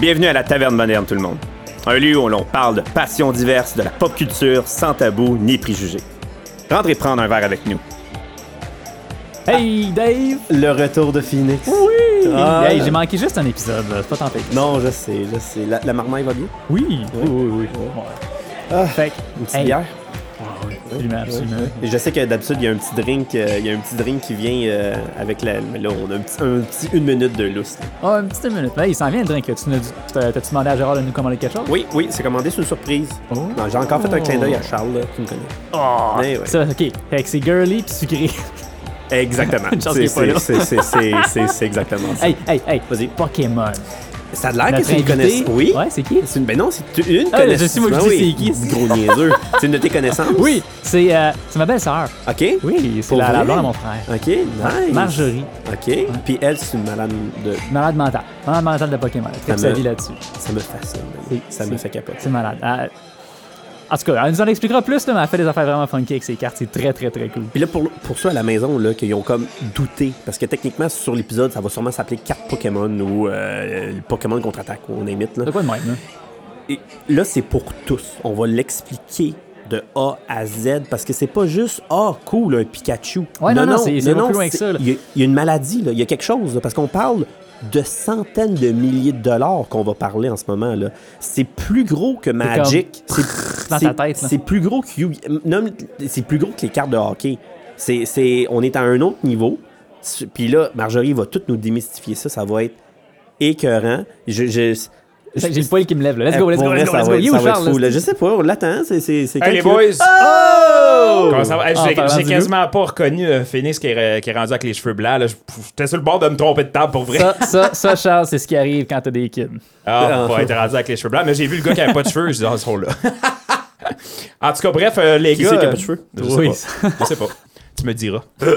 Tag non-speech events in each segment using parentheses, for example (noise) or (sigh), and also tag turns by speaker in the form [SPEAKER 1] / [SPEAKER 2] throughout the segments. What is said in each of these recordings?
[SPEAKER 1] Bienvenue à la Taverne Moderne, tout le monde. Un lieu où l'on parle de passions diverses, de la pop culture, sans tabou ni préjugés. Rentrez prendre un verre avec nous.
[SPEAKER 2] Hey Dave!
[SPEAKER 3] Le retour de Phoenix.
[SPEAKER 2] Oui!
[SPEAKER 3] Ah.
[SPEAKER 2] hey, j'ai manqué juste un épisode, là. c'est pas tant pis.
[SPEAKER 3] Non, je sais, je sais. La, la marmaille va bien?
[SPEAKER 2] Oui!
[SPEAKER 3] Oui, oui,
[SPEAKER 2] Ouais.
[SPEAKER 3] Ah.
[SPEAKER 2] Fait que,
[SPEAKER 3] Une petite
[SPEAKER 2] Hey.
[SPEAKER 3] bière?
[SPEAKER 2] absolument, absolument.
[SPEAKER 3] Et je sais que d'habitude, il y a un petit drink, euh, il y a un petit drink qui vient euh, avec la... Mais là, on a un petit, un petit- une minute de lousse. là.
[SPEAKER 2] Oh, une petite minute. Là, il s'en vient le drink. Tu nous as dit- t'as- T'as-tu demandé à Gérard de nous commander quelque chose?
[SPEAKER 3] Oui, oui, c'est commandé sous une surprise.
[SPEAKER 2] Oh.
[SPEAKER 3] Non, J'ai encore fait un clin d'œil à Charles, là, qui me connaît.
[SPEAKER 1] Ah.
[SPEAKER 2] Oh!
[SPEAKER 3] Mais ouais.
[SPEAKER 2] Ça, ok. Fait que c'est girly
[SPEAKER 3] (laughs)
[SPEAKER 2] pis sucré. (laughs)
[SPEAKER 3] Exactement.
[SPEAKER 2] Une chance
[SPEAKER 3] C'est-
[SPEAKER 2] qu'il est pas
[SPEAKER 3] c'est- c'est- c'est- c'est- C'est exactement ça.
[SPEAKER 2] hey, hey, hey!
[SPEAKER 3] Vas-y. Ah,
[SPEAKER 2] Pokémon.
[SPEAKER 3] Ça a l'air que
[SPEAKER 2] Notre
[SPEAKER 3] tu le connaisses.
[SPEAKER 2] invité-
[SPEAKER 3] Oui?
[SPEAKER 2] Ouais, c'est qui?
[SPEAKER 3] C'est une... Ben non, c'est une
[SPEAKER 2] Ah,
[SPEAKER 3] connaissance.
[SPEAKER 2] je sais, moi, je
[SPEAKER 3] Ben
[SPEAKER 2] dis
[SPEAKER 3] oui.
[SPEAKER 2] c'est qui, c'est-
[SPEAKER 3] Gros niaiseux. c'est une de tes connaissances?
[SPEAKER 2] Oui! C'est euh, c'est ma belle-sœur.
[SPEAKER 3] OK.
[SPEAKER 2] Oui, c'est
[SPEAKER 3] Pour
[SPEAKER 2] la, la
[SPEAKER 3] vrai?
[SPEAKER 2] blonde à mon frère.
[SPEAKER 3] OK, nice.
[SPEAKER 2] Marjorie.
[SPEAKER 3] OK. Puis elle, c'est une madame de...
[SPEAKER 2] Malade mentale. Malade mentale de Pokémon. Elle tripe
[SPEAKER 3] me-
[SPEAKER 2] sa vie là-dessus.
[SPEAKER 3] Ça me fascine.
[SPEAKER 2] C'est-
[SPEAKER 3] Ça me
[SPEAKER 2] c'est-
[SPEAKER 3] fait capoter.
[SPEAKER 2] C'est malade. Elle- En tout cas, elle nous en expliquera plus, là, mais elle fait des affaires vraiment funky avec ses cartes. C'est très, très, très cool.
[SPEAKER 3] Puis là, pour, pour ceux à la maison, là, qu'ils ont comme douté, parce que techniquement, sur l'épisode, ça va sûrement s'appeler 4 Pokémon ou euh, le Pokémon contre-attaque, ou on imite. Là,
[SPEAKER 2] C'est quoi de même, là?
[SPEAKER 3] Et là c'est pour tous. On va l'expliquer de A à Z, parce que c'est pas juste « Ah, cool, un Pikachu ».
[SPEAKER 2] Ouais, non, non, c'est- c'est beaucoup plus loin que ça, là.
[SPEAKER 3] Il y, a- il y a une maladie, là. il y a quelque chose, là, parce qu'on parle de centaines de milliers de dollars qu'on va parler en ce moment. là. C'est plus gros que Magic.
[SPEAKER 2] (laughs)
[SPEAKER 3] C'est
[SPEAKER 2] dans
[SPEAKER 3] c'est-
[SPEAKER 2] ta tête, là.
[SPEAKER 3] C'est plus gros que Yu- nomme- c'est plus gros que les cartes de hockey. C'est, c'est- on est à un autre niveau. C'est- Puis là, Marjorie va tout nous démystifier ça. Ça va être écœurant. Je, je, je-
[SPEAKER 2] Ben, J'ai le poil qui me lève, là. Let's go,
[SPEAKER 3] Eh,
[SPEAKER 2] let's
[SPEAKER 3] pour
[SPEAKER 2] go,
[SPEAKER 3] vrai,
[SPEAKER 2] let's go,
[SPEAKER 3] ça
[SPEAKER 2] let's
[SPEAKER 3] va
[SPEAKER 2] go.
[SPEAKER 3] être-
[SPEAKER 2] Il est où,
[SPEAKER 3] ça va être
[SPEAKER 2] Charles,
[SPEAKER 3] fou,
[SPEAKER 2] là?
[SPEAKER 3] là. Je sais pas, on l'attend. C'est, c'est, c'est
[SPEAKER 4] Hey les
[SPEAKER 3] quand qu'il-
[SPEAKER 4] boys! Comment ça va? Hey,
[SPEAKER 2] Ah,
[SPEAKER 4] j'ai-
[SPEAKER 2] parlant
[SPEAKER 4] J'ai
[SPEAKER 2] du
[SPEAKER 4] quasiment pas reconnu euh, Phoenix qui est, qui est rendu avec les cheveux blancs. là. Je- J'étais sur le bord de me tromper de table pour vrai.
[SPEAKER 2] Ça, ça, ça, Charles, c'est ce qui arrive quand t'as des kids.
[SPEAKER 4] Ah, faut être rendu avec les cheveux blancs. Mais j'ai vu le gars qui avait pas de cheveux. Je dis, ah, ils sont là. (laughs) en tout cas, bref, euh, les
[SPEAKER 3] Qui
[SPEAKER 4] gars.
[SPEAKER 3] c'est qui a pas
[SPEAKER 4] euh,
[SPEAKER 3] de cheveux?
[SPEAKER 4] Je sais
[SPEAKER 2] Oui.
[SPEAKER 4] pas. Je sais pas. Tu me diras. (laughs)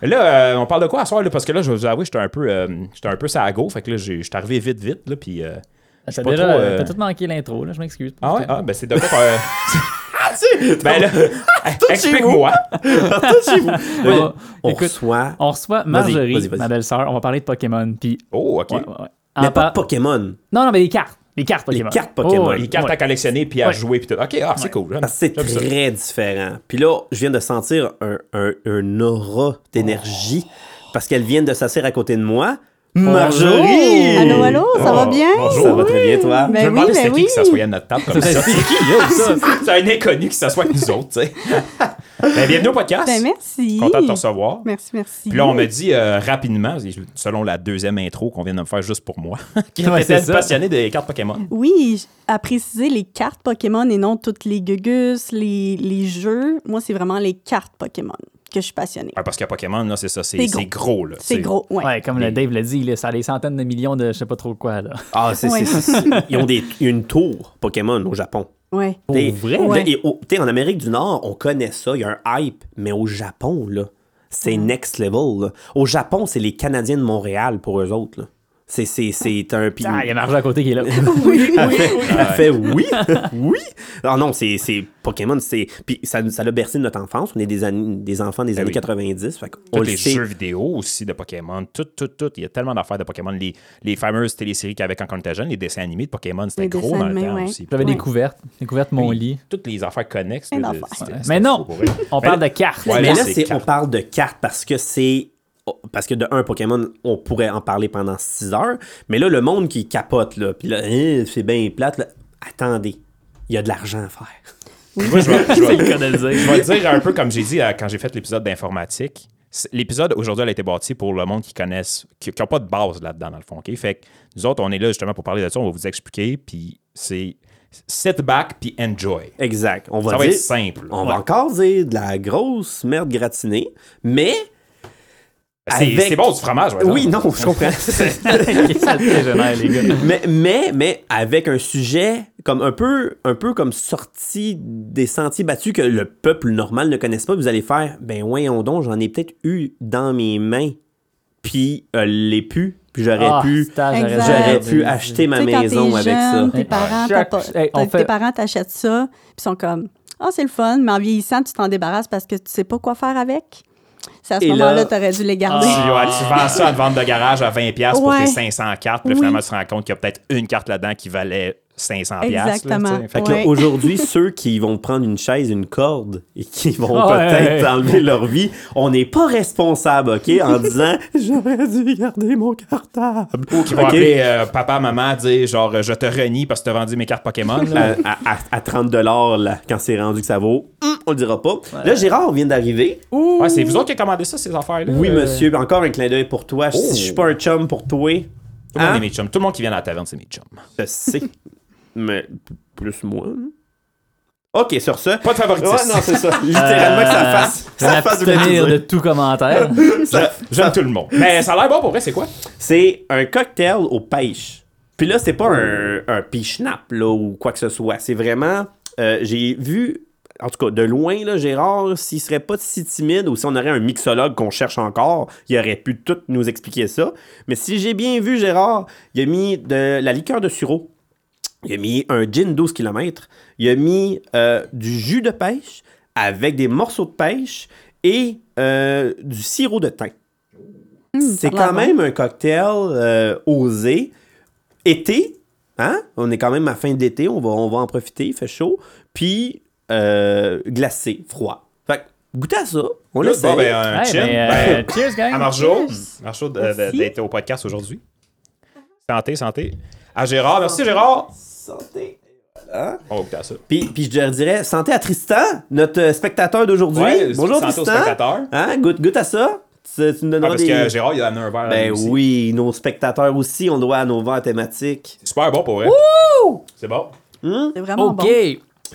[SPEAKER 4] Là, euh, on parle de quoi à soir? Là? Parce que là, je vais vous avouer, j'étais un peu, euh, j'étais un peu ça à go. Fait que là, j'ai- j'étais arrivé vite, vite. Là, puis, euh, je suis
[SPEAKER 2] T'as
[SPEAKER 4] pas
[SPEAKER 2] déjà,
[SPEAKER 4] trop, euh,
[SPEAKER 2] t'as tout manqué l'intro, là. Je m'excuse.
[SPEAKER 4] Ah ouais? Ah, ben c'est de quoi qu'on- (laughs) Ben
[SPEAKER 3] Ben (laughs)
[SPEAKER 4] là,
[SPEAKER 3] là,
[SPEAKER 4] explique-moi.
[SPEAKER 3] tout chez vous.
[SPEAKER 2] Ouais.
[SPEAKER 3] On
[SPEAKER 2] Écoute,
[SPEAKER 3] reçoit...
[SPEAKER 2] On reçoit Marjorie,
[SPEAKER 3] vas-y, vas-y.
[SPEAKER 2] ma belle-sœur. On va parler de Pokémon, puis...
[SPEAKER 4] Oh, OK.
[SPEAKER 2] Ouais, ouais, ouais.
[SPEAKER 3] Mais pas
[SPEAKER 2] En par-
[SPEAKER 3] de Pokémon.
[SPEAKER 2] Non, non, mais les cartes. Les cartes Pokémon. Oh,
[SPEAKER 3] cartes Pokémon.
[SPEAKER 2] ouais.
[SPEAKER 4] Les cartes
[SPEAKER 2] Ouais.
[SPEAKER 4] à collectionner puis à
[SPEAKER 2] Ouais.
[SPEAKER 4] jouer puis tout. OK, ah, c'est cool. j'aime-
[SPEAKER 3] Parce que c'est
[SPEAKER 4] j'aime ça.
[SPEAKER 3] très différent. Puis là, je viens de sentir un, un- un aura d'énergie
[SPEAKER 2] Oh.
[SPEAKER 3] parce qu'elle vient de s'asseoir à côté de moi.
[SPEAKER 4] Oh,
[SPEAKER 3] Marjorie! Oh.
[SPEAKER 5] Allô, allô, ça
[SPEAKER 3] Ah,
[SPEAKER 5] va bien?
[SPEAKER 4] bonjour.
[SPEAKER 3] Ça va très bien, toi?
[SPEAKER 5] Ben
[SPEAKER 4] Je me
[SPEAKER 5] oui,
[SPEAKER 4] demandais
[SPEAKER 5] ben
[SPEAKER 4] c'était qui
[SPEAKER 5] oui.
[SPEAKER 4] qui s'assoyait à notre table comme
[SPEAKER 2] (laughs)
[SPEAKER 4] ça.
[SPEAKER 2] C'est qui, là, ça?
[SPEAKER 5] (laughs)
[SPEAKER 4] C'est un inconnu qui s'assoit avec nous autres,
[SPEAKER 2] (laughs)
[SPEAKER 4] tu sais. Ben, bienvenue au podcast.
[SPEAKER 5] Ben, merci.
[SPEAKER 4] Content de te recevoir.
[SPEAKER 5] Merci, merci.
[SPEAKER 4] Puis là, on me dit euh, rapidement, selon la deuxième intro qu'on vient de me faire juste pour moi, (laughs) qui
[SPEAKER 2] Ouais, c'est
[SPEAKER 4] était
[SPEAKER 2] ça.
[SPEAKER 4] passionné des cartes Pokémon.
[SPEAKER 5] Oui, j- à préciser les cartes Pokémon et non toutes les gugus, les, les jeux. Moi, c'est vraiment les cartes Pokémon que je suis passionnée.
[SPEAKER 4] Ouais, Ben, parce que Pokémon, là, c'est ça, c'est
[SPEAKER 5] C'est
[SPEAKER 4] c'est
[SPEAKER 5] gros.
[SPEAKER 4] gros. là.
[SPEAKER 5] C'est gros, ouais.
[SPEAKER 2] Ouais, comme le Dave l'a dit, là, ça a des centaines de millions de je sais pas trop quoi, là.
[SPEAKER 3] Ah, c'est,
[SPEAKER 5] Ouais.
[SPEAKER 3] c'est- c'est- ils ont des, une tour Pokémon au Japon.
[SPEAKER 5] ouais.
[SPEAKER 2] Pour
[SPEAKER 3] T'es-
[SPEAKER 2] vrai?
[SPEAKER 5] Ouais.
[SPEAKER 3] t'es- et au- t'es, en Amérique du Nord, on connaît ça, il y a un hype, mais au Japon, là, c'est next level. là. Au Japon, c'est les Canadiens de Montréal pour eux autres. là. C'est, c'est, c'est un pays.
[SPEAKER 2] Ah, il y
[SPEAKER 3] (laughs)
[SPEAKER 2] a Marjo à côté qui est là.
[SPEAKER 5] Oui, oui.
[SPEAKER 3] Elle fait oui, (laughs) oui. Ah non, c'est, c'est Pokémon, c'est. Puis ça, nous- ça l'a bercé de notre enfance. On est des, années- des enfants
[SPEAKER 2] Ben
[SPEAKER 3] des années
[SPEAKER 4] oui.
[SPEAKER 3] 90. Fait qu'on
[SPEAKER 4] Tous
[SPEAKER 3] le
[SPEAKER 4] les
[SPEAKER 3] sait.
[SPEAKER 4] jeux vidéo aussi de Pokémon, tout, tout, tout. Il y a tellement d'affaires de Pokémon. Les, les fameuses téléséries qu'il y avait quand on était jeune, les dessins animés de Pokémon, c'était
[SPEAKER 5] Les
[SPEAKER 4] gros
[SPEAKER 5] dessins
[SPEAKER 4] dans le
[SPEAKER 5] animés,
[SPEAKER 4] temps
[SPEAKER 5] ouais.
[SPEAKER 4] aussi.
[SPEAKER 2] J'avais
[SPEAKER 5] Ouais.
[SPEAKER 2] découvert, découvert mon
[SPEAKER 4] Puis,
[SPEAKER 2] lit.
[SPEAKER 4] Toutes les affaires connexes.
[SPEAKER 5] Plein
[SPEAKER 4] là, de-
[SPEAKER 5] d'affaires.
[SPEAKER 4] c'était-
[SPEAKER 2] Mais
[SPEAKER 4] c'était
[SPEAKER 2] non,
[SPEAKER 4] fou pour elle.
[SPEAKER 2] on
[SPEAKER 4] Mais
[SPEAKER 2] parle de
[SPEAKER 4] là-
[SPEAKER 2] cartes.
[SPEAKER 4] Ouais,
[SPEAKER 3] Mais
[SPEAKER 4] là,
[SPEAKER 3] là,
[SPEAKER 4] c'est
[SPEAKER 3] c'est- on
[SPEAKER 4] quatre.
[SPEAKER 3] parle de cartes parce que c'est. oh, Parce que de un Pokémon, on pourrait en parler pendant 6 heures. Mais là, le monde qui capote, là, puis là, Hein, c'est bien plate. là. Attendez, il y a de l'argent à faire. (laughs)
[SPEAKER 4] Moi, je vais- je vais-
[SPEAKER 2] Canadien.
[SPEAKER 4] je vais dire un peu comme j'ai dit euh, quand j'ai fait l'épisode d'informatique. C'est- L'épisode aujourd'hui, elle a été bâtie pour le monde qui connaissent, qui n'ont pas de base là-dedans, dans le fond. ok? Fait que nous autres, on est là justement pour parler de ça. On va vous expliquer. Puis c'est sit back puis enjoy.
[SPEAKER 3] Exact. On va
[SPEAKER 4] Ça va
[SPEAKER 3] dire-
[SPEAKER 4] être simple.
[SPEAKER 3] On va encore dire de la grosse merde gratinée, mais.
[SPEAKER 4] C'est
[SPEAKER 3] avec-
[SPEAKER 4] c'est bon du fromage. par
[SPEAKER 3] Oui,
[SPEAKER 4] exemple.
[SPEAKER 3] non, je comprends. (laughs)
[SPEAKER 4] (laughs)
[SPEAKER 2] les gars.
[SPEAKER 3] (coughs) mais, mais, mais avec un sujet comme un peu, un peu comme sorti des sentiers battus que le peuple normal ne connaisse pas, vous allez faire ben voyons donc, j'en ai peut-être eu dans mes mains, puis euh, les pu, puis j'aurais
[SPEAKER 2] Ah,
[SPEAKER 3] pu,
[SPEAKER 2] putain, j'aurais
[SPEAKER 5] Exact.
[SPEAKER 3] j'aurais
[SPEAKER 2] dû-
[SPEAKER 3] pu acheter ma
[SPEAKER 5] Tu sais, quand t'es
[SPEAKER 3] maison avec
[SPEAKER 5] jeune,
[SPEAKER 3] ça. (laughs)
[SPEAKER 5] Tes parents,
[SPEAKER 2] Chaque-
[SPEAKER 5] t'as pas-
[SPEAKER 2] Hey, on
[SPEAKER 5] t'as-
[SPEAKER 2] fait-
[SPEAKER 5] tes parents t'achètent ça, puis ils sont comme, ah, c'est le fun, mais en vieillissant, tu t'en débarrasses parce que tu sais pas quoi faire avec. C'est à ce
[SPEAKER 3] Et là-
[SPEAKER 5] moment-là, t'aurais dû les garder.
[SPEAKER 4] Tu, Ah. ouais, tu vends ça à une vente de garage à 20$ piastres pour
[SPEAKER 5] Ouais.
[SPEAKER 4] tes 500 cartes. Puis là,
[SPEAKER 5] Oui.
[SPEAKER 4] finalement, tu te rends compte qu'il y a peut-être une carte là-dedans qui valait 500$. piastres, là,
[SPEAKER 5] (laughs) Exactement.
[SPEAKER 4] tu sais. Fait que
[SPEAKER 3] Fait que là,
[SPEAKER 5] Ouais.
[SPEAKER 3] Aujourd'hui, ceux qui vont prendre une chaise, une corde et qui vont
[SPEAKER 2] Ouais.
[SPEAKER 3] peut-être enlever leur vie, on n'est pas responsable, OK? (laughs) En disant j'aurais dû garder mon cartable.
[SPEAKER 4] Ou qui vont
[SPEAKER 3] Ok.
[SPEAKER 4] appeler euh, papa, maman, dire genre euh, je te renie parce que t'as vendu mes cartes Pokémon. là.
[SPEAKER 3] à, Euh, à- à- à 30 là, quand c'est rendu que ça vaut, hum, on le dira pas. Là, Gérard vient d'arriver.
[SPEAKER 4] ouais, c'est vous autres qui avez commandé ça, ces affaires-là.
[SPEAKER 3] Oui,
[SPEAKER 4] Euh,
[SPEAKER 3] monsieur, encore un clin d'œil pour toi.
[SPEAKER 4] Oh.
[SPEAKER 3] Si je suis pas un chum pour toi,
[SPEAKER 4] Tout le monde
[SPEAKER 3] Hein?
[SPEAKER 4] est mes chums. Tout le monde qui vient à la taverne, c'est mes chums.
[SPEAKER 3] je sais. Mais p- plus moi. hein. OK, sur ça.
[SPEAKER 4] Pas de favoritisme. Euh,
[SPEAKER 3] Ouais, non, c'est
[SPEAKER 4] (laughs)
[SPEAKER 3] ça. Littéralement que ça fasse. Ça fasse voulait tout dire.
[SPEAKER 2] M'abstenir de tout commentaire.
[SPEAKER 4] J'a- J'aime tout le monde. Mais ça a l'air bon pour vrai, c'est quoi?
[SPEAKER 3] C'est un cocktail aux pêches. Puis là, c'est pas un, un pichenap, là, ou quoi que ce soit. C'est vraiment. euh, J'ai vu, en tout cas, de loin, là, Gérard, s'il serait pas si timide ou si on aurait un mixologue qu'on cherche encore, il aurait pu tout nous expliquer ça. Mais si j'ai bien vu, Gérard, il a mis de la liqueur de sureau. Il a mis un gin 12 km. Il a mis euh, du jus de pêche avec des morceaux de pêche et euh, du sirop de thym. C'est
[SPEAKER 5] parle
[SPEAKER 3] quand
[SPEAKER 5] avant.
[SPEAKER 3] même un cocktail euh, osé. Été, hein? On est quand même à fin d'été, on va, on va en profiter, il fait chaud. Puis euh, glacé, froid. Fait que, goûtez à ça. On le
[SPEAKER 4] Bon, ben, un
[SPEAKER 2] Hey,
[SPEAKER 4] chin.
[SPEAKER 2] mais, euh,
[SPEAKER 4] Ben,
[SPEAKER 2] cheers, gang.
[SPEAKER 4] (laughs) à Marjo. Marjo de- de-
[SPEAKER 5] Merci.
[SPEAKER 4] d'être au podcast aujourd'hui. Santé, santé. À Gérard. Merci, Gérard.
[SPEAKER 3] Santé.
[SPEAKER 4] On va goûter à ça.
[SPEAKER 3] Puis, puis je leur dirais santé à Tristan, notre euh, spectateur d'aujourd'hui.
[SPEAKER 4] Ouais,
[SPEAKER 3] Bonjour
[SPEAKER 4] santé aux
[SPEAKER 3] Tristan.
[SPEAKER 4] spectateurs.
[SPEAKER 3] Hein? Goûte, goûte à ça. Tu, tu nous
[SPEAKER 4] Ah,
[SPEAKER 3] donneras
[SPEAKER 4] parce
[SPEAKER 3] des...
[SPEAKER 4] que Gérard, il a amené un verre. à
[SPEAKER 3] Ben
[SPEAKER 4] nous aussi.
[SPEAKER 3] oui, nos spectateurs aussi, on doit à nos verres thématiques.
[SPEAKER 4] C'est super bon pour vrai. C'est bon.
[SPEAKER 5] C'est vraiment
[SPEAKER 2] OK.
[SPEAKER 5] bon.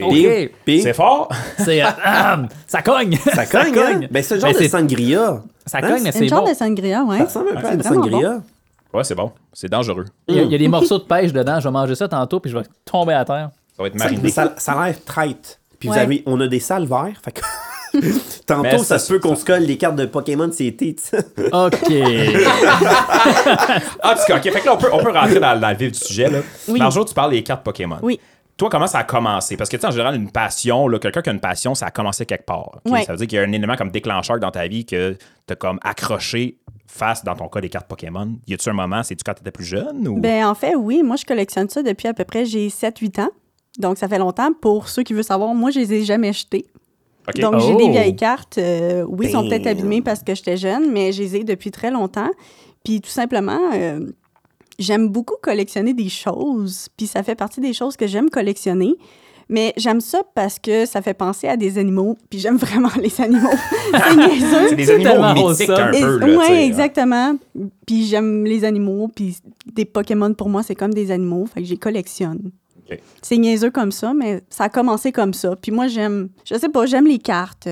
[SPEAKER 2] OK.
[SPEAKER 3] Puis,
[SPEAKER 4] C'est fort. (laughs)
[SPEAKER 2] C'est. ah, ça cogne. (laughs)
[SPEAKER 3] ça cogne, hein? Ben c'est le genre
[SPEAKER 2] Mais
[SPEAKER 3] de
[SPEAKER 2] c'est-
[SPEAKER 3] sangria.
[SPEAKER 2] Ça
[SPEAKER 3] Hein?
[SPEAKER 2] cogne, mais
[SPEAKER 5] Une
[SPEAKER 2] c'est
[SPEAKER 5] genre
[SPEAKER 2] bon. Ah,
[SPEAKER 5] de sangria, ouais.
[SPEAKER 3] Ça ressemble un peu à une
[SPEAKER 5] Ah, vraiment
[SPEAKER 3] sangria.
[SPEAKER 4] Ouais, c'est bon. C'est dangereux.
[SPEAKER 2] Il y, a, il y a des morceaux de pêche dedans. Je vais manger ça tantôt, puis je vais tomber à terre.
[SPEAKER 4] Ça va être
[SPEAKER 3] Ça-
[SPEAKER 4] mariné.
[SPEAKER 3] Ça, ça a l'air traite. Puis vous
[SPEAKER 5] Ouais.
[SPEAKER 3] avez, on a des salles verts. Fait que (laughs) Tantôt,
[SPEAKER 4] Mais
[SPEAKER 3] ça
[SPEAKER 4] ça-
[SPEAKER 3] se peut qu'on se colle les cartes de Pokémon, c'est été. tu sais.
[SPEAKER 2] (laughs) OK.
[SPEAKER 4] Ah, parce que, ok, fait que là, on peut, on peut rentrer dans, dans le vif du sujet. Là. Marjo, tu parles des cartes Pokémon.
[SPEAKER 5] Oui.
[SPEAKER 4] Toi, comment ça a commencé? Parce que, tu sais, en général, une passion, là, quelqu'un qui a une passion, ça a commencé quelque part. ok?
[SPEAKER 5] Ouais.
[SPEAKER 4] Ça veut dire qu'il y a un élément comme déclencheur dans ta vie que t'as comme accroché face, dans ton cas, des cartes Pokémon. Y a-tu un moment, c'est-tu quand t'étais plus jeune? Ou...
[SPEAKER 5] Ben, en fait, oui, moi, je collectionne ça depuis à peu près, j'ai 7-8 ans. Donc, ça fait longtemps. Pour ceux qui veulent savoir, moi, je les ai jamais jetés.
[SPEAKER 4] Ok.
[SPEAKER 5] Donc, j'ai des
[SPEAKER 2] Oh.
[SPEAKER 5] vieilles cartes. Euh, oui, elles sont peut-être
[SPEAKER 3] Damn.
[SPEAKER 5] abîmées parce que j'étais jeune, mais je les ai depuis très longtemps. Puis, tout simplement, euh, j'aime beaucoup collectionner des choses. Puis, ça fait partie des choses que j'aime collectionner. Mais j'aime ça parce que ça fait penser à des animaux. Puis, j'aime (laughs) vraiment les animaux.
[SPEAKER 3] (laughs)
[SPEAKER 5] C'est niaiseux.
[SPEAKER 4] c'est des
[SPEAKER 2] tellement
[SPEAKER 4] animaux mythiques
[SPEAKER 2] wholesome.
[SPEAKER 4] un
[SPEAKER 5] Et-
[SPEAKER 4] peu. Là, tu
[SPEAKER 5] ouais,
[SPEAKER 4] sais, hein.
[SPEAKER 5] exactement. Puis j'aime les animaux, puis des Pokémon pour moi c'est comme des animaux, fait que j'y collectionne.
[SPEAKER 4] Ok.
[SPEAKER 5] C'est niaiseux comme ça, mais ça a commencé comme ça. Puis moi j'aime, je sais pas, j'aime les cartes.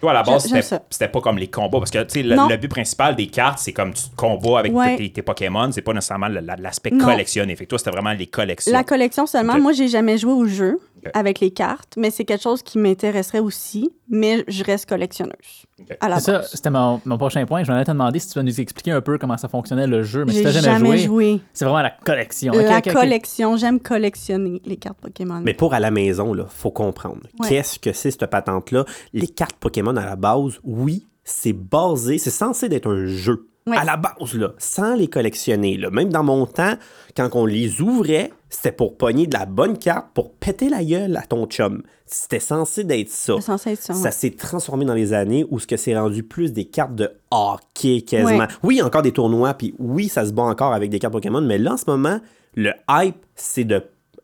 [SPEAKER 4] Toi, à la base, c'était-
[SPEAKER 5] J'aime ça.
[SPEAKER 4] c'était pas comme les combats. Parce que, tu sais, le,
[SPEAKER 5] Non.
[SPEAKER 4] le but principal des cartes, c'est comme tu te combats avec
[SPEAKER 5] Ouais.
[SPEAKER 4] tes, tes Pokémon. C'est pas nécessairement le- la- l'aspect
[SPEAKER 5] Non.
[SPEAKER 4] collectionné. Fait que toi, c'était vraiment les collections.
[SPEAKER 5] La collection seulement,
[SPEAKER 4] Ok.
[SPEAKER 5] moi j'ai jamais joué au jeu
[SPEAKER 4] Ok.
[SPEAKER 5] avec les cartes, mais c'est quelque chose qui m'intéresserait aussi, mais je reste collectionneuse.
[SPEAKER 4] Ok.
[SPEAKER 5] À la
[SPEAKER 2] C'est ça,
[SPEAKER 5] base.
[SPEAKER 2] c'était mon, mon prochain point. Je m'en allais te demander si tu vas nous expliquer un peu comment ça fonctionnait le jeu, mais si
[SPEAKER 5] J'ai
[SPEAKER 2] t'as
[SPEAKER 5] jamais,
[SPEAKER 2] jamais, joué,
[SPEAKER 5] joué.
[SPEAKER 2] c'est vraiment la collection.
[SPEAKER 5] la
[SPEAKER 2] Ok, ok, ok.
[SPEAKER 5] collection, j'aime collectionner les cartes Pokémon.
[SPEAKER 3] Mais pour à la maison, là, faut comprendre.
[SPEAKER 5] Ouais.
[SPEAKER 3] Qu'est-ce que c'est cette patente-là? Les cartes Pokémon à la base, oui, c'est basé, c'est censé d'être un jeu.
[SPEAKER 5] Ouais.
[SPEAKER 3] À la base, là, sans les collectionner. Là. Même dans mon temps, quand on les ouvrait, c'était pour pogner de la bonne carte pour péter la gueule à ton chum. C'était censé d'être ça.
[SPEAKER 5] C'est censé être ça, ouais.
[SPEAKER 3] Ça s'est transformé dans les années où ce que c'est rendu plus des cartes de hockey quasiment.
[SPEAKER 5] Ouais.
[SPEAKER 3] Oui, encore des tournois, puis oui, ça se bat encore avec des cartes Pokémon, mais là, en ce moment, le hype, c'est de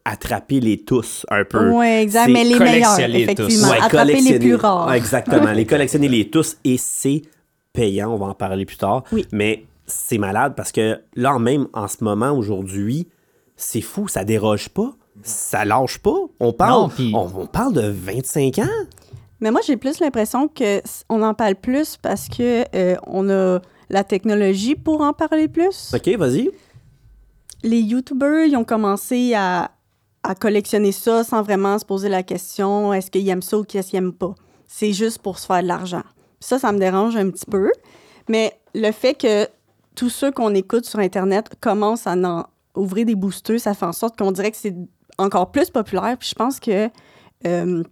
[SPEAKER 3] attraper les tous un peu.
[SPEAKER 5] Oui, exact,
[SPEAKER 3] C'est
[SPEAKER 5] mais les meilleurs,
[SPEAKER 4] collectionner tous.
[SPEAKER 5] effectivement.
[SPEAKER 3] Ouais,
[SPEAKER 5] Attraper les
[SPEAKER 3] collectionner.
[SPEAKER 5] plus rares.
[SPEAKER 3] Ouais, exactement,
[SPEAKER 5] (laughs)
[SPEAKER 3] les collectionner les tous, et c'est payant, on va en parler plus tard.
[SPEAKER 5] Oui.
[SPEAKER 3] Mais c'est malade parce que là, même en ce moment, aujourd'hui, c'est fou, ça déroge pas. Ça lâche pas. On parle,
[SPEAKER 2] Non, puis-
[SPEAKER 3] on, on parle de 25 ans.
[SPEAKER 5] Mais moi, j'ai plus l'impression que s- on en parle plus parce que euh, on a la technologie pour en parler plus.
[SPEAKER 3] OK, vas-y.
[SPEAKER 5] Les YouTubers, ils ont commencé à, à collectionner ça sans vraiment se poser la question est-ce qu'ils aiment ça ou qu'est-ce qu'ils aiment pas. C'est juste pour se faire de l'argent. Ça, ça me dérange un petit peu. Mais le fait que tous ceux qu'on écoute sur Internet commencent à en ouvrir des boosters, ça fait en sorte qu'on dirait que c'est encore plus populaire. Puis je pense que euh,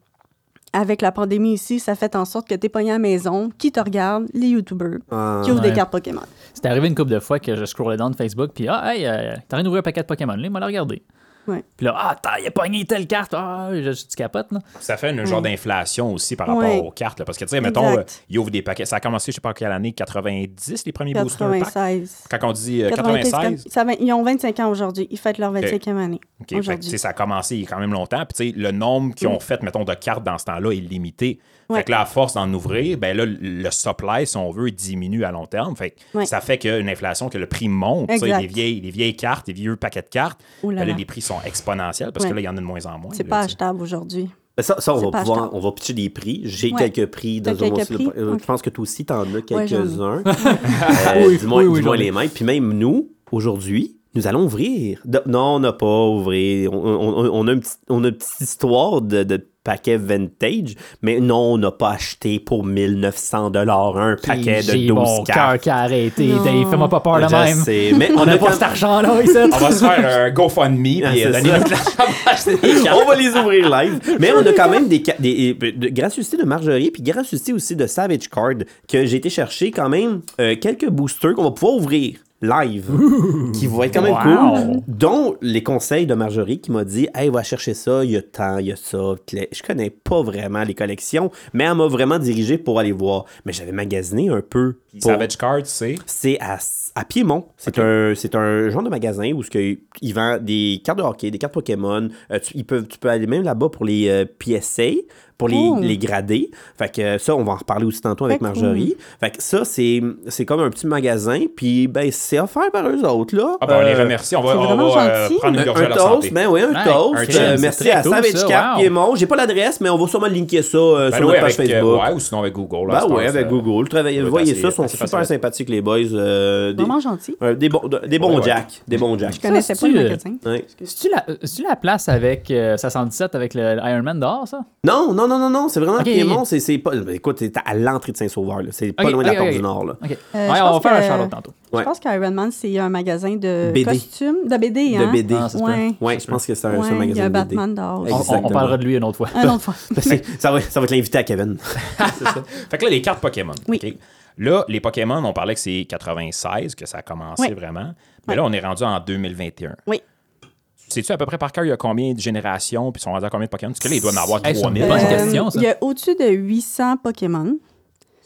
[SPEAKER 5] avec la pandémie ici, ça fait en sorte que t'es pogné à la maison, qui te regarde, les YouTubers,
[SPEAKER 3] Ah.
[SPEAKER 5] qui ouvrent
[SPEAKER 2] Ouais.
[SPEAKER 5] des cartes Pokémon.
[SPEAKER 2] C'est arrivé une couple de fois que je scrollais dans le Facebook, puis ah, hey, euh, t'as rien ouvert un paquet de Pokémon, là, il m'a le regardé.
[SPEAKER 5] Ouais.
[SPEAKER 2] Puis là, ah, t'as, il a pogné telle carte, ah, je, je, tu capotes, là.
[SPEAKER 4] Ça fait un genre d'inflation aussi par rapport
[SPEAKER 5] Mm. Ouais.
[SPEAKER 4] aux cartes. là, parce que, tu sais, mettons,
[SPEAKER 5] Exact.
[SPEAKER 4] euh, ils ouvrent des paquets. Ça a commencé, je sais pas quelle année, 90, les premiers boosters pack.
[SPEAKER 5] 96.
[SPEAKER 4] Quand on dit euh,
[SPEAKER 5] 96,
[SPEAKER 4] 96,
[SPEAKER 5] ça va- ils ont 25 ans aujourd'hui. Ils fêtent leur 25e année.
[SPEAKER 4] OK, fait que, tu sais,
[SPEAKER 5] aujourd'hui. Mm.
[SPEAKER 4] ça a commencé il y a quand même longtemps. Puis, tu sais, le nombre qu'ils ont fait, mettons, de cartes dans ce temps-là est limité. Fait
[SPEAKER 5] Ouais.
[SPEAKER 4] que là, à force d'en ouvrir, ben là, le supply, si on veut, diminue à long terme. Fait que
[SPEAKER 5] Ouais.
[SPEAKER 4] ça fait qu'il y a une inflation, que le prix monte. Tu sais,
[SPEAKER 5] Exact.
[SPEAKER 4] Les vieilles, les vieilles cartes, les vieux paquets de cartes,
[SPEAKER 5] Ouh là
[SPEAKER 4] ben là,
[SPEAKER 5] là.
[SPEAKER 4] les prix sont exponentiels parce que
[SPEAKER 5] Ouais.
[SPEAKER 4] là, il y en a de moins en moins.
[SPEAKER 5] C'est
[SPEAKER 4] là,
[SPEAKER 5] pas
[SPEAKER 4] tu sais.
[SPEAKER 5] achetable aujourd'hui.
[SPEAKER 3] Ben ça, ça, on
[SPEAKER 5] C'est
[SPEAKER 3] va
[SPEAKER 5] pas
[SPEAKER 3] pouvoir,
[SPEAKER 5] achetable.
[SPEAKER 3] on va pitcher des prix. J'ai
[SPEAKER 5] Ouais.
[SPEAKER 3] quelques prix
[SPEAKER 5] T'as
[SPEAKER 3] dans un
[SPEAKER 5] quelques
[SPEAKER 3] aussi, là,
[SPEAKER 5] prix?
[SPEAKER 3] euh,
[SPEAKER 5] Ok.
[SPEAKER 3] Je pense que toi aussi, t'en as
[SPEAKER 5] j'en ai. (laughs)
[SPEAKER 3] quelques-uns. Euh,
[SPEAKER 2] Oui,
[SPEAKER 3] dis-moi
[SPEAKER 2] oui, oui,
[SPEAKER 3] dis-moi
[SPEAKER 2] j'en ai.
[SPEAKER 3] les mêmes. Puis même nous, aujourd'hui, nous allons ouvrir. De- non, on n'a pas ouvert. On, on- on- on a un petit- on a une petite histoire de, de paquet vintage, mais non, on n'a pas acheté pour 1900 un paquet Ah, de
[SPEAKER 2] J'ai
[SPEAKER 3] 12
[SPEAKER 2] mon cœur
[SPEAKER 3] cartes.
[SPEAKER 2] qui a arrêté,
[SPEAKER 5] Non.
[SPEAKER 2] Dave, fais-moi pas peur de
[SPEAKER 3] Je
[SPEAKER 2] même.
[SPEAKER 3] sais, mais
[SPEAKER 2] (laughs) On
[SPEAKER 3] on
[SPEAKER 2] n'a
[SPEAKER 3] a
[SPEAKER 2] pas
[SPEAKER 3] quand-
[SPEAKER 2] cet argent-là, ici.
[SPEAKER 4] On va se faire un GoFundMe.
[SPEAKER 3] Ah,
[SPEAKER 4] puis,
[SPEAKER 3] c'est
[SPEAKER 4] euh, donner
[SPEAKER 3] ça. (laughs)
[SPEAKER 4] notre-
[SPEAKER 3] on va les ouvrir live. Mais on a quand même des, ca- des, euh, de gracieuseté de Marjorie, puis gracieuseté aussi de Savage Card, que j'ai été chercher quand même euh, quelques boosters qu'on va pouvoir ouvrir live, qui vont être quand même
[SPEAKER 2] Wow.
[SPEAKER 3] cool, dont les conseils de Marjorie qui m'a dit « Hey, va chercher ça, il y a tant, il y a ça. » Puis là, Je connais pas vraiment les collections, mais elle m'a vraiment dirigé pour aller voir. Mais j'avais magasiné un peu. pour-
[SPEAKER 4] Savage Card, c'est.
[SPEAKER 3] c'est à, à Piémont. C'est un, c'est un genre de magasin où ce que, ils vendent des cartes de hockey, des cartes Pokémon. Euh, tu, ils peuvent, tu peux aller même là-bas pour les euh, PSA, pour les,
[SPEAKER 5] Oh.
[SPEAKER 3] les gradés. Fait que euh, ça, on va en reparler aussi tantôt avec
[SPEAKER 5] Très cool.
[SPEAKER 3] Marjorie. Fait que ça, c'est, c'est comme un petit magasin. Puis, ben, c'est offert par eux autres, là.
[SPEAKER 4] Ah, ben, on les
[SPEAKER 3] Euh,
[SPEAKER 4] remercie. On va,
[SPEAKER 5] c'est
[SPEAKER 4] on
[SPEAKER 5] vraiment
[SPEAKER 4] va euh,
[SPEAKER 5] gentil.
[SPEAKER 4] prendre une
[SPEAKER 3] un,
[SPEAKER 4] gorgée à
[SPEAKER 3] un
[SPEAKER 4] leur
[SPEAKER 3] toast,
[SPEAKER 4] santé.
[SPEAKER 3] ben oui, un
[SPEAKER 2] Ouais,
[SPEAKER 3] toast.
[SPEAKER 4] un
[SPEAKER 3] Euh,
[SPEAKER 4] chip, c'est
[SPEAKER 3] merci
[SPEAKER 2] très
[SPEAKER 3] à
[SPEAKER 2] cool, ça,
[SPEAKER 3] Savage Cap
[SPEAKER 2] wow.
[SPEAKER 3] Piémont. J'ai pas l'adresse, mais on va sûrement linker ça euh,
[SPEAKER 4] Ben
[SPEAKER 3] sur
[SPEAKER 4] oui,
[SPEAKER 3] notre page
[SPEAKER 4] avec, euh,
[SPEAKER 3] Facebook.
[SPEAKER 4] ouais, ou sinon avec Google. là,
[SPEAKER 3] Bah
[SPEAKER 4] c'est
[SPEAKER 3] ouais,
[SPEAKER 4] un-
[SPEAKER 3] avec
[SPEAKER 4] euh,
[SPEAKER 3] Google. Travaillez-
[SPEAKER 4] ouais,
[SPEAKER 3] voyez
[SPEAKER 4] assez-
[SPEAKER 3] ça, ils sont
[SPEAKER 4] assez
[SPEAKER 3] super
[SPEAKER 4] facile à-
[SPEAKER 3] sympathiques, les boys. euh, des,
[SPEAKER 5] Vraiment gentil.
[SPEAKER 3] euh, des bons, de- des bons
[SPEAKER 4] Ouais, ouais.
[SPEAKER 3] jacks. Des bons jacks. (laughs)
[SPEAKER 5] Je connaissais
[SPEAKER 2] c'est
[SPEAKER 5] pas le
[SPEAKER 2] sûr.
[SPEAKER 5] magasin.
[SPEAKER 3] Ouais.
[SPEAKER 2] (laughs) C'est-tu la, c'est-tu la place avec euh, 77 avec le, Iron Man dehors, ça?
[SPEAKER 3] Non, non, non, non, non, c'est vraiment
[SPEAKER 2] Ok.
[SPEAKER 3] Piémont. C'est, c'est pas, ben, écoute, c'est à l'entrée de Saint-Sauveur. là. C'est pas
[SPEAKER 2] Ok,
[SPEAKER 3] loin de la
[SPEAKER 2] ok,
[SPEAKER 3] porte
[SPEAKER 2] ok.
[SPEAKER 3] du Nord. Là.
[SPEAKER 2] OK.
[SPEAKER 5] Euh, je
[SPEAKER 2] ouais, on va
[SPEAKER 5] pense
[SPEAKER 2] faire un
[SPEAKER 5] que-
[SPEAKER 2] shout-out tantôt.
[SPEAKER 3] Ouais.
[SPEAKER 5] Je pense qu'Iron Man, c'est un magasin de
[SPEAKER 3] BD.
[SPEAKER 5] costumes, de BD.
[SPEAKER 3] De
[SPEAKER 5] Hein?
[SPEAKER 3] BD.
[SPEAKER 2] Ah, ça se peut.
[SPEAKER 5] Ouais.
[SPEAKER 3] Ouais, je pense que c'est un, c'est un
[SPEAKER 5] Ouais, il y
[SPEAKER 3] magasin
[SPEAKER 5] a
[SPEAKER 3] de BD.
[SPEAKER 5] Batman
[SPEAKER 2] On-
[SPEAKER 5] dehors.
[SPEAKER 2] On, on
[SPEAKER 3] Exactement.
[SPEAKER 2] parlera de lui une autre fois. (laughs)
[SPEAKER 5] Un
[SPEAKER 4] (laughs)
[SPEAKER 5] autre fois.
[SPEAKER 3] (laughs) C'est- ça, va, ça va être l'invité à Kevin.
[SPEAKER 4] Fait que là, les cartes Pokémon.
[SPEAKER 5] Oui.
[SPEAKER 4] OK? Là, les Pokémon, on parlait que c'est 96 que ça a commencé
[SPEAKER 5] Oui.
[SPEAKER 4] vraiment. Mais là, on est rendu en 2021.
[SPEAKER 5] Oui.
[SPEAKER 4] Sais-tu à peu près par cœur, il y a combien de générations, puis ils sont rendus à combien de Pokémon? Parce que là, il doit en avoir
[SPEAKER 2] Hey, c'est une
[SPEAKER 4] 3000.
[SPEAKER 2] bonne
[SPEAKER 4] par
[SPEAKER 5] Euh,
[SPEAKER 4] exemple.
[SPEAKER 2] question, ça.
[SPEAKER 5] Il y a au-dessus de 800 Pokémon.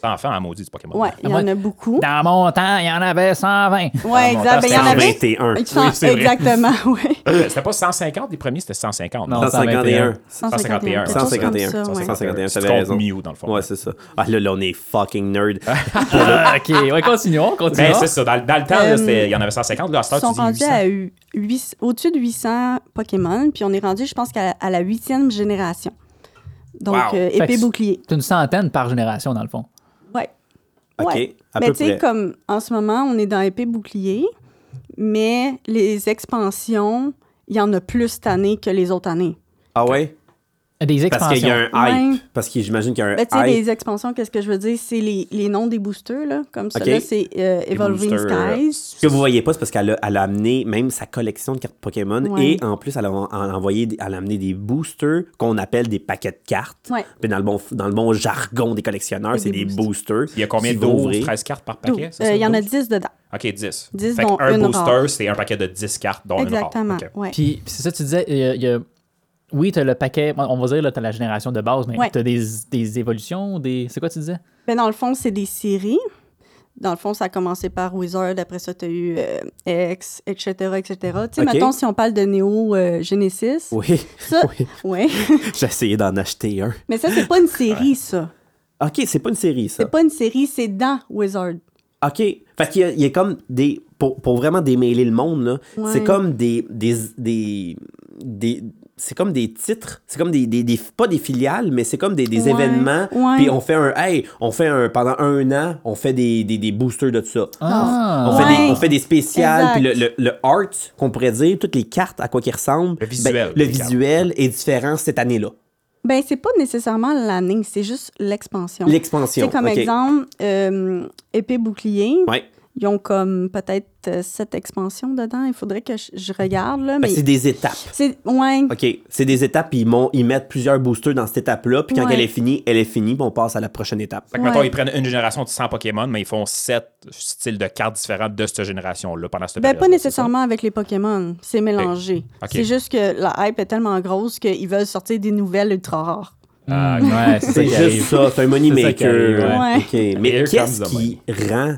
[SPEAKER 4] C'est enfant à maudit du Pokémon.
[SPEAKER 5] Ouais, il y
[SPEAKER 2] moi-
[SPEAKER 5] en a beaucoup.
[SPEAKER 2] Dans mon temps, il y en
[SPEAKER 3] (laughs)
[SPEAKER 2] avait 120.
[SPEAKER 5] Ouais,
[SPEAKER 4] mon
[SPEAKER 5] exact.
[SPEAKER 4] temps,
[SPEAKER 5] Ben, il y en avait.
[SPEAKER 3] 121.
[SPEAKER 5] Cent-
[SPEAKER 4] c'est vrai.
[SPEAKER 5] exactement,
[SPEAKER 4] (laughs)
[SPEAKER 5] oui.
[SPEAKER 4] Euh, C'était pas 150, les premiers, c'était 150.
[SPEAKER 2] Non.
[SPEAKER 3] 151.
[SPEAKER 4] 151.
[SPEAKER 3] 151.
[SPEAKER 5] 151.
[SPEAKER 3] 151,
[SPEAKER 5] ouais.
[SPEAKER 4] Tu
[SPEAKER 3] ça avait
[SPEAKER 4] comptes
[SPEAKER 3] raison.
[SPEAKER 4] Mew, dans le fond.
[SPEAKER 3] Ouais, c'est ça. Ah là, là, on est fucking nerd.
[SPEAKER 2] Ah, OK, ouais, continuons,
[SPEAKER 4] Ben,
[SPEAKER 2] continuons.
[SPEAKER 4] c'est ça. Dans, dans le temps, là,
[SPEAKER 5] Euh,
[SPEAKER 4] c'était- il y en avait 150. Là, à cette
[SPEAKER 5] Ils
[SPEAKER 4] heure,
[SPEAKER 5] sont
[SPEAKER 4] Ah, tu dis
[SPEAKER 5] rendus
[SPEAKER 4] 800.
[SPEAKER 5] à eu- huit- au-dessus de 800 Pokémon, puis on est rendu, je pense, qu'à- à la huitième génération. Donc,
[SPEAKER 4] Wow.
[SPEAKER 2] Fait
[SPEAKER 5] euh,
[SPEAKER 2] que
[SPEAKER 5] épée
[SPEAKER 2] c'est-
[SPEAKER 5] bouclier.
[SPEAKER 2] C'est une centaine par génération, dans le fond.
[SPEAKER 5] Ouais.
[SPEAKER 3] OK,
[SPEAKER 5] Ouais.
[SPEAKER 3] à
[SPEAKER 5] mais
[SPEAKER 3] peu
[SPEAKER 5] tu sais,
[SPEAKER 3] près.
[SPEAKER 5] comme en ce moment, on est dans épée bouclier, mais les expansions, il y en a plus cette année que les autres années.
[SPEAKER 3] Ah ouais?
[SPEAKER 2] Des expansions.
[SPEAKER 3] Parce qu'il y a un
[SPEAKER 5] Ouais.
[SPEAKER 3] hype. Parce que j'imagine qu'il y a un
[SPEAKER 5] Ben, tu sais,
[SPEAKER 3] hype.
[SPEAKER 5] les expansions, qu'est-ce que je veux dire? C'est les, les noms des boosters, là. Comme ça,
[SPEAKER 3] Ok.
[SPEAKER 5] là, c'est euh, Evolving
[SPEAKER 4] boosters, euh,
[SPEAKER 5] Skies.
[SPEAKER 3] Ce que vous voyez pas, c'est parce qu'elle a, elle a amené même sa collection de cartes Pokémon
[SPEAKER 5] Ouais.
[SPEAKER 3] et en plus, elle a, en- en- envoyé, des- elle a amené des boosters qu'on appelle des paquets de cartes.
[SPEAKER 5] Ouais.
[SPEAKER 3] Puis dans le, bon, dans le bon jargon des collectionneurs,
[SPEAKER 5] Et
[SPEAKER 3] c'est des
[SPEAKER 5] des
[SPEAKER 3] boosters.
[SPEAKER 4] Il y a combien
[SPEAKER 3] qui
[SPEAKER 4] de
[SPEAKER 3] vont
[SPEAKER 4] 12,
[SPEAKER 3] ouvrir.
[SPEAKER 4] 13 cartes par
[SPEAKER 5] Tout.
[SPEAKER 4] paquet? c'est
[SPEAKER 5] Euh,
[SPEAKER 4] ça,
[SPEAKER 5] Il y en a
[SPEAKER 4] 12?
[SPEAKER 5] 10 dedans.
[SPEAKER 4] OK, 10.
[SPEAKER 5] 10,
[SPEAKER 4] fait
[SPEAKER 5] dont
[SPEAKER 4] qu'un
[SPEAKER 5] une
[SPEAKER 4] booster,
[SPEAKER 5] rare.
[SPEAKER 4] c'est un paquet de 10 cartes, dont une
[SPEAKER 5] Exactement,
[SPEAKER 4] rare. OK.
[SPEAKER 5] ouais.
[SPEAKER 2] Puis, puis c'est ça, tu disais, il y a- il y a- oui, tu as le paquet, on va dire, tu as la génération de base, mais
[SPEAKER 5] Ouais.
[SPEAKER 2] tu as des, des évolutions, des. C'est quoi tu disais?
[SPEAKER 5] Ben, dans le fond, c'est des séries. Dans le fond, ça a commencé par Wizard, après ça, tu as eu euh, X, etc., etc. Tu sais,
[SPEAKER 3] Ok.
[SPEAKER 5] mettons, si on parle de Neo euh, Genesis,
[SPEAKER 3] Oui,
[SPEAKER 5] ça,
[SPEAKER 3] (laughs) oui.
[SPEAKER 5] ouais. (laughs)
[SPEAKER 3] J'ai essayé d'en acheter un.
[SPEAKER 5] Mais ça, c'est pas une série, ça.
[SPEAKER 3] OK, c'est pas une série, ça.
[SPEAKER 5] C'est pas une série, c'est dans Wizard.
[SPEAKER 3] OK. Fait qu'il y a- il y, a comme des. Pour, pour vraiment démêler le monde, là,
[SPEAKER 5] Ouais.
[SPEAKER 3] c'est comme des. des, des, des- c'est comme des titres, c'est comme des, des, des- pas des filiales, mais c'est comme des, des
[SPEAKER 5] Ouais,
[SPEAKER 3] événements.
[SPEAKER 5] ouais.
[SPEAKER 3] Puis on fait un, hey, on fait un, pendant un an, on fait des, des, des boosters de ça.
[SPEAKER 2] Ah,
[SPEAKER 3] On, fait
[SPEAKER 5] Ouais.
[SPEAKER 3] des, on fait des spéciales,
[SPEAKER 5] Exact.
[SPEAKER 3] puis le, le, le art, qu'on pourrait dire, toutes les cartes, à quoi qu'ils ressemblent. ben,
[SPEAKER 4] Le visuel
[SPEAKER 3] le
[SPEAKER 4] des cartes.
[SPEAKER 3] visuel est différent cette année-là.
[SPEAKER 5] Ben, c'est pas nécessairement l'année, c'est juste l'expansion.
[SPEAKER 3] L'expansion.
[SPEAKER 5] C'est comme
[SPEAKER 3] ok.
[SPEAKER 5] exemple, euh, épée bouclier,
[SPEAKER 3] Ouais.
[SPEAKER 5] il Ils ont comme peut-être euh, sept expansions dedans. Il faudrait que je, je regarde, là.
[SPEAKER 3] Ben,
[SPEAKER 5] mais
[SPEAKER 3] c'est des étapes.
[SPEAKER 5] c'est. Ouais.
[SPEAKER 3] OK, c'est des étapes, puis ils, mon- ils mettent plusieurs boosters dans cette étape-là, puis quand
[SPEAKER 5] Ouais.
[SPEAKER 3] elle est finie, elle est finie, puis on passe à la prochaine étape.
[SPEAKER 4] Fait que, mettons,
[SPEAKER 5] Ouais.
[SPEAKER 4] ils prennent une génération de 100 Pokémon, mais ils font 7 styles de cartes différentes de cette génération-là pendant cette
[SPEAKER 5] Ben,
[SPEAKER 4] période.
[SPEAKER 5] pas nécessairement avec les Pokémon. C'est mélangé.
[SPEAKER 3] Eh,
[SPEAKER 4] Ok.
[SPEAKER 5] C'est juste que la hype est tellement grosse qu'ils veulent sortir des nouvelles ultra rares.
[SPEAKER 2] Ah, ouais, c'est ça
[SPEAKER 3] C'est
[SPEAKER 2] qui
[SPEAKER 3] juste
[SPEAKER 2] arrive.
[SPEAKER 3] ça, c'est un money
[SPEAKER 2] C'est ça qui arrive,
[SPEAKER 3] maker.
[SPEAKER 5] ouais.
[SPEAKER 3] OK, Mais
[SPEAKER 4] Here
[SPEAKER 3] qu'est-ce
[SPEAKER 4] comes the
[SPEAKER 3] qui rend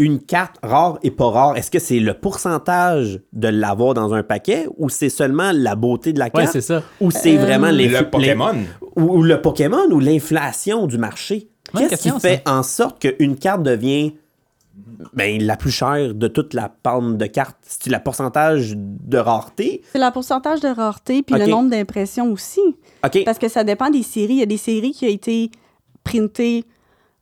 [SPEAKER 3] une carte rare et pas rare? Est-ce que c'est le pourcentage de l'avoir dans un paquet ou c'est seulement la beauté de la
[SPEAKER 2] Ouais,
[SPEAKER 3] carte?
[SPEAKER 2] c'est ça.
[SPEAKER 3] Ou c'est vraiment les,
[SPEAKER 4] Le
[SPEAKER 3] les-
[SPEAKER 4] Pokémon.
[SPEAKER 3] ou, ou le Pokémon ou l'inflation du marché?
[SPEAKER 2] Bonne
[SPEAKER 3] Qu'est-ce qui
[SPEAKER 2] question,
[SPEAKER 3] fait en sorte qu'une carte devient ben, la plus chère de toute la palme de cartes? C'est le pourcentage de rareté?
[SPEAKER 5] C'est le pourcentage de rareté puis
[SPEAKER 3] Ok.
[SPEAKER 5] le nombre d'impressions aussi.
[SPEAKER 3] OK.
[SPEAKER 5] Parce que ça dépend des séries. Il y a des séries qui ont été printées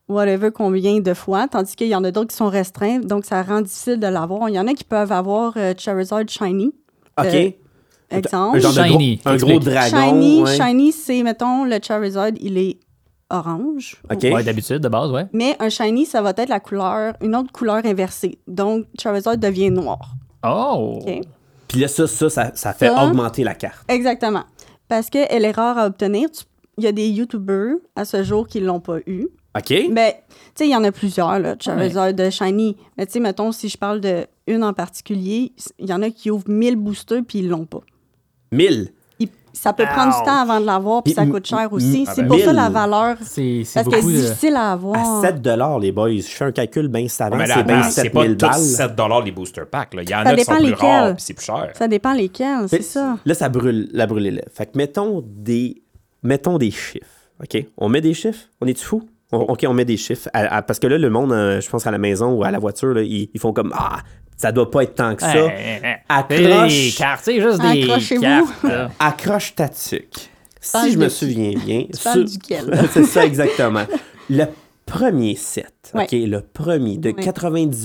[SPEAKER 5] whatever combien de fois, tandis qu'il y en a d'autres qui sont restreints, donc ça rend difficile de l'avoir. Il y en a qui peuvent avoir euh, Charizard Shiny,
[SPEAKER 3] OK.
[SPEAKER 5] euh, exemple.
[SPEAKER 3] un genre de gros-
[SPEAKER 2] Shiny,
[SPEAKER 3] un gros,
[SPEAKER 2] explique.
[SPEAKER 3] dragon.
[SPEAKER 5] Shiny,
[SPEAKER 3] ouais.
[SPEAKER 5] Shiny c'est, mettons, le Charizard, il est orange.
[SPEAKER 3] OK.
[SPEAKER 2] Ouais, d'habitude, de base, ouais.
[SPEAKER 5] Mais un shiny, ça va être la couleur, une autre couleur inversée. Donc, Charizard devient noir.
[SPEAKER 2] Oh!
[SPEAKER 5] OK?
[SPEAKER 3] Puis là, ça, ça, ça, ça fait
[SPEAKER 5] Ça.
[SPEAKER 3] augmenter la carte.
[SPEAKER 5] Exactement. Parce qu'elle est rare à obtenir. Tu- Il y a des YouTubers à ce jour qui ne l'ont pas eu.
[SPEAKER 3] OK.
[SPEAKER 5] Mais, tu sais, il y en a plusieurs, là, Charizard de Shiny. Mais, tu sais, mettons, si je parle de une en particulier, il y en a qui ouvrent 1000 boosters puis ils l'ont pas.
[SPEAKER 3] 1000.
[SPEAKER 5] Il- ça peut prendre du temps avant de l'avoir puis
[SPEAKER 3] Mais
[SPEAKER 5] ça
[SPEAKER 3] m-
[SPEAKER 5] coûte
[SPEAKER 3] m-
[SPEAKER 5] cher aussi.
[SPEAKER 3] ah
[SPEAKER 5] C'est
[SPEAKER 3] ben,
[SPEAKER 5] pour ça
[SPEAKER 3] 1000.
[SPEAKER 5] la valeur.
[SPEAKER 2] C'est c'est
[SPEAKER 5] Parce que
[SPEAKER 2] beaucoup
[SPEAKER 5] c'est
[SPEAKER 2] de...
[SPEAKER 5] difficile à
[SPEAKER 3] À
[SPEAKER 5] avoir.
[SPEAKER 3] 7 les boys. Je fais un calcul bien
[SPEAKER 2] Ah,
[SPEAKER 3] savant.
[SPEAKER 2] ben
[SPEAKER 4] Mais là,
[SPEAKER 3] c'est bien
[SPEAKER 4] attends, c'est
[SPEAKER 3] 7
[SPEAKER 4] pas
[SPEAKER 3] 000
[SPEAKER 4] tous
[SPEAKER 3] balles.
[SPEAKER 4] 7 les booster packs. là. Il y en
[SPEAKER 5] Ça
[SPEAKER 4] a qui sont
[SPEAKER 5] dépend
[SPEAKER 4] plus
[SPEAKER 5] lesquels.
[SPEAKER 4] rares, puis c'est plus cher.
[SPEAKER 5] Ça dépend lesquels, c'est ça.
[SPEAKER 3] Là, ça brûle, la brûle les lèvres. Fait que mettons des, mettons des chiffres. OK? On met des chiffres? On est-tu fou? On- OK, on met des chiffres. À- à- parce que là, le monde, euh, je pense à la maison ou à la voiture, là, ils, ils font comme Ah, ça doit pas être tant que ça.
[SPEAKER 2] Ouais, ouais. C'est Eh, des
[SPEAKER 3] Accroche,
[SPEAKER 2] cartes, c'est juste des
[SPEAKER 5] Accrochez-vous.
[SPEAKER 2] cartes. là.
[SPEAKER 3] accroche ta tuque.
[SPEAKER 5] parles
[SPEAKER 3] Si je me
[SPEAKER 5] de-
[SPEAKER 3] souviens bien.
[SPEAKER 5] (laughs) tu parles
[SPEAKER 3] sur-
[SPEAKER 5] duquel?
[SPEAKER 3] (laughs) C'est ça,
[SPEAKER 5] (laughs)
[SPEAKER 3] exactement. le premier set,
[SPEAKER 5] Ouais.
[SPEAKER 3] OK? Le premier, de
[SPEAKER 5] Ouais.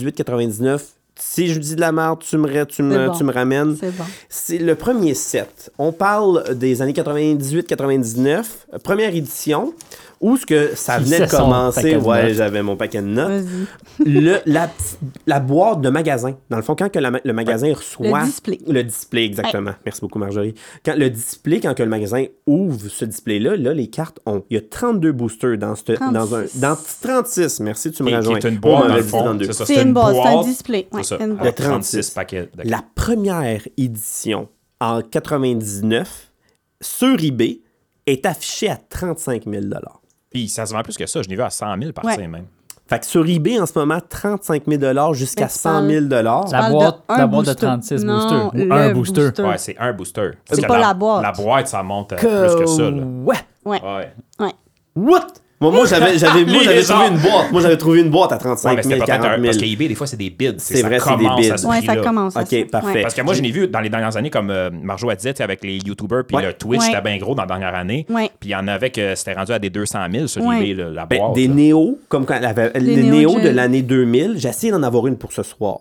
[SPEAKER 3] 98-99. Si je dis de la merde, tu me, ra- tu me,
[SPEAKER 5] C'est bon.
[SPEAKER 3] tu me ramènes.
[SPEAKER 5] C'est bon.
[SPEAKER 3] C'est le premier set. On parle des années 98-99, euh, première édition, où ce que ça
[SPEAKER 2] Il
[SPEAKER 3] venait de
[SPEAKER 2] sait son paquet
[SPEAKER 3] commencer.
[SPEAKER 2] de
[SPEAKER 3] Ouais,
[SPEAKER 2] notes.
[SPEAKER 3] j'avais mon paquet de notes.
[SPEAKER 5] Vas-y.
[SPEAKER 3] (laughs) Le- la, petite- la boîte de magasin. Dans le fond, quand que la ma- le magasin reçoit...
[SPEAKER 5] Le display.
[SPEAKER 3] Le display, exactement. Merci beaucoup, Marjorie. Quand le display, quand que le magasin ouvre ce display-là, là, les cartes ont... Il y a 32 boosters dans, ce, dans un...
[SPEAKER 5] 36.
[SPEAKER 3] Dans 36, merci, tu me
[SPEAKER 4] Qui- qui
[SPEAKER 3] rejoins.
[SPEAKER 4] est une
[SPEAKER 3] Oh,
[SPEAKER 4] boîte,
[SPEAKER 3] on
[SPEAKER 4] dans
[SPEAKER 3] avait
[SPEAKER 4] le
[SPEAKER 3] dit
[SPEAKER 4] fond.
[SPEAKER 3] 32.
[SPEAKER 4] C'est ça,
[SPEAKER 5] C'est une boîte, c'est un
[SPEAKER 4] boîte.
[SPEAKER 5] display. Ouais,
[SPEAKER 4] C'est ça,
[SPEAKER 5] une
[SPEAKER 4] avec
[SPEAKER 5] boîte.
[SPEAKER 4] 36 paquets. de-
[SPEAKER 3] La première édition en 99 sur eBay est affichée à 35 000
[SPEAKER 4] Puis ça se vend plus que ça. Je l'ai vu à 100 000 partir
[SPEAKER 5] Ouais.
[SPEAKER 4] même.
[SPEAKER 3] Fait que sur eBay en ce moment, 35 000 jusqu'à
[SPEAKER 5] Mais tu parles-
[SPEAKER 3] 100 000
[SPEAKER 2] La
[SPEAKER 5] parle
[SPEAKER 2] boîte
[SPEAKER 5] de
[SPEAKER 2] la
[SPEAKER 5] un
[SPEAKER 2] boîte de
[SPEAKER 5] booster.
[SPEAKER 2] 36
[SPEAKER 5] Non,
[SPEAKER 2] boosters. Ou
[SPEAKER 5] le
[SPEAKER 2] un booster.
[SPEAKER 5] booster.
[SPEAKER 4] Ouais, c'est un booster. Parce
[SPEAKER 5] C'est
[SPEAKER 4] que
[SPEAKER 5] pas la boîte.
[SPEAKER 4] La boîte, ça monte à
[SPEAKER 2] Euh,
[SPEAKER 4] plus que ça. là.
[SPEAKER 3] Ouais!
[SPEAKER 5] Ouais.
[SPEAKER 4] Ouais.
[SPEAKER 5] ouais.
[SPEAKER 3] What? Moi, moi, j'avais, j'avais, moi,
[SPEAKER 4] (laughs) Les
[SPEAKER 3] j'avais
[SPEAKER 4] légendes.
[SPEAKER 3] trouvé une boîte. Moi, j'avais trouvé une boîte à
[SPEAKER 4] Ouais,
[SPEAKER 3] 35
[SPEAKER 4] mais
[SPEAKER 3] 000,
[SPEAKER 4] c'était peut-être
[SPEAKER 3] 40
[SPEAKER 4] un.
[SPEAKER 3] 000.
[SPEAKER 4] Parce qu'eBay, des fois, c'est des bids.
[SPEAKER 3] C'est
[SPEAKER 4] C'est
[SPEAKER 3] vrai,
[SPEAKER 4] vrai,
[SPEAKER 3] c'est
[SPEAKER 4] ça commence
[SPEAKER 3] des
[SPEAKER 4] à ce
[SPEAKER 3] bids.
[SPEAKER 5] Ouais, ça
[SPEAKER 4] prix-là.
[SPEAKER 5] commence. à
[SPEAKER 3] Ok,
[SPEAKER 5] ça.
[SPEAKER 3] parfait.
[SPEAKER 4] Parce que moi, je l'ai vu dans les dernières années, comme euh, Marjo a dit, tu sais, avec les YouTubers, puis
[SPEAKER 3] Ouais.
[SPEAKER 4] le Twitch,
[SPEAKER 5] Ouais.
[SPEAKER 4] c'était bien gros dans la dernière année.
[SPEAKER 5] Ouais.
[SPEAKER 4] Puis il y en avait que c'était rendu à des 200 000 sur
[SPEAKER 5] Ouais.
[SPEAKER 4] eBay, là, la
[SPEAKER 3] Ben,
[SPEAKER 4] boîte.
[SPEAKER 3] des
[SPEAKER 4] là.
[SPEAKER 3] néos, comme quand elle avait- les
[SPEAKER 5] Neo
[SPEAKER 3] néos de
[SPEAKER 5] Geo.
[SPEAKER 3] l'année 2000, j'ai essayé d'en avoir une pour ce soir.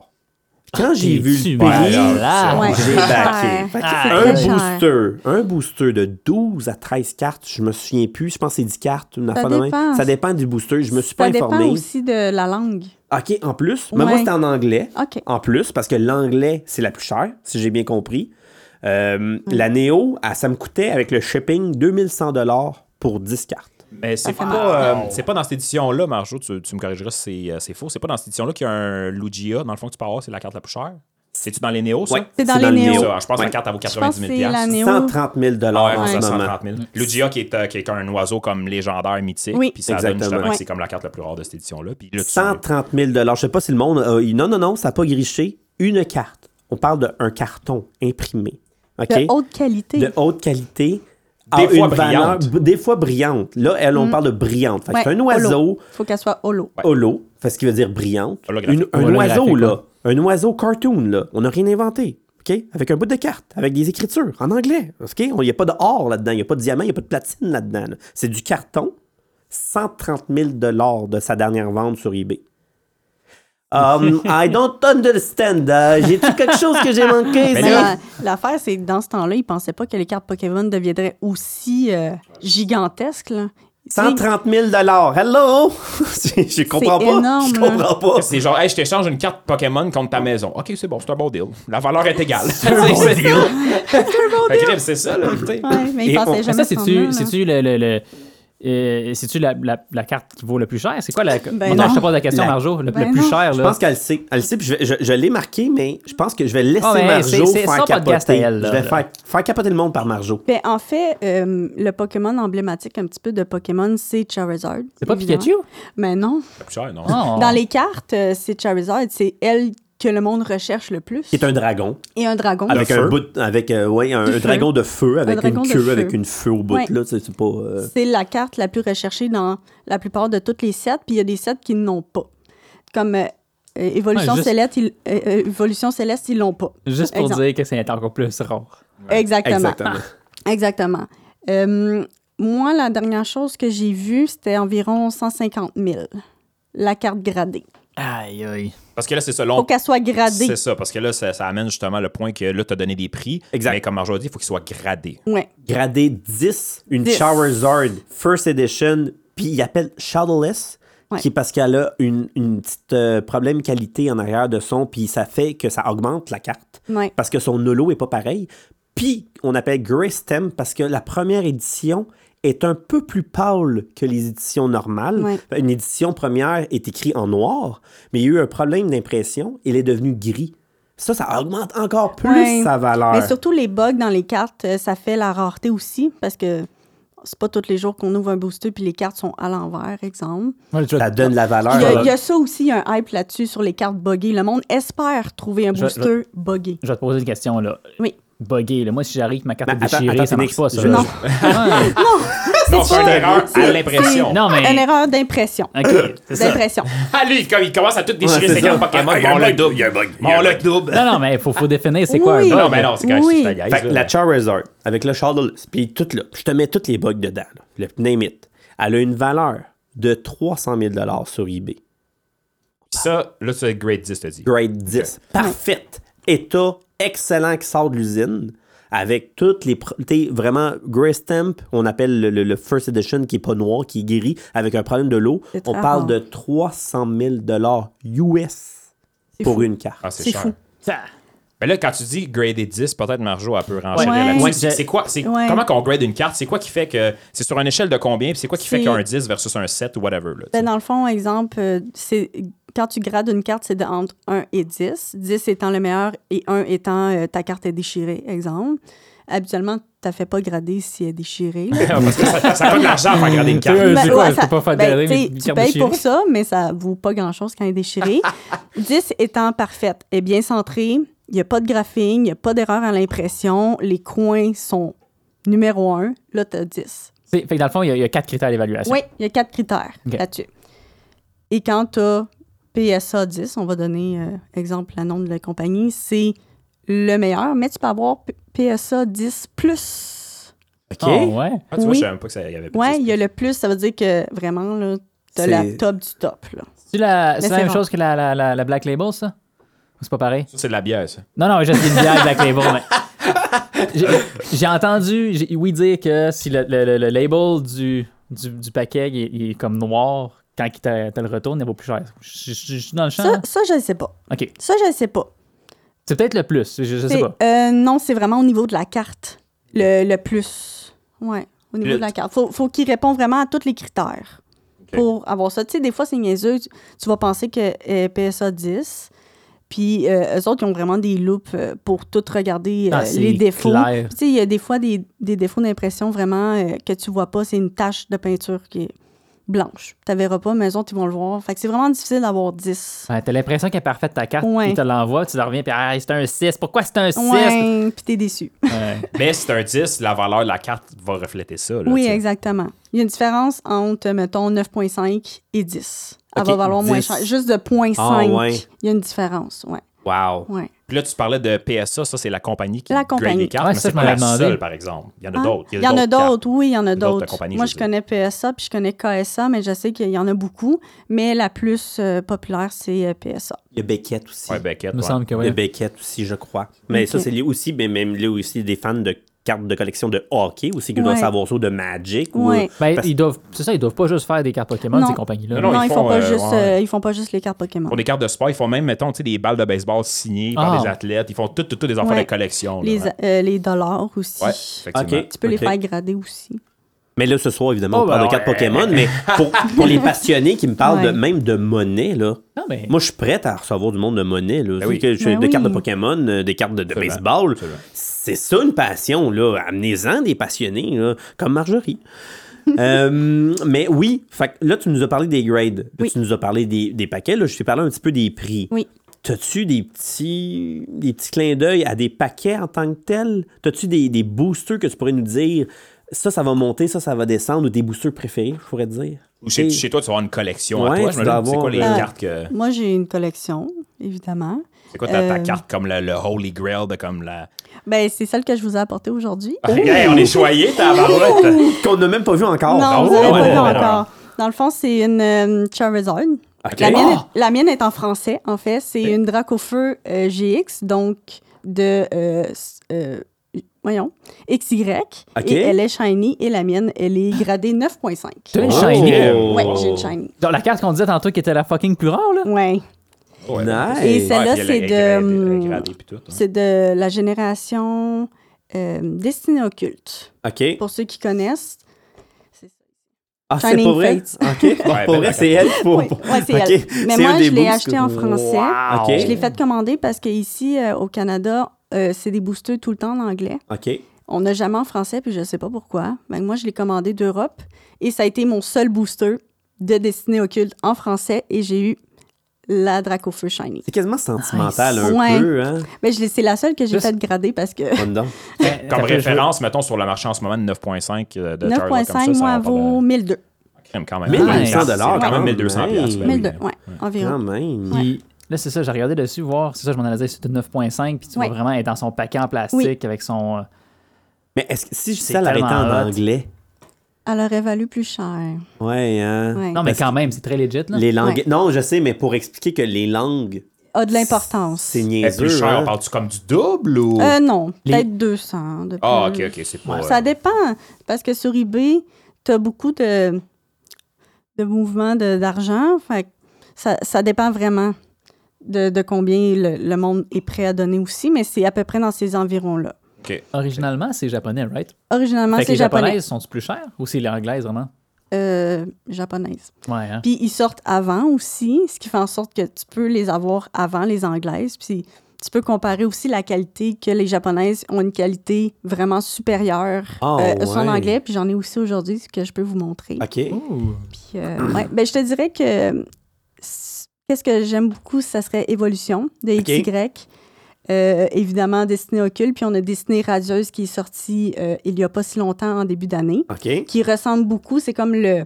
[SPEAKER 3] Quand j'ai vu
[SPEAKER 2] T'es-tu
[SPEAKER 3] le
[SPEAKER 2] malade?
[SPEAKER 3] prix,
[SPEAKER 5] Ouais.
[SPEAKER 3] J'ai
[SPEAKER 5] Cher.
[SPEAKER 3] backé. Fait que
[SPEAKER 5] Ah,
[SPEAKER 3] un
[SPEAKER 5] très
[SPEAKER 3] booster, un booster de 12 à 13 cartes, je me souviens plus, je pense que c'est 10 cartes, une affaire de même.
[SPEAKER 5] dépend.
[SPEAKER 3] Ça dépend du booster, je me suis
[SPEAKER 5] Ça
[SPEAKER 3] pas
[SPEAKER 5] dépend
[SPEAKER 3] informé.
[SPEAKER 5] aussi de la langue.
[SPEAKER 3] OK, en plus, mais moi
[SPEAKER 5] Ouais.
[SPEAKER 3] c'était en anglais.
[SPEAKER 5] OK.
[SPEAKER 3] En plus parce que l'anglais, c'est la plus chère, si j'ai bien compris. Euh, la Neo, elle, ça me coûtait avec le shipping 2100 dollars pour 10 cartes.
[SPEAKER 4] Mais c'est pas, euh, c'est pas dans cette édition-là, Marjo, tu, tu me corrigeras si c'est, euh, c'est faux. C'est pas dans cette édition-là qu'il y a un Lugia, dans le fond, que tu peux avoir, c'est la carte la plus chère. C'est-tu dans les Néos, ça?
[SPEAKER 3] Ouais,
[SPEAKER 5] C'est dans les
[SPEAKER 3] le
[SPEAKER 5] Neo.
[SPEAKER 3] Neo.
[SPEAKER 4] Ça, je pense que
[SPEAKER 3] Ouais.
[SPEAKER 4] la carte, elle vaut
[SPEAKER 5] Je pense
[SPEAKER 4] 90
[SPEAKER 5] que
[SPEAKER 4] 000
[SPEAKER 5] c'est la Neo.
[SPEAKER 3] 130 000
[SPEAKER 5] Ah,
[SPEAKER 3] dollars
[SPEAKER 4] Ouais,
[SPEAKER 3] en
[SPEAKER 4] ça,
[SPEAKER 3] ce moment.
[SPEAKER 4] 130 000. Lugia qui est, euh, qui est un oiseau comme légendaire, mythique.
[SPEAKER 5] Oui.
[SPEAKER 4] Puis ça donne justement
[SPEAKER 3] Exactement.
[SPEAKER 4] que c'est comme la carte la plus rare de cette édition-là. Puis là, tu-
[SPEAKER 3] 130 000 Je sais pas si le monde. a- euh, non, non, non, ça n'a pas griché. Une carte. On parle d'un carton imprimé. OK?
[SPEAKER 5] De haute qualité.
[SPEAKER 3] de haute qualité.
[SPEAKER 4] Des
[SPEAKER 3] a
[SPEAKER 4] fois brillante.
[SPEAKER 3] b- des fois brillante. Là, elle, on parle de brillante. Fait que
[SPEAKER 5] Mm. Ouais,
[SPEAKER 3] c'est un oiseau
[SPEAKER 5] holo. Faut qu'elle soit holo.
[SPEAKER 4] Ouais.
[SPEAKER 3] holo, fait ce qui veut dire brillante.
[SPEAKER 4] Holographique.
[SPEAKER 3] Une- un
[SPEAKER 2] Holographique,
[SPEAKER 3] oiseau,
[SPEAKER 2] ouais.
[SPEAKER 3] là. Un oiseau cartoon, là. On n'a rien inventé. OK? Avec un bout de carte, avec des écritures, en anglais. OK? Il n'y a pas de or là-dedans, il n'y a pas de diamant, il n'y a pas de platine là-dedans. là. C'est du carton. 130 000 de sa dernière vente sur eBay.
[SPEAKER 5] (laughs)
[SPEAKER 3] Um, I don't understand. Euh, J'ai-tu quelque chose que j'ai manqué?
[SPEAKER 5] Mais
[SPEAKER 3] ça?
[SPEAKER 5] la- l'affaire, c'est que dans ce temps-là, ils pensaient pas que les cartes Pokémon deviendraient aussi euh, gigantesques. là.
[SPEAKER 3] 130 000 Hello! (laughs) je comprends pas.
[SPEAKER 5] C'est énorme,
[SPEAKER 3] je comprends pas.
[SPEAKER 4] C'est genre, hey, je t'échange une carte Pokémon contre ta maison. Ok, c'est bon, c'est un bon deal. La valeur est
[SPEAKER 5] (laughs)
[SPEAKER 4] égale. C'est un bon deal. Fait que, c'est ça, là. tu sais.
[SPEAKER 5] Ouais, mais
[SPEAKER 3] Et
[SPEAKER 5] il
[SPEAKER 3] on-
[SPEAKER 5] pensait
[SPEAKER 3] mais
[SPEAKER 2] Mais
[SPEAKER 5] jamais
[SPEAKER 2] ça,
[SPEAKER 5] à ce
[SPEAKER 2] c'est-tu
[SPEAKER 5] moment-là.
[SPEAKER 2] c'est-tu le. le- le- euh, c'est-tu la, la- la carte qui vaut le plus cher? C'est quoi la.
[SPEAKER 5] Ben
[SPEAKER 2] Mettons,
[SPEAKER 5] non.
[SPEAKER 2] je te pose la question,
[SPEAKER 3] La-
[SPEAKER 2] Marjo. Le,
[SPEAKER 5] Ben
[SPEAKER 2] le plus
[SPEAKER 5] non.
[SPEAKER 2] cher,
[SPEAKER 3] Je
[SPEAKER 2] là.
[SPEAKER 3] pense qu'elle le sait. Elle le sait, puis je, vais- je- je l'ai marqué, mais je pense que je vais laisser
[SPEAKER 2] Ah, mais c'est-
[SPEAKER 3] Marjo
[SPEAKER 2] c'est
[SPEAKER 3] faire
[SPEAKER 2] son podcast à
[SPEAKER 3] capoter.
[SPEAKER 2] elle, là,
[SPEAKER 3] je vais
[SPEAKER 2] là.
[SPEAKER 3] faire, faire capoter le monde par Marjo.
[SPEAKER 5] Ben, en fait, euh, le Pokémon emblématique un petit peu de Pokémon, c'est Charizard.
[SPEAKER 2] C'est pas
[SPEAKER 5] évidemment.
[SPEAKER 2] Pikachu? Oh.
[SPEAKER 5] Mais non.
[SPEAKER 4] C'est plus cher, non.
[SPEAKER 2] Non.
[SPEAKER 3] Ah.
[SPEAKER 5] Dans les cartes, euh, c'est Charizard. C'est elle que le monde recherche le plus.
[SPEAKER 3] Qui est un dragon.
[SPEAKER 5] Et Oh, un dragon.
[SPEAKER 3] Avec
[SPEAKER 4] feu.
[SPEAKER 3] un bout. de- Avec, euh, ouais, un,
[SPEAKER 5] Du
[SPEAKER 3] un
[SPEAKER 5] feu.
[SPEAKER 3] dragon de feu, avec
[SPEAKER 5] dragon
[SPEAKER 3] une
[SPEAKER 5] de
[SPEAKER 3] queue,
[SPEAKER 5] feu.
[SPEAKER 3] avec une feu au bout.
[SPEAKER 5] Ouais.
[SPEAKER 3] Là, tu sais, c'est pas. euh,
[SPEAKER 5] C'est la carte la plus recherchée dans la plupart de toutes les sets, puis il y a des sets qui n'ont pas. Comme euh, euh, Évolution,
[SPEAKER 2] Ouais, juste-
[SPEAKER 5] Céleste, ils- euh, euh, Évolution Céleste, ils l'ont pas.
[SPEAKER 2] Juste pour
[SPEAKER 5] Exemple.
[SPEAKER 2] dire que c'est encore plus rare.
[SPEAKER 5] Exactement.
[SPEAKER 3] Exactement.
[SPEAKER 5] Exactement. Euh, moi, la dernière chose que j'ai vue, c'était environ 150 000. La carte gradée.
[SPEAKER 2] Aïe, aïe.
[SPEAKER 4] Parce que là, c'est ça. là,
[SPEAKER 3] Oh,
[SPEAKER 4] on-
[SPEAKER 5] Pour qu'elle soit gradée.
[SPEAKER 4] C'est ça, parce que là, ça, ça amène justement le point que là, tu as donné des prix.
[SPEAKER 3] Exact.
[SPEAKER 4] Mais comme Marjo a dit, il faut qu'il soit gradé.
[SPEAKER 5] Ouais.
[SPEAKER 3] Gradé 10, une
[SPEAKER 5] 10.
[SPEAKER 3] Charizard First Edition, puis il appelle Shadowless,
[SPEAKER 5] Ouais.
[SPEAKER 3] qui est parce qu'elle a une, une petite euh, problème qualité en arrière de son, puis ça fait que ça augmente la carte.
[SPEAKER 5] Ouais.
[SPEAKER 3] parce que son holo est pas pareil. Puis on appelle Grey Stem parce que la première édition est un peu plus pâle que les éditions normales.
[SPEAKER 5] Ouais.
[SPEAKER 3] Une édition première est écrite en noir, mais il y a eu un problème d'impression, il est devenu gris. Ça, ça augmente encore plus
[SPEAKER 5] Ouais.
[SPEAKER 3] sa valeur.
[SPEAKER 5] Mais surtout, les bugs dans les cartes, euh, ça fait la rareté aussi, parce que c'est pas tous les jours qu'on ouvre un booster puis les cartes sont à l'envers, exemple.
[SPEAKER 2] Moi, je-
[SPEAKER 3] ça donne la valeur.
[SPEAKER 5] Il y, a, il y a ça aussi, il y a un hype là-dessus sur les cartes buggées. Le monde espère trouver un
[SPEAKER 2] Je-
[SPEAKER 5] booster buggé.
[SPEAKER 2] je vais te poser une question, là.
[SPEAKER 5] Oui.
[SPEAKER 2] Buggé, là. Moi, si j'arrive, ma carte est
[SPEAKER 3] Ben, attends,
[SPEAKER 2] déchirée,
[SPEAKER 3] attends,
[SPEAKER 2] ça marche
[SPEAKER 3] Phoenix,
[SPEAKER 2] pas, ça.
[SPEAKER 3] je-
[SPEAKER 2] (laughs)
[SPEAKER 5] (laughs)
[SPEAKER 2] là.
[SPEAKER 3] Non.
[SPEAKER 2] Ouais.
[SPEAKER 4] Non, c'est une
[SPEAKER 5] pas-
[SPEAKER 4] erreur à
[SPEAKER 5] c'est-
[SPEAKER 4] l'impression.
[SPEAKER 2] Non, mais.
[SPEAKER 5] Une erreur d'impression.
[SPEAKER 2] OK, c'est ça.
[SPEAKER 5] D'impression.
[SPEAKER 4] (laughs) Ah, lui, il- comme il commence à tout déchirer
[SPEAKER 3] Ouais, c'est
[SPEAKER 4] ses cartes
[SPEAKER 3] ça.
[SPEAKER 4] Pokémon. Bon, on le double. Ah, Il y a un bug. On le
[SPEAKER 2] (laughs)
[SPEAKER 4] double.
[SPEAKER 2] Non, non, mais il faut, faut définir c'est quoi un
[SPEAKER 5] Oui.
[SPEAKER 2] bug.
[SPEAKER 4] Non, mais non, c'est quand
[SPEAKER 5] Oui.
[SPEAKER 4] c'est la
[SPEAKER 3] Fait que la Charizard, avec le Shadowless, puis tout là, je te mets toutes les bugs dedans, là, le name it. Elle a une valeur de 300 000 sur eBay.
[SPEAKER 4] Ça, là, c'est grade 10, t'as dit.
[SPEAKER 3] grade 10. Parfaite. État excellent qui sort de l'usine. Avec toutes les. pro- t'sais, vraiment, Grey Stamp, on appelle le, le- le First Edition qui est pas noir, qui est gris, avec un problème de l'eau.
[SPEAKER 5] C'est
[SPEAKER 3] On
[SPEAKER 5] très
[SPEAKER 3] parle
[SPEAKER 5] rare.
[SPEAKER 3] de 300 000 US
[SPEAKER 5] C'est
[SPEAKER 3] pour
[SPEAKER 5] fou.
[SPEAKER 3] une carte.
[SPEAKER 4] Ah, c'est
[SPEAKER 5] C'est
[SPEAKER 4] cher.
[SPEAKER 5] fou.
[SPEAKER 2] Ça-
[SPEAKER 4] Mais là, quand tu dis gradé 10, peut-être Marjo, elle peut renchaîner
[SPEAKER 5] Ouais.
[SPEAKER 4] là-dessus.
[SPEAKER 5] Ouais.
[SPEAKER 4] C'est- C'est quoi, c'est
[SPEAKER 5] Ouais.
[SPEAKER 4] comment qu'on grade une carte? C'est quoi qui fait que, c'est sur une échelle de combien? Puis c'est quoi qui fait
[SPEAKER 5] C'est-
[SPEAKER 4] qu'il y a un 10 versus un 7 ou whatever, là? tu sais?
[SPEAKER 5] Ben, dans le fond, exemple, euh, c'est quand tu grades une carte, c'est de entre 1 et 10. 10 étant le meilleur et 1 étant euh, ta carte est déchirée, exemple. Habituellement, tu ne fais pas grader si elle
[SPEAKER 2] (laughs)
[SPEAKER 5] est déchirée.
[SPEAKER 4] (laughs) Parce que ça, ça coûte de l'argent à faire grader une carte.
[SPEAKER 2] Euh,
[SPEAKER 5] Ben,
[SPEAKER 2] c'est quoi,
[SPEAKER 5] ouais,
[SPEAKER 2] je peux pas faire
[SPEAKER 5] ben,
[SPEAKER 2] grader mes
[SPEAKER 5] t'sais, Tu
[SPEAKER 2] cartes
[SPEAKER 5] payes
[SPEAKER 2] déchirées?
[SPEAKER 5] pour ça, mais ça vaut pas grand-chose quand elle
[SPEAKER 2] (laughs)
[SPEAKER 5] est déchirée. 10 étant parfaite et bien centrée, il n'y a pas de graphing, il n'y a pas d'erreur à l'impression, les coins sont numéro 1, là, tu as 10.
[SPEAKER 2] c'est- Fait que dans le fond, il y a- il y, a quatre critères d'évaluation.
[SPEAKER 5] Oui, il y a quatre critères
[SPEAKER 2] Ok.
[SPEAKER 5] là-dessus. Et quand tu as PSA 10, on va donner euh, exemple le nom de la compagnie, c'est le meilleur, mais tu peux avoir P- PSA 10 plus.
[SPEAKER 3] OK?
[SPEAKER 2] Ah, ouais.
[SPEAKER 4] Ah, tu vois,
[SPEAKER 5] Oh. Oui.
[SPEAKER 4] je savais même pas que ça y avait pas de
[SPEAKER 5] Ouais,
[SPEAKER 4] 10.
[SPEAKER 5] il y a le plus, ça veut dire que vraiment, là, t'as
[SPEAKER 3] C'est-
[SPEAKER 5] la top du top, là.
[SPEAKER 2] C'est la, c'est
[SPEAKER 5] c'est
[SPEAKER 2] la même
[SPEAKER 5] rare.
[SPEAKER 2] chose que la, la, la, la Black Label, ça? Ou c'est pas pareil?
[SPEAKER 4] Ça, c'est de la bière, ça.
[SPEAKER 2] Non, non, j'ai acheté une bière Black Label, mais...
[SPEAKER 5] (laughs)
[SPEAKER 2] J'ai- J'ai entendu, j'ai- oui, dire que si le, le- le- le label du, du, du paquet il est, il est comme noir, quand il te, te le retourne, il vaut plus cher. Je je- je- je suis dans le champ.
[SPEAKER 5] Ça,
[SPEAKER 2] là?
[SPEAKER 5] ça, je ne sais pas.
[SPEAKER 2] OK.
[SPEAKER 5] Ça, je ne sais pas.
[SPEAKER 2] C'est peut-être le plus, je, je sais
[SPEAKER 5] C'est-
[SPEAKER 2] pas.
[SPEAKER 5] euh, non, c'est vraiment au niveau de la carte, le, le plus. Ouais, au niveau
[SPEAKER 4] Le-
[SPEAKER 5] de la carte. Faut, faut qu'il réponde vraiment à tous les critères pour avoir ça. Tu sais, des fois, c'est niaiseux. Tu, tu vas penser que euh, PSA 10, puis euh, eux autres, ils ont vraiment des loupes euh, pour tout regarder euh,
[SPEAKER 2] Ah, c'est
[SPEAKER 5] les défauts.
[SPEAKER 2] clair.
[SPEAKER 5] Puis, Tu sais, il y a des fois des, des défauts d'impression vraiment euh, que tu vois pas. C'est une tache de peinture qui est blanche. Tu verras pas, mais eux autres, ils vont le voir. Fait que c'est vraiment difficile d'avoir 10.
[SPEAKER 2] Ouais, T'as l'impression qu'elle est parfaite ta carte,
[SPEAKER 5] Ouais.
[SPEAKER 2] puis te l'envoie, tu la reviens, puis ah, c'est un 6. Pourquoi c'est un 6?
[SPEAKER 5] Ouais, puis t'es déçu.
[SPEAKER 4] Mais si c'est un 10, la valeur de la carte va refléter ça. là,
[SPEAKER 5] Oui,
[SPEAKER 4] tu sais.
[SPEAKER 5] exactement. Il y a une différence entre, mettons, 9,5 et 10. Elle
[SPEAKER 3] Ok,
[SPEAKER 5] va valoir moins
[SPEAKER 3] 10.
[SPEAKER 5] cher. Juste de 0,5,
[SPEAKER 3] Ah, ouais.
[SPEAKER 5] il y a une différence. Ouais,
[SPEAKER 4] Wow.
[SPEAKER 5] ouais.
[SPEAKER 4] Puis là, tu parlais de PSA, ça, c'est la compagnie qui
[SPEAKER 5] La
[SPEAKER 4] grade
[SPEAKER 5] compagnie.
[SPEAKER 4] les cartes,
[SPEAKER 2] Ouais,
[SPEAKER 4] mais
[SPEAKER 2] ça,
[SPEAKER 4] c'est
[SPEAKER 2] je
[SPEAKER 4] pas
[SPEAKER 2] m'en
[SPEAKER 4] la
[SPEAKER 2] avais demandé.
[SPEAKER 4] seule, par exemple. Il y en a
[SPEAKER 5] Ah,
[SPEAKER 4] d'autres.
[SPEAKER 5] Il y en a
[SPEAKER 4] cartes.
[SPEAKER 5] d'autres, oui, il y en
[SPEAKER 4] Il
[SPEAKER 5] a
[SPEAKER 4] y a d'autres
[SPEAKER 5] d'autres.
[SPEAKER 4] compagnies,
[SPEAKER 5] Moi,
[SPEAKER 4] je
[SPEAKER 5] je
[SPEAKER 4] veux
[SPEAKER 5] connais PSA, puis je connais KSA, mais je sais qu'il y en a beaucoup. Mais la plus euh, populaire, c'est euh, PSA.
[SPEAKER 3] Il y a Beckett aussi.
[SPEAKER 4] Ouais, Beckett,
[SPEAKER 2] Il me
[SPEAKER 4] ouais.
[SPEAKER 2] semble que
[SPEAKER 3] Il y
[SPEAKER 2] oui.
[SPEAKER 3] a Beckett aussi, je crois. Mais ça,
[SPEAKER 5] Ok.
[SPEAKER 3] c'est lié aussi, mais même là aussi, des fans de cartes de collection de hockey aussi qu'ils doivent
[SPEAKER 5] Ouais.
[SPEAKER 3] savoir ça de Magic.
[SPEAKER 5] Ouais.
[SPEAKER 3] Ou,
[SPEAKER 2] Ben,
[SPEAKER 3] parce-
[SPEAKER 2] ils doivent, c'est ça, ils doivent pas juste faire des cartes Pokémon,
[SPEAKER 5] Non.
[SPEAKER 2] ces compagnies-là.
[SPEAKER 4] Non,
[SPEAKER 5] Non,
[SPEAKER 4] ils
[SPEAKER 5] ils
[SPEAKER 4] font,
[SPEAKER 5] font pas
[SPEAKER 4] euh,
[SPEAKER 5] juste,
[SPEAKER 4] ouais.
[SPEAKER 5] euh, ils font pas juste les cartes Pokémon.
[SPEAKER 4] Pour des cartes de sport, ils font même, mettons, tu sais, des balles de baseball signées par
[SPEAKER 2] Ah.
[SPEAKER 4] des athlètes. Ils font toutes tout, tout des affaires
[SPEAKER 5] Ouais.
[SPEAKER 4] de collection. là,
[SPEAKER 5] Les,
[SPEAKER 4] ouais.
[SPEAKER 5] euh, les dollars aussi.
[SPEAKER 4] Ouais,
[SPEAKER 3] Ok.
[SPEAKER 4] effectivement.
[SPEAKER 5] Tu peux les
[SPEAKER 3] Ok.
[SPEAKER 5] faire grader aussi.
[SPEAKER 3] Mais là, ce soir, évidemment, on
[SPEAKER 2] Oh,
[SPEAKER 3] parle
[SPEAKER 2] ben
[SPEAKER 3] de cartes
[SPEAKER 2] ouais.
[SPEAKER 3] Pokémon, mais pour, pour
[SPEAKER 5] (laughs)
[SPEAKER 3] les passionnés qui me parlent de,
[SPEAKER 5] Ouais.
[SPEAKER 3] même de monnaie, là,
[SPEAKER 2] Non, mais
[SPEAKER 3] moi, je suis prête à recevoir du monde de monnaie. Là,
[SPEAKER 4] oui.
[SPEAKER 3] Que je-
[SPEAKER 5] Ben
[SPEAKER 3] de cartes de
[SPEAKER 5] oui.
[SPEAKER 3] Pokémon, euh, des cartes de, de
[SPEAKER 4] Absolument.
[SPEAKER 3] baseball.
[SPEAKER 4] Absolument.
[SPEAKER 3] C'est ça une passion. là. Amenez-en des passionnés, là, comme Marjorie. Euh, mais oui, fait, que là, tu nous as parlé des grades. Là,
[SPEAKER 5] Oui.
[SPEAKER 3] Tu nous as parlé des, des paquets. Là, je t'ai parlé un petit peu des prix.
[SPEAKER 5] Oui.
[SPEAKER 3] T'as-tu des petits, des petits clins d'œil à des paquets en tant que tels? T'as-tu des, des boosters que tu pourrais nous dire? Ça, ça va monter, ça, ça va descendre, ou des boosters préférés, je pourrais dire.
[SPEAKER 4] Ou chez,
[SPEAKER 3] Et-
[SPEAKER 4] chez toi, tu vas avoir une collection à
[SPEAKER 3] Ouais,
[SPEAKER 4] toi.
[SPEAKER 3] tu
[SPEAKER 4] Je
[SPEAKER 3] dois
[SPEAKER 4] me c'est quoi
[SPEAKER 3] avoir,
[SPEAKER 4] les
[SPEAKER 5] euh,
[SPEAKER 4] cartes que.
[SPEAKER 5] Moi, j'ai une collection, évidemment.
[SPEAKER 4] C'est quoi ta, ta
[SPEAKER 5] Euh,
[SPEAKER 4] carte comme le, le Holy Grail de comme la.
[SPEAKER 5] Ben, c'est celle que je vous ai
[SPEAKER 4] (laughs)
[SPEAKER 5] apportée aujourd'hui.
[SPEAKER 4] Hey, on est choyés, ta barouette!
[SPEAKER 3] Qu'on n'a même pas vu encore.
[SPEAKER 5] non,
[SPEAKER 4] oh,
[SPEAKER 5] vous n'avez
[SPEAKER 4] ouais,
[SPEAKER 5] pas vu
[SPEAKER 4] ouais, ouais,
[SPEAKER 5] encore. Dans le fond, c'est une euh, Charizard.
[SPEAKER 3] Ok.
[SPEAKER 5] La, mienne
[SPEAKER 3] Ah!
[SPEAKER 5] est, la mienne est en français, en fait. C'est une drac au feu euh, GX, donc de. euh, s- euh, voyons, XY.
[SPEAKER 3] Ok.
[SPEAKER 5] Et elle est shiny et la mienne, elle est gradée 9.5.
[SPEAKER 2] t'as
[SPEAKER 3] Oh!
[SPEAKER 2] une shiny.
[SPEAKER 5] Ouais, j'ai une shiny.
[SPEAKER 2] Dans la carte qu'on disait tantôt qui était la fucking plus rare, là.
[SPEAKER 5] Ouais.
[SPEAKER 4] Ouais,
[SPEAKER 3] Nice.
[SPEAKER 4] ouais,
[SPEAKER 5] Et
[SPEAKER 4] puis
[SPEAKER 5] celle-là,
[SPEAKER 4] elle est
[SPEAKER 5] c'est de,
[SPEAKER 4] gradée-
[SPEAKER 5] hum,
[SPEAKER 4] elle est gradée, puis tout, hein.
[SPEAKER 5] C'est de la génération euh, destinée au culte.
[SPEAKER 3] OK.
[SPEAKER 5] Pour ceux qui connaissent,
[SPEAKER 3] Ah, c'est
[SPEAKER 5] Shining
[SPEAKER 3] pas vrai?
[SPEAKER 5] Fates.
[SPEAKER 3] OK.
[SPEAKER 4] (laughs) Ouais,
[SPEAKER 3] pour vrai,
[SPEAKER 4] ben, d'accord.
[SPEAKER 3] c'est elle. Pour...
[SPEAKER 5] Oui, ouais, c'est
[SPEAKER 3] Oh, OK.
[SPEAKER 5] elle. Mais
[SPEAKER 3] C'est un
[SPEAKER 5] moi,
[SPEAKER 3] des
[SPEAKER 5] je l'ai
[SPEAKER 3] boosts
[SPEAKER 5] acheté
[SPEAKER 3] que-
[SPEAKER 5] en français.
[SPEAKER 3] Wow. OK.
[SPEAKER 5] Je l'ai fait commander parce qu'ici, euh, au Canada, euh, c'est des boosters tout le temps en anglais.
[SPEAKER 3] OK.
[SPEAKER 5] On n'a jamais en français, puis je ne sais pas pourquoi. Ben, moi, je l'ai commandé d'Europe et ça a été mon seul booster de destinée occulte en français et j'ai eu la Draco Feu Shiny.
[SPEAKER 3] C'est quasiment sentimental
[SPEAKER 5] Nice.
[SPEAKER 3] un
[SPEAKER 5] Ouais.
[SPEAKER 3] peu, hein?
[SPEAKER 5] Mais je l'ai- c'est la seule que j'ai
[SPEAKER 2] Juste-
[SPEAKER 5] faite grader parce que
[SPEAKER 3] Bonne donc.
[SPEAKER 4] Comme
[SPEAKER 2] Ben, T'as fait
[SPEAKER 4] référence, mettons, sur le marché en ce moment de 9.5 euh, de Charles, comme ça,
[SPEAKER 5] 9.5,
[SPEAKER 4] ça,
[SPEAKER 5] moi,
[SPEAKER 4] on parle de-
[SPEAKER 5] vaut 1002.
[SPEAKER 4] crème quand même.
[SPEAKER 3] 1200
[SPEAKER 4] C'est
[SPEAKER 3] dollars,
[SPEAKER 4] quand
[SPEAKER 3] quand
[SPEAKER 4] même
[SPEAKER 3] même.
[SPEAKER 4] 1200 piastres, ben oui.
[SPEAKER 5] 1002, ouais,
[SPEAKER 3] Quand
[SPEAKER 5] environ.
[SPEAKER 3] même.
[SPEAKER 2] Puis là, c'est ça, j'ai regardé dessus, voir, c'est ça, je m'en analysais, c'était 9.5, puis tu
[SPEAKER 5] Ouais.
[SPEAKER 2] vois vraiment, elle est dans son paquet en plastique
[SPEAKER 5] Oui.
[SPEAKER 2] avec son. euh,
[SPEAKER 3] Mais est-ce que si je
[SPEAKER 2] C'est
[SPEAKER 3] sais l'arrêter en
[SPEAKER 2] tellement hot.
[SPEAKER 3] anglais?
[SPEAKER 5] Elle aurait valu plus cher.
[SPEAKER 3] Ouais, hein?
[SPEAKER 5] Ouais.
[SPEAKER 2] Non, mais
[SPEAKER 3] Parce
[SPEAKER 2] quand même, c'est très legit, là.
[SPEAKER 3] Les langues.
[SPEAKER 5] Ouais.
[SPEAKER 3] Non, je sais, mais pour expliquer que les langues,
[SPEAKER 5] A de l'importance.
[SPEAKER 3] c'est
[SPEAKER 4] Est-ce
[SPEAKER 3] niaiseux.
[SPEAKER 4] plus cher,
[SPEAKER 3] hein?
[SPEAKER 4] on parle-tu comme du double ou.
[SPEAKER 5] Euh, non,
[SPEAKER 2] Les-
[SPEAKER 5] peut-être 200 de
[SPEAKER 4] Ah, ok,
[SPEAKER 5] plus.
[SPEAKER 4] ok, c'est pas.
[SPEAKER 5] Ça dépend, parce que sur eBay, tu as beaucoup de, de mouvements de- d'argent. fait que ça, ça dépend vraiment de, de combien le, le monde est prêt à donner aussi, mais c'est à peu près dans ces environs-là.
[SPEAKER 4] Ok.
[SPEAKER 2] Originalement, c'est japonais, right?
[SPEAKER 5] Originalement,
[SPEAKER 2] fait que
[SPEAKER 5] c'est
[SPEAKER 2] les
[SPEAKER 5] japonais.
[SPEAKER 2] japonaises sont-tu plus chères ou c'est les anglaises vraiment?
[SPEAKER 5] Euh, japonaise.
[SPEAKER 2] Ouais, hein?
[SPEAKER 5] Puis ils sortent avant aussi, ce qui fait en sorte que tu peux les avoir avant les anglaises. Puis tu peux comparer aussi la qualité que les japonaises ont une qualité vraiment supérieure
[SPEAKER 3] Ah,
[SPEAKER 5] euh, sont en
[SPEAKER 3] ouais.
[SPEAKER 5] anglais. Puis j'en ai aussi aujourd'hui ce que je peux vous montrer.
[SPEAKER 3] OK.
[SPEAKER 5] Puis, euh, ouais. ben, je te dirais que s- qu'est-ce que j'aime beaucoup, ça serait Évolution de
[SPEAKER 3] Ok.
[SPEAKER 5] XY. Euh, évidemment, Destinée Occult. Puis on a Destinée Radieuse qui est sortie euh, il n'y a pas si longtemps en début d'année,
[SPEAKER 3] OK.
[SPEAKER 5] qui ressemble beaucoup. C'est comme le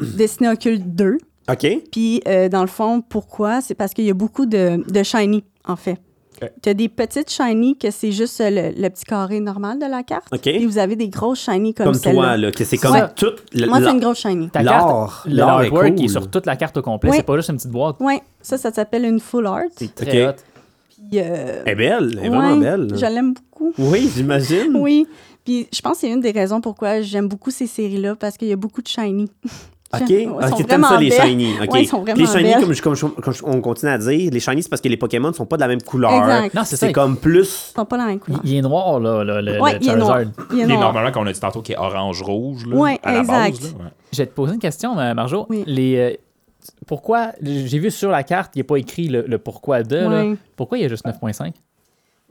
[SPEAKER 5] (coughs) Destinée Occulte 2.
[SPEAKER 3] OK.
[SPEAKER 5] Puis, euh, dans le fond, pourquoi? C'est parce qu'il y a beaucoup de, de shiny, en fait.
[SPEAKER 4] Ok.
[SPEAKER 5] Tu as des petites shiny que c'est juste euh, le, le petit carré normal de la carte.
[SPEAKER 3] OK.
[SPEAKER 5] Puis vous avez des grosses shiny comme,
[SPEAKER 3] Comme toi,
[SPEAKER 5] celle-là.
[SPEAKER 3] là, que c'est comme
[SPEAKER 5] Ouais.
[SPEAKER 3] toute la-
[SPEAKER 5] Moi, c'est
[SPEAKER 3] la-
[SPEAKER 5] une grosse shiny.
[SPEAKER 2] Ta
[SPEAKER 3] l'art,
[SPEAKER 2] carte, le
[SPEAKER 3] l'art est
[SPEAKER 2] artwork
[SPEAKER 3] cool.
[SPEAKER 2] qui est sur toute la carte au complet,
[SPEAKER 5] Oui.
[SPEAKER 2] c'est pas juste une petite boîte.
[SPEAKER 5] Oui, ça, ça s'appelle une full art. Puis,
[SPEAKER 2] C'est très
[SPEAKER 3] Ok.
[SPEAKER 2] hot.
[SPEAKER 5] euh,
[SPEAKER 3] Elle est belle. Elle est vraiment
[SPEAKER 5] ouais,
[SPEAKER 3] belle.
[SPEAKER 5] Je l'aime beaucoup.
[SPEAKER 3] Oui, j'imagine.
[SPEAKER 5] Oui. Puis je pense que c'est une des raisons pourquoi j'aime beaucoup ces séries-là, parce qu'il y a beaucoup de shiny.
[SPEAKER 3] (laughs) OK. Ah,
[SPEAKER 5] Elles sont
[SPEAKER 3] OK, t'aimes
[SPEAKER 5] vraiment
[SPEAKER 3] ça, les
[SPEAKER 5] belles.
[SPEAKER 3] shiny. OK.
[SPEAKER 5] Ouais, elles sont vraiment
[SPEAKER 3] les shiny,
[SPEAKER 5] belles.
[SPEAKER 3] comme, je- comme je- comme je- on continue à dire, les shiny, c'est parce que les Pokémon ne sont pas de la même couleur.
[SPEAKER 5] Exact.
[SPEAKER 2] Non, c'est ça.
[SPEAKER 3] C'est comme plus.
[SPEAKER 5] Ils sont pas dans la même
[SPEAKER 2] Il,
[SPEAKER 5] couleur.
[SPEAKER 2] il est noir, là, le, le,
[SPEAKER 5] Ouais,
[SPEAKER 2] le
[SPEAKER 5] il est noir.
[SPEAKER 2] Charizard.
[SPEAKER 5] Il est
[SPEAKER 4] Il est
[SPEAKER 5] noir.
[SPEAKER 4] normalement qu'on a dit tantôt qui est orange-rouge, là.
[SPEAKER 5] Ouais,
[SPEAKER 4] à la
[SPEAKER 5] exact.
[SPEAKER 4] base, là, ouais.
[SPEAKER 2] Je vais te poser une question, euh, Marjo.
[SPEAKER 5] Oui.
[SPEAKER 2] Les, euh, pourquoi, j'ai vu sur la carte, il n'est pas écrit le, le pourquoi de, là.
[SPEAKER 5] Ouais.
[SPEAKER 2] Pourquoi il y a juste 9.5?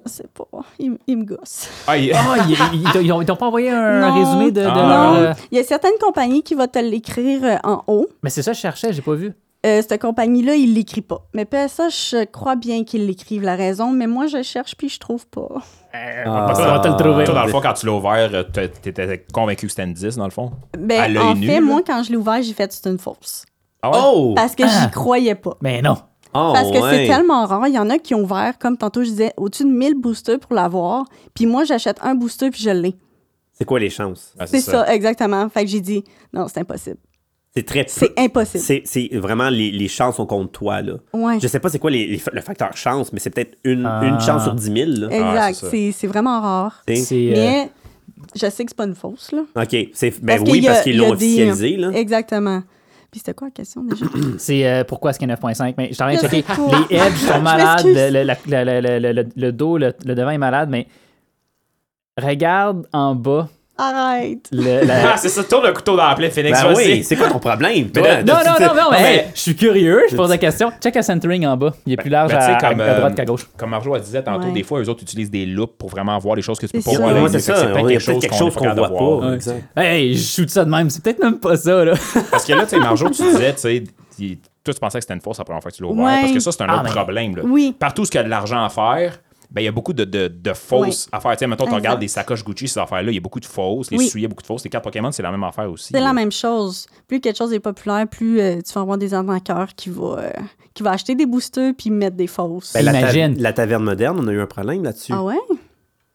[SPEAKER 5] Je sais pas. Il, il me gosse.
[SPEAKER 4] Ah, il-
[SPEAKER 2] Ah, ils- ils ils t'ont- ils t'ont pas envoyé un
[SPEAKER 5] Non.
[SPEAKER 2] résumé de, de
[SPEAKER 4] Ah,
[SPEAKER 2] leur, euh,
[SPEAKER 5] non, il y a certaines compagnies qui vont te l'écrire euh, en haut.
[SPEAKER 2] Mais c'est ça, je cherchais, j'ai pas vu.
[SPEAKER 5] Euh, cette compagnie-là, il l'écrit pas. Mais PSA, je crois bien qu'ils l'écrivent, la raison, mais moi, je cherche puis je trouve pas.
[SPEAKER 3] euh, Ah,
[SPEAKER 2] Parce qu'on va te le trouver.
[SPEAKER 4] Toi, dans le fond, quand tu l'as ouvert, euh, t'es- t'étais convaincu que c'était une 10, dans le fond. À
[SPEAKER 5] Ben,
[SPEAKER 4] l'œil
[SPEAKER 5] en
[SPEAKER 4] nu, là.
[SPEAKER 5] fait, moi, quand je l'ai ouvert, j'ai fait c'est une fausse.
[SPEAKER 4] Ah ouais?
[SPEAKER 3] Oh!
[SPEAKER 5] Parce que j'y croyais pas.
[SPEAKER 2] Mais non.
[SPEAKER 3] Oh,
[SPEAKER 5] Parce que
[SPEAKER 3] ouais.
[SPEAKER 5] c'est tellement rare. Il y en a qui ont ouvert, comme tantôt je disais, au-dessus de 1000 boosters pour l'avoir. Puis moi, j'achète un booster puis je l'ai.
[SPEAKER 3] C'est quoi les chances?
[SPEAKER 4] Ah,
[SPEAKER 5] C'est ça. exactement. Fait que j'ai dit, non, c'est impossible.
[SPEAKER 3] C'est très peu.
[SPEAKER 5] C'est impossible.
[SPEAKER 3] C'est c'est vraiment les, les chances sont contre toi. Là.
[SPEAKER 5] Ouais.
[SPEAKER 3] Je sais pas c'est quoi les- les fa- le facteur chance, mais c'est peut-être une,
[SPEAKER 2] Ah.
[SPEAKER 3] une chance sur 10 000. là.
[SPEAKER 5] Exact.
[SPEAKER 4] c'est ça.
[SPEAKER 5] c'est c'est vraiment rare.
[SPEAKER 3] T'sais.
[SPEAKER 2] C'est, euh,
[SPEAKER 5] Mais je sais que c'est pas une fausse, là.
[SPEAKER 3] OK. c'est- Ben
[SPEAKER 5] Parce
[SPEAKER 3] oui,
[SPEAKER 5] qu'il y a-
[SPEAKER 3] parce qu'ils
[SPEAKER 5] il y a
[SPEAKER 3] l'ont
[SPEAKER 5] des-
[SPEAKER 3] officialisé, là.
[SPEAKER 5] Exactement. Puis c'était quoi la question déjà? (coughs)
[SPEAKER 2] C'est euh, pourquoi est-ce qu'il y a 9.5? Mais je t'en ai
[SPEAKER 5] Je
[SPEAKER 2] checké.
[SPEAKER 5] sais pas.
[SPEAKER 2] Les edges sont
[SPEAKER 5] Je
[SPEAKER 2] malades.
[SPEAKER 5] m'excuse.
[SPEAKER 2] Le, le- la- la- la- la- le- le dos, le, le devant est malade, mais regarde en bas.
[SPEAKER 5] Arrête!
[SPEAKER 2] le- la- (laughs)
[SPEAKER 4] (laughs) Ah, c'est ça, tourne le couteau dans la plaie, Phoenix,
[SPEAKER 3] Ben
[SPEAKER 4] vas-y.
[SPEAKER 3] oui, c'est quoi ton problème? Ben là,
[SPEAKER 2] Non,
[SPEAKER 3] tu-
[SPEAKER 2] non,
[SPEAKER 3] tu-
[SPEAKER 2] non, non, mais,
[SPEAKER 3] mais-
[SPEAKER 2] je suis curieux, je pose la question. Check le centering en bas. Il est plus large
[SPEAKER 4] ben, tu sais,
[SPEAKER 2] à,
[SPEAKER 4] comme,
[SPEAKER 2] à- à droite
[SPEAKER 4] euh,
[SPEAKER 2] qu'à gauche.
[SPEAKER 4] Comme Marjo elle disait tantôt,
[SPEAKER 5] Ouais.
[SPEAKER 4] des fois, eux autres utilisent des loupes pour vraiment voir les choses que tu peux pas
[SPEAKER 5] C'est ça.
[SPEAKER 4] voir. à
[SPEAKER 5] Ouais,
[SPEAKER 4] l'œil nu.
[SPEAKER 3] c'est
[SPEAKER 4] Fait que
[SPEAKER 3] ça.
[SPEAKER 4] peut-être
[SPEAKER 3] On a peut-être
[SPEAKER 4] quelque chose
[SPEAKER 3] quelque
[SPEAKER 4] qu'on
[SPEAKER 3] chose
[SPEAKER 4] est
[SPEAKER 3] qu'on
[SPEAKER 4] capable de
[SPEAKER 3] voit pas.
[SPEAKER 4] voir.
[SPEAKER 3] Ouais, exact.
[SPEAKER 2] Hey, je shoot ça de même. C'est peut-être même pas ça, là.
[SPEAKER 4] Parce que là, tu sais, Marjo, tu disais, tu sais, il- toi, tu pensais que c'était une fausse la première fois que tu l'as ouvert.
[SPEAKER 5] Ouais. ben,
[SPEAKER 4] Parce que ça, c'est un
[SPEAKER 2] Ah,
[SPEAKER 4] autre
[SPEAKER 2] mais-
[SPEAKER 4] problème. là.
[SPEAKER 5] Oui.
[SPEAKER 4] Partout où il y a de l'argent à faire, ben, il y a beaucoup de, de, de fausses affaires. Tu sais, mettons, tu
[SPEAKER 5] Exact.
[SPEAKER 4] regardes des sacoches Gucci, ces affaires-là, il y a beaucoup de fausses. Les
[SPEAKER 5] Oui.
[SPEAKER 4] souliers, beaucoup de fausses. Les cartes Pokémon, c'est la même affaire aussi.
[SPEAKER 5] C'est
[SPEAKER 4] là.
[SPEAKER 5] la même chose. Plus quelque chose est populaire, plus euh, tu vas avoir des arnaqueurs qui vont euh, qui va acheter des boosters puis mettre des fausses.
[SPEAKER 3] Ben, la, ta-
[SPEAKER 2] Imagine.
[SPEAKER 3] la taverne moderne, on a eu un problème là-dessus.
[SPEAKER 5] ah ouais?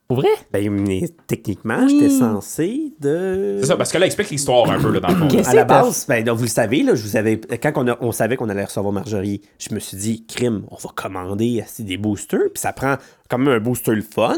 [SPEAKER 2] Pour vrai?
[SPEAKER 3] Ben, mais techniquement,
[SPEAKER 5] Oui.
[SPEAKER 3] j'étais censé de.
[SPEAKER 4] C'est ça, parce que là, explique l'histoire un peu, là, dans le fond.
[SPEAKER 2] Qu'est-ce-
[SPEAKER 3] À la
[SPEAKER 2] C'est pas-
[SPEAKER 3] base, ben, donc, vous le savez, là, je vous avais, quand on, a- on savait qu'on allait recevoir Marjorie, je me suis dit, crime, on va commander asti, des boosters, puis ça prend quand même un booster le fun.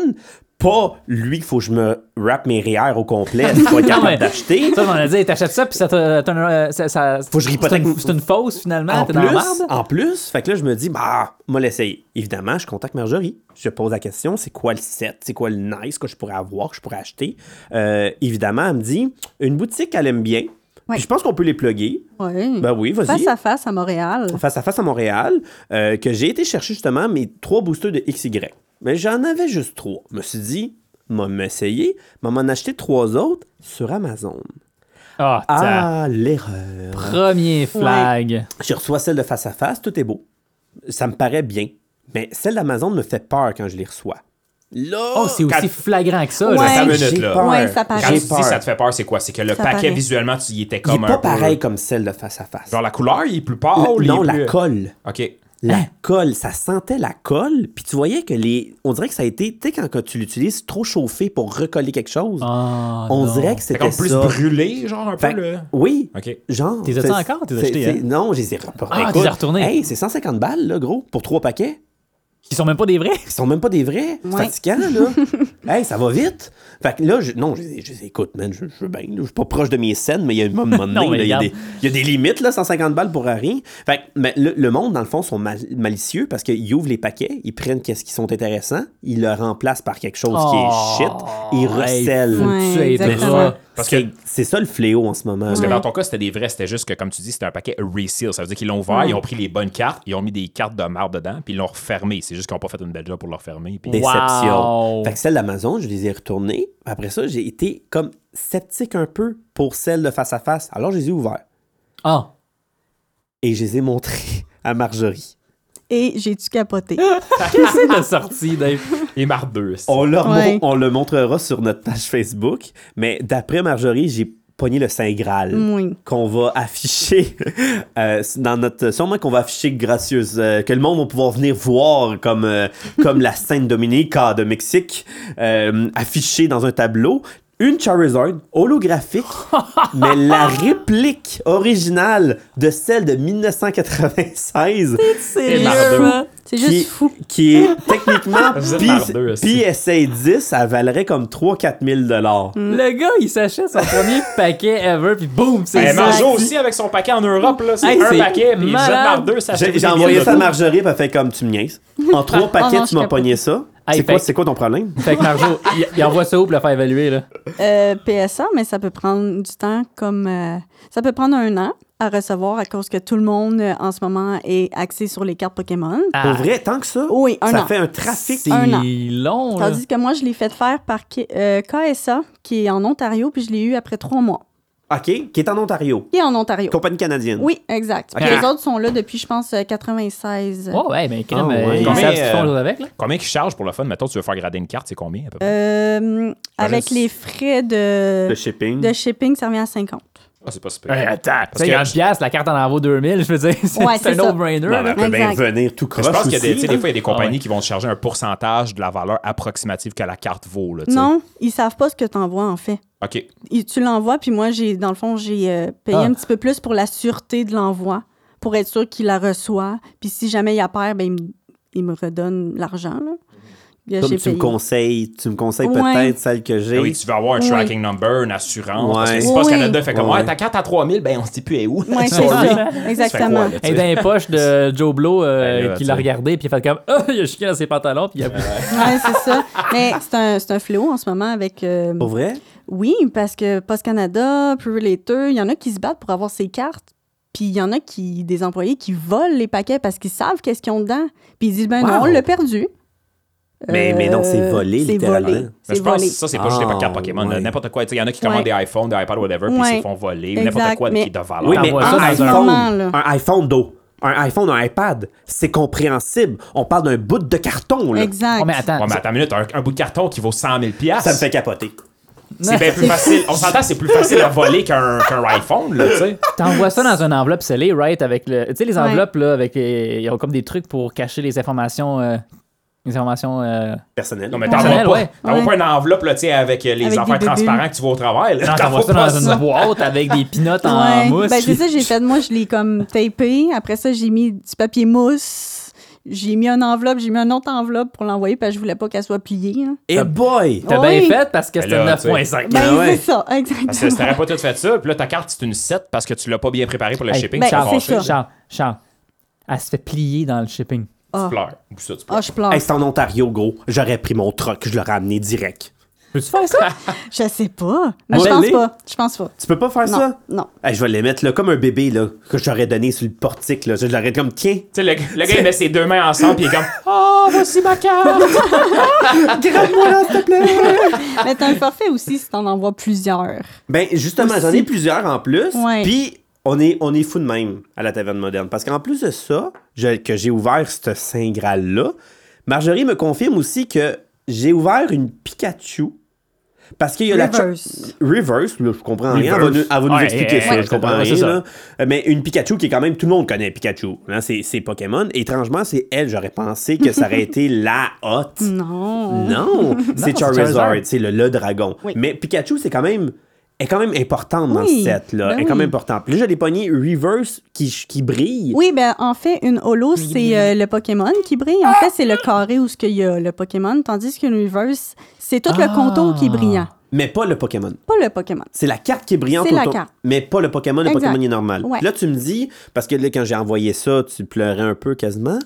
[SPEAKER 3] Pas lui qu'il faut que je me wrap mes REER au complet, je
[SPEAKER 2] (laughs)
[SPEAKER 3] vais être
[SPEAKER 2] Non,
[SPEAKER 3] capable
[SPEAKER 2] mais-
[SPEAKER 3] d'acheter.
[SPEAKER 2] Ça, on a dit, t'achètes ça, puis ça te. t'as un- euh, ça- ça-
[SPEAKER 3] Faut que je
[SPEAKER 2] c'est
[SPEAKER 3] l'hypothèque.
[SPEAKER 2] une- C'est une fausse, finalement.
[SPEAKER 3] En
[SPEAKER 2] T'es dans la
[SPEAKER 3] plus,
[SPEAKER 2] merde.
[SPEAKER 3] en plus, fait que là, je me dis, bah, moi, l'essayer. Évidemment, je contacte Marjorie. Je pose la question, c'est quoi le set? C'est quoi le nice que je pourrais avoir, que je pourrais acheter? Euh, évidemment, elle me dit, une boutique, elle aime bien.
[SPEAKER 5] Ouais.
[SPEAKER 3] Puis je pense qu'on peut les plugger.
[SPEAKER 5] Ouais.
[SPEAKER 3] Ben oui, vas-y.
[SPEAKER 5] face à face à Montréal.
[SPEAKER 3] face à face à Montréal euh, que j'ai été chercher justement mes trois boosters de XY. Mais j'en avais juste trois. Je me suis dit, m'a m'essayer, m'a m'en acheter trois autres sur Amazon.
[SPEAKER 2] Ah, ta
[SPEAKER 3] Ah, l'erreur.
[SPEAKER 2] Premier flag.
[SPEAKER 3] Je reçois celle de face à face, tout est beau. Ça me paraît bien. Mais celle d'Amazon me fait peur quand je les reçois. Là,
[SPEAKER 2] Oh, c'est aussi
[SPEAKER 4] Quatre-
[SPEAKER 2] flagrant que ça, là.
[SPEAKER 5] Ouais.
[SPEAKER 4] Attends une
[SPEAKER 3] j'ai
[SPEAKER 4] minute, là.
[SPEAKER 3] peur.
[SPEAKER 5] Ouais, ça
[SPEAKER 4] Quand
[SPEAKER 5] paraît.
[SPEAKER 4] tu
[SPEAKER 3] J'ai
[SPEAKER 4] dis
[SPEAKER 3] peur.
[SPEAKER 4] ça te fait peur, c'est quoi? C'est que le
[SPEAKER 5] Ça
[SPEAKER 4] paquet,
[SPEAKER 5] paraît.
[SPEAKER 4] visuellement, tu y étais
[SPEAKER 3] Il est
[SPEAKER 4] comme un
[SPEAKER 3] pas
[SPEAKER 4] peu-
[SPEAKER 3] pareil comme celle de face à face.
[SPEAKER 4] Genre, la couleur, il est plus pâle. il est
[SPEAKER 3] non, la
[SPEAKER 4] plus-
[SPEAKER 3] colle.
[SPEAKER 4] OK.
[SPEAKER 3] La
[SPEAKER 2] Hein?
[SPEAKER 3] colle, ça sentait la colle, puis tu voyais que les. On dirait que ça a été, tu sais, quand, quand tu l'utilises trop chauffé pour recoller quelque chose,
[SPEAKER 2] Ah,
[SPEAKER 3] on
[SPEAKER 2] non.
[SPEAKER 3] dirait que
[SPEAKER 4] C'est
[SPEAKER 3] c'était
[SPEAKER 4] comme plus
[SPEAKER 3] ça.
[SPEAKER 4] brûlé, genre, un peu,
[SPEAKER 3] Fait-
[SPEAKER 4] là.
[SPEAKER 3] Oui.
[SPEAKER 4] OK.
[SPEAKER 3] Genre.
[SPEAKER 2] T'es as-tu
[SPEAKER 3] c'est-
[SPEAKER 2] encore? T'es
[SPEAKER 3] c'est-
[SPEAKER 2] acheté,
[SPEAKER 3] c'est-
[SPEAKER 2] hein?
[SPEAKER 3] Non, je les ai retournés.
[SPEAKER 2] Ah,
[SPEAKER 3] Écoute,
[SPEAKER 2] t'es les as retournés.
[SPEAKER 3] Hey, c'est 150 balles, là, gros, pour trois paquets.
[SPEAKER 2] Qui sont même pas des vrais.
[SPEAKER 3] Ils sont même pas des vrais. C'est
[SPEAKER 5] Ouais.
[SPEAKER 3] fatigant, là. hey, ça va vite. Fait que là, je, non, je, les- je les écoute, man, je, je veux bien. là, Je suis pas proche de mes scènes, mais il y a un moment donné,
[SPEAKER 2] (laughs) Non, mais
[SPEAKER 3] là, il y a
[SPEAKER 2] regarde.
[SPEAKER 3] des- il y, a des limites, là, 150 balles pour rien. Fait que, mais le, le monde, dans le fond, sont mal- malicieux parce qu'ils ouvrent les paquets, ils prennent qu'est-ce qui sont intéressants, ils le remplacent par quelque chose qui est shit, ils recèlent.
[SPEAKER 5] Ouais,
[SPEAKER 2] Oh. tu es
[SPEAKER 3] Mais
[SPEAKER 5] exactement.
[SPEAKER 3] ça,
[SPEAKER 2] drôle.
[SPEAKER 4] Parce
[SPEAKER 3] c'est-
[SPEAKER 4] que-
[SPEAKER 3] c'est ça le fléau en ce moment.
[SPEAKER 4] Parce que
[SPEAKER 3] là.
[SPEAKER 4] dans ton cas, c'était des vrais, c'était juste que, comme tu dis, c'était un paquet reseal. Ça veut dire qu'ils l'ont ouvert,
[SPEAKER 2] Mm.
[SPEAKER 4] ils ont pris les bonnes cartes, ils ont mis des cartes de marbre dedans, puis ils l'ont refermé. C'est juste qu'ils n'ont pas fait une belle job pour le refermer. puis- (laughs)
[SPEAKER 3] déception.
[SPEAKER 2] Wow.
[SPEAKER 3] Fait que celle d'Amazon, je les ai retournées. Après ça, j'ai été comme sceptique un peu pour celle de face à face. Alors, je les ai ouvertes
[SPEAKER 2] Ah.
[SPEAKER 3] et je les ai montrées (laughs) à Marjorie.
[SPEAKER 5] Et j'ai-tu capoté?
[SPEAKER 2] Qu'est-ce que c'est la sortie, Dave?
[SPEAKER 4] Et marbre 2. c'est-
[SPEAKER 3] On, leur mon-
[SPEAKER 5] Ouais.
[SPEAKER 3] on le montrera sur notre page Facebook, mais d'après Marjorie, j'ai pogné le Saint Graal.
[SPEAKER 5] Oui.
[SPEAKER 3] Qu'on va afficher (laughs) euh, dans notre. Sûrement qu'on va afficher gracieuse. euh, que le monde va pouvoir venir voir comme, euh, comme
[SPEAKER 5] (laughs)
[SPEAKER 3] la Sainte Dominica de Mexique euh, affichée dans un tableau. Une Charizard
[SPEAKER 5] (laughs)
[SPEAKER 3] holographique, mais la réplique originale de celle de 1996
[SPEAKER 5] C'est
[SPEAKER 4] mardeux.
[SPEAKER 5] C'est
[SPEAKER 3] qui,
[SPEAKER 5] juste fou.
[SPEAKER 3] qui est (laughs) techniquement
[SPEAKER 4] Vous êtes
[SPEAKER 3] P-
[SPEAKER 4] mardeux, aussi.
[SPEAKER 3] PSA 10, elle valerait comme 3-4 dollars.
[SPEAKER 2] Le gars, il s'achète
[SPEAKER 3] (laughs)
[SPEAKER 2] son premier paquet ever, puis boum, c'est
[SPEAKER 3] Ben,
[SPEAKER 4] Eh,
[SPEAKER 2] ça.
[SPEAKER 4] Marjo aussi avec son paquet en Europe, là, c'est
[SPEAKER 2] Hey,
[SPEAKER 4] un
[SPEAKER 2] c'est
[SPEAKER 4] paquet, puis
[SPEAKER 2] malade.
[SPEAKER 4] marbre 2, ça achète
[SPEAKER 3] J'ai j'ai
[SPEAKER 4] des
[SPEAKER 3] envoyé
[SPEAKER 4] billets
[SPEAKER 3] ça à
[SPEAKER 4] d'auto.
[SPEAKER 3] Marjorie, puis elle fait comme tu me niaises.
[SPEAKER 5] (laughs)
[SPEAKER 3] En trois paquets,
[SPEAKER 5] Ah, non, je
[SPEAKER 3] tu m'as
[SPEAKER 5] capote.
[SPEAKER 3] pogné ça.
[SPEAKER 5] Ah,
[SPEAKER 2] Hey,
[SPEAKER 3] c'est quoi,
[SPEAKER 2] fait-
[SPEAKER 3] c'est quoi ton problème?
[SPEAKER 2] Fait que Marjo, il, il envoie ça où pour le faire évaluer, là?
[SPEAKER 5] Euh, PSA, mais ça peut prendre du temps comme. euh, ça peut prendre un an à recevoir à cause que tout le monde euh, en ce moment est axé sur les cartes Pokémon.
[SPEAKER 3] Pour vrai, tant que ça,
[SPEAKER 5] Oui, Ah. Oh, un
[SPEAKER 3] ça
[SPEAKER 5] an.
[SPEAKER 3] fait Ah. un trafic.
[SPEAKER 2] C'est
[SPEAKER 5] un an.
[SPEAKER 2] long, là.
[SPEAKER 5] Tandis que moi, je l'ai fait faire par K- euh, KSA, qui est en Ontario, puis je l'ai eu après trois mois.
[SPEAKER 3] OK, qui est en Ontario.
[SPEAKER 5] Qui est en Ontario.
[SPEAKER 3] Compagnie canadienne.
[SPEAKER 5] Oui, exact. Puis
[SPEAKER 4] Ok.
[SPEAKER 5] les autres sont là depuis, je pense, euh, 96.
[SPEAKER 2] Oh, ouais, mais crème,
[SPEAKER 3] Ah,
[SPEAKER 2] euh,
[SPEAKER 3] ouais.
[SPEAKER 2] ils
[SPEAKER 4] Combien,
[SPEAKER 2] savent ce qu'ils font
[SPEAKER 4] euh,
[SPEAKER 2] là, avec, là.
[SPEAKER 4] Combien qu'ils chargent pour le fun? Mettons, tu veux faire grader une carte, c'est combien à peu près?
[SPEAKER 5] Euh, avec les frais de,
[SPEAKER 3] Le shipping.
[SPEAKER 5] de shipping, ça revient à 50.
[SPEAKER 4] Ah, c'est pas super.
[SPEAKER 2] Ouais, attends, tu
[SPEAKER 4] que-
[SPEAKER 2] sais, 40 piastres, la carte en en vaut 2000, (laughs) je veux dire, c'est
[SPEAKER 5] Ouais,
[SPEAKER 2] c'est un
[SPEAKER 5] c'est ça.
[SPEAKER 2] no-brainer.
[SPEAKER 3] Non, mais ben,
[SPEAKER 2] là.
[SPEAKER 3] elle peut bien
[SPEAKER 5] Exact.
[SPEAKER 3] venir tout
[SPEAKER 4] Mais
[SPEAKER 3] croche
[SPEAKER 4] je pense qu'il y a des, tu
[SPEAKER 3] aussi.
[SPEAKER 4] sais, des fois, il y a des compagnies
[SPEAKER 2] Ah ouais.
[SPEAKER 4] qui vont te charger un pourcentage de la valeur approximative que la carte vaut. Là, tu sais.
[SPEAKER 5] Non, ils savent pas ce que tu envoies, en fait.
[SPEAKER 4] OK.
[SPEAKER 5] Ils- tu l'envoies, puis moi, j'ai dans le fond, j'ai euh, payé
[SPEAKER 2] Ah.
[SPEAKER 5] un petit peu plus pour la sûreté de l'envoi, pour être sûr qu'il la reçoit. Puis si jamais il la perd, ben, il, me, il me redonne l'argent. là. que
[SPEAKER 3] Comme
[SPEAKER 5] j'ai
[SPEAKER 3] tu me
[SPEAKER 5] payé.
[SPEAKER 3] conseilles, tu me conseilles
[SPEAKER 5] Ouais.
[SPEAKER 3] peut-être celle que j'ai.
[SPEAKER 4] Ah oui, tu veux avoir un
[SPEAKER 5] Oui.
[SPEAKER 4] tracking number, une assurance. Parce
[SPEAKER 3] Ouais.
[SPEAKER 4] que si Post
[SPEAKER 5] Oui.
[SPEAKER 4] Canada fait comme,
[SPEAKER 3] Ouais.
[SPEAKER 4] ouais, ta carte à 3000, ben on se dit plus, elle est où? (laughs)
[SPEAKER 5] Ouais, c'est
[SPEAKER 4] Sorry. Tu
[SPEAKER 5] ça.
[SPEAKER 4] fais quoi, là,
[SPEAKER 5] Exactement.
[SPEAKER 4] tu sais?
[SPEAKER 2] Et dans les poches de Joe Blow euh,
[SPEAKER 4] Ben là,
[SPEAKER 2] qui l'a
[SPEAKER 4] tu sais. Euh,
[SPEAKER 2] regardé puis il a fait comme (laughs) Ah, il a chiqué dans ses pantalons puis il a
[SPEAKER 5] Ouais, c'est ça. Mais c'est un, c'est un fléau en ce moment avec. euh,
[SPEAKER 3] Pour vrai?
[SPEAKER 5] Oui, parce que Post Canada, Purelator, il y en a qui se battent pour avoir ces cartes. Puis il y en a qui, des employés qui volent les paquets parce qu'ils savent qu'est-ce qu'ils ont dedans. Puis ils disent, ben non,
[SPEAKER 3] Wow.
[SPEAKER 5] on l'a perdu. Euh,
[SPEAKER 3] Mais- mais non, c'est volé,
[SPEAKER 5] c'est
[SPEAKER 3] littéralement.
[SPEAKER 5] volé,
[SPEAKER 4] Mais
[SPEAKER 5] C'est
[SPEAKER 4] je pense que
[SPEAKER 5] volé.
[SPEAKER 4] ça, c'est pas juste les
[SPEAKER 3] Ah,
[SPEAKER 4] cartes Pokémon, là,
[SPEAKER 3] ouais.
[SPEAKER 4] n'importe quoi. Il y en a qui commandent des iPhones, des iPads, whatever, puis ils
[SPEAKER 5] Ouais.
[SPEAKER 4] se font voler, ou
[SPEAKER 5] Exact,
[SPEAKER 4] n'importe quoi
[SPEAKER 5] mais-
[SPEAKER 4] qui est de valeur.
[SPEAKER 3] Oui,
[SPEAKER 2] Ah,
[SPEAKER 3] mais
[SPEAKER 2] ouais,
[SPEAKER 3] un,
[SPEAKER 2] ça, c'est
[SPEAKER 3] iPhone,
[SPEAKER 2] un
[SPEAKER 5] moment, là.
[SPEAKER 3] un iPhone d'eau, un iPhone, un iPad, c'est compréhensible. On parle d'un bout de carton, là.
[SPEAKER 5] Exact.
[SPEAKER 2] Oh, mais attends,
[SPEAKER 4] Ouais, mais attends une minute, un, un bout de carton qui vaut 100 000
[SPEAKER 3] Ça me fait capoter.
[SPEAKER 4] C'est bien plus facile. On s'entend, c'est plus facile à voler qu'un qu'un iPhone, là, tu sais.
[SPEAKER 2] T'envoies ça dans une enveloppe scellée, right? Avec le, tu sais, les enveloppes, là, avec. les- Ils ont comme des trucs pour cacher les informations. euh, les informations. euh,
[SPEAKER 3] Personnel.
[SPEAKER 4] Non, mais t'en
[SPEAKER 2] Personnel,
[SPEAKER 4] vois pas.
[SPEAKER 2] ouais.
[SPEAKER 4] T'en vois
[SPEAKER 5] Ouais.
[SPEAKER 4] pas une enveloppe, là, tu sais, avec euh, les
[SPEAKER 5] Avec des
[SPEAKER 4] affaires
[SPEAKER 5] bulles.
[SPEAKER 4] transparents que tu vois au travail.
[SPEAKER 2] Non,
[SPEAKER 4] là. T'en
[SPEAKER 2] t'envoies
[SPEAKER 4] vois
[SPEAKER 2] ça
[SPEAKER 4] pas
[SPEAKER 2] dans
[SPEAKER 4] ça.
[SPEAKER 2] une boîte avec des pinottes en
[SPEAKER 5] Ouais.
[SPEAKER 2] mousse.
[SPEAKER 5] Ben, c'est
[SPEAKER 2] puis-
[SPEAKER 5] ça que j'ai fait. Moi, je l'ai comme tapé. Après ça, j'ai mis du papier mousse. J'ai mis une enveloppe, j'ai mis une autre enveloppe pour l'envoyer parce que je voulais pas qu'elle soit pliée. hein.
[SPEAKER 3] Et Eh boy!
[SPEAKER 2] T'as
[SPEAKER 5] Oui.
[SPEAKER 2] bien fait parce que
[SPEAKER 4] Ben
[SPEAKER 2] c'était
[SPEAKER 4] là,
[SPEAKER 2] 9.5.
[SPEAKER 5] Ben,
[SPEAKER 3] Ah ouais.
[SPEAKER 5] c'est ça,
[SPEAKER 4] Parce que si
[SPEAKER 5] exactement.
[SPEAKER 4] t'aurais pas tout fait ça, puis là, ta carte, c'est une 7 parce que tu l'as pas bien préparée pour le
[SPEAKER 2] Hey,
[SPEAKER 4] shipping.
[SPEAKER 5] ben,
[SPEAKER 4] tu vas
[SPEAKER 5] c'est
[SPEAKER 4] fâcher.
[SPEAKER 5] ça.
[SPEAKER 2] Charles, Charles, elle se fait plier dans le shipping.
[SPEAKER 4] Tu
[SPEAKER 5] Ah.
[SPEAKER 4] pleures. Ou ça, tu pleures.
[SPEAKER 5] Ah, je pleure.
[SPEAKER 3] Hey, c'est en Ontario, gros. J'aurais pris mon truck, je l'aurais amené direct.
[SPEAKER 2] Peux-tu faire ça? (laughs)
[SPEAKER 5] Je sais pas. Mais
[SPEAKER 3] Moi,
[SPEAKER 5] je pense
[SPEAKER 3] l'ai.
[SPEAKER 5] pas. Je pense pas.
[SPEAKER 3] Tu peux pas faire
[SPEAKER 5] Non,
[SPEAKER 3] ça?
[SPEAKER 5] non.
[SPEAKER 3] Hey, je vais les mettre là, comme un bébé là, que j'aurais donné sur le portique. Là. Je l'aurais comme tiens.
[SPEAKER 4] Tu sais, le, le gars, il met ses deux mains ensemble, puis il est
[SPEAKER 5] (laughs)
[SPEAKER 4] comme,
[SPEAKER 2] Ah,
[SPEAKER 5] (laughs) Mais t'as un forfait aussi si t'en envoies plusieurs.
[SPEAKER 3] Ben justement,
[SPEAKER 5] Aussi.
[SPEAKER 3] j'en ai plusieurs en plus.
[SPEAKER 5] Ouais.
[SPEAKER 3] Puis on est, on est fou de même à la taverne moderne. Parce qu'en plus de ça, je- que j'ai ouvert ce Saint Graal-là, Marjorie me confirme aussi que j'ai ouvert une Pikachu. Parce qu'il y a
[SPEAKER 5] Reverse.
[SPEAKER 3] la. Reverse. Reverse, là, je comprends rien. Elle va
[SPEAKER 4] Reverse.
[SPEAKER 3] nous, elle va nous
[SPEAKER 4] Ouais,
[SPEAKER 3] expliquer
[SPEAKER 4] ouais,
[SPEAKER 3] ça,
[SPEAKER 4] ouais,
[SPEAKER 3] je comprends
[SPEAKER 4] ouais, c'est
[SPEAKER 3] rien.
[SPEAKER 4] ça.
[SPEAKER 3] là. Euh, Mais une Pikachu qui est quand même. Tout le monde connaît Pikachu. hein, c'est c'est Pokémon. Étrangement, c'est elle, j'aurais pensé que ça aurait été la hotte.
[SPEAKER 5] (laughs) Non.
[SPEAKER 3] Non, c'est
[SPEAKER 2] c'est Charizard.
[SPEAKER 3] Charizard, c'est le, le dragon.
[SPEAKER 5] Oui.
[SPEAKER 3] Mais Pikachu, c'est quand même est quand même importante dans
[SPEAKER 5] Oui,
[SPEAKER 3] le set là,
[SPEAKER 5] ben
[SPEAKER 3] est quand
[SPEAKER 5] oui.
[SPEAKER 3] même importante. Puis là, j'ai des poignées reverse qui qui brille.
[SPEAKER 5] Oui, ben en fait, une holo, c'est euh, le Pokémon qui brille. En fait, c'est le carré où ce qu'il y a le Pokémon, tandis qu'une reverse, c'est tout
[SPEAKER 2] Ah.
[SPEAKER 5] le contour qui est brillant,
[SPEAKER 3] mais pas le Pokémon.
[SPEAKER 5] pas le Pokémon.
[SPEAKER 3] C'est la carte qui est brillante
[SPEAKER 5] C'est la
[SPEAKER 3] autour-
[SPEAKER 5] carte.
[SPEAKER 3] mais pas le Pokémon, le
[SPEAKER 5] Exact.
[SPEAKER 3] Pokémon est normal.
[SPEAKER 5] Ouais.
[SPEAKER 3] Puis Là, tu me dis parce que là, quand j'ai envoyé ça, tu pleurais un peu quasiment.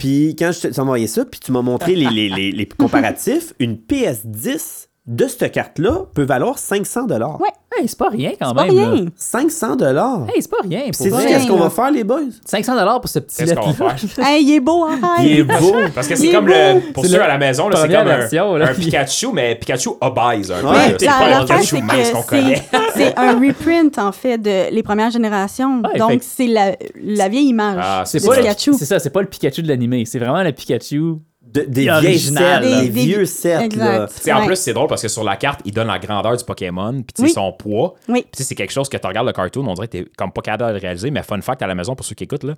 [SPEAKER 3] Puis quand je t'ai envoyé ça, puis tu m'as montré les, les, les-
[SPEAKER 5] (laughs)
[SPEAKER 3] les comparatifs, une PS10 de cette carte-là peut valoir 500 dollars.
[SPEAKER 5] (laughs) Ouais.
[SPEAKER 2] Hey, c'est pas rien quand
[SPEAKER 5] C'est pas
[SPEAKER 2] Ah, même. là.
[SPEAKER 5] rien.
[SPEAKER 3] 500 dollars.
[SPEAKER 2] Hey, c'est pas rien. pour
[SPEAKER 3] C'est
[SPEAKER 2] vrai.
[SPEAKER 3] dit
[SPEAKER 5] vrai.
[SPEAKER 3] qu'est-ce qu'on va faire les boys
[SPEAKER 2] 500 pour ce petit
[SPEAKER 4] qu'est-ce qu'on
[SPEAKER 2] lettre (laughs)
[SPEAKER 4] va faire?
[SPEAKER 5] (laughs) Hey, il est beau, hein, arrête.
[SPEAKER 3] Il est beau.
[SPEAKER 4] Parce que
[SPEAKER 5] Il
[SPEAKER 4] c'est
[SPEAKER 5] est
[SPEAKER 4] comme le. Pour
[SPEAKER 2] C'est
[SPEAKER 4] ceux
[SPEAKER 2] le
[SPEAKER 4] à la maison, là, c'est
[SPEAKER 2] première
[SPEAKER 4] comme un,
[SPEAKER 2] version, là.
[SPEAKER 4] un Pikachu, mais Pikachu obèse un peu.
[SPEAKER 3] Ouais,
[SPEAKER 4] là.
[SPEAKER 5] Ouais,
[SPEAKER 4] C'est
[SPEAKER 5] la-
[SPEAKER 4] pas un
[SPEAKER 5] l'affaire,
[SPEAKER 4] Pikachu
[SPEAKER 5] c'est
[SPEAKER 4] mince
[SPEAKER 5] que
[SPEAKER 4] qu'on connaît.
[SPEAKER 5] c'est- c'est un reprint, en fait, de les premières générations.
[SPEAKER 2] Ouais, fait
[SPEAKER 5] Donc,
[SPEAKER 2] que-
[SPEAKER 5] c'est la, la vieille image
[SPEAKER 4] Ah,
[SPEAKER 2] C'est
[SPEAKER 5] de
[SPEAKER 2] pas le-
[SPEAKER 5] Pikachu.
[SPEAKER 2] C'est ça, c'est pas le Pikachu de l'animé. C'est vraiment le Pikachu.
[SPEAKER 3] De- des
[SPEAKER 2] Original,
[SPEAKER 3] vieilles sets,
[SPEAKER 2] là.
[SPEAKER 3] des,
[SPEAKER 5] Des- des-
[SPEAKER 3] vieux sets. Là.
[SPEAKER 5] Exact.
[SPEAKER 4] Tu sais, En
[SPEAKER 5] Ouais.
[SPEAKER 4] plus, c'est drôle parce que sur la carte, il donne la grandeur du Pokémon, puis tu sais,
[SPEAKER 5] Oui.
[SPEAKER 4] son poids.
[SPEAKER 5] Oui.
[SPEAKER 4] Puis tu sais, c'est quelque chose que tu regardes le cartoon, on dirait que t'es comme pas capable de le réaliser, mais fun fact à la maison pour ceux qui écoutent, là,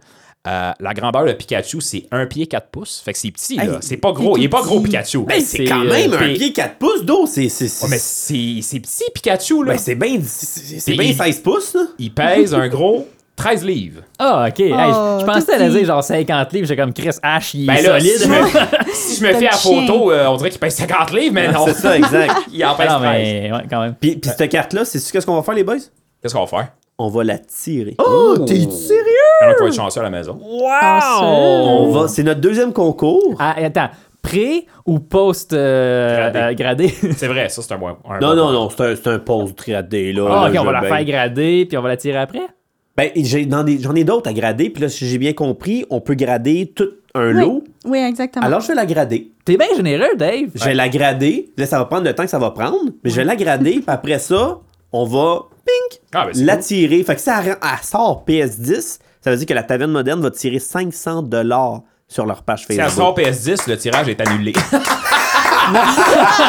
[SPEAKER 4] euh, la grandeur de Pikachu, c'est 1 pied 4 pouces. Fait que c'est petit, là.
[SPEAKER 3] Hey,
[SPEAKER 4] c'est pas gros. Il est pas gros, Pikachu.
[SPEAKER 3] Ben, c'est quand
[SPEAKER 2] euh,
[SPEAKER 3] même un
[SPEAKER 2] puis-
[SPEAKER 3] pied 4 pouces d'eau. C'est c'est-
[SPEAKER 4] Ouais, mais
[SPEAKER 3] c'est-
[SPEAKER 4] c'est c'est petit, Pikachu, là.
[SPEAKER 3] ben, c'est bien c'est- c'est
[SPEAKER 4] Puis-
[SPEAKER 3] bien 16 pouces. Là.
[SPEAKER 4] il pèse un gros 13 livres.
[SPEAKER 2] Ah, ok. Hey, je- je
[SPEAKER 5] Oh,
[SPEAKER 2] pensais qu'elle
[SPEAKER 5] petit.
[SPEAKER 2] dire genre 50 livres. J'ai comme Chris H, il
[SPEAKER 4] Ben
[SPEAKER 2] est
[SPEAKER 4] là, si je (laughs)
[SPEAKER 2] solide.
[SPEAKER 4] me, si je me
[SPEAKER 5] Comme
[SPEAKER 4] fie à la
[SPEAKER 5] chien.
[SPEAKER 4] photo, euh, on dirait qu'il pèse 50 livres, mais non.
[SPEAKER 3] (laughs) C'est ça, exact.
[SPEAKER 4] (laughs) Il en pèse
[SPEAKER 2] Ah, non,
[SPEAKER 4] 13.
[SPEAKER 2] mais ouais, quand même.
[SPEAKER 3] (laughs) puis, puis cette carte-là, c'est qu'est-ce qu'on va faire les boys
[SPEAKER 4] Qu'est-ce qu'on va faire?
[SPEAKER 3] On va la tirer. Oh, t'es sérieux
[SPEAKER 4] Il y en a qui vont être chanceux à la maison.
[SPEAKER 5] Ah,
[SPEAKER 3] On va, c'est notre deuxième concours.
[SPEAKER 2] Ah, attends, pré ou post euh,
[SPEAKER 4] Gradé.
[SPEAKER 2] euh, gradé?
[SPEAKER 4] C'est vrai, ça, c'est un bon. un
[SPEAKER 3] Non,
[SPEAKER 4] bon
[SPEAKER 3] non,
[SPEAKER 4] point.
[SPEAKER 3] non, c'est un, c'est un pause 3D là.
[SPEAKER 2] Ah,
[SPEAKER 3] là,
[SPEAKER 2] ok, on
[SPEAKER 3] je-
[SPEAKER 2] va la
[SPEAKER 3] ben-
[SPEAKER 2] faire grader puis on va la tirer après?
[SPEAKER 3] Ben, j'ai- dans des- j'en ai, d'autres à grader, puis là, si j'ai bien compris, on peut grader tout un lot.
[SPEAKER 5] Oui, Ah. exactement.
[SPEAKER 3] Alors, je vais la grader.
[SPEAKER 2] T'es bien généreux, Dave.
[SPEAKER 3] Je vais la grader. Là, ça va prendre le temps que ça va prendre, mais je vais la grader, puis après ça, on va pink,
[SPEAKER 4] Ah, ben, c'est
[SPEAKER 3] la
[SPEAKER 4] cool.
[SPEAKER 3] tirer. Fait que si elle, elle sort PS10, ça veut dire que la taverne moderne va tirer 500 dollars sur leur page
[SPEAKER 4] Si elle
[SPEAKER 3] Facebook.
[SPEAKER 4] sort PS10, le tirage est annulé. (laughs)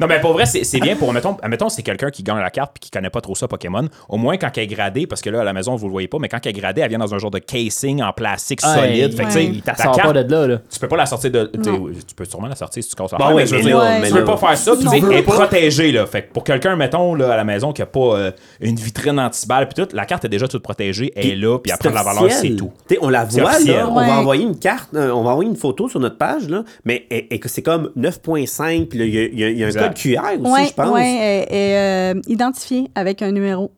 [SPEAKER 4] Non, mais pour vrai, c'est c'est bien pour, mettons, admettons, c'est quelqu'un qui gagne la carte puis qui connaît pas trop ça Pokémon. Au moins, quand elle est gradée, parce que là, à la maison, vous le voyez pas, mais quand elle est gradée, elle vient dans un genre de casing en plastique
[SPEAKER 2] Ah,
[SPEAKER 4] solide.
[SPEAKER 2] il-
[SPEAKER 4] Fait que, tu sais,
[SPEAKER 5] ouais.
[SPEAKER 4] ta
[SPEAKER 2] Ça sort
[SPEAKER 4] carte,
[SPEAKER 2] pas de là, là.
[SPEAKER 4] Tu peux pas la sortir de. tu sais,
[SPEAKER 5] Non.
[SPEAKER 4] Tu peux sûrement la sortir si tu casses la
[SPEAKER 3] Bah
[SPEAKER 4] faire,
[SPEAKER 3] ouais,
[SPEAKER 4] mais je veux
[SPEAKER 3] mais
[SPEAKER 4] dire,
[SPEAKER 5] là, mais
[SPEAKER 4] tu peux
[SPEAKER 3] là.
[SPEAKER 4] pas faire ça. Puis,
[SPEAKER 5] Non.
[SPEAKER 4] tu sais, elle est
[SPEAKER 5] Pas.
[SPEAKER 4] protégée, là. Fait que pour quelqu'un, mettons, là, à la maison, qui a pas euh, une vitrine anti-balle, puis tout, la carte est déjà toute protégée, elle est là, puis elle prend de la valeur, c'est
[SPEAKER 3] officiel.
[SPEAKER 4] tout.
[SPEAKER 3] T'sais, on la
[SPEAKER 4] C'est
[SPEAKER 3] voit,
[SPEAKER 4] officiel.
[SPEAKER 3] là. On
[SPEAKER 5] Ouais.
[SPEAKER 3] va envoyer une carte, euh, on va envoyer une photo sur notre page, là. Mais et, et que c'est comme 9.5, puis là, il y a- il y, a- il y a un
[SPEAKER 4] Exact.
[SPEAKER 3] code QR aussi,
[SPEAKER 5] Oui,
[SPEAKER 3] je pense.
[SPEAKER 5] identifié euh, avec un numéro.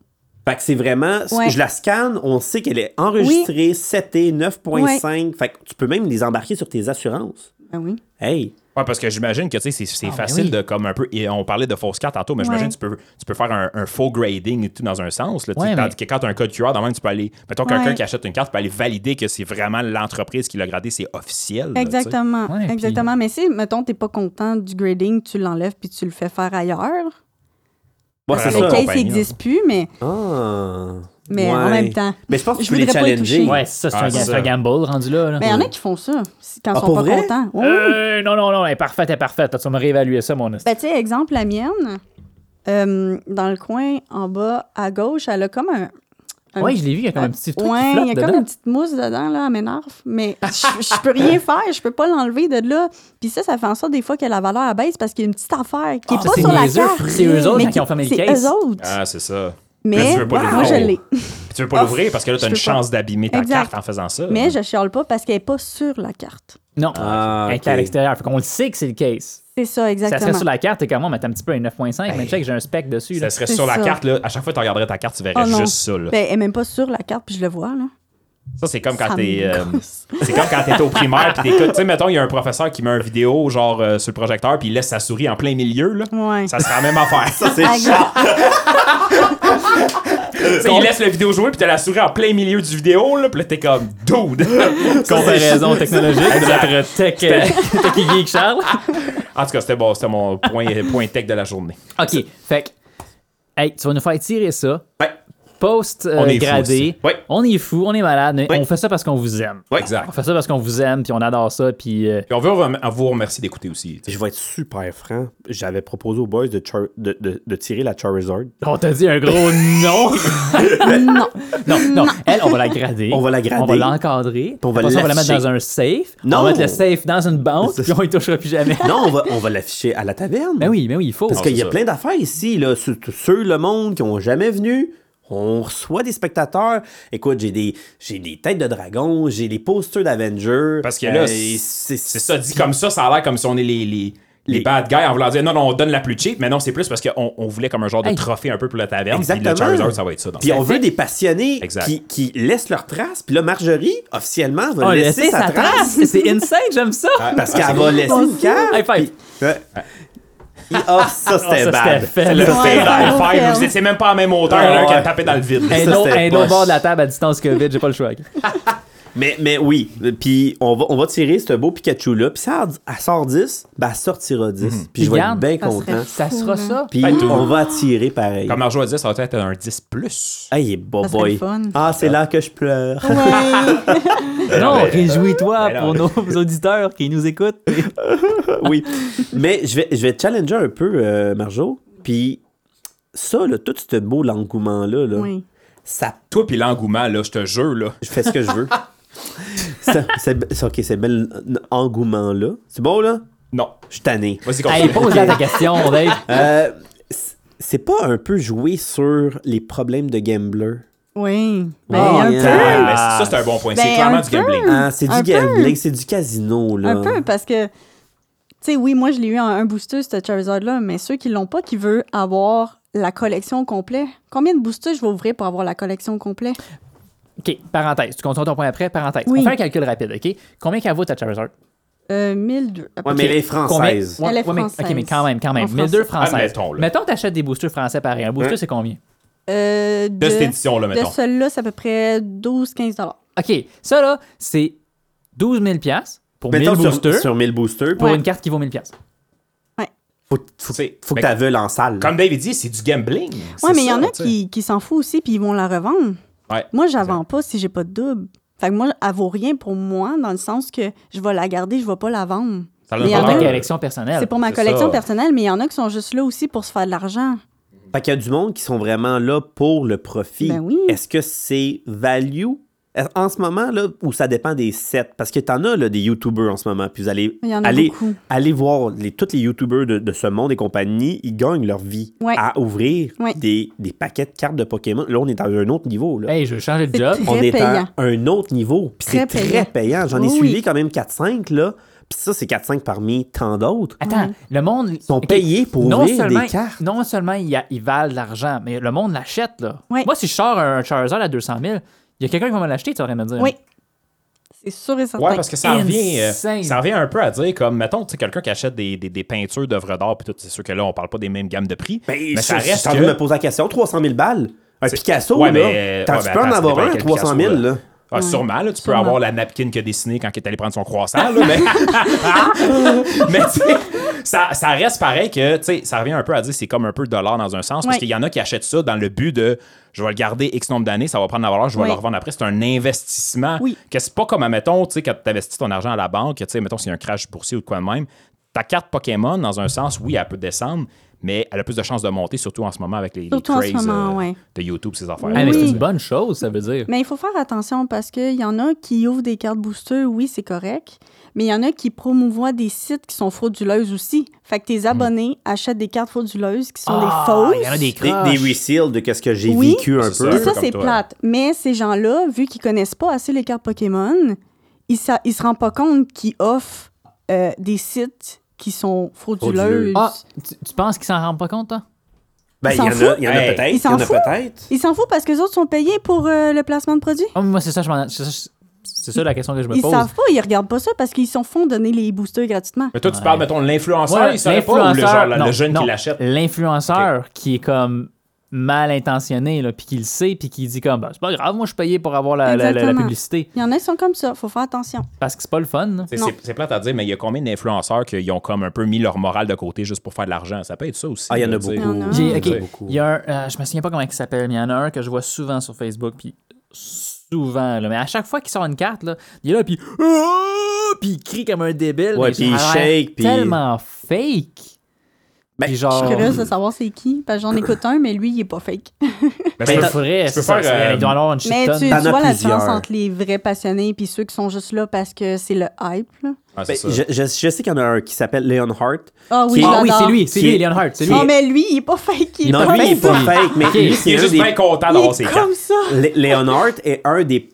[SPEAKER 3] Fait que c'est vraiment,
[SPEAKER 5] Ouais.
[SPEAKER 3] je la scanne, on sait qu'elle est enregistrée, 7T, 9.5. Fait que tu peux même les embarquer sur tes assurances.
[SPEAKER 5] Ben oui.
[SPEAKER 3] Hey,
[SPEAKER 4] Ouais, parce que j'imagine que tu sais, c'est c'est
[SPEAKER 2] Ah, ben
[SPEAKER 4] facile
[SPEAKER 2] oui.
[SPEAKER 4] de comme un peu. et on parlait de fausse carte tantôt, mais j'imagine
[SPEAKER 5] Ouais.
[SPEAKER 4] que tu peux, tu peux faire un, un faux grading et tout dans un sens. Là, tu sais,
[SPEAKER 2] Ouais,
[SPEAKER 4] Tandis
[SPEAKER 2] mais-
[SPEAKER 4] que quand tu as un code QR, dans le même, tu peux aller. Mettons, quelqu'un
[SPEAKER 5] Ouais.
[SPEAKER 4] qui achète une carte peut aller valider que c'est vraiment l'entreprise qui l'a gradé, c'est officiel. là, tu sais.
[SPEAKER 5] Exactement.
[SPEAKER 2] Ouais, puis-
[SPEAKER 5] exactement. Mais si, mettons, t'es pas content du grading, tu l'enlèves puis tu le fais faire ailleurs.
[SPEAKER 3] bon,
[SPEAKER 4] Ouais,
[SPEAKER 3] c'est
[SPEAKER 4] un
[SPEAKER 3] ça.
[SPEAKER 5] Le
[SPEAKER 4] autre
[SPEAKER 5] case
[SPEAKER 4] compagnie,
[SPEAKER 5] n'existe plus, mais,
[SPEAKER 3] Ah.
[SPEAKER 5] mais en
[SPEAKER 3] Ouais.
[SPEAKER 5] même temps.
[SPEAKER 3] Mais je pense que
[SPEAKER 5] Je
[SPEAKER 3] tu peux les
[SPEAKER 5] voudrais pas y
[SPEAKER 3] challenger.
[SPEAKER 5] toucher.
[SPEAKER 2] Ouais, c'est ça, c'est
[SPEAKER 4] Ah,
[SPEAKER 2] un,
[SPEAKER 4] c'est
[SPEAKER 2] c'est un
[SPEAKER 4] ça.
[SPEAKER 2] gamble rendu là. là.
[SPEAKER 5] Mais il y en Ben, a qui font ça c'est quand ils
[SPEAKER 3] Ah,
[SPEAKER 5] sont
[SPEAKER 3] pour
[SPEAKER 5] pas
[SPEAKER 3] vrai?
[SPEAKER 5] contents. Oui.
[SPEAKER 2] Euh, non, non, non, elle est parfaite, elle est parfaite. Tu vas me réévaluer ça, mon hostie.
[SPEAKER 5] Ben, tu sais, exemple, la mienne, euh, dans le coin en bas à gauche, elle a comme un. un
[SPEAKER 2] Ouais, je l'ai vu, il y a comme un petit truc Euh, oh, qui
[SPEAKER 5] Ben, Ouais,
[SPEAKER 2] flotte
[SPEAKER 5] il y a
[SPEAKER 2] dedans.
[SPEAKER 5] comme une petite mousse dedans, là, elle m'énerve. Mais je, je
[SPEAKER 2] (laughs)
[SPEAKER 5] peux rien faire, je peux pas l'enlever de là. Puis ça, ça fait en sorte des fois que la valeur abaisse parce qu'il y a une petite affaire qui est
[SPEAKER 2] Ah,
[SPEAKER 5] pas
[SPEAKER 2] c'est
[SPEAKER 5] sur la
[SPEAKER 2] niaiseux.
[SPEAKER 5] carte.
[SPEAKER 2] C'est eux autres
[SPEAKER 5] mais
[SPEAKER 2] qui ont fermé le
[SPEAKER 5] c'est
[SPEAKER 2] case.
[SPEAKER 5] eux autres.
[SPEAKER 4] Ah, c'est ça. Mais
[SPEAKER 5] mais
[SPEAKER 4] tu veux pas
[SPEAKER 5] moi, je
[SPEAKER 4] l'ouvrir.
[SPEAKER 5] l'ai.
[SPEAKER 4] Puis tu veux pas l'ouvrir parce que là, tu as
[SPEAKER 5] Ah, je
[SPEAKER 4] une
[SPEAKER 5] peux pas.
[SPEAKER 4] chance d'abîmer ta
[SPEAKER 5] Exact.
[SPEAKER 4] carte en faisant ça.
[SPEAKER 5] Mais je chiale pas parce qu'elle est pas sur la carte.
[SPEAKER 2] Non,
[SPEAKER 3] Ah,
[SPEAKER 2] elle
[SPEAKER 3] ok.
[SPEAKER 2] était à l'extérieur. Fait qu'on le sait que c'est le case.
[SPEAKER 5] C'est ça,
[SPEAKER 2] Ça
[SPEAKER 5] exactement.
[SPEAKER 2] serait sur la carte, t'es comme moi, mais t'as un petit peu un 9.5, mais check, j'ai un spec dessus.
[SPEAKER 4] Ça
[SPEAKER 2] Là.
[SPEAKER 4] serait
[SPEAKER 5] C'est
[SPEAKER 4] sur la
[SPEAKER 5] ça.
[SPEAKER 4] carte, là. À chaque fois que tu regarderais ta carte, tu verrais
[SPEAKER 5] Oh non.
[SPEAKER 4] juste ça, là.
[SPEAKER 5] Ben, elle est même pas sur la carte, puis je le
[SPEAKER 2] (laughs)
[SPEAKER 5] vois, là.
[SPEAKER 4] Ça, c'est comme quand
[SPEAKER 5] Ça me
[SPEAKER 4] t'es. euh,
[SPEAKER 5] gosse.
[SPEAKER 4] c'est comme quand t'es au primaire, puis t'écoutes. Tu sais, mettons, il y a un professeur qui met un vidéo, genre, euh, sur le projecteur, puis il laisse sa souris en plein milieu, là.
[SPEAKER 5] Ouais.
[SPEAKER 4] Ça sera la même affaire.
[SPEAKER 3] C'est
[SPEAKER 5] Exact.
[SPEAKER 4] (laughs) Tu sais, il laisse la vidéo jouer, puis t'as la souris en plein milieu du vidéo, là, puis là, t'es comme
[SPEAKER 5] (laughs)
[SPEAKER 4] dude.
[SPEAKER 2] Comparaison technologique de notre tech, euh, (laughs) tech geek Charles.
[SPEAKER 4] En tout cas, c'était bon, c'était mon point, point tech de la journée.
[SPEAKER 2] (laughs) OK, fait que, hey, tu vas nous faire tirer ça.
[SPEAKER 3] Ouais.
[SPEAKER 2] Post euh,
[SPEAKER 4] On est fous,
[SPEAKER 2] gradé.
[SPEAKER 3] ça. Ouais.
[SPEAKER 2] On est fou, on est malade, mais
[SPEAKER 3] Ouais.
[SPEAKER 2] on fait ça parce qu'on vous aime.
[SPEAKER 3] Ouais.
[SPEAKER 4] Exact.
[SPEAKER 2] On fait ça parce qu'on vous aime, puis on adore ça, puis euh,
[SPEAKER 4] Puis on veut rem- vous remercier d'écouter aussi. tu sais.
[SPEAKER 3] Je vais être super franc. J'avais proposé aux boys de, char- de, de, de tirer la Charizard.
[SPEAKER 2] on t'a dit un gros non.
[SPEAKER 5] (laughs) non.
[SPEAKER 2] non, non. Elle, on va la grader.
[SPEAKER 3] On va la grader.
[SPEAKER 2] On va l'encadrer.
[SPEAKER 3] on va
[SPEAKER 2] Après ça, on va la mettre
[SPEAKER 3] l'afficher.
[SPEAKER 2] dans un safe.
[SPEAKER 3] Non.
[SPEAKER 2] On va mettre le safe dans une banque,
[SPEAKER 3] C'est-
[SPEAKER 2] puis on y touchera plus jamais.
[SPEAKER 3] Non, on va, on va l'afficher à la taverne.
[SPEAKER 2] Mais oui, mais oui, il faut.
[SPEAKER 3] Parce qu'il y a
[SPEAKER 4] Ah, ça.
[SPEAKER 3] plein d'affaires ici, là, sur, sur le monde qui n'ont jamais venu. On reçoit des spectateurs. Écoute, j'ai des, j'ai des têtes de dragon, j'ai des posters d'Avengers.
[SPEAKER 4] Parce que là,
[SPEAKER 3] Euh,
[SPEAKER 4] c'est
[SPEAKER 3] c'est
[SPEAKER 4] c'est ça, dit comme ça, ça a l'air comme si on est les, les, les bad guys en voulant dire non, non, on donne la plus cheap, mais non, c'est plus parce qu'on on voulait comme un genre de
[SPEAKER 2] Hey.
[SPEAKER 4] trophée un peu pour la taverne. puis
[SPEAKER 3] Exactement.
[SPEAKER 4] le Charizard, ça va être ça. Dans
[SPEAKER 3] Puis on
[SPEAKER 4] le fond.
[SPEAKER 3] veut des passionnés
[SPEAKER 4] Exact.
[SPEAKER 3] qui, qui laissent leur trace. Puis là, Marjorie, officiellement, va
[SPEAKER 2] On a
[SPEAKER 3] laisser
[SPEAKER 2] laissé
[SPEAKER 3] sa, trace. Ah,
[SPEAKER 2] C'est insane, j'aime ça.
[SPEAKER 3] Parce qu'elle va laisser une carte.
[SPEAKER 2] High five.
[SPEAKER 3] Ouais. Ah, ça, c'était
[SPEAKER 2] ça,
[SPEAKER 3] bad.
[SPEAKER 2] c'était fait,
[SPEAKER 3] Ça,
[SPEAKER 2] là.
[SPEAKER 4] Le
[SPEAKER 5] Ouais,
[SPEAKER 4] fail
[SPEAKER 5] ouais,
[SPEAKER 4] high five,
[SPEAKER 5] ouais.
[SPEAKER 4] vous étiez même pas à la même hauteur là,
[SPEAKER 3] Ouais,
[SPEAKER 4] qu'à
[SPEAKER 3] ouais.
[SPEAKER 4] taper dans le vide.
[SPEAKER 2] Un
[SPEAKER 3] Ça,
[SPEAKER 2] autre
[SPEAKER 3] c'était
[SPEAKER 2] un autre
[SPEAKER 3] poche.
[SPEAKER 2] bord de la table à distance COVID, j'ai pas le choix.
[SPEAKER 3] Mais, mais oui, puis on va, on va tirer ce beau Pikachu-là. Puis ça, elle sort 10, ben elle sortira 10. Puis je vais être
[SPEAKER 2] Regarde,
[SPEAKER 3] bien
[SPEAKER 5] ça
[SPEAKER 3] content.
[SPEAKER 5] serait- hein.
[SPEAKER 2] Ça sera ça.
[SPEAKER 3] Puis
[SPEAKER 4] Peut-être
[SPEAKER 3] on
[SPEAKER 4] tout.
[SPEAKER 3] va tirer pareil.
[SPEAKER 4] Comme Marjo a dit, ça va être un 10 plus.
[SPEAKER 3] Hey, bon
[SPEAKER 5] Ça serait
[SPEAKER 3] boy.
[SPEAKER 5] le fun.
[SPEAKER 3] Ah, c'est là que je pleure. (laughs)
[SPEAKER 2] Non, réjouis-toi
[SPEAKER 4] ben non.
[SPEAKER 2] pour
[SPEAKER 3] (laughs)
[SPEAKER 2] nos auditeurs qui nous écoutent.
[SPEAKER 3] oui. Mais je vais, je vais challenger un peu, euh, Marjo. Puis ça, là, tout ce beau engouement-là, là,
[SPEAKER 5] Oui.
[SPEAKER 3] ça,
[SPEAKER 4] Toi, puis l'engouement, là, je te jure, là.
[SPEAKER 3] je fais ce que je
[SPEAKER 5] (laughs)
[SPEAKER 3] veux. ça, c'est, c'est- OK, c'est bel engouement-là. C'est bon, là?
[SPEAKER 4] Non.
[SPEAKER 3] Je suis tanné.
[SPEAKER 4] Vas-y,
[SPEAKER 2] Hey,
[SPEAKER 4] continue.
[SPEAKER 2] pose-la ta question, Dave.
[SPEAKER 3] Euh, c'est- c'est pas un peu jouer sur les problèmes de gambler?
[SPEAKER 5] Oui. Ben,
[SPEAKER 3] Oh,
[SPEAKER 5] un
[SPEAKER 3] yeah.
[SPEAKER 5] peu.
[SPEAKER 4] Ah, mais ça, c'est un bon point.
[SPEAKER 5] Ben,
[SPEAKER 4] c'est clairement
[SPEAKER 5] un
[SPEAKER 4] du
[SPEAKER 5] peu.
[SPEAKER 4] gambling.
[SPEAKER 3] Ah, c'est du
[SPEAKER 5] Un peu.
[SPEAKER 3] gambling, c'est du casino, là.
[SPEAKER 5] Un peu, parce que, tu sais, oui, moi, je l'ai eu en un booster, ce Charizard-là, mais ceux qui l'ont pas, qui veulent avoir la collection au complet, combien de boosters je vais ouvrir pour avoir la collection au complet?
[SPEAKER 2] OK, parenthèse. Tu comptes ton point après, parenthèse.
[SPEAKER 5] Oui.
[SPEAKER 2] On fait un calcul rapide, OK? Combien qu'elle vaut ta Charizard?
[SPEAKER 5] Euh, 1002.
[SPEAKER 3] Ouais, mais
[SPEAKER 2] Ok,
[SPEAKER 3] elle est française.
[SPEAKER 2] Combien-
[SPEAKER 5] Elle est
[SPEAKER 2] mais-
[SPEAKER 5] française.
[SPEAKER 2] OK, mais quand même, quand
[SPEAKER 5] En
[SPEAKER 2] même.
[SPEAKER 5] français.
[SPEAKER 2] 1002 françaises.
[SPEAKER 4] Admettons, là.
[SPEAKER 2] Mettons que t'achètes des boosters français pareil. Un booster,
[SPEAKER 3] Hein?
[SPEAKER 2] c'est combien?
[SPEAKER 5] Euh, de,
[SPEAKER 4] De cette édition-là,
[SPEAKER 5] de
[SPEAKER 4] mettons.
[SPEAKER 5] celui-là, c'est à peu près 12-15
[SPEAKER 2] OK, ça, là, c'est 12 000 piastres pour 1000
[SPEAKER 3] Mettons sur,
[SPEAKER 2] boosters
[SPEAKER 3] sur 1000 boosters,
[SPEAKER 2] pour
[SPEAKER 5] Ouais.
[SPEAKER 2] une carte qui vaut 1000 piastres.
[SPEAKER 3] faut, faut,
[SPEAKER 4] C'est-
[SPEAKER 3] faut que
[SPEAKER 4] ben,
[SPEAKER 3] tu veuilles en salle.
[SPEAKER 4] Comme David dit, c'est du gambling.
[SPEAKER 5] Ouais,
[SPEAKER 4] C'est
[SPEAKER 5] mais il y
[SPEAKER 4] ça,
[SPEAKER 5] en a
[SPEAKER 4] tu sais.
[SPEAKER 5] qui, qui s'en foutent aussi, puis ils vont la revendre.
[SPEAKER 4] Ouais.
[SPEAKER 5] Moi, je la vends pas si j'ai pas de double. Fait que moi, elle vaut rien pour moi, dans le sens que je vais la garder, je vais pas la vendre.
[SPEAKER 4] Ça a
[SPEAKER 5] Mais
[SPEAKER 4] une
[SPEAKER 5] il y en a
[SPEAKER 2] Pendant
[SPEAKER 5] qui-
[SPEAKER 4] valeur.
[SPEAKER 2] collection personnelle.
[SPEAKER 5] C'est pour ma
[SPEAKER 4] Ah, C'est
[SPEAKER 5] collection
[SPEAKER 4] ça.
[SPEAKER 5] personnelle, mais il y en a qui sont juste là aussi pour se faire de l'argent.
[SPEAKER 3] Fait qu'il y a du monde qui sont vraiment là pour le profit.
[SPEAKER 5] Ben oui.
[SPEAKER 3] Est-ce que c'est value en ce moment, là, ou ça dépend des sets? Parce que t'en as, là, des YouTubers en ce moment, puis vous allez,
[SPEAKER 5] Il y en a
[SPEAKER 3] allez,
[SPEAKER 5] beaucoup.
[SPEAKER 3] allez voir les, tous les YouTubers de, de ce monde et compagnie, ils gagnent leur vie
[SPEAKER 5] Ouais.
[SPEAKER 3] à ouvrir
[SPEAKER 5] Ouais.
[SPEAKER 3] des, des paquets de cartes de Pokémon. Là, on est à un autre niveau, là.
[SPEAKER 2] Hey, je veux changer de job.
[SPEAKER 5] très-
[SPEAKER 3] on est
[SPEAKER 5] payant.
[SPEAKER 3] à un autre niveau, puis c'est
[SPEAKER 5] Très
[SPEAKER 3] très payant.
[SPEAKER 5] payant.
[SPEAKER 3] J'en ai
[SPEAKER 5] Oui,
[SPEAKER 3] suivi
[SPEAKER 5] oui.
[SPEAKER 3] quand même 4-5, là, puis ça, c'est 4-5 parmi tant d'autres.
[SPEAKER 2] Attends, le monde. Ils
[SPEAKER 3] sont payés pour ouvrir
[SPEAKER 2] seulement,
[SPEAKER 3] des cartes.
[SPEAKER 2] Non seulement ils, a- ils valent de l'argent, mais le monde l'achète, là.
[SPEAKER 5] Ouais.
[SPEAKER 2] Moi, si je sors un Charizard à 200 000, il y a quelqu'un qui va me l'acheter, tu vas me dire.
[SPEAKER 5] Oui. C'est sûr et certain.
[SPEAKER 4] Ouais, parce que ça revient, euh,
[SPEAKER 2] Insane.
[SPEAKER 4] ça revient un peu à dire comme, mettons, tu sais, quelqu'un qui achète des, des, des peintures d'œuvres d'art, puis tout, c'est sûr que là, on parle pas des mêmes gammes de prix.
[SPEAKER 3] Ben,
[SPEAKER 4] mais ça
[SPEAKER 3] je- je suis
[SPEAKER 4] reste.
[SPEAKER 3] en train de me
[SPEAKER 4] que-
[SPEAKER 3] poser la question. 300 000 balles? Un Picasso, là.
[SPEAKER 4] Ouais, mais-
[SPEAKER 3] T'as-
[SPEAKER 4] ouais,
[SPEAKER 3] tu
[SPEAKER 4] mais
[SPEAKER 3] peux en
[SPEAKER 4] attends, ça
[SPEAKER 3] avoir
[SPEAKER 4] dépend
[SPEAKER 3] un,
[SPEAKER 4] quel
[SPEAKER 3] 300 000,
[SPEAKER 4] Picasso,
[SPEAKER 3] là.
[SPEAKER 4] Ah, sûrement, là, tu peux
[SPEAKER 2] Sûrement.
[SPEAKER 4] avoir la napkin que dessiné quand il est allé prendre son croissant, là,
[SPEAKER 3] (laughs)
[SPEAKER 4] mais. mais tu sais, ça, ça reste pareil que, tu sais, ça revient un peu à dire c'est comme un peu de l'or dans un sens, parce
[SPEAKER 5] Ouais.
[SPEAKER 4] qu'il y en a qui achètent ça dans le but de je vais le garder X nombre d'années, ça va prendre la valeur, je vais
[SPEAKER 5] Ouais.
[SPEAKER 4] le revendre après. C'est un investissement.
[SPEAKER 5] Oui.
[SPEAKER 4] Que c'est pas comme, mettons, tu sais, quand tu investis ton argent à la banque, tu sais, mettons, s'il y a un crash boursier ou de quoi de même, ta carte Pokémon, dans un sens, oui, elle peut descendre, mais elle a plus de chances de monter, surtout en ce moment avec les, les
[SPEAKER 5] Surtout en ce
[SPEAKER 4] craze,
[SPEAKER 5] moment,
[SPEAKER 4] euh,
[SPEAKER 5] ouais.
[SPEAKER 4] de YouTube, ces affaires.
[SPEAKER 2] Ah, mais c'est
[SPEAKER 5] Oui.
[SPEAKER 2] une bonne chose, ça veut dire.
[SPEAKER 5] Mais il faut faire attention parce qu'il y en a qui ouvrent des cartes booster, oui, c'est correct. Mais il y en a qui promouvoient des sites qui sont frauduleuses aussi. Fait que tes abonnés achètent des cartes frauduleuses qui sont
[SPEAKER 2] Hmm. Ah,
[SPEAKER 5] des fausses.
[SPEAKER 2] Il y en a des
[SPEAKER 3] Des,
[SPEAKER 2] croches.
[SPEAKER 3] des reseals de ce que j'ai
[SPEAKER 5] Oui.
[SPEAKER 3] vécu un
[SPEAKER 4] C'est
[SPEAKER 3] peu.
[SPEAKER 5] Et
[SPEAKER 4] un peu
[SPEAKER 5] ça,
[SPEAKER 4] comme
[SPEAKER 5] c'est
[SPEAKER 4] toi.
[SPEAKER 5] plate. Mais ces gens-là, vu qu'ils connaissent pas assez les cartes Pokémon, ils sa- ils se rendent pas compte qu'ils offrent euh, des sites qui sont frauduleuses.
[SPEAKER 3] Frauduleux.
[SPEAKER 2] Ah, tu, tu penses qu'ils s'en rendent pas compte, hein?
[SPEAKER 3] Ben, il y
[SPEAKER 5] s'en
[SPEAKER 3] en a, il y en a
[SPEAKER 4] Hey.
[SPEAKER 3] peut-être.
[SPEAKER 5] Ils
[SPEAKER 3] Il y en a
[SPEAKER 5] s'en foutent.
[SPEAKER 3] peut-être.
[SPEAKER 5] Ils s'en foutent parce que les autres sont payés pour euh, le placement de produits.
[SPEAKER 2] Ah, mais moi, c'est ça, je m'en- c'est ça, c'est ça la question que je me
[SPEAKER 5] Ils
[SPEAKER 2] pose.
[SPEAKER 5] savent pas, ils regardent pas ça parce qu'ils se font donner les boosters gratuitement.
[SPEAKER 4] Mais toi, tu
[SPEAKER 2] Ouais.
[SPEAKER 4] parles, mettons, de l'influenceur,
[SPEAKER 2] Ouais,
[SPEAKER 4] il saurait pas, ou le, genre, le- le jeune
[SPEAKER 2] non,
[SPEAKER 4] qui
[SPEAKER 2] non,
[SPEAKER 4] l'achète.
[SPEAKER 2] L'influenceur qui est comme mal intentionné, là, puis qui le sait, puis qui dit comme, Ben, c'est pas grave, moi je suis payé pour avoir la, la- la- la
[SPEAKER 5] Exactement.
[SPEAKER 2] publicité.
[SPEAKER 5] Il y en a qui sont comme ça, faut faire attention.
[SPEAKER 2] Parce que c'est pas le fun. là.
[SPEAKER 4] C'est-
[SPEAKER 5] Non.
[SPEAKER 4] C'est c'est plate à dire, mais il y a combien d'influenceurs qui ont comme un peu mis leur morale de côté juste pour faire de l'argent? Ça peut être ça aussi.
[SPEAKER 3] Ah, il y en
[SPEAKER 4] là,
[SPEAKER 3] a
[SPEAKER 4] tu sais.
[SPEAKER 5] Il y en a.
[SPEAKER 3] beaucoup.
[SPEAKER 2] J'ai- ok,
[SPEAKER 4] Ouais.
[SPEAKER 3] Beaucoup.
[SPEAKER 2] Il y a un, euh, je me souviens pas comment il s'appelle, mais il y en a un que je vois souvent sur Facebook, puis souvent, là, mais à chaque fois qu'il sort une carte, là, il est là, puis, Ah! puis il crie comme un débile.
[SPEAKER 3] Ouais,
[SPEAKER 2] mais
[SPEAKER 3] puis il
[SPEAKER 2] ça a l'air
[SPEAKER 3] shake, puis-
[SPEAKER 2] Tellement fake.
[SPEAKER 3] Ben,
[SPEAKER 2] Puis
[SPEAKER 5] Je
[SPEAKER 2] genre,
[SPEAKER 5] suis curieuse de savoir c'est qui, parce que j'en écoute un, mais lui, il est pas fake.
[SPEAKER 4] Mais
[SPEAKER 2] Ben,
[SPEAKER 4] je
[SPEAKER 2] je
[SPEAKER 4] peux-
[SPEAKER 2] ferais,
[SPEAKER 4] je peux
[SPEAKER 2] c'est ça,
[SPEAKER 4] faire,
[SPEAKER 2] c'est-
[SPEAKER 4] euh,
[SPEAKER 2] il doit en avoir une shit
[SPEAKER 5] Mais
[SPEAKER 2] tonne.
[SPEAKER 5] tu, tu
[SPEAKER 3] T'en as
[SPEAKER 5] vois la
[SPEAKER 3] plusieurs.
[SPEAKER 5] différence entre les vrais passionnés puis ceux qui sont juste là parce que c'est le hype. là.
[SPEAKER 4] Ah, c'est
[SPEAKER 3] Ben,
[SPEAKER 4] ça.
[SPEAKER 3] je, je- je sais qu'il y en a un qui s'appelle Leon Hart.
[SPEAKER 5] Ah oui,
[SPEAKER 3] Qui-
[SPEAKER 2] Ah oui,
[SPEAKER 5] j'adore.
[SPEAKER 2] c'est lui, c'est
[SPEAKER 3] Qui-
[SPEAKER 2] lui, Leon Hart, c'est lui.
[SPEAKER 5] Non, mais lui, il est pas fake. Il est
[SPEAKER 2] Non,
[SPEAKER 5] pas
[SPEAKER 3] Non, lui, il
[SPEAKER 5] fake.
[SPEAKER 3] est pas fake, mais
[SPEAKER 2] Ok.
[SPEAKER 3] lui,
[SPEAKER 4] Il
[SPEAKER 3] c'est
[SPEAKER 4] est
[SPEAKER 3] un
[SPEAKER 4] juste
[SPEAKER 3] des-
[SPEAKER 4] bien content
[SPEAKER 5] Il
[SPEAKER 4] d'avoir ses
[SPEAKER 5] est
[SPEAKER 4] cartes.
[SPEAKER 5] comme ça.
[SPEAKER 3] Lé- Leon Hart est un des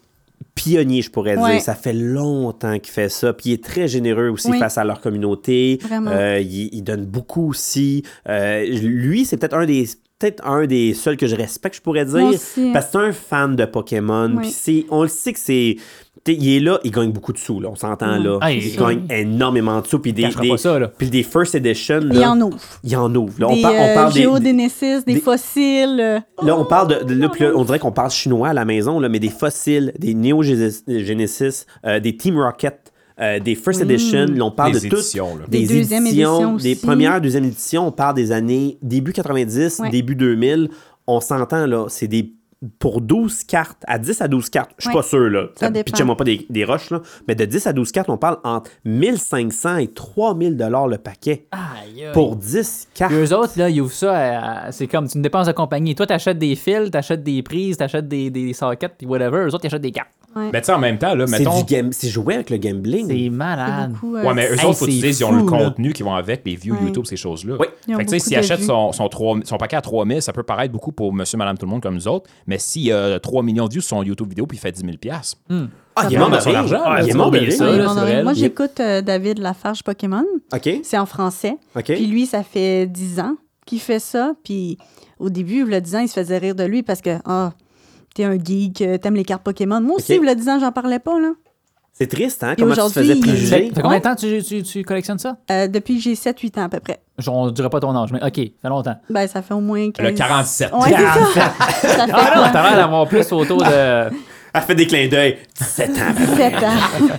[SPEAKER 3] pionniers, je pourrais
[SPEAKER 5] Ouais.
[SPEAKER 3] dire. Ça fait longtemps qu'il fait ça. Puis il est très généreux aussi
[SPEAKER 5] Oui.
[SPEAKER 3] face à leur communauté.
[SPEAKER 5] Vraiment.
[SPEAKER 3] Euh, il, il donne beaucoup aussi. Euh, lui, c'est peut-être un des peut-être un des seuls que je respecte, je pourrais dire.
[SPEAKER 5] Moi aussi.
[SPEAKER 3] Parce que c'est un fan de Pokémon.
[SPEAKER 5] Oui.
[SPEAKER 3] Puis c'est- on le sait que c'est... t'sais, Il est là, il gagne beaucoup de sous, là, on s'entend
[SPEAKER 5] Mm.
[SPEAKER 3] là.
[SPEAKER 2] Ah,
[SPEAKER 3] il
[SPEAKER 2] il-
[SPEAKER 3] gagne énormément de sous. Puis des,
[SPEAKER 2] cachera
[SPEAKER 3] des-
[SPEAKER 2] pas ça, là.
[SPEAKER 3] puis des First Edition, là,
[SPEAKER 5] Il en ouvre.
[SPEAKER 3] il en ouvre. Là, on,
[SPEAKER 5] des
[SPEAKER 3] par- on
[SPEAKER 5] euh,
[SPEAKER 3] parle des- des,
[SPEAKER 5] géodénésis, des,
[SPEAKER 3] des-
[SPEAKER 5] fossiles. euh.
[SPEAKER 3] Là, on parle de. de- là, puis là, on dirait qu'on parle chinois à la maison, là, mais des fossiles, des Neo Genesis- Genesis, euh, des Team Rocket, euh, des First Edition. Là, on parle
[SPEAKER 4] Des
[SPEAKER 3] de toutes.
[SPEAKER 4] éditions, là.
[SPEAKER 3] Des,
[SPEAKER 5] Des deuxièmes
[SPEAKER 3] éditions,
[SPEAKER 5] éditions
[SPEAKER 3] des
[SPEAKER 5] aussi.
[SPEAKER 3] premières, deuxièmes éditions. On parle des années début 90,
[SPEAKER 5] Ouais.
[SPEAKER 3] début 2000. On s'entend, là. C'est des. Pour 12 cartes, à 10 à 12 cartes, je suis
[SPEAKER 5] Ouais.
[SPEAKER 3] pas sûr, là.
[SPEAKER 5] Ça dépend.
[SPEAKER 3] Pitchez-moi pas des, des rushs, là. Mais de 10 à 12 cartes, on parle entre 1500 et 3000 dollars le paquet
[SPEAKER 5] Ah.
[SPEAKER 2] Aïe, aïe.
[SPEAKER 3] pour 10 cartes.
[SPEAKER 2] Puis
[SPEAKER 4] Euh,
[SPEAKER 2] eux autres, là, ils ouvrent ça, à- à- c'est comme c'est une dépense de compagnie. Toi, t'achètes des fils, t'achètes des prises, t'achètes des, des, des sockets, puis whatever. Eux autres, ils achètent des cartes.
[SPEAKER 4] Mais tu sais, en même temps, là,
[SPEAKER 3] C'est
[SPEAKER 4] mettons.
[SPEAKER 3] du game- c'est joué avec le gambling.
[SPEAKER 2] C'est
[SPEAKER 3] Ah,
[SPEAKER 2] malade.
[SPEAKER 5] Beaucoup, euh,
[SPEAKER 4] Ouais, mais eux
[SPEAKER 2] Hey,
[SPEAKER 4] autres, faut que tu
[SPEAKER 2] c'est
[SPEAKER 4] dises, ils ont le
[SPEAKER 2] fou, là.
[SPEAKER 4] contenu qui vont avec, les views
[SPEAKER 5] Ouais.
[SPEAKER 4] YouTube, ces choses-là.
[SPEAKER 3] Oui.
[SPEAKER 5] Ils ont
[SPEAKER 4] Fait que tu sais,
[SPEAKER 5] beaucoup
[SPEAKER 4] s'il
[SPEAKER 5] de
[SPEAKER 4] achète
[SPEAKER 5] vues.
[SPEAKER 4] son, son, 3 000 son paquet à 3000, ça peut paraître beaucoup pour monsieur, madame, tout le monde comme nous autres, mais s'il a 3 millions de vues sur son YouTube vidéo puis il fait 10 000 piastres,
[SPEAKER 3] Ah, il est
[SPEAKER 4] Ça
[SPEAKER 3] mort de
[SPEAKER 4] fait
[SPEAKER 3] rire.
[SPEAKER 4] mal à son argent,
[SPEAKER 3] Ah,
[SPEAKER 4] là,
[SPEAKER 3] il est
[SPEAKER 4] tu
[SPEAKER 3] mort de
[SPEAKER 2] vois,
[SPEAKER 3] rire.
[SPEAKER 2] ça,
[SPEAKER 5] Ouais,
[SPEAKER 2] là,
[SPEAKER 5] non,
[SPEAKER 2] c'est
[SPEAKER 5] non,
[SPEAKER 2] vrai.
[SPEAKER 5] Moi,
[SPEAKER 2] Il-
[SPEAKER 5] j'écoute euh, David Lafarge Pokémon.
[SPEAKER 3] OK.
[SPEAKER 5] C'est en français.
[SPEAKER 3] OK.
[SPEAKER 5] Puis lui, ça fait 10 ans qu'il fait ça. Puis au début, le 10 ans, il se faisait rire de lui parce que, ah, t'es un geek, euh, t'aimes les cartes Pokémon. Moi aussi,
[SPEAKER 3] Ok.
[SPEAKER 5] le 10 ans, j'en parlais pas, là.
[SPEAKER 3] C'est triste, hein? Comment tu te
[SPEAKER 5] aujourd'hui,
[SPEAKER 3] faisais
[SPEAKER 5] il-
[SPEAKER 2] Fait,
[SPEAKER 3] préjuger?
[SPEAKER 2] fait combien
[SPEAKER 5] Ouais.
[SPEAKER 2] de temps tu, tu, tu collectionnes ça?
[SPEAKER 5] Euh, depuis que j'ai 7-8 ans à peu près.
[SPEAKER 2] Je- On dirait pas ton âge, mais OK, ça fait longtemps.
[SPEAKER 5] Ben, ça fait au moins 15...
[SPEAKER 4] le 47.
[SPEAKER 5] Ouais, c'est ça. ça fait
[SPEAKER 2] Ah non,
[SPEAKER 5] quoi?
[SPEAKER 2] t'as l'air d'avoir plus autour
[SPEAKER 5] (laughs)
[SPEAKER 2] de...
[SPEAKER 3] Elle fait des clins d'œil. 17 ans.
[SPEAKER 2] (laughs)
[SPEAKER 5] 7 ans.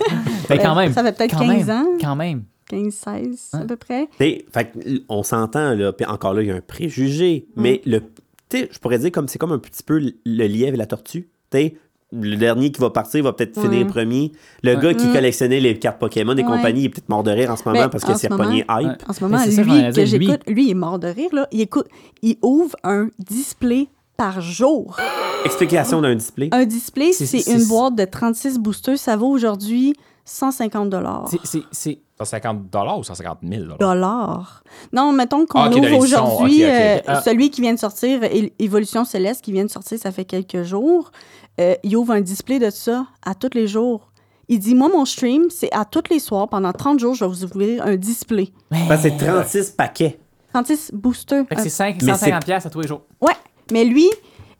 [SPEAKER 2] Fait quand même.
[SPEAKER 5] Ça fait peut-être
[SPEAKER 2] quand
[SPEAKER 5] 15
[SPEAKER 2] même,
[SPEAKER 5] ans.
[SPEAKER 2] Quand même.
[SPEAKER 5] 15-16 à peu près.
[SPEAKER 3] T'sais, fait que, l- on s'entend, là. Puis encore là, il y a un préjugé. Mais le, t'sais, je pourrais dire comme c'est comme un petit peu le lièvre et la tortue. T'sais, le dernier qui va partir va peut-être finir
[SPEAKER 5] Ouais.
[SPEAKER 3] premier. Le gars qui collectionnait les cartes Pokémon et
[SPEAKER 5] Ouais.
[SPEAKER 3] compagnie, il est peut-être mort de rire en ce moment
[SPEAKER 5] Mais
[SPEAKER 3] parce
[SPEAKER 5] en
[SPEAKER 3] que
[SPEAKER 5] ce
[SPEAKER 3] c'est
[SPEAKER 5] moment-
[SPEAKER 3] pogné hype.
[SPEAKER 2] Ouais.
[SPEAKER 5] En ce moment,
[SPEAKER 2] Mais c'est
[SPEAKER 5] lui
[SPEAKER 2] ça que j'allais
[SPEAKER 5] que
[SPEAKER 2] dire, lui.
[SPEAKER 5] j'écoute, lui, il est mort de rire. Là. Il, écoute, il ouvre un display par jour.
[SPEAKER 3] Explication d'un display.
[SPEAKER 5] Un display,
[SPEAKER 2] C'est-
[SPEAKER 5] c'est
[SPEAKER 2] c'est-
[SPEAKER 5] une
[SPEAKER 2] c'est-
[SPEAKER 5] boîte de 36 boosters. Ça vaut aujourd'hui 150 dollars.
[SPEAKER 2] C'est- c'est- c'est-
[SPEAKER 4] 150 dollars ou 150 000
[SPEAKER 5] dollars. Non, mettons qu'on
[SPEAKER 4] Ah, ok,
[SPEAKER 5] ouvre
[SPEAKER 4] dans l'édition.
[SPEAKER 5] aujourd'hui,
[SPEAKER 4] Ok, ok,
[SPEAKER 5] euh,
[SPEAKER 4] ok.
[SPEAKER 2] Ah.
[SPEAKER 5] celui qui vient de sortir, É- Évolution Céleste, qui vient de sortir, ça fait quelques jours, euh, il ouvre un display de ça à tous les jours. Il dit, moi, mon stream, c'est à tous les soirs, pendant 30 jours, je vais vous ouvrir un display.
[SPEAKER 2] Ben,
[SPEAKER 3] Parce que c'est 36 paquets.
[SPEAKER 5] 36 boosters.
[SPEAKER 2] Fait que c'est cinq-
[SPEAKER 3] Mais
[SPEAKER 2] 150 pièces à tous les jours.
[SPEAKER 5] Ouais, mais lui,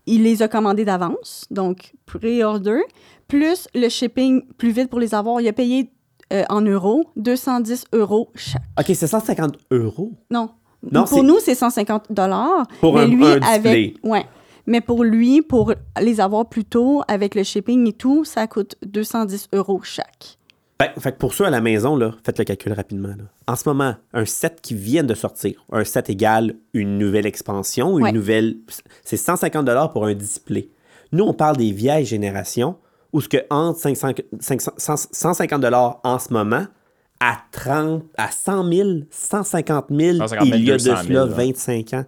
[SPEAKER 5] il les a commandés d'avance, donc pré-order, plus le shipping plus vite pour les avoir. Il a payé euh, en euros 210 euros chaque.
[SPEAKER 3] OK, c'est 150 euros.
[SPEAKER 5] Non.
[SPEAKER 3] Non, c'est-
[SPEAKER 5] pour nous, c'est 150 dollars.
[SPEAKER 3] Pour un- un display.
[SPEAKER 5] ouais. Mais pour lui, pour les avoir plus tôt, avec le shipping et tout, ça coûte 210 euros chaque.
[SPEAKER 3] Fait, Ben, fait que pour ceux à la maison, là, faites le calcul rapidement. là. En ce moment, un set qui vient de sortir, un set égale une nouvelle expansion, une
[SPEAKER 5] Ouais.
[SPEAKER 3] nouvelle. C'est 150 pour un display. Nous, on parle des vieilles générations où ce que entre 500 500 150 en ce moment à 30, à 100 000, 150 000,
[SPEAKER 4] 150 000,
[SPEAKER 3] il y a de
[SPEAKER 4] 200 000,
[SPEAKER 3] cela
[SPEAKER 4] là.
[SPEAKER 3] 25 ans.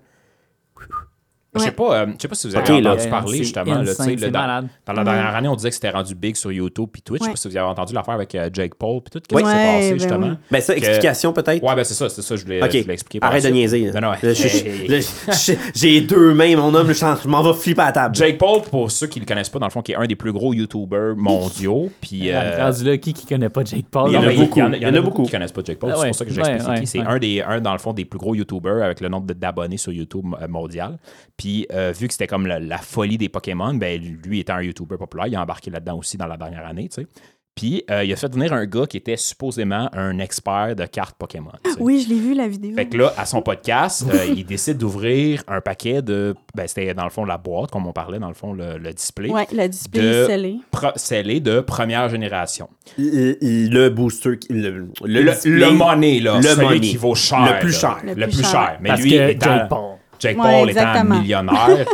[SPEAKER 4] Je sais
[SPEAKER 5] Ouais.
[SPEAKER 4] pas, euh, je sais pas si vous avez
[SPEAKER 3] Ok, là.
[SPEAKER 4] entendu
[SPEAKER 2] Ouais,
[SPEAKER 4] parler
[SPEAKER 2] c'est
[SPEAKER 4] justement. là, tu sais,
[SPEAKER 2] insane,
[SPEAKER 4] le-
[SPEAKER 2] c'est
[SPEAKER 4] dans,
[SPEAKER 2] malade.
[SPEAKER 4] dans la dernière année, on disait que c'était rendu big sur YouTube puis Twitch. Je sais
[SPEAKER 5] Ouais.
[SPEAKER 4] pas si vous avez entendu l'affaire avec euh, Jake Paul puis tout. Qu'est-ce
[SPEAKER 5] Ouais.
[SPEAKER 4] qui s'est passé
[SPEAKER 5] Ouais, ben
[SPEAKER 4] justement?
[SPEAKER 5] oui.
[SPEAKER 3] Ben ça,
[SPEAKER 4] Que-
[SPEAKER 3] explication peut-être?
[SPEAKER 4] Ouais, ben c'est ça, c'est ça, je voulais, je
[SPEAKER 3] Ok,
[SPEAKER 4] voulais expliquer par
[SPEAKER 3] arrête de
[SPEAKER 4] la suite.
[SPEAKER 3] niaiser. là.
[SPEAKER 4] Non, non,
[SPEAKER 3] Là, je- je-
[SPEAKER 4] hey.
[SPEAKER 3] là, je- je- J'ai deux mains, mon homme, je je m'en vais flipper à la table.
[SPEAKER 4] Jake Paul, pour ceux qui le connaissent pas, dans le fond, qui est un des plus gros YouTubers mondiaux. Puis, euh,
[SPEAKER 2] Rendu là, qui qui connaît pas Jake Paul?
[SPEAKER 3] Il y en a
[SPEAKER 4] non, mais
[SPEAKER 3] beaucoup.
[SPEAKER 4] Il y en a,
[SPEAKER 3] Il y en a beaucoup.
[SPEAKER 4] qui connaissent pas Jake Paul.
[SPEAKER 2] Ah
[SPEAKER 4] c'est
[SPEAKER 2] ouais,
[SPEAKER 4] pour ça que je
[SPEAKER 2] ouais,
[SPEAKER 4] l'explique.
[SPEAKER 2] ouais,
[SPEAKER 4] c'est
[SPEAKER 2] ouais.
[SPEAKER 4] un des, un dans le fond des plus gros YouTubers avec le nombre de- d'abonnés sur YouTube euh, mondial. Puis euh, vu que c'était comme la, la folie des Pokémon, ben lui étant un YouTuber populaire, il a embarqué là-dedans aussi dans la dernière année, tu sais. Puis euh, il a fait venir un gars qui était supposément un expert de cartes Pokémon. tu sais.
[SPEAKER 5] Oui, je l'ai vu, la vidéo.
[SPEAKER 4] Fait que là, à son podcast, euh, il décide d'ouvrir un paquet de. Ben, c'était dans le fond la boîte, comme on parlait, dans le fond, le, le display.
[SPEAKER 5] Ouais, le display
[SPEAKER 4] de-
[SPEAKER 5] scellé.
[SPEAKER 4] pro- scellé de première génération.
[SPEAKER 3] le, le booster, qui- le, le,
[SPEAKER 4] Le,
[SPEAKER 3] display,
[SPEAKER 4] le money, là,
[SPEAKER 3] le
[SPEAKER 4] celui
[SPEAKER 3] money.
[SPEAKER 4] qui vaut cher.
[SPEAKER 3] Le plus
[SPEAKER 4] là.
[SPEAKER 3] cher.
[SPEAKER 5] Le
[SPEAKER 4] Le
[SPEAKER 5] plus
[SPEAKER 4] plus
[SPEAKER 5] cher.
[SPEAKER 4] cher. Mais
[SPEAKER 2] Parce
[SPEAKER 4] lui,
[SPEAKER 2] que
[SPEAKER 4] étant,
[SPEAKER 2] Jake Paul.
[SPEAKER 4] Jake
[SPEAKER 5] Ouais,
[SPEAKER 4] Paul étant
[SPEAKER 5] exactement. (laughs)
[SPEAKER 4] millionnaire,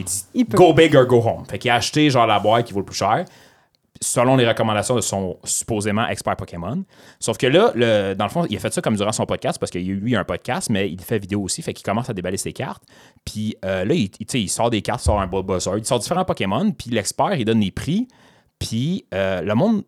[SPEAKER 4] il dit
[SPEAKER 5] Il peut.
[SPEAKER 4] Go big or go home. Fait qu'il a acheté genre la boîte qui vaut le plus cher, selon les recommandations de son supposément expert Pokémon. Sauf que là, le- dans le fond, il a fait ça comme durant son podcast parce que lui, il a un podcast, mais il fait vidéo aussi. Fait qu'il commence à déballer ses cartes. Puis euh, là, il, tu sais, il sort des cartes, il sort un Bulbasaur, il sort différents Pokémon. Puis l'expert, il donne les prix. Puis euh, le monde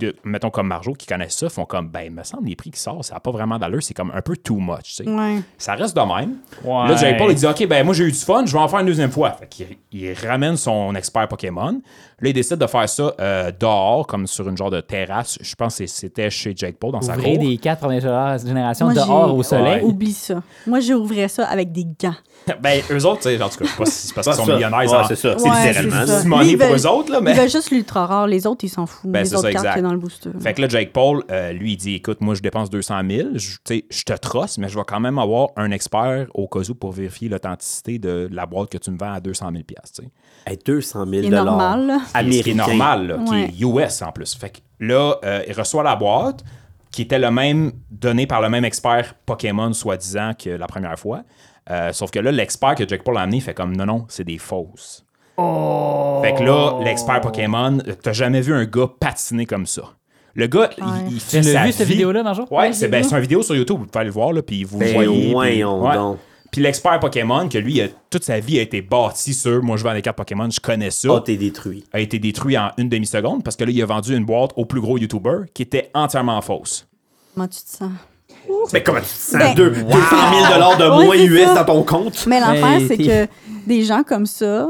[SPEAKER 4] de- mettons comme Marjo qui connaissent ça, font comme, ben, il me semble, les prix qui sortent, ça n'a pas vraiment d'allure, c'est comme un peu too much. tu sais.
[SPEAKER 5] Ouais.
[SPEAKER 4] Ça reste de même.
[SPEAKER 2] Ouais.
[SPEAKER 4] Là, Jake Paul, il dit, OK, ben, moi, j'ai eu du fun, je vais en faire une deuxième fois. Fait qu'il il ramène son expert Pokémon. Là, il décide de faire ça euh, dehors, comme sur une genre de terrasse. Je pense que c'était chez Jake Paul dans sa
[SPEAKER 2] Ouvrir
[SPEAKER 4] cour.
[SPEAKER 2] des quatre premières générations
[SPEAKER 5] Moi, j'ai-
[SPEAKER 2] dehors au soleil.
[SPEAKER 4] Ouais.
[SPEAKER 5] Oublie ça. Moi, j'ouvrais ça avec des gants.
[SPEAKER 4] (laughs) Ben, eux autres, tu sais, en tout cas, je sais pas si c'est parce qu'ils
[SPEAKER 3] C'est
[SPEAKER 4] sont
[SPEAKER 3] ça.
[SPEAKER 4] millionnaires.
[SPEAKER 3] (laughs)
[SPEAKER 4] ils
[SPEAKER 3] Ouais,
[SPEAKER 4] en-
[SPEAKER 3] c'est ça.
[SPEAKER 5] Ouais,
[SPEAKER 4] C'est
[SPEAKER 5] c'est
[SPEAKER 4] littéralement
[SPEAKER 5] ça.
[SPEAKER 4] du money
[SPEAKER 5] Ils
[SPEAKER 4] pour
[SPEAKER 5] veulent-
[SPEAKER 4] eux autres, là,
[SPEAKER 5] Il
[SPEAKER 4] Ah, mais.
[SPEAKER 5] veut juste l'ultra rare. Les autres, ils s'en
[SPEAKER 4] (laughs)
[SPEAKER 5] foutent.
[SPEAKER 4] Ben,
[SPEAKER 5] les
[SPEAKER 4] c'est
[SPEAKER 5] autres
[SPEAKER 4] ça,
[SPEAKER 5] cartes
[SPEAKER 4] exact.
[SPEAKER 5] qu'il y a dans le booster.
[SPEAKER 4] Fait que là, Jake Paul, euh, lui, il dit Écoute, moi, je dépense 200 000, je, tu sais, je te trosse, mais je vais quand même avoir un expert au cas où pour vérifier l'authenticité de la boîte que tu me vends à 200 000 piastres, tu sais.
[SPEAKER 3] Hey, 200 000
[SPEAKER 5] C'est normal, là.
[SPEAKER 4] Ce qui est
[SPEAKER 3] Américain.
[SPEAKER 4] normal, là,
[SPEAKER 5] Ouais.
[SPEAKER 4] qui est US en plus. Fait que là, euh, il reçoit la boîte qui était le même, donnée par le même expert Pokémon, soi-disant, que la première fois. Euh, sauf que là, l'expert que Jake Paul a amené fait comme non, non, c'est des fausses.
[SPEAKER 3] Oh!
[SPEAKER 4] Fait que là, l'expert Pokémon, euh, t'as jamais vu un gars patiner comme ça. Le gars, il- il, fait
[SPEAKER 2] Tu l'as
[SPEAKER 4] sa
[SPEAKER 2] vu, cette
[SPEAKER 4] vie-
[SPEAKER 2] vidéo-là, Marjo?
[SPEAKER 4] Ouais, c'est ben, c'est un vidéo sur YouTube, vous pouvez aller le voir, là, puis vous le
[SPEAKER 3] Ben,
[SPEAKER 4] voyez. puis-
[SPEAKER 3] voyons
[SPEAKER 4] ouais.
[SPEAKER 3] donc.
[SPEAKER 4] Puis l'expert Pokémon, que lui, il a- toute sa vie a été bâti sur moi, je vends des cartes Pokémon, je connais ça
[SPEAKER 3] Oh, t'es détruit.
[SPEAKER 4] a été détruit en une demi-seconde parce que là, il a vendu une boîte au plus gros YouTuber qui était entièrement fausse.
[SPEAKER 5] Comment tu te sens?
[SPEAKER 3] Mais comment tu te sens?
[SPEAKER 5] Ben-
[SPEAKER 3] Deux- 200 000 de
[SPEAKER 5] Ouais,
[SPEAKER 3] moins
[SPEAKER 5] c'est
[SPEAKER 3] US
[SPEAKER 5] ça.
[SPEAKER 3] dans ton compte?
[SPEAKER 5] Mais l'affaire,
[SPEAKER 2] Mais
[SPEAKER 5] c'est
[SPEAKER 2] t'es-
[SPEAKER 5] que des gens comme ça,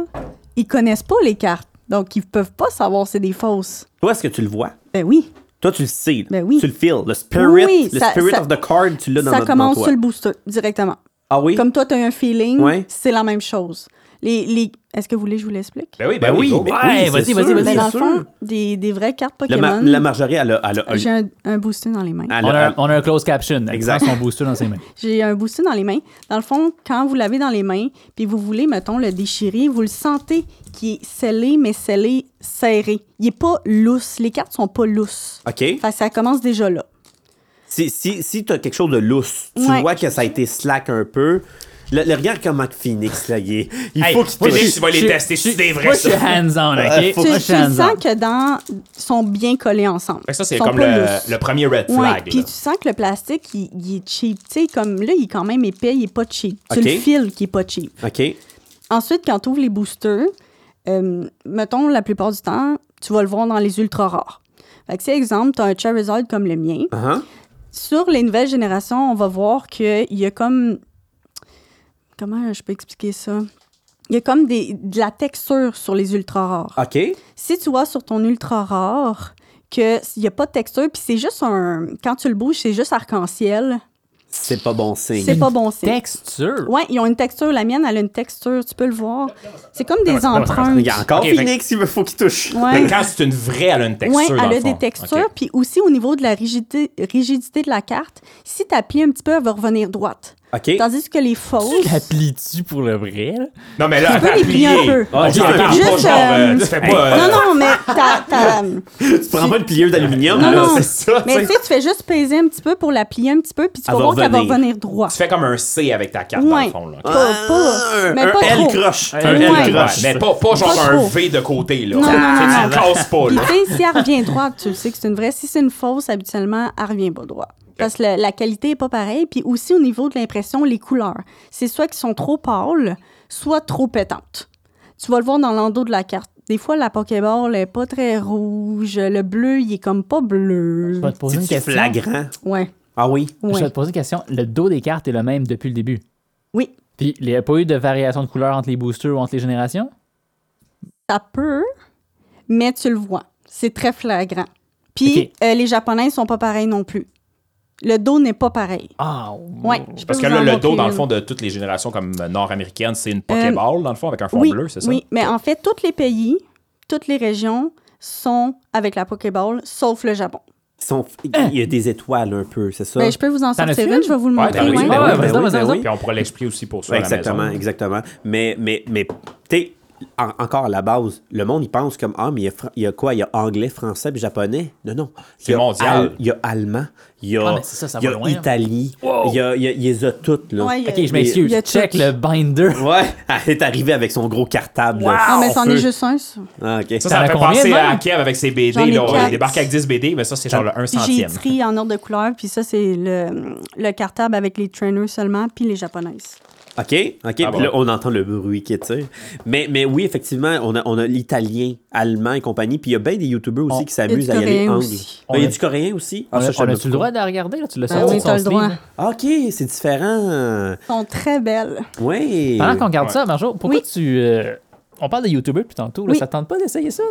[SPEAKER 5] ils connaissent pas les cartes. Donc, ils peuvent pas savoir c'est des fausses.
[SPEAKER 3] Toi, est-ce que tu le vois?
[SPEAKER 5] Ben oui.
[SPEAKER 3] Toi, tu le sais. là.
[SPEAKER 5] Ben oui.
[SPEAKER 3] Tu le feels. Le spirit,
[SPEAKER 5] Oui,
[SPEAKER 3] le
[SPEAKER 5] ça-
[SPEAKER 3] spirit
[SPEAKER 5] ça-
[SPEAKER 3] of the card, tu l'as dans,
[SPEAKER 5] ça
[SPEAKER 3] notre- dans
[SPEAKER 5] commence
[SPEAKER 3] toi.
[SPEAKER 5] sur le booster directement.
[SPEAKER 3] Ah oui?
[SPEAKER 5] Comme toi, tu as un feeling,
[SPEAKER 3] Ouais.
[SPEAKER 5] c'est la même chose. Les, les... Est-ce que vous voulez que je vous l'explique?
[SPEAKER 4] Ben oui,
[SPEAKER 3] Ben oui.
[SPEAKER 4] go.
[SPEAKER 3] ben
[SPEAKER 2] Ouais,
[SPEAKER 3] oui,
[SPEAKER 2] vas-y,
[SPEAKER 3] c'est
[SPEAKER 2] vas-y,
[SPEAKER 3] sûr,
[SPEAKER 2] vas-y.
[SPEAKER 5] Ben,
[SPEAKER 3] c'est
[SPEAKER 5] dans le
[SPEAKER 3] sûr.
[SPEAKER 5] fond, des, des vraies cartes
[SPEAKER 3] La,
[SPEAKER 5] Pokémon,
[SPEAKER 3] ma- Ah, la Marjorie, elle a, elle a un-
[SPEAKER 5] j'ai un, un booster dans les mains.
[SPEAKER 3] elle
[SPEAKER 2] On
[SPEAKER 3] a-
[SPEAKER 2] a, on a un close caption.
[SPEAKER 3] Exact.
[SPEAKER 2] Exact. son booster dans ses mains.
[SPEAKER 5] J'ai un booster dans les mains. Dans le fond, quand vous l'avez dans les mains, puis vous voulez, mettons, le déchirer, vous le sentez qui est scellé, mais scellé serré. Il est pas lousse. Les cartes sont pas lousses.
[SPEAKER 3] OK.
[SPEAKER 5] Fait que ça commence déjà là.
[SPEAKER 3] Si, si, si t'as quelque chose de lousse, tu
[SPEAKER 5] Ouais.
[SPEAKER 3] vois que ça a été slack un peu, Le, le regarde comment Phoenix, là, il est. Il
[SPEAKER 4] Hey,
[SPEAKER 3] faut qu'il
[SPEAKER 4] Phoenix,
[SPEAKER 3] touche.
[SPEAKER 4] tu vas les
[SPEAKER 2] Je-
[SPEAKER 4] tester, c'est
[SPEAKER 2] je-
[SPEAKER 4] des vrais,
[SPEAKER 2] Moi, je suis
[SPEAKER 4] ça. (laughs)
[SPEAKER 2] hands-on, OK?
[SPEAKER 5] Tu,
[SPEAKER 2] Moi, je
[SPEAKER 5] tu
[SPEAKER 2] suis
[SPEAKER 5] le
[SPEAKER 2] hands-on.
[SPEAKER 5] sens que dans sont bien collés ensemble.
[SPEAKER 4] Fait que ça, c'est
[SPEAKER 5] Ils sont
[SPEAKER 4] comme
[SPEAKER 5] pas
[SPEAKER 4] le,
[SPEAKER 5] lousses.
[SPEAKER 4] le premier red
[SPEAKER 5] Ouais,
[SPEAKER 4] flag.
[SPEAKER 5] puis
[SPEAKER 4] là.
[SPEAKER 5] tu sens que le plastique, il, il est cheap. Tu sais, comme là, il est quand même épais, il est pas cheap. Tu
[SPEAKER 3] Ok.
[SPEAKER 5] le files qu'il est pas cheap.
[SPEAKER 3] OK.
[SPEAKER 5] Ensuite, quand tu ouvres les boosters, euh, mettons, la plupart du temps, tu vas le voir dans les ultra rares. Fait que, si, exemple, tu as un Charizard comme le mien,
[SPEAKER 3] Uh-huh.
[SPEAKER 5] sur les nouvelles générations, on va voir qu'il y a comme. Comment je peux expliquer ça? Il y a comme des, de la texture sur les ultra rares.
[SPEAKER 3] OK.
[SPEAKER 5] Si tu vois sur ton ultra rare qu'il n'y a pas de texture, puis c'est juste un. Quand tu le bouges, c'est juste arc-en-ciel,
[SPEAKER 3] C'est pas bon signe.
[SPEAKER 5] c'est pas bon signe.
[SPEAKER 2] Texture.
[SPEAKER 5] Ouais, ils ont une texture. La mienne, elle a une texture. Tu peux le voir. C'est comme des
[SPEAKER 4] ça va, ça va,
[SPEAKER 5] empreintes.
[SPEAKER 3] Il y a encore
[SPEAKER 4] Ok, fait-
[SPEAKER 3] Phoenix, il faut qu'il touche.
[SPEAKER 5] Ouais.
[SPEAKER 4] Mais (laughs) quand c'est une vraie, elle a une texture.
[SPEAKER 5] Oui,
[SPEAKER 4] dans
[SPEAKER 5] elle
[SPEAKER 4] le
[SPEAKER 5] a
[SPEAKER 4] fond.
[SPEAKER 5] des textures.
[SPEAKER 4] Ok.
[SPEAKER 5] Puis aussi, au niveau de la rigidité, rigidité de la carte, si tu applies un petit peu, elle va revenir droite.
[SPEAKER 3] OK.
[SPEAKER 5] Tandis que les fausses.
[SPEAKER 2] Tu l'applies-tu pour le vrai, là?
[SPEAKER 4] Non, mais là,
[SPEAKER 5] peux les plier un peu.
[SPEAKER 4] On
[SPEAKER 3] Ok,
[SPEAKER 4] s'en
[SPEAKER 3] ok.
[SPEAKER 4] parle
[SPEAKER 5] Juste,
[SPEAKER 4] Ah, pas, genre,
[SPEAKER 5] euh,
[SPEAKER 4] euh, tu fais pas. euh,
[SPEAKER 5] Non, non, mais t'as- t'as-
[SPEAKER 3] Tu prends pas le plieur d'aluminium,
[SPEAKER 5] Non,
[SPEAKER 3] là.
[SPEAKER 5] non.
[SPEAKER 3] Ah, C'est ça.
[SPEAKER 5] Mais
[SPEAKER 3] tu
[SPEAKER 5] tu
[SPEAKER 3] sais.
[SPEAKER 5] sais, tu fais juste peser un petit peu pour la plier un petit peu, puis tu
[SPEAKER 3] Elle
[SPEAKER 5] vas
[SPEAKER 3] va
[SPEAKER 5] voir qu'elle va
[SPEAKER 3] revenir.
[SPEAKER 5] revenir droit.
[SPEAKER 4] Tu fais comme un C avec ta carte, dans
[SPEAKER 5] Ouais.
[SPEAKER 4] le fond. Là, ok?
[SPEAKER 5] Pas- pas- mais
[SPEAKER 3] Ah, un
[SPEAKER 5] pas
[SPEAKER 3] L
[SPEAKER 5] trop.
[SPEAKER 3] croche.
[SPEAKER 5] Ouais.
[SPEAKER 3] Un L
[SPEAKER 5] Ouais.
[SPEAKER 3] croche.
[SPEAKER 4] Mais pas, pas genre
[SPEAKER 5] Pas
[SPEAKER 4] un
[SPEAKER 5] trop.
[SPEAKER 4] V de côté, là.
[SPEAKER 5] Non, non,
[SPEAKER 4] Tu
[SPEAKER 5] non,
[SPEAKER 4] sais, tu casses pas,
[SPEAKER 5] Puis,
[SPEAKER 4] là.
[SPEAKER 5] tu sais, si elle revient droite, tu le sais que c'est une vraie. Si c'est une fausse, habituellement, elle revient pas droit. Parce que la, la qualité est pas pareille. Puis aussi, au niveau de l'impression, les couleurs. C'est soit qu'ils sont trop pâles, soit trop pétantes. Tu vas le voir dans l'endos de la carte. Des fois, la Pokéball est pas très rouge. Le bleu, il est comme pas bleu.
[SPEAKER 2] Je vais te poser une
[SPEAKER 3] C'est
[SPEAKER 2] question.
[SPEAKER 3] flagrant.
[SPEAKER 5] Ouais,
[SPEAKER 3] Ah oui.
[SPEAKER 2] Je vais
[SPEAKER 5] ouais.
[SPEAKER 2] te poser une question. Le dos des cartes est le même depuis le début.
[SPEAKER 5] Oui,
[SPEAKER 2] Puis, il n'y a pas eu de variation de couleur entre les boosters ou entre les générations?
[SPEAKER 5] ça peut, mais tu le vois. C'est très flagrant. Puis
[SPEAKER 2] Ok.
[SPEAKER 5] euh, les Japonais ils sont pas pareils non plus. Le dos n'est pas pareil.
[SPEAKER 2] Ah,
[SPEAKER 5] Ouais.
[SPEAKER 4] Parce que là, le dos, dans le fond, de toutes les générations comme nord-américaines, c'est une Pokéball, dans le fond, avec un fond
[SPEAKER 5] Euh, oui,
[SPEAKER 4] bleu, c'est ça?
[SPEAKER 5] Oui, mais en fait, tous les pays, toutes les régions sont avec la Pokéball, sauf le Japon.
[SPEAKER 3] Ils sont- Il y a des étoiles un peu, c'est ça?
[SPEAKER 5] Ben, je peux vous en
[SPEAKER 2] T'en
[SPEAKER 5] sortir
[SPEAKER 2] as-tu
[SPEAKER 5] une, je vais vous le
[SPEAKER 4] Ouais,
[SPEAKER 5] montrer.
[SPEAKER 4] t'en as une,
[SPEAKER 5] ouais.
[SPEAKER 4] ben
[SPEAKER 2] ouais,
[SPEAKER 3] oui,
[SPEAKER 2] vas-y,
[SPEAKER 3] ben oui,
[SPEAKER 2] vas-y,
[SPEAKER 3] ben
[SPEAKER 2] vas-y.
[SPEAKER 3] oui.
[SPEAKER 4] Puis on pourra l'expliquer aussi pour ça.
[SPEAKER 3] Ouais,
[SPEAKER 4] à la maison.
[SPEAKER 3] exactement, exactement. Mais, mais, mais, tu sais, en- encore à la base, le monde, il pense comme, ah, mais il y a, fr- il y a quoi? Il y a anglais, français, puis japonais. Non, non. Il y a
[SPEAKER 4] mondial.
[SPEAKER 3] Il y a allemand. Il y a,
[SPEAKER 2] Ah, mais c'est ça, ça
[SPEAKER 3] il y
[SPEAKER 2] va
[SPEAKER 3] a
[SPEAKER 2] loin, là.
[SPEAKER 3] Italie. Il y a, il y a, il les a toutes, là.
[SPEAKER 5] hein. Ouais, il y a-
[SPEAKER 2] Ok, je
[SPEAKER 5] il y
[SPEAKER 2] m'excuse.
[SPEAKER 5] a
[SPEAKER 2] Check
[SPEAKER 5] tout.
[SPEAKER 2] le binder.
[SPEAKER 3] Ouais, (laughs) elle est arrivée avec son gros cartable. là.
[SPEAKER 5] Non, mais c'en
[SPEAKER 3] Feu.
[SPEAKER 5] est juste un, ça.
[SPEAKER 3] Ah, ok.
[SPEAKER 4] Ça,
[SPEAKER 2] T'en
[SPEAKER 4] ça me
[SPEAKER 2] as
[SPEAKER 4] fait
[SPEAKER 2] combien,
[SPEAKER 4] penser
[SPEAKER 2] de
[SPEAKER 4] à
[SPEAKER 2] même?
[SPEAKER 4] Kev avec ses BD.
[SPEAKER 5] J'en ai
[SPEAKER 4] Là, on
[SPEAKER 5] quatre.
[SPEAKER 4] débarque avec 10 BD, mais ça, c'est genre le 1
[SPEAKER 5] J'ai
[SPEAKER 4] centième.
[SPEAKER 5] écrit en ordre de couleur, puis ça, c'est le, le cartable avec les trainers seulement, puis les japonaises.
[SPEAKER 3] OK, OK.
[SPEAKER 4] Ah
[SPEAKER 3] Puis
[SPEAKER 4] bon.
[SPEAKER 3] là, on entend le bruit qui tire. Mais, mais oui, effectivement, on a, on a l'italien, allemand et compagnie. Puis il y a bien des YouTubers aussi
[SPEAKER 2] On-
[SPEAKER 3] qui s'amusent
[SPEAKER 5] Oh. du
[SPEAKER 3] à y aller
[SPEAKER 5] coréen
[SPEAKER 3] angle.
[SPEAKER 5] aussi.
[SPEAKER 3] Ah, Il y a
[SPEAKER 2] On a-
[SPEAKER 3] du coréen aussi? Ah,
[SPEAKER 2] On
[SPEAKER 3] ça,
[SPEAKER 2] a-
[SPEAKER 3] je
[SPEAKER 2] on
[SPEAKER 3] savais
[SPEAKER 2] a-tu le
[SPEAKER 3] pas.
[SPEAKER 2] droit de la regarder? Là? Tu l'as
[SPEAKER 5] Ben
[SPEAKER 2] sorti
[SPEAKER 5] oui,
[SPEAKER 2] de son
[SPEAKER 5] t'as le
[SPEAKER 2] sleeve,
[SPEAKER 5] droit.
[SPEAKER 2] là.
[SPEAKER 3] Ah, OK, c'est différent.
[SPEAKER 5] Elles sont très belles.
[SPEAKER 3] Oui.
[SPEAKER 2] Pendant qu'on regarde
[SPEAKER 4] Ouais.
[SPEAKER 2] ça, Marjo, pourquoi
[SPEAKER 5] Oui.
[SPEAKER 2] tu. euh, on parle de YouTuber depuis tantôt. Là,
[SPEAKER 5] Oui.
[SPEAKER 2] Ça te tente pas d'essayer ça?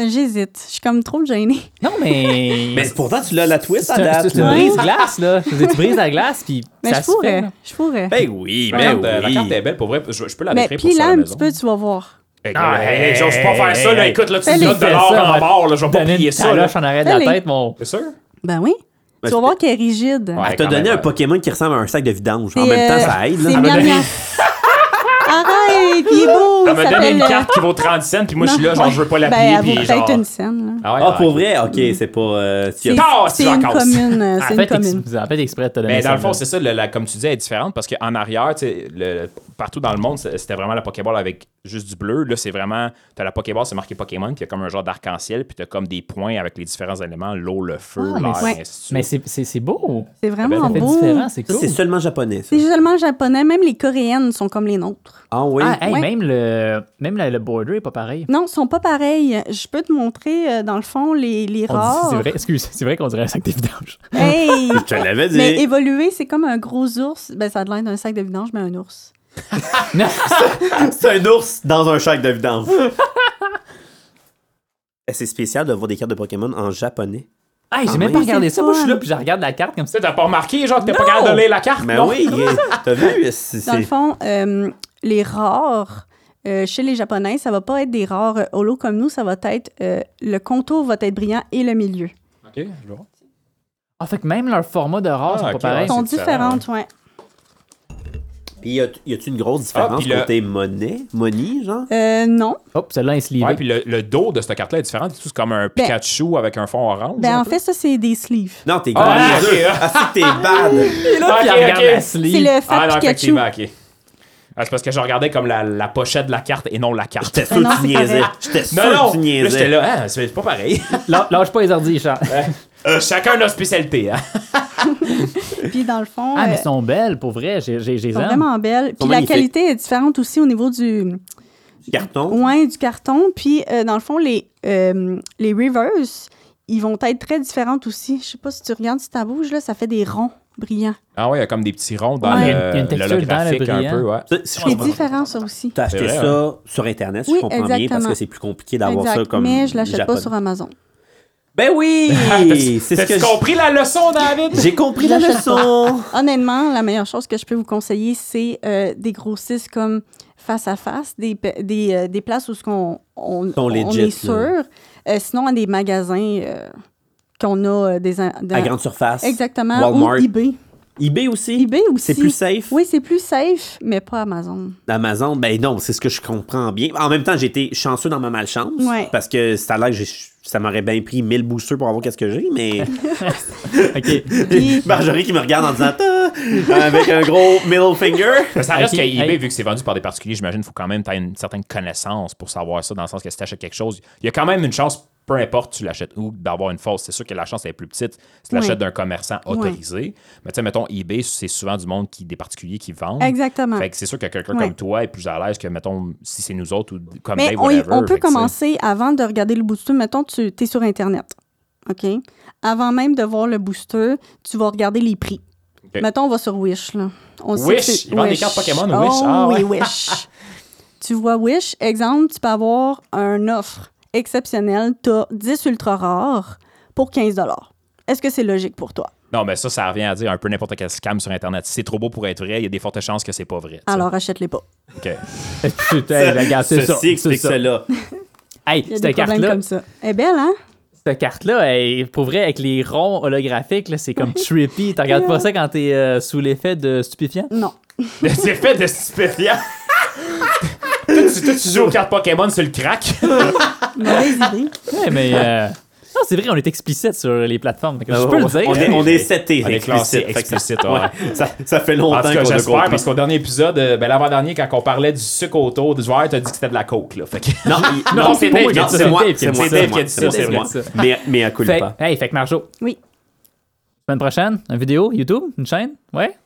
[SPEAKER 5] J'hésite. Je suis comme trop gênée.
[SPEAKER 2] Non, mais.
[SPEAKER 3] Mais pourtant, tu l'as la twist à
[SPEAKER 2] c'est un-
[SPEAKER 3] date.
[SPEAKER 2] c'est une
[SPEAKER 3] là.
[SPEAKER 2] brise glace, là. Je veux dire, tu brises la glace,
[SPEAKER 5] (laughs)
[SPEAKER 2] puis
[SPEAKER 5] Mais
[SPEAKER 2] ça
[SPEAKER 5] Ben, je
[SPEAKER 2] se fait.
[SPEAKER 5] pourrais.
[SPEAKER 2] là.
[SPEAKER 5] Je pourrais.
[SPEAKER 3] Ben oui,
[SPEAKER 4] La
[SPEAKER 3] mais
[SPEAKER 4] carte, euh, la carte est
[SPEAKER 3] oui.
[SPEAKER 4] belle, pour vrai. Je, je peux la
[SPEAKER 5] mais
[SPEAKER 4] décrire pour
[SPEAKER 5] puis
[SPEAKER 4] ça.
[SPEAKER 5] là,
[SPEAKER 4] à la
[SPEAKER 5] un
[SPEAKER 4] maison.
[SPEAKER 5] petit peu, tu vas voir.
[SPEAKER 4] Ah, hey, hey, genre, je peux pas faire ça, là. Écoute, là, tu me
[SPEAKER 5] Fais-les.
[SPEAKER 4] donnes de
[SPEAKER 2] Fais
[SPEAKER 4] l'or
[SPEAKER 2] ça,
[SPEAKER 4] en
[SPEAKER 2] va
[SPEAKER 4] barre, là. Je vais pas
[SPEAKER 2] Donner
[SPEAKER 4] plier
[SPEAKER 2] une
[SPEAKER 4] ça, là.
[SPEAKER 2] taloche en arrière de la
[SPEAKER 5] Fais-les.
[SPEAKER 2] tête, mon.
[SPEAKER 4] C'est sûr?
[SPEAKER 5] Ben oui.
[SPEAKER 3] Ben,
[SPEAKER 5] tu vas voir qu'elle est rigide.
[SPEAKER 4] Ouais,
[SPEAKER 3] Elle t'a
[SPEAKER 4] quand
[SPEAKER 3] donné
[SPEAKER 4] même,
[SPEAKER 3] un
[SPEAKER 4] ouais.
[SPEAKER 3] Pokémon qui ressemble à un sac de vidange. En
[SPEAKER 5] C'est,
[SPEAKER 3] même temps,
[SPEAKER 5] euh,
[SPEAKER 3] ça aide. là.
[SPEAKER 5] C'est
[SPEAKER 3] Ah, ben,
[SPEAKER 5] miam,
[SPEAKER 4] donné-
[SPEAKER 5] miam. (laughs) Arrête, il est beau.
[SPEAKER 4] Elle
[SPEAKER 5] il
[SPEAKER 4] me donne
[SPEAKER 5] s'appelle,
[SPEAKER 4] une
[SPEAKER 5] euh,
[SPEAKER 4] carte qui vaut 30 cents, puis moi, je suis là, genre, je veux pas la
[SPEAKER 5] ben,
[SPEAKER 4] plier,
[SPEAKER 5] elle vaut
[SPEAKER 4] puis genre.
[SPEAKER 5] peut-être une scène. là.
[SPEAKER 4] Ah ouais,
[SPEAKER 3] Ah,
[SPEAKER 4] ouais.
[SPEAKER 3] pour vrai? OK, c'est pas... euh, tu as-
[SPEAKER 5] C'est-
[SPEAKER 4] Ah, c'est
[SPEAKER 5] C'est une
[SPEAKER 4] vacances.
[SPEAKER 5] commune. euh,
[SPEAKER 2] En
[SPEAKER 5] C'est une
[SPEAKER 2] fait,
[SPEAKER 5] commune.
[SPEAKER 2] ex- en fait, exprès, t'as donné
[SPEAKER 4] Mais dans le
[SPEAKER 2] celle-là.
[SPEAKER 4] fond, c'est ça, le- la- comme tu dis, elle est différente parce qu'en arrière, tu sais, le- partout dans le monde, c'est- c'était vraiment la Pokéball avec juste du bleu. Là, c'est vraiment, t'as la Pokéball, c'est marqué Pokémon, puis il y a comme un genre d'arc-en-ciel, puis t'as comme des points avec les différents éléments, l'eau, le feu,
[SPEAKER 2] Ah, mais
[SPEAKER 4] l'air,
[SPEAKER 2] c'est-
[SPEAKER 4] et ainsi de suite.
[SPEAKER 2] Mais c'est- c'est c'est beau.
[SPEAKER 5] C'est vraiment
[SPEAKER 2] Ça fait
[SPEAKER 5] Ah, beau.
[SPEAKER 2] différent, c'est
[SPEAKER 3] Ça,
[SPEAKER 2] cool.
[SPEAKER 3] c'est seulement japonais, ça.
[SPEAKER 5] C'est seulement japonais. Même les coréennes sont comme les nôtres.
[SPEAKER 3] Ah oui?
[SPEAKER 2] Ah, hey,
[SPEAKER 5] Ouais.
[SPEAKER 2] même le même la- le border est pas pareil.
[SPEAKER 5] Non, ils sont pas pareils. Je peux te montrer, euh, dans le fond, les, les
[SPEAKER 2] On dit-
[SPEAKER 5] rares.
[SPEAKER 2] C'est vrai, excuse, c'est vrai qu'on dirait un sac de vidange.
[SPEAKER 5] Hey!
[SPEAKER 3] Je te l'avais
[SPEAKER 5] mais
[SPEAKER 3] dit.
[SPEAKER 5] évoluer, c'est comme un gros ours. Ben, ça a l'air d'un sac de vidange, mais un ours.
[SPEAKER 3] C'est un ours dans un sac de vidange.
[SPEAKER 5] (laughs)
[SPEAKER 3] Eh, C'est spécial de voir des cartes de Pokémon en japonais.
[SPEAKER 2] Hey, j'ai
[SPEAKER 3] Ah,
[SPEAKER 2] même pas
[SPEAKER 3] oui.
[SPEAKER 2] regardé
[SPEAKER 5] C'est
[SPEAKER 2] ça. Moi, je suis
[SPEAKER 5] fun.
[SPEAKER 2] là, puis je regarde la carte comme
[SPEAKER 4] Tu
[SPEAKER 2] ça.
[SPEAKER 4] sais, t'as pas remarqué, genre, que t'es pas
[SPEAKER 2] Non!
[SPEAKER 4] capable de lire la carte?
[SPEAKER 3] Mais
[SPEAKER 4] non? (laughs)
[SPEAKER 3] oui, il est- t'as vu? c'est-
[SPEAKER 5] Dans le
[SPEAKER 3] c'est-
[SPEAKER 5] fond, euh, les rares, euh, chez les Japonais, ça va pas être des rares euh, holo comme nous, ça va être euh, le contour va être brillant et le milieu.
[SPEAKER 4] Ok, je vais voir.
[SPEAKER 2] Ah, fait que même leur format de rare
[SPEAKER 4] Ah,
[SPEAKER 2] sont
[SPEAKER 4] ok,
[SPEAKER 2] pas
[SPEAKER 4] ouais.
[SPEAKER 2] pareils.
[SPEAKER 5] Ils sont
[SPEAKER 4] c'est
[SPEAKER 5] différentes, ouais.
[SPEAKER 3] Puis y a- y a-tu une grosse
[SPEAKER 4] Ah,
[SPEAKER 3] différence
[SPEAKER 4] puis le-
[SPEAKER 3] côté monnaie? Money, genre?
[SPEAKER 5] Euh, non.
[SPEAKER 2] Hop, celle-là est sleevée.
[SPEAKER 4] Ouais, puis le, le dos de cette carte-là est différent. du tout. C'est comme un
[SPEAKER 5] Ben-
[SPEAKER 4] Pikachu avec un fond orange.
[SPEAKER 5] Ben,
[SPEAKER 4] un
[SPEAKER 5] en
[SPEAKER 4] peu.
[SPEAKER 5] fait, ça, c'est des sleeves.
[SPEAKER 3] Non, t'es
[SPEAKER 4] Ah,
[SPEAKER 3] gros.
[SPEAKER 4] ok, ah.
[SPEAKER 3] Ah, c'est que t'es bad.
[SPEAKER 2] Et là,
[SPEAKER 4] (laughs) Ok,
[SPEAKER 2] puis elle regarde
[SPEAKER 4] ok.
[SPEAKER 2] la
[SPEAKER 5] C'est
[SPEAKER 2] sleeve.
[SPEAKER 5] le euh, fat
[SPEAKER 4] Ah non,
[SPEAKER 5] Pikachu.
[SPEAKER 4] effectivement, ok. Ah, c'est parce que je regardais comme la, la pochette de la carte et non la carte.
[SPEAKER 3] J'étais sûr
[SPEAKER 5] non,
[SPEAKER 3] que tu
[SPEAKER 5] c'est
[SPEAKER 3] niaisais.
[SPEAKER 5] correct.
[SPEAKER 3] J'étais sûr
[SPEAKER 4] Non, non!
[SPEAKER 3] que tu
[SPEAKER 4] Là, j'étais
[SPEAKER 3] niaisais.
[SPEAKER 4] là, ah, c'est c'est pas pareil.
[SPEAKER 2] Lâ- Lâche pas les ordi, Charles.
[SPEAKER 4] Euh, Chacun notre spécialité. Hein?
[SPEAKER 5] Puis dans le fond,
[SPEAKER 2] Ah, mais
[SPEAKER 5] euh,
[SPEAKER 2] elles sont belles, pour vrai. J'ai j'ai- j'ai les
[SPEAKER 5] sont
[SPEAKER 2] aime.
[SPEAKER 5] vraiment belles. Puis la
[SPEAKER 3] magnifiques.
[SPEAKER 5] qualité est différente aussi au niveau du,
[SPEAKER 3] Carton.
[SPEAKER 5] Ouais, du carton. Puis, euh, dans le fond, les, euh, les reverse, ils vont être très différentes aussi. Je sais pas si tu regardes si ta bouge, là, ça fait des ronds brillants.
[SPEAKER 4] Ah ouais, il y a comme des petits ronds dans
[SPEAKER 2] Ouais, il y
[SPEAKER 4] le,
[SPEAKER 2] a une texture dans le
[SPEAKER 4] l'holographique un
[SPEAKER 2] brillant.
[SPEAKER 4] peu. Ouais.
[SPEAKER 3] Ça, si je
[SPEAKER 5] C'est
[SPEAKER 3] comprends-
[SPEAKER 5] différent, ça aussi.
[SPEAKER 3] T'as acheté
[SPEAKER 4] C'est vrai,
[SPEAKER 3] ça sur Internet, si
[SPEAKER 5] Oui,
[SPEAKER 3] je comprends bien, parce
[SPEAKER 5] exactement.
[SPEAKER 3] que c'est plus compliqué d'avoir ça
[SPEAKER 5] Exact.
[SPEAKER 3] comme.
[SPEAKER 5] Mais je l'achète pas
[SPEAKER 3] japonais.
[SPEAKER 5] sur Amazon.
[SPEAKER 3] Ben oui! c'est ce
[SPEAKER 4] T'as-tu
[SPEAKER 3] que
[SPEAKER 4] compris la leçon, David?
[SPEAKER 3] j'- j'ai compris la
[SPEAKER 5] Je l'achète
[SPEAKER 3] leçon.
[SPEAKER 5] Honnêtement, la meilleure chose que je peux vous conseiller, c'est euh, des grossistes comme face à face, des, pe- des, euh, des places où ce qu'on- on,
[SPEAKER 3] Sont
[SPEAKER 5] on
[SPEAKER 3] legit,
[SPEAKER 5] est sûr.
[SPEAKER 3] là.
[SPEAKER 5] Euh, sinon, à des magasins euh, qu'on a euh, des, in-
[SPEAKER 3] À
[SPEAKER 5] dans-
[SPEAKER 3] grande surface.
[SPEAKER 5] Exactement.
[SPEAKER 3] Walmart.
[SPEAKER 5] Ou eBay.
[SPEAKER 3] eBay aussi.
[SPEAKER 5] eBay aussi.
[SPEAKER 3] C'est plus safe.
[SPEAKER 5] Oui, c'est plus safe, mais pas Amazon.
[SPEAKER 3] Amazon, ben non, c'est ce que je comprends bien. En même temps, j'ai été chanceux dans ma malchance.
[SPEAKER 5] Ouais.
[SPEAKER 3] Parce que ça a l'air que j'ai- ça m'aurait bien pris 1000 boosters pour avoir qu'est-ce que j'ai, mais.
[SPEAKER 2] OK.
[SPEAKER 5] Puis,
[SPEAKER 3] Marjorie qui me regarde en disant Ta! avec un gros middle finger.
[SPEAKER 4] Ça reste
[SPEAKER 2] Ok,
[SPEAKER 4] qu'à eBay,
[SPEAKER 2] hey.
[SPEAKER 4] vu que c'est vendu par des particuliers, j'imagine qu'il faut quand même tu une certaine connaissance pour savoir ça, dans le sens que si tu achètes quelque chose, il y a quand même une chance, peu importe tu l'achètes où, d'avoir une fausse. C'est sûr que la chance est plus petite si tu l'achètes
[SPEAKER 5] Ouais.
[SPEAKER 4] d'un commerçant autorisé. Mais tu sais, mettons, eBay, c'est souvent du monde qui, des particuliers qui vendent.
[SPEAKER 5] Exactement.
[SPEAKER 4] Fait que c'est sûr que quelqu'un
[SPEAKER 5] Ouais.
[SPEAKER 4] comme toi est plus à l'aise que, mettons, si c'est nous autres ou comme
[SPEAKER 5] mais
[SPEAKER 4] Dave,
[SPEAKER 5] on, y-
[SPEAKER 4] whatever.
[SPEAKER 5] on peut
[SPEAKER 4] Fait que, tu sais,
[SPEAKER 5] commencer avant de regarder le booster. Mettons, tu es sur Internet. OK? Avant même de voir le booster, tu vas regarder les prix.
[SPEAKER 4] OK.
[SPEAKER 5] Mettons, on va sur Wish. Là. On sait
[SPEAKER 4] Wish?
[SPEAKER 5] que c'est-
[SPEAKER 4] Ils vendent des cartes Pokémon, Wish?
[SPEAKER 5] Oh,
[SPEAKER 4] Ah, ouais.
[SPEAKER 5] oui,
[SPEAKER 4] (laughs)
[SPEAKER 5] Wish. tu vois Wish, exemple, tu peux avoir un offre exceptionnelle. Tu as 10 ultra rares pour 15 Est-ce que c'est logique pour toi?
[SPEAKER 4] Non, mais ça, ça revient à dire un peu n'importe quel scam sur Internet. Si c'est trop beau pour être vrai, il y a des fortes chances que c'est pas vrai. tu sais.
[SPEAKER 5] Alors, achète-les pas.
[SPEAKER 4] OK.
[SPEAKER 2] (laughs)
[SPEAKER 4] (laughs)
[SPEAKER 2] Putain, la gars, ben, c'est ça.
[SPEAKER 3] Ceci
[SPEAKER 2] C'est
[SPEAKER 3] explique
[SPEAKER 2] ça.
[SPEAKER 3] cela.
[SPEAKER 2] Hey,
[SPEAKER 5] Il y a des
[SPEAKER 2] cette
[SPEAKER 5] problèmes
[SPEAKER 2] carte-là,
[SPEAKER 5] comme ça. Elle est belle, hein?
[SPEAKER 2] cette carte-là, elle- pour vrai, avec les ronds holographiques, là, c'est
[SPEAKER 5] (laughs)
[SPEAKER 2] comme trippy. Tu regardes pas ça quand t'es euh, sous l'effet de stupéfiant?
[SPEAKER 5] Non.
[SPEAKER 4] C'est fait de stupéfiants. (laughs) toi, tu, toi, tu joues aux cartes Pokémon sur
[SPEAKER 3] (laughs)
[SPEAKER 4] le crack. (laughs)
[SPEAKER 5] Mauvaise idée.
[SPEAKER 2] Ouais, mais. euh, (laughs) Non, c'est vrai, on est explicite sur les plateformes. Je peux le dire.
[SPEAKER 3] Euh,
[SPEAKER 2] hein?
[SPEAKER 3] On est, on est seté.
[SPEAKER 4] On est classé
[SPEAKER 3] explicite. Fait que ça- (laughs)
[SPEAKER 4] explicite, ouais.
[SPEAKER 3] Ça, ça fait
[SPEAKER 4] En
[SPEAKER 3] longtemps
[SPEAKER 4] tout
[SPEAKER 3] qu'on
[SPEAKER 4] cas,
[SPEAKER 3] a
[SPEAKER 4] j'espère,
[SPEAKER 3] compris.
[SPEAKER 4] parce qu'au dernier épisode, euh, ben, l'avant-dernier, quand on parlait du sucre autour du joueur, t'as dit que c'était de la coke, là. Fait que... (laughs)
[SPEAKER 3] Non,
[SPEAKER 4] Non, c'est Dave qui a dit
[SPEAKER 3] c'est
[SPEAKER 4] ça.
[SPEAKER 3] moi.
[SPEAKER 2] Dave qui a
[SPEAKER 3] C'est moi, c'est moi.
[SPEAKER 2] dit ça.
[SPEAKER 4] Dave qui a dit
[SPEAKER 3] C'est
[SPEAKER 4] ça,
[SPEAKER 3] moi.
[SPEAKER 2] c'est
[SPEAKER 3] Mais, mais à coup
[SPEAKER 2] Fait,
[SPEAKER 3] pas.
[SPEAKER 2] hey, fait que Marjo,
[SPEAKER 5] Oui.
[SPEAKER 2] semaine prochaine, une vidéo, YouTube, une chaîne, ouais?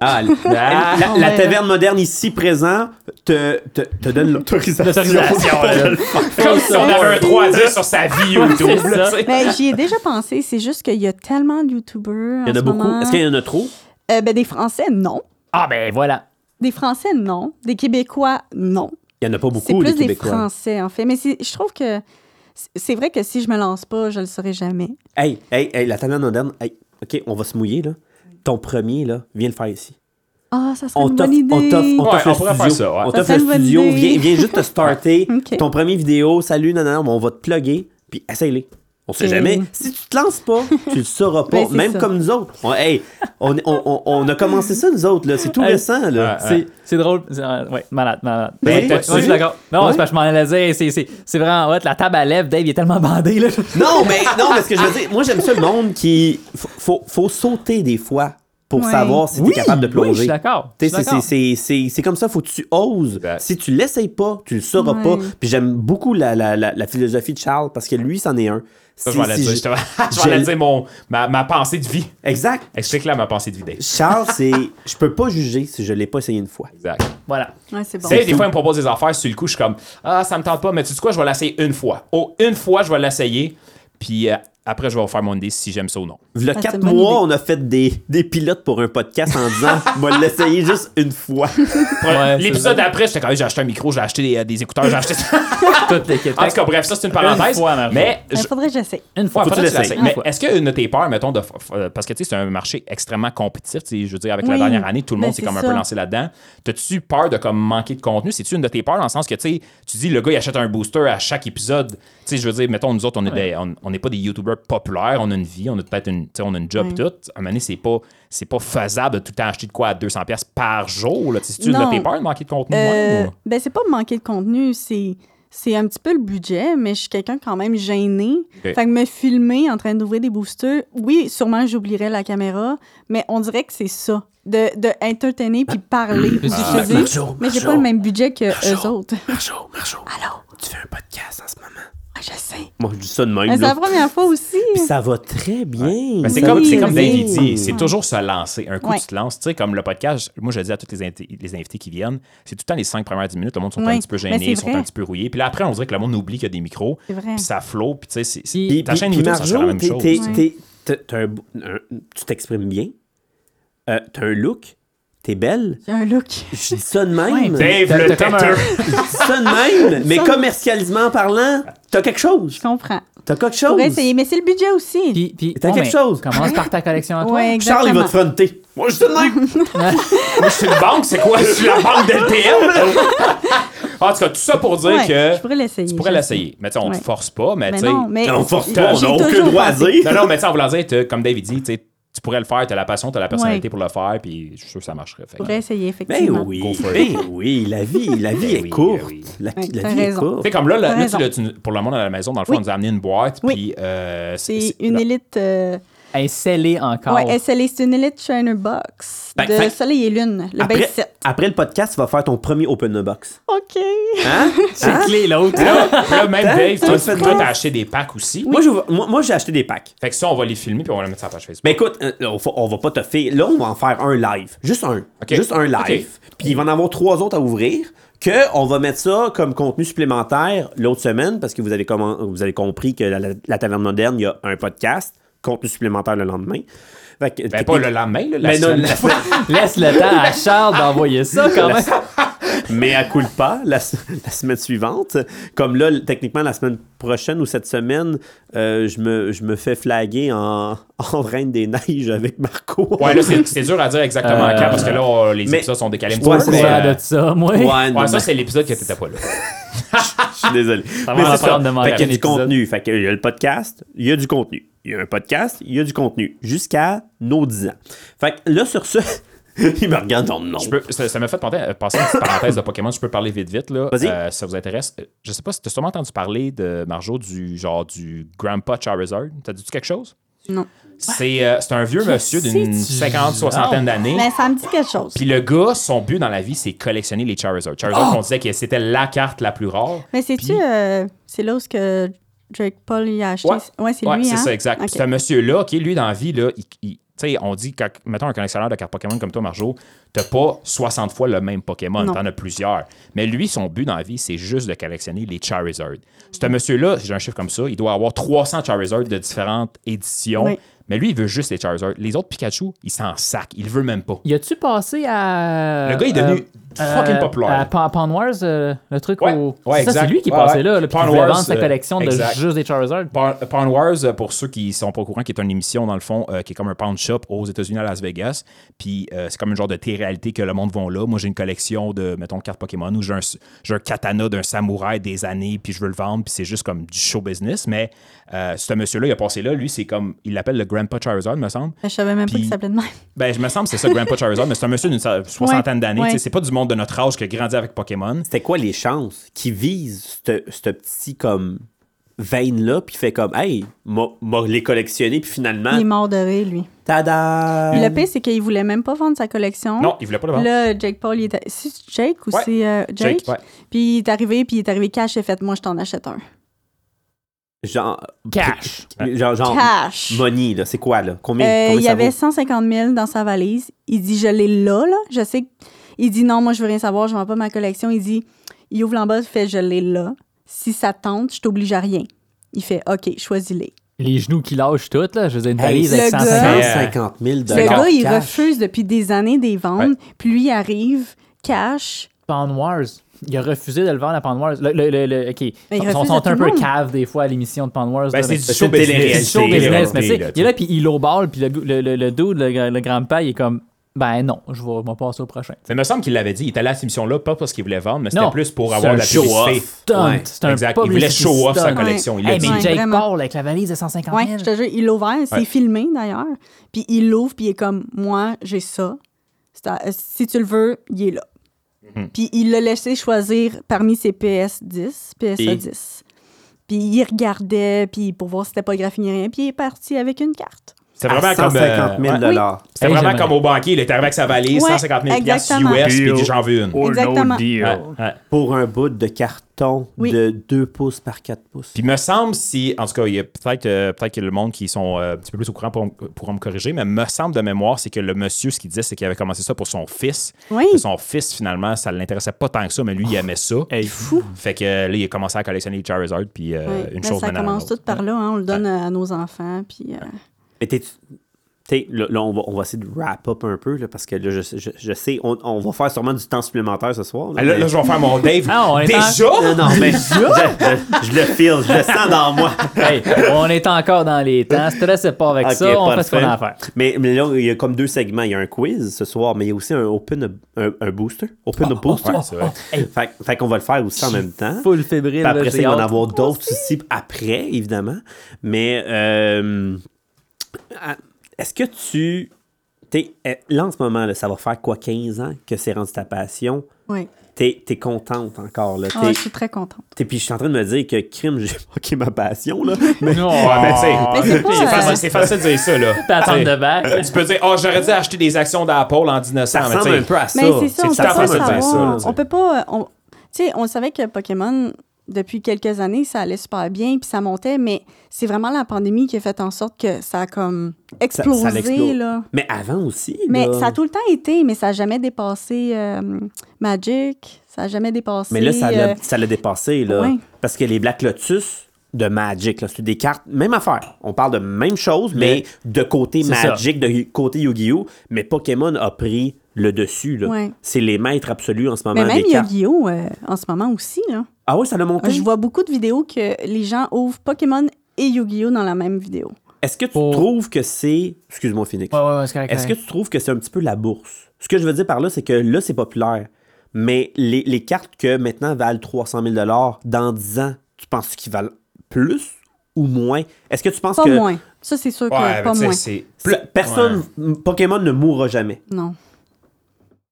[SPEAKER 3] Ah, (laughs) la, la-
[SPEAKER 5] on
[SPEAKER 3] la
[SPEAKER 5] verra.
[SPEAKER 3] taverne moderne ici présent te, te, te donne (laughs) l'autorisation.
[SPEAKER 2] L'autorisation,
[SPEAKER 3] pour
[SPEAKER 2] là.
[SPEAKER 3] le faire.
[SPEAKER 4] Comme si on avait un 3 10 sur sa
[SPEAKER 3] (laughs)
[SPEAKER 4] vie YouTube.
[SPEAKER 2] C'est ça.
[SPEAKER 4] là, tu sais.
[SPEAKER 5] Ben, j'y ai déjà pensé. C'est juste qu'il y a tellement de YouTubers.
[SPEAKER 3] Il y en a beaucoup. Est-ce qu'il y en a trop?
[SPEAKER 5] Euh, ben, des Français, non.
[SPEAKER 2] Ah, ben voilà.
[SPEAKER 5] Des Français, non. Des Québécois, non.
[SPEAKER 3] Il y en a pas
[SPEAKER 5] C'est
[SPEAKER 3] beaucoup,
[SPEAKER 5] plus
[SPEAKER 3] les
[SPEAKER 5] des
[SPEAKER 3] Québécois.
[SPEAKER 5] Français, en fait. Mais c'est- je trouve que c'est- c'est vrai que si je me lance pas, je le saurai jamais.
[SPEAKER 3] Hey, hey, hey, la taverne moderne. Hey, OK, on va se mouiller, là. Ton premier, là, viens le faire ici.
[SPEAKER 5] Ah, ça serait
[SPEAKER 3] On
[SPEAKER 5] une
[SPEAKER 3] t'offre
[SPEAKER 5] bonne idée.
[SPEAKER 3] on t'offre- on
[SPEAKER 4] Ouais,
[SPEAKER 3] t'offre
[SPEAKER 4] on
[SPEAKER 3] le
[SPEAKER 4] pourrait
[SPEAKER 3] studio.
[SPEAKER 4] faire ça, ouais.
[SPEAKER 3] On
[SPEAKER 5] Ça
[SPEAKER 3] t'offre
[SPEAKER 5] serait
[SPEAKER 3] le
[SPEAKER 5] une bonne
[SPEAKER 3] studio.
[SPEAKER 5] idée.
[SPEAKER 3] Viens, viens
[SPEAKER 5] (laughs)
[SPEAKER 3] juste te starter.
[SPEAKER 5] Ok.
[SPEAKER 3] Ton premier vidéo, salut, nanana, bon, on va te plugger, puis essaye-les. On sait
[SPEAKER 5] Ok.
[SPEAKER 3] jamais. Si tu te lances pas, tu le sauras pas,
[SPEAKER 5] (laughs) Ben, c'est
[SPEAKER 3] même
[SPEAKER 5] ça.
[SPEAKER 3] comme nous autres. On, hey, on, on- on- on a commencé ça, nous autres, là. C'est tout
[SPEAKER 2] Hey.
[SPEAKER 3] récent, là.
[SPEAKER 4] Ouais,
[SPEAKER 2] C'est- C'est drôle. C'est- euh, Ouais, malade, malade.
[SPEAKER 3] Ben,
[SPEAKER 2] ouais,
[SPEAKER 3] t'as-
[SPEAKER 2] ouais,
[SPEAKER 3] tu
[SPEAKER 2] ouais, je
[SPEAKER 3] sais?
[SPEAKER 2] suis d'accord. Non,
[SPEAKER 3] Ouais.
[SPEAKER 2] c'est parce que je m'en allais dire. c'est- c'est- C'est vraiment hot. La table à lèvres, Dave, il est tellement bandé, là.
[SPEAKER 3] Non, mais non, mais ce que je veux dire, moi j'aime ça le monde qui faut, faut, faut sauter des fois pour
[SPEAKER 5] Ouais.
[SPEAKER 3] savoir si t'es capable de plonger.
[SPEAKER 2] Oui, je suis d'accord.
[SPEAKER 3] T'sais,
[SPEAKER 2] Je suis
[SPEAKER 3] c'est-
[SPEAKER 2] d'accord.
[SPEAKER 3] c'est- c'est- C'est comme ça, faut que tu oses.
[SPEAKER 4] Exact.
[SPEAKER 3] Si tu l'essayes pas, tu le sauras
[SPEAKER 5] Ouais.
[SPEAKER 3] pas. Puis j'aime beaucoup la, la, la, la philosophie de Charles parce que lui, c'en est un.
[SPEAKER 4] Ça, je
[SPEAKER 3] Si-
[SPEAKER 4] vais aller
[SPEAKER 3] si
[SPEAKER 4] dire,
[SPEAKER 3] je-
[SPEAKER 4] justement. (laughs) Je vais aller dire mon, ma, ma pensée de vie.
[SPEAKER 3] (laughs) Exact.
[SPEAKER 4] Explique-la ma pensée de vie, Dave.
[SPEAKER 3] Charles, c'est. Je peux pas juger si je l'ai pas essayé une fois.
[SPEAKER 4] Exact.
[SPEAKER 2] Voilà.
[SPEAKER 5] Ouais, c'est bon.
[SPEAKER 4] Tu sais, des fois, ils me proposent des affaires sur le coup. Je suis comme, ah, ça me tente pas, mais tu sais quoi, je vais l'essayer une fois. Oh, une fois, je vais l'essayer. Puis euh, après, je vais vous faire mon idée si j'aime ça ou non.
[SPEAKER 3] Il y a
[SPEAKER 5] Ah, c'est
[SPEAKER 3] quatre
[SPEAKER 5] une bonne
[SPEAKER 3] mois,
[SPEAKER 5] idée.
[SPEAKER 3] on a fait des, des pilotes pour un podcast en disant on va l'essayer juste une fois.
[SPEAKER 2] Ouais,
[SPEAKER 4] L'épisode d'après, j'étais quand même, j'ai acheté un micro, j'ai acheté des, des écouteurs, j'ai acheté ça.
[SPEAKER 2] Toute l'équipe.
[SPEAKER 3] Ah,
[SPEAKER 4] En tout cas, bref, ça, c'est une parenthèse.
[SPEAKER 2] Une fois, Marjo.
[SPEAKER 4] mais
[SPEAKER 5] Il
[SPEAKER 4] je-
[SPEAKER 5] Ben, faudrait que j'essaie.
[SPEAKER 2] Une
[SPEAKER 4] Ouais,
[SPEAKER 2] fois.
[SPEAKER 4] faudrait
[SPEAKER 3] tu
[SPEAKER 4] que tu l'essayes.
[SPEAKER 3] l'essayes.
[SPEAKER 2] Une
[SPEAKER 4] Mais
[SPEAKER 2] fois.
[SPEAKER 4] est-ce qu'une de tes peurs, mettons, de, f- f- parce que tu sais, c'est un marché extrêmement compétitif, tu sais, je veux dire, avec la
[SPEAKER 5] Oui.
[SPEAKER 4] dernière année, tout le
[SPEAKER 5] Ben,
[SPEAKER 4] monde s'est
[SPEAKER 5] c'est
[SPEAKER 4] comme un
[SPEAKER 5] ça.
[SPEAKER 4] peu lancé là-dedans. T'as-tu peur de comme manquer de contenu? C'est-tu une de tes peurs dans le sens que tu sais, tu dis le gars il achète un booster à chaque épisode? Tu sais, je veux dire, mettons, nous autres, on n'est on, on n'est pas des YouTubers populaires, on a une vie, on a peut-être une, tu sais, on a une job et tout. À un moment donné, c'est pas, c'est pas faisable de tout le temps acheter de quoi à 200$ piastres par jour. là. Tu sais, C'est-tu une de
[SPEAKER 5] Non.
[SPEAKER 4] tes peurs de manquer de contenu?
[SPEAKER 5] Euh,
[SPEAKER 4] ouais, ou-
[SPEAKER 5] ben, c'est pas manquer de contenu, c'est c'est un petit peu le budget, mais je suis quelqu'un quand même gêné.
[SPEAKER 4] Ok.
[SPEAKER 5] Fait que me filmer en train d'ouvrir des boosters, oui, sûrement j'oublierais la caméra, mais on dirait que c'est ça, de, de entertainer puis
[SPEAKER 3] (laughs)
[SPEAKER 5] parler. Je
[SPEAKER 2] Ah,
[SPEAKER 5] te dis, mais j'ai pas le même budget que eux autres.
[SPEAKER 3] Marjo, Marjo,
[SPEAKER 5] Allô?
[SPEAKER 3] tu fais un podcast en ce moment.
[SPEAKER 5] Ah, je sais.
[SPEAKER 3] Moi, je dis ça de
[SPEAKER 5] Mais
[SPEAKER 3] même.
[SPEAKER 5] c'est la
[SPEAKER 3] là.
[SPEAKER 5] première fois aussi.
[SPEAKER 3] Puis ça va très bien.
[SPEAKER 4] Ben, c'est
[SPEAKER 5] Oui,
[SPEAKER 4] comme, c'est
[SPEAKER 5] oui.
[SPEAKER 4] comme David dit,
[SPEAKER 3] C'est
[SPEAKER 4] c'est toujours se lancer. Un coup,
[SPEAKER 5] Ouais.
[SPEAKER 4] tu te lances. Tu sais, comme le podcast, moi, je le dis à tous les, inti- les invités qui viennent, c'est tout le temps les cinq premières dix minutes, le monde sont
[SPEAKER 5] Ouais.
[SPEAKER 4] un petit peu
[SPEAKER 5] Mais
[SPEAKER 4] gênés,
[SPEAKER 5] c'est
[SPEAKER 4] ils sont
[SPEAKER 5] vrai.
[SPEAKER 4] un petit peu rouillés. Puis là, après, on dirait que le monde oublie qu'il y a des micros,
[SPEAKER 5] C'est vrai.
[SPEAKER 4] puis ça flotte, puis tu sais, c'est- c'est-
[SPEAKER 2] Puis-
[SPEAKER 4] ta chaîne YouTube, ça sert à la même chose. hein.
[SPEAKER 5] Ouais.
[SPEAKER 3] tu t'exprimes bien. Euh, T'as un look. T'es belle.
[SPEAKER 5] J'ai un look.
[SPEAKER 3] Je dis ça de même.
[SPEAKER 2] Ouais,
[SPEAKER 4] Dave
[SPEAKER 2] T'as-
[SPEAKER 4] le
[SPEAKER 2] t'as comme un-
[SPEAKER 4] têteur.
[SPEAKER 3] Je dis ça de
[SPEAKER 5] (laughs)
[SPEAKER 3] même. Mais commercialisement parlant, t'as quelque chose.
[SPEAKER 5] Je comprends.
[SPEAKER 3] T'as quelque
[SPEAKER 5] Pour
[SPEAKER 3] chose.
[SPEAKER 5] essayer, mais c'est le budget aussi.
[SPEAKER 2] Puis, puis
[SPEAKER 3] T'as quelque
[SPEAKER 2] mais
[SPEAKER 3] chose.
[SPEAKER 2] Commence par ta collection à toi.
[SPEAKER 5] Ouais,
[SPEAKER 3] Charles, il va
[SPEAKER 5] exactement.
[SPEAKER 3] te fronter. Moi, je dis ça de même.
[SPEAKER 4] Moi, je suis une banque, c'est quoi? Je suis la
[SPEAKER 2] (laughs)
[SPEAKER 4] banque d'LTM? en tout cas, tout ça pour dire
[SPEAKER 5] Ouais,
[SPEAKER 4] que
[SPEAKER 5] je pourrais l'essayer.
[SPEAKER 4] tu pourrais
[SPEAKER 5] je
[SPEAKER 4] l'essayer. Mais tu sais, on ne
[SPEAKER 5] Ouais.
[SPEAKER 4] te force pas, mais
[SPEAKER 5] sais.
[SPEAKER 4] tu
[SPEAKER 5] Mais
[SPEAKER 4] sais.
[SPEAKER 5] non, mais
[SPEAKER 3] On force
[SPEAKER 5] j'ai-
[SPEAKER 3] pas, on
[SPEAKER 5] j'ai
[SPEAKER 3] n'a aucun
[SPEAKER 5] toujours
[SPEAKER 3] droit à
[SPEAKER 5] pensé-
[SPEAKER 3] dire.
[SPEAKER 4] Non, non, mais tu sais, en voulant dire, t'as- comme David dit, tu sais, tu pourrais le faire, tu as la passion, tu as la personnalité
[SPEAKER 5] Ouais.
[SPEAKER 4] pour le faire, puis je suis sûr que ça marcherait. Fait que-
[SPEAKER 5] Je pourrais essayer,
[SPEAKER 3] Ben
[SPEAKER 5] effectivement.
[SPEAKER 3] oui,
[SPEAKER 4] Go for it.
[SPEAKER 3] ben oui, la vie, la vie
[SPEAKER 4] Ben
[SPEAKER 3] est
[SPEAKER 4] oui,
[SPEAKER 3] courte.
[SPEAKER 4] ben oui.
[SPEAKER 3] La,
[SPEAKER 5] Ouais,
[SPEAKER 3] la
[SPEAKER 5] t'as
[SPEAKER 3] vie est
[SPEAKER 5] raison.
[SPEAKER 4] Tu sais,
[SPEAKER 3] courte.
[SPEAKER 4] comme là, là,
[SPEAKER 5] T'as
[SPEAKER 4] là,
[SPEAKER 5] raison.
[SPEAKER 4] tu l'as- tu- pour le monde à la maison, dans le fond,
[SPEAKER 5] Oui.
[SPEAKER 4] on nous a amené une boîte,
[SPEAKER 5] Oui.
[SPEAKER 4] puis euh,
[SPEAKER 5] C'est une élite. euh,
[SPEAKER 2] Elle est scellée encore.
[SPEAKER 5] Ouais, SLA, c'est une Elite Shiner Box
[SPEAKER 3] Ben,
[SPEAKER 5] de
[SPEAKER 3] fait-
[SPEAKER 5] Soleil et Lune, le
[SPEAKER 3] Après,
[SPEAKER 5] base set.
[SPEAKER 3] après le podcast, tu vas faire ton premier open box.
[SPEAKER 5] OK.
[SPEAKER 3] Hein?
[SPEAKER 2] C'est clé, l'autre.
[SPEAKER 4] Là,
[SPEAKER 5] Ah!
[SPEAKER 4] là, même Dave,
[SPEAKER 3] t'as
[SPEAKER 4] toi,
[SPEAKER 3] fait
[SPEAKER 4] tu- toi, t'as acheté des packs aussi.
[SPEAKER 3] Moi, je vais- moi, moi, j'ai acheté des packs.
[SPEAKER 4] Fait que ça, on va les filmer, puis on va les mettre sur la page Facebook.
[SPEAKER 3] Ben écoute, euh, on, va- on va pas te faire. Là, on va en faire un live. Juste un.
[SPEAKER 4] Ok.
[SPEAKER 3] Juste un live. Puis il va en avoir trois autres à ouvrir. Que on va mettre ça comme contenu supplémentaire l'autre semaine, parce que vous avez, commen- vous avez compris que la, la- la Taverne Moderne, il y a un podcast, contenu supplémentaire le lendemain. Fait que,
[SPEAKER 4] Ben, pas le lendemain, là, la
[SPEAKER 3] Mais non,
[SPEAKER 4] semaine-
[SPEAKER 3] la semaine-
[SPEAKER 2] Laisse le temps à Charles d'envoyer ça quand même.
[SPEAKER 3] Mais à culpa, (laughs) la, s- la semaine suivante. Comme là, l- techniquement, la semaine prochaine ou cette semaine, euh, je, me, je me fais flaguer en, (laughs) en Reine des Neiges avec Marco.
[SPEAKER 4] Ouais, là, c'est c'est dur à dire exactement
[SPEAKER 2] Euh,
[SPEAKER 4] quand, parce que là, on- les
[SPEAKER 3] mais-
[SPEAKER 4] épisodes sont décalés un
[SPEAKER 3] Ouais,
[SPEAKER 4] petit peu.
[SPEAKER 2] Au
[SPEAKER 3] c'est
[SPEAKER 4] mais,
[SPEAKER 3] ça.
[SPEAKER 2] courant
[SPEAKER 4] euh,
[SPEAKER 2] de ça, moi.
[SPEAKER 3] Ouais, non,
[SPEAKER 4] Ouais, ça,
[SPEAKER 3] mais-
[SPEAKER 4] c'est Ah! l'épisode que t'étais pas là.
[SPEAKER 3] je suis désolé.
[SPEAKER 2] va
[SPEAKER 3] Mais
[SPEAKER 2] en
[SPEAKER 3] c'est
[SPEAKER 2] prendre de
[SPEAKER 3] Fait
[SPEAKER 2] manquer
[SPEAKER 3] qu'il y a
[SPEAKER 2] un
[SPEAKER 3] du
[SPEAKER 2] épisode.
[SPEAKER 3] contenu. Fait qu'il y a le podcast, il y a du contenu. Il y a un podcast, il y a du contenu. Jusqu'à nos 10 ans. Fait que là, sur ce, (laughs) il me regarde dans le nom.
[SPEAKER 4] Je peux- ça ça m'a fait penser- euh, passer une petite parenthèse de Pokémon. Je peux parler vite, vite, là.
[SPEAKER 3] Vas-y.
[SPEAKER 4] Euh, si ça vous intéresse. Euh, Je sais pas si t'as sûrement entendu parler de Marjo du genre du Grandpa Charizard. T'as dit quelque chose?
[SPEAKER 5] Non.
[SPEAKER 4] C'est euh, c'est un vieux monsieur d'une
[SPEAKER 2] sais-tu?
[SPEAKER 4] cinquante, soixantaine d'années.
[SPEAKER 5] Oh. Mais ça me dit quelque chose.
[SPEAKER 4] Puis le gars, son but dans la vie, c'est collectionner les Charizard. Charizard, on disait que c'était la carte la plus rare.
[SPEAKER 5] Oh! Mais c'est-tu.
[SPEAKER 4] Puis-
[SPEAKER 5] euh, c'est là où ce que Drake Paul y a acheté.
[SPEAKER 4] Ouais.
[SPEAKER 5] Ouais, c'est
[SPEAKER 4] Ouais,
[SPEAKER 5] lui.
[SPEAKER 4] c'est
[SPEAKER 5] hein?
[SPEAKER 4] ça, exact.
[SPEAKER 5] Ok.
[SPEAKER 4] Puis ce monsieur-là, qui lui, dans la vie, là, il- il- tu sais, on dit, quand, mettons, un collectionneur de cartes Pokémon comme toi, Marjo, t'as pas 60 fois le même Pokémon,
[SPEAKER 5] Non.
[SPEAKER 4] t'en as plusieurs. Mais lui, son but dans la vie, c'est juste de collectionner les Charizard. Ce monsieur-là, si j'ai un chiffre comme ça, il doit avoir 300 Charizard de différentes éditions.
[SPEAKER 5] Oui.
[SPEAKER 4] Mais lui, il veut juste les Charizard. Les autres Pikachu, il s'en sac. Il veut même pas.
[SPEAKER 2] Y a-tu passé à. euh,
[SPEAKER 4] Le gars est devenu fucking populaire.
[SPEAKER 2] À Pa- Pawn Wars, euh, le truc
[SPEAKER 4] Ouais,
[SPEAKER 2] où.
[SPEAKER 4] ouais,
[SPEAKER 2] ça, c'est
[SPEAKER 4] exact.
[SPEAKER 2] lui qui est
[SPEAKER 4] Ouais,
[SPEAKER 2] passé
[SPEAKER 4] ouais.
[SPEAKER 2] là, là puis
[SPEAKER 4] Pawn
[SPEAKER 2] qui voulait
[SPEAKER 4] Wars,
[SPEAKER 2] vendre sa
[SPEAKER 4] euh,
[SPEAKER 2] collection
[SPEAKER 4] exact.
[SPEAKER 2] de juste des Charizard.
[SPEAKER 4] Pa- Pound Wars, euh, pour ceux qui sont pas au courant, qui est un émission, dans le fond, euh, qui est comme un pound shop aux États-Unis à Las Vegas. Puis euh, c'est comme un genre de télé-réalité que le monde vont là. Moi, j'ai une collection de, mettons, cartes Pokémon où j'ai un, j'ai un katana d'un samouraï des années, puis je veux le vendre, puis c'est juste comme du show business. Mais euh, ce monsieur-là, il a passé là. Lui, c'est comme, il l'appelle le Grandpa Charizard, me semble.
[SPEAKER 5] Je savais même pas
[SPEAKER 4] Puis-
[SPEAKER 5] qu'il s'appelait de même.
[SPEAKER 4] Ben, je me semble que c'est ça, Grandpa Charizard, mais c'est un monsieur d'une so- soixantaine
[SPEAKER 5] Ouais,
[SPEAKER 4] d'années.
[SPEAKER 5] ouais.
[SPEAKER 4] Tu sais, C'est pas du monde de notre âge qui a grandi avec Pokémon.
[SPEAKER 3] C'était quoi les chances qu'il vise ce ce petit comme veine-là, puis fait comme, hey, m'a m'a les collectionner, puis
[SPEAKER 4] Hein?
[SPEAKER 3] finalement,
[SPEAKER 5] Il est mort de rire, lui.
[SPEAKER 3] tada!
[SPEAKER 5] Le pire, c'est qu'il voulait même pas vendre sa collection.
[SPEAKER 4] Euh. Non, il voulait pas le vendre.
[SPEAKER 5] Là, Jake Paul, il est. C'est Jake ou
[SPEAKER 4] Ouais.
[SPEAKER 5] c'est euh, Jake?
[SPEAKER 4] Jake, ouais.
[SPEAKER 5] Puis il est arrivé, puis il est arrivé cash et fait Moi, je t'en achète un.
[SPEAKER 3] Genre,
[SPEAKER 2] Cash.
[SPEAKER 3] genre, genre
[SPEAKER 5] Cash!
[SPEAKER 3] money, là, c'est quoi, là? Combien,
[SPEAKER 5] Euh,
[SPEAKER 3] combien
[SPEAKER 5] il y
[SPEAKER 3] ça
[SPEAKER 5] avait
[SPEAKER 3] vaut?
[SPEAKER 5] 150 000 dans sa valise. Il dit, je l'ai là, là. Je sais. que- Il dit, non, moi, je veux rien savoir, je vends pas ma collection. Il dit, il ouvre l'en bas, il fait, je l'ai là. Si ça tente, je t'oblige à rien. Il fait, OK, choisis-les.
[SPEAKER 2] Les genoux qui lâchent tout, là. Je veux dire, une
[SPEAKER 3] Hey,
[SPEAKER 2] valise
[SPEAKER 5] le
[SPEAKER 2] avec
[SPEAKER 5] gars-
[SPEAKER 2] 150.
[SPEAKER 3] 150 000
[SPEAKER 5] Le
[SPEAKER 4] D'accord.
[SPEAKER 5] gars, il
[SPEAKER 3] cash.
[SPEAKER 5] refuse depuis des années des ventes.
[SPEAKER 4] Ouais.
[SPEAKER 5] Puis lui, il arrive, cash.
[SPEAKER 2] Pan Wars. Il a refusé de le vendre à Pan Wars. Le, le, le- le- OK.
[SPEAKER 5] Mais il
[SPEAKER 2] Ils sont,
[SPEAKER 5] refuse
[SPEAKER 2] sont
[SPEAKER 5] à tout
[SPEAKER 2] un
[SPEAKER 5] le
[SPEAKER 2] peu
[SPEAKER 5] monde.
[SPEAKER 2] caves des fois à l'émission de Pan Wars.
[SPEAKER 4] Ben,
[SPEAKER 2] là,
[SPEAKER 4] c'est
[SPEAKER 2] mais-
[SPEAKER 4] du
[SPEAKER 3] c'est
[SPEAKER 4] show
[SPEAKER 3] une télé-réalité,
[SPEAKER 2] C'est
[SPEAKER 4] business.
[SPEAKER 2] du show
[SPEAKER 3] Réalité,
[SPEAKER 2] business, mais tu
[SPEAKER 4] réalité,
[SPEAKER 2] sais, il est là, puis il lowball, puis le, le, le, le dude, le, le, grand-père, il est comme, ben non, je vais m'en passer au prochain.
[SPEAKER 4] Mais il me semble qu'il l'avait dit. Il était allé à cette émission-là, pas parce qu'il voulait vendre, mais c'était
[SPEAKER 2] Non.
[SPEAKER 4] plus pour
[SPEAKER 2] C'est
[SPEAKER 4] avoir
[SPEAKER 2] un
[SPEAKER 4] la
[SPEAKER 2] show-off.
[SPEAKER 4] publicité.
[SPEAKER 2] Stunt.
[SPEAKER 3] Ouais,
[SPEAKER 2] c'est un
[SPEAKER 4] exact. Il voulait
[SPEAKER 2] publicity
[SPEAKER 4] show off sa
[SPEAKER 2] stunt.
[SPEAKER 4] collection. Il l'a
[SPEAKER 2] Hey,
[SPEAKER 4] dit.
[SPEAKER 2] mais
[SPEAKER 5] Ouais,
[SPEAKER 2] Jake
[SPEAKER 5] vraiment.
[SPEAKER 2] Paul avec la valise de 150 000.
[SPEAKER 5] Ouais, je te jure, il l'a ouvert. C'est
[SPEAKER 4] Ouais.
[SPEAKER 5] filmé, d'ailleurs. euh, Puis il l'ouvre, puis il est comme, moi, j'ai ça. C'est à- Si tu le veux, il est là.
[SPEAKER 4] Mhm.
[SPEAKER 5] Puis il l'a laissé choisir parmi ses PS10,
[SPEAKER 4] Et?
[SPEAKER 5] PSA10. Puis il regardait, puis pour voir si c'était pas graphique ni rien, puis il est parti avec une carte.
[SPEAKER 4] C'était
[SPEAKER 3] À
[SPEAKER 4] vraiment comme. euh,
[SPEAKER 3] 150 000
[SPEAKER 4] ouais.
[SPEAKER 2] Hey,
[SPEAKER 4] C'était vraiment
[SPEAKER 2] j'aimerais.
[SPEAKER 4] comme au banquier. Il était arrivé avec sa valise,
[SPEAKER 5] Ouais,
[SPEAKER 4] 150 000 piastres
[SPEAKER 5] exactement.
[SPEAKER 4] US, puis il dit
[SPEAKER 1] Deal.
[SPEAKER 4] J'en veux une.
[SPEAKER 1] Or
[SPEAKER 5] Exactement.
[SPEAKER 1] no deal.
[SPEAKER 4] Ouais, ouais.
[SPEAKER 3] pour un bout de carton
[SPEAKER 5] Oui.
[SPEAKER 3] de 2 pouces par 4 pouces.
[SPEAKER 4] Puis me semble si, en tout cas, il y a peut-être euh, peut-être que le monde qui sont euh, un petit peu plus au courant pour, pourra me corriger, mais me semble de mémoire, c'est que le monsieur, ce qu'il disait, c'est qu'il avait commencé ça pour son fils.
[SPEAKER 5] Oui.
[SPEAKER 4] Que Son fils, finalement, ça l'intéressait pas tant que ça, mais lui, il aimait ça.
[SPEAKER 5] Fou.
[SPEAKER 4] Fait que euh, là, il a commencé à collectionner les Charizard, puis euh,
[SPEAKER 5] Ouais.
[SPEAKER 4] une
[SPEAKER 2] Ben,
[SPEAKER 5] Mais
[SPEAKER 4] chose
[SPEAKER 5] ça
[SPEAKER 4] mène à la
[SPEAKER 5] commence
[SPEAKER 4] autre.
[SPEAKER 5] tout par là, hein, on le donne à nos enfants, puis... euh,
[SPEAKER 3] Mais t'es- t'es- là, là, on, va, on va essayer de wrap up un peu, là, parce que là, je, je- je sais, on, on va faire sûrement du temps supplémentaire ce soir.
[SPEAKER 4] Ah, Là, là, je vais faire mon Dave.
[SPEAKER 2] Ah, on est
[SPEAKER 4] Déjà?
[SPEAKER 3] Euh, Non, non, mais je, je- je le feel, je le sens dans moi.
[SPEAKER 2] Hey, on est encore dans les (laughs) temps. Stressez pas avec
[SPEAKER 3] Ok,
[SPEAKER 2] ça. On fait ce qu'on
[SPEAKER 3] parfait.
[SPEAKER 2] a à faire.
[SPEAKER 3] Mais, mais là, il y a comme deux segments. Il y a un quiz ce soir, mais il y a aussi un open, un, un booster. Open up booster.
[SPEAKER 4] Ouais, c'est vrai.
[SPEAKER 3] Fait, fait qu'on va le faire aussi en même temps.
[SPEAKER 2] Full fébrile.
[SPEAKER 3] Puis
[SPEAKER 2] là,
[SPEAKER 3] après ça,
[SPEAKER 2] j'ai
[SPEAKER 3] il va en
[SPEAKER 2] hâte.
[SPEAKER 3] avoir d'autres aussi après, évidemment. Mais euh, à- est-ce que tu. t'es- eh, là, en ce moment, là, ça va faire quoi, 15 ans que c'est rendu ta passion?
[SPEAKER 5] oui.
[SPEAKER 3] T'es t'es contente encore, là.
[SPEAKER 5] Ah,
[SPEAKER 3] T'es-
[SPEAKER 5] je suis très contente.
[SPEAKER 3] t'es- Puis je suis en train de me dire que crime, j'ai (laughs) manqué ma passion, là. Mais
[SPEAKER 2] Non,
[SPEAKER 4] Ouais, (laughs) mais Ben, tu sais,
[SPEAKER 5] Mais c'est pas,
[SPEAKER 4] Ah, c'est
[SPEAKER 5] euh,
[SPEAKER 4] facile- c'est facile de dire ça, là.
[SPEAKER 2] t'attends de
[SPEAKER 4] Euh,
[SPEAKER 2] bac.
[SPEAKER 4] Tu peux dire, oh, j'aurais dû acheter des actions d'Apple en 1900.
[SPEAKER 3] ça
[SPEAKER 4] mais tu
[SPEAKER 3] ressemble
[SPEAKER 4] sais,
[SPEAKER 3] un peu à ça.
[SPEAKER 5] Mais Ben, c'est ça, on peut
[SPEAKER 4] c'est tout à
[SPEAKER 5] pas
[SPEAKER 4] fait ça,
[SPEAKER 5] savoir.
[SPEAKER 4] ben, ça, là, tu sais.
[SPEAKER 5] on peut pas... euh, on- Tu sais, on savait que Pokémon, depuis quelques années, ça allait super bien, puis ça montait, mais c'est vraiment la pandémie qui a fait en sorte que ça a comme
[SPEAKER 3] Ça- ça
[SPEAKER 5] explosé,
[SPEAKER 3] l'explose.
[SPEAKER 5] là.
[SPEAKER 3] Mais avant aussi.
[SPEAKER 5] Mais
[SPEAKER 3] là.
[SPEAKER 5] ça a tout le temps été, mais ça n'a jamais dépassé euh, Magic. Ça n'a jamais dépassé.
[SPEAKER 3] Mais là, ça l'a
[SPEAKER 5] euh,
[SPEAKER 3] ça l'a dépassé, là.
[SPEAKER 5] ouais.
[SPEAKER 3] Parce que les Black Lotus de Magic, là, c'est des cartes, même affaire. On parle de même chose, mais de côté
[SPEAKER 2] C'est ça.
[SPEAKER 3] Magic, de côté Yu-Gi-Oh! Mais Pokémon a pris le dessus, là.
[SPEAKER 5] Ouais.
[SPEAKER 3] C'est les maîtres absolus en ce moment
[SPEAKER 5] mais même
[SPEAKER 3] des cartes.
[SPEAKER 5] Yu-Gi-Oh! euh, en ce moment aussi. Là.
[SPEAKER 3] Ah oui, ça l'a monté.
[SPEAKER 5] Je vois beaucoup de vidéos que les gens ouvrent Pokémon et Yu-Gi-Oh! dans la même vidéo.
[SPEAKER 3] Est-ce que tu
[SPEAKER 2] Oh.
[SPEAKER 3] trouves que c'est. Excuse-moi, Phoenix.
[SPEAKER 2] Ouais, ouais, ouais, c'est correct,
[SPEAKER 3] Est-ce que
[SPEAKER 2] correct.
[SPEAKER 3] tu trouves que c'est un petit peu la bourse? Ce que je veux dire par là, c'est que là, c'est populaire. Mais les, les cartes que maintenant valent 300 000 dans 10 ans, tu penses qu'ils valent plus ou moins? Est-ce que tu penses
[SPEAKER 5] Pas
[SPEAKER 3] que
[SPEAKER 5] moins. Ça, c'est sûr
[SPEAKER 4] ouais,
[SPEAKER 5] que
[SPEAKER 4] mais
[SPEAKER 5] pas
[SPEAKER 4] tu sais,
[SPEAKER 5] moins.
[SPEAKER 4] c'est-
[SPEAKER 3] pl- personne, m- Pokémon ne mourra jamais?
[SPEAKER 5] Non,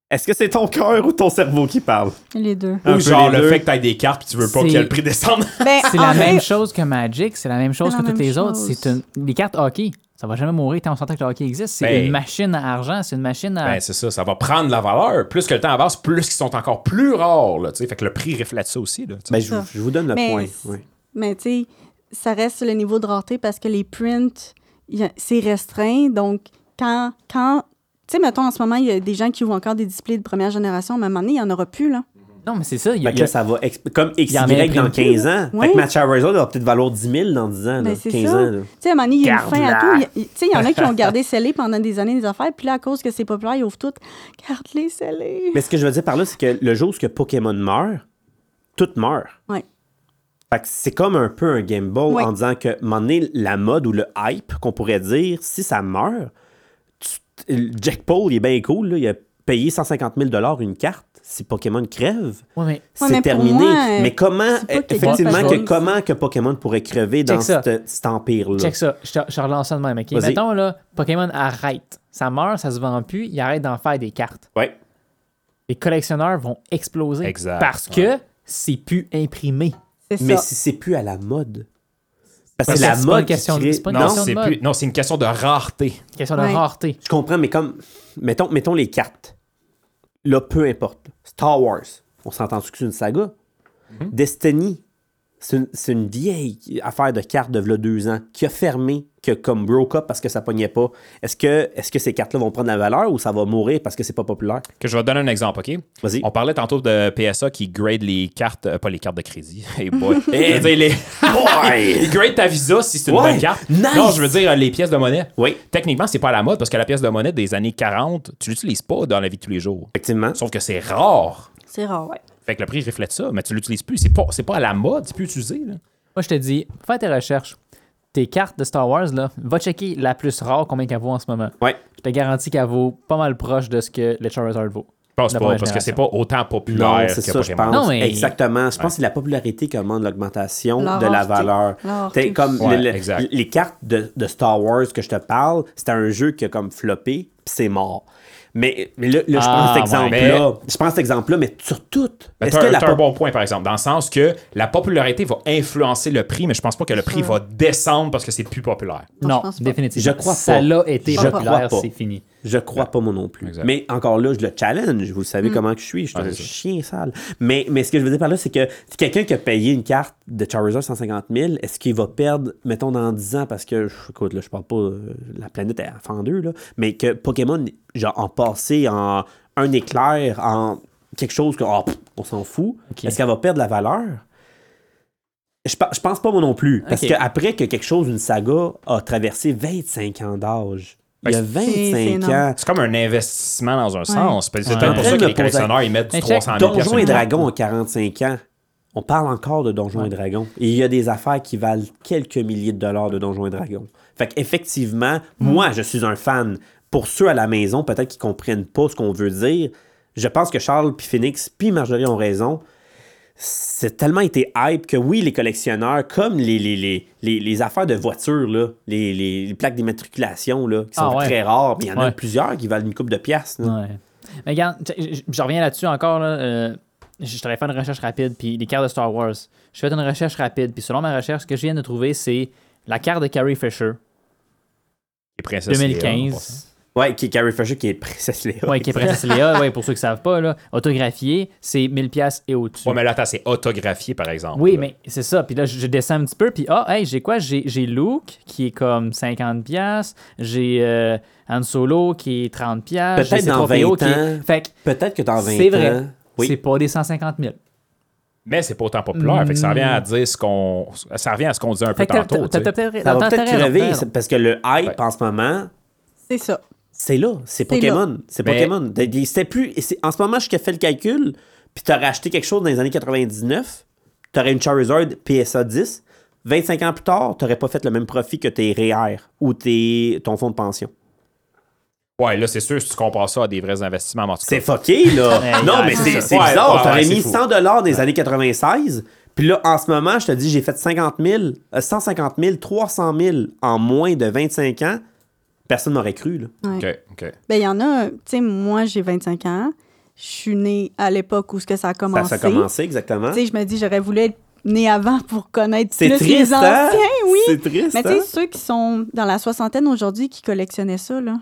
[SPEAKER 3] Est-ce que c'est ton cœur ou ton cerveau qui parle?
[SPEAKER 5] les deux.
[SPEAKER 3] Un
[SPEAKER 4] Ou
[SPEAKER 3] peu
[SPEAKER 4] genre
[SPEAKER 3] les
[SPEAKER 4] le
[SPEAKER 3] deux.
[SPEAKER 4] fait que t'aies des cartes puis tu veux pas
[SPEAKER 2] C'est-
[SPEAKER 4] que le prix (laughs) descende.
[SPEAKER 5] Ben,
[SPEAKER 2] C'est
[SPEAKER 5] en
[SPEAKER 2] la
[SPEAKER 5] vrai,
[SPEAKER 2] même chose que Magic, c'est la même chose
[SPEAKER 5] C'est
[SPEAKER 2] que
[SPEAKER 5] la
[SPEAKER 2] toutes
[SPEAKER 5] même
[SPEAKER 2] les autres.
[SPEAKER 5] chose.
[SPEAKER 2] C'est une... Les cartes hockey, ça va jamais mourir tant on s'entend que le hockey existe. C'est
[SPEAKER 4] Ben.
[SPEAKER 2] une machine à argent, c'est une machine à.
[SPEAKER 4] Ben, c'est ça, ça va prendre la valeur. Plus que le temps avance, plus qu'ils sont encore plus rares. Là, tu sais. fait que le prix reflète ça aussi. Là, tu sais.
[SPEAKER 3] Ben, je, je vous donne le
[SPEAKER 5] Mais
[SPEAKER 3] point.
[SPEAKER 5] c'est-
[SPEAKER 3] ouais.
[SPEAKER 5] Mais tu sais, ça reste le niveau de rareté parce que les prints, il y a- c'est restreint. Donc, quand. quand tu sais, mettons, en ce moment, il y a des gens qui ouvrent encore des displays de première génération. mais À un moment donné, il n'y en aura plus, là.
[SPEAKER 2] Non, mais c'est ça. il y a-
[SPEAKER 3] Fait
[SPEAKER 4] ben,
[SPEAKER 3] que là, ça va exp- comme XY
[SPEAKER 2] y en a
[SPEAKER 3] dans
[SPEAKER 2] imprimé.
[SPEAKER 3] 15 ans.
[SPEAKER 5] Oui.
[SPEAKER 3] Fait que ma Charizard va peut-être valoir 10 000 dans 10 ans. là,
[SPEAKER 5] Ben, c'est
[SPEAKER 3] 15
[SPEAKER 5] ça.
[SPEAKER 3] ans. là.
[SPEAKER 5] Tu sais, à un moment donné, il y a une fin
[SPEAKER 3] Garde-la.
[SPEAKER 5] à tout. Il y a- il- Tu sais, il y en a
[SPEAKER 3] (laughs)
[SPEAKER 5] qui ont gardé scellé pendant des années des affaires. Puis là, à cause que c'est populaire, ils ouvrent toutes. Garde-les scellés.
[SPEAKER 3] Mais ce que je veux dire par là, c'est que le jour où ce que Pokémon meurt, tout meurt.
[SPEAKER 5] Ouais.
[SPEAKER 3] Fait que c'est comme un peu un game ball
[SPEAKER 5] Ouais.
[SPEAKER 3] en disant que, à un moment donné, la mode ou le hype qu'on pourrait dire, si ça meurt, tu- le Jack Paul, il est bien cool, là, il a payé 150 000 une carte. Si Pokémon crève,
[SPEAKER 2] Ouais, mais
[SPEAKER 5] Ouais, mais
[SPEAKER 3] c'est
[SPEAKER 5] pour
[SPEAKER 3] terminé.
[SPEAKER 5] moi, euh,
[SPEAKER 3] mais comment,
[SPEAKER 5] c'est pas quelque
[SPEAKER 3] effectivement,
[SPEAKER 2] chose
[SPEAKER 3] que
[SPEAKER 2] de bon.
[SPEAKER 3] comment que Pokémon pourrait crever dans
[SPEAKER 2] Check ça.
[SPEAKER 3] cette- cet empire-là?
[SPEAKER 2] Check ça, je te, je te relance ça de même. ok?
[SPEAKER 3] Vas-y.
[SPEAKER 2] Mettons, là, Pokémon arrête. Ça meurt, ça se vend plus, il arrête d'en faire des cartes.
[SPEAKER 3] Ouais.
[SPEAKER 2] Les collectionneurs vont exploser.
[SPEAKER 4] Exact,
[SPEAKER 2] Parce que c'est plus imprimé.
[SPEAKER 5] C'est ça.
[SPEAKER 3] Mais si c'est plus à la mode. Parce que
[SPEAKER 2] Parce
[SPEAKER 3] c'est la
[SPEAKER 2] que c'est pas une
[SPEAKER 3] mode qui
[SPEAKER 2] question de-
[SPEAKER 3] crée-
[SPEAKER 2] c'est pas une
[SPEAKER 4] Non,
[SPEAKER 2] question de
[SPEAKER 4] c'est
[SPEAKER 2] mode.
[SPEAKER 4] plus- non, c'est une question de rareté.
[SPEAKER 2] C'est une question de
[SPEAKER 5] Ouais.
[SPEAKER 2] rareté.
[SPEAKER 3] Je comprends, mais comme. Mettons, mettons les cartes. Là, peu importe. Star Wars, on s'entend que c'est une saga. Destiny, c'est une, c'est une vieille affaire de cartes de v'là deux ans qui a fermé, qui a comme broke up parce que ça pognait pas. Est-ce que, est que ces cartes-là vont prendre la valeur ou ça va mourir parce que c'est pas populaire?
[SPEAKER 4] Que je vais te donner un exemple, OK?
[SPEAKER 3] Vas-y.
[SPEAKER 4] On parlait tantôt de PSA qui grade les cartes, euh, pas les cartes de crédit. (laughs) Hey boy. Je veux dire, les- Ils gradent ta visa si c'est une
[SPEAKER 3] Ouais,
[SPEAKER 4] bonne carte.
[SPEAKER 3] nice.
[SPEAKER 4] Non, je veux dire euh, les pièces de monnaie.
[SPEAKER 3] Oui.
[SPEAKER 4] Techniquement, c'est pas à la mode parce que la pièce de monnaie des années 40, tu l'utilises pas dans la vie de tous les jours.
[SPEAKER 3] Effectivement.
[SPEAKER 4] Sauf que c'est rare.
[SPEAKER 5] C'est rare, ouais.
[SPEAKER 4] Fait que le prix reflète ça, mais tu l'utilises plus. C'est pas, c'est pas à la mode, c'est plus utilisé. là.
[SPEAKER 2] Moi, je te dis, fais tes recherches. Tes cartes de Star Wars, là, va checker la plus rare, combien qu'elle vaut en ce moment.
[SPEAKER 3] Ouais.
[SPEAKER 2] Je te garantis qu'elle vaut pas mal proche de ce que le Charizard vaut.
[SPEAKER 4] Je pense
[SPEAKER 2] La
[SPEAKER 4] pas,
[SPEAKER 2] première
[SPEAKER 4] parce que c'est
[SPEAKER 2] génération.
[SPEAKER 4] pas autant
[SPEAKER 3] Non,
[SPEAKER 4] populaire
[SPEAKER 3] c'est
[SPEAKER 4] que
[SPEAKER 3] ça, je
[SPEAKER 4] Pokémon.
[SPEAKER 3] pense.
[SPEAKER 2] Non, mais-
[SPEAKER 3] Exactement. Je pense que c'est la popularité qui commande l'augmentation
[SPEAKER 5] La
[SPEAKER 3] de la
[SPEAKER 5] rareté.
[SPEAKER 3] valeur.
[SPEAKER 5] La rareté.
[SPEAKER 3] T'sais, comme
[SPEAKER 4] Ouais,
[SPEAKER 3] le- le-
[SPEAKER 4] exact.
[SPEAKER 3] les cartes de, de Star Wars que je te parle, c'était un jeu qui a comme floppé, puis c'est mort. Mais, mais là, là, je
[SPEAKER 2] Ah,
[SPEAKER 3] prends cet
[SPEAKER 2] ouais.
[SPEAKER 3] exemple-là. Je prends cet exemple-là, mais sur tout.
[SPEAKER 4] Mais
[SPEAKER 3] Est-ce
[SPEAKER 4] t'as-
[SPEAKER 3] que la
[SPEAKER 4] t'as un
[SPEAKER 3] pop-
[SPEAKER 4] bon point, par exemple, dans le sens que la popularité va influencer le prix, mais je pense pas que le prix va descendre parce que c'est plus populaire.
[SPEAKER 5] Non,
[SPEAKER 2] Non,
[SPEAKER 5] je pense pas.
[SPEAKER 3] Je
[SPEAKER 2] définitivement.
[SPEAKER 3] crois
[SPEAKER 2] Ça
[SPEAKER 3] pas.
[SPEAKER 2] l'a été
[SPEAKER 3] Je crois
[SPEAKER 2] populaire,
[SPEAKER 3] pas.
[SPEAKER 2] c'est fini.
[SPEAKER 3] Je crois pas, moi non plus.
[SPEAKER 4] Exact.
[SPEAKER 3] Mais encore là, je le challenge. Vous savez
[SPEAKER 5] Mm.
[SPEAKER 3] comment que je suis. Je suis
[SPEAKER 4] Ouais,
[SPEAKER 3] un
[SPEAKER 4] c'est ça.
[SPEAKER 3] chien sale. Mais, mais ce que je veux dire par là, c'est que si quelqu'un qui a payé une carte de Charizard 150 000, est-ce qu'il va perdre, mettons, dans 10 ans, parce que, je- écoute, là, je parle pas, euh, la planète est fendue, là, mais que Pokémon, genre, en passé, en un éclair, en quelque chose que, oh, pff, on s'en fout,
[SPEAKER 2] Ok.
[SPEAKER 3] est-ce qu'elle va perdre la valeur? Je, pe- je pense pas moi non plus. Parce
[SPEAKER 2] Ok.
[SPEAKER 3] qu'après que quelque chose, une saga, a traversé 25 ans d'âge. Il y a
[SPEAKER 5] c'est
[SPEAKER 3] 25
[SPEAKER 5] énorme.
[SPEAKER 3] ans.
[SPEAKER 4] C'est comme un investissement dans un sens. parce que C'est
[SPEAKER 2] Ouais.
[SPEAKER 4] peut-être pour ça que
[SPEAKER 3] Ouais.
[SPEAKER 4] les collectionneurs ils mettent du
[SPEAKER 2] Mais check,
[SPEAKER 4] 300 000
[SPEAKER 3] Donjons et
[SPEAKER 4] piastres.
[SPEAKER 3] Dragons à 45 ans. On parle encore de Donjons et Dragons. Et il y a des affaires qui valent quelques milliers de dollars de Donjons et Dragons. Fait qu'effectivement,
[SPEAKER 2] Hmm.
[SPEAKER 3] moi, je suis un fan. Pour ceux à la maison, peut-être qu'ils comprennent pas ce qu'on veut dire, je pense que Charles, puis Phoenix, puis Marjorie ont raison. C'est tellement été hype que oui, les collectionneurs, comme les, les, les, les, les affaires de voitures, là, les, les- les plaques d'immatriculation, là, qui sont
[SPEAKER 2] Ah ouais.
[SPEAKER 3] très rares, mais il y en a
[SPEAKER 2] Ouais.
[SPEAKER 3] plusieurs qui valent une coupe de piastres. là.
[SPEAKER 2] Ouais. Mais regarde, tu sais, je- je- je reviens là-dessus encore. Là, euh, je travaille faire une recherche rapide, puis les cartes de Star Wars. Je fais une recherche rapide, puis selon ma recherche, ce que je viens de trouver, c'est la carte de Carrie Fisher,
[SPEAKER 4] Les princesses Léa, en passant.
[SPEAKER 2] 2015.
[SPEAKER 3] Ouais, qui est Carrie Fisher, qui est princesse Léa.
[SPEAKER 2] Ouais, qui est Princesse Léa, ouais, pour ceux qui savent pas, là, autographiée, c'est 1000$ piastres et au-dessus.
[SPEAKER 4] Ouais, mais là, attends, c'est autographié, par exemple.
[SPEAKER 2] Oui,
[SPEAKER 4] là.
[SPEAKER 2] mais c'est ça. Puis là, je, je descends un petit peu. Puis, ah, hey, j'ai quoi? J'ai j'ai Luke, qui est comme 50$. piastres. J'ai euh, Han Solo, qui est 30$. piastres.
[SPEAKER 3] Peut-être
[SPEAKER 2] J'ai
[SPEAKER 3] dans
[SPEAKER 2] C3PO
[SPEAKER 3] 20
[SPEAKER 2] qui est-
[SPEAKER 3] ans.
[SPEAKER 2] Fait que
[SPEAKER 3] Peut-être que dans 20 ans.
[SPEAKER 2] c'est vrai.
[SPEAKER 3] Oui.
[SPEAKER 2] C'est pas des 150 000.
[SPEAKER 4] Mais c'est pas autant populaire. Fait que ça revient à dire ce qu'on. Ça revient à ce qu'on disait un peu
[SPEAKER 2] Hmm. Fait que t'as-
[SPEAKER 4] tantôt.
[SPEAKER 2] t'as t'as-
[SPEAKER 4] tu sais.
[SPEAKER 2] t'as peut-être
[SPEAKER 3] Ça va
[SPEAKER 2] t'as- t'as
[SPEAKER 3] peut-être
[SPEAKER 2] raison, t'as
[SPEAKER 3] crever
[SPEAKER 2] raison.
[SPEAKER 3] c'est- parce que le hype
[SPEAKER 4] Ouais.
[SPEAKER 3] en ce moment,
[SPEAKER 5] C'est ça.
[SPEAKER 3] c'est là. C'est Pokémon. C'est
[SPEAKER 4] Mais-
[SPEAKER 3] Pokémon. De- de- C'était plus. et c'est- En ce moment, je fais le calcul, puis t'aurais acheté quelque chose dans les années 99, t'aurais une Charizard PSA 10. 25 ans plus tard, t'aurais pas fait le même profit que tes REER ou tes, ton fonds de pension.
[SPEAKER 4] Ouais, là, c'est sûr, si tu compares ça à des vrais investissements, mais en tout
[SPEAKER 3] C'est
[SPEAKER 4] cas,
[SPEAKER 3] fucké, là.
[SPEAKER 2] Ouais,
[SPEAKER 3] non,
[SPEAKER 2] ouais,
[SPEAKER 3] mais c'est
[SPEAKER 2] c'est ça.
[SPEAKER 3] c'est
[SPEAKER 4] (laughs) Ouais,
[SPEAKER 3] bizarre.
[SPEAKER 4] ouais, ouais,
[SPEAKER 3] T'aurais
[SPEAKER 4] c'est
[SPEAKER 3] mis
[SPEAKER 4] fou.
[SPEAKER 3] 100 dollars des années 96. Puis là, en ce moment, je te dis, j'ai fait 50 000, euh, 150 000, 300 000 en moins de 25 ans. Personne m'aurait cru, là.
[SPEAKER 4] OK, OK.
[SPEAKER 5] Ben, il y en a, tu sais, moi, j'ai 25 ans. Je suis née à l'époque où ce que ça a
[SPEAKER 3] Ça,
[SPEAKER 5] commencé.
[SPEAKER 3] ça a commencé, exactement.
[SPEAKER 5] Tu sais, je me dis, j'aurais voulu être née avant pour connaître
[SPEAKER 3] Hein? C'est
[SPEAKER 5] plus
[SPEAKER 3] triste,
[SPEAKER 5] les
[SPEAKER 3] hein?
[SPEAKER 5] anciens, oui.
[SPEAKER 3] C'est triste,
[SPEAKER 5] Mais tu
[SPEAKER 3] hein?
[SPEAKER 5] sais, ceux qui sont dans la soixantaine aujourd'hui qui collectionnaient ça, là,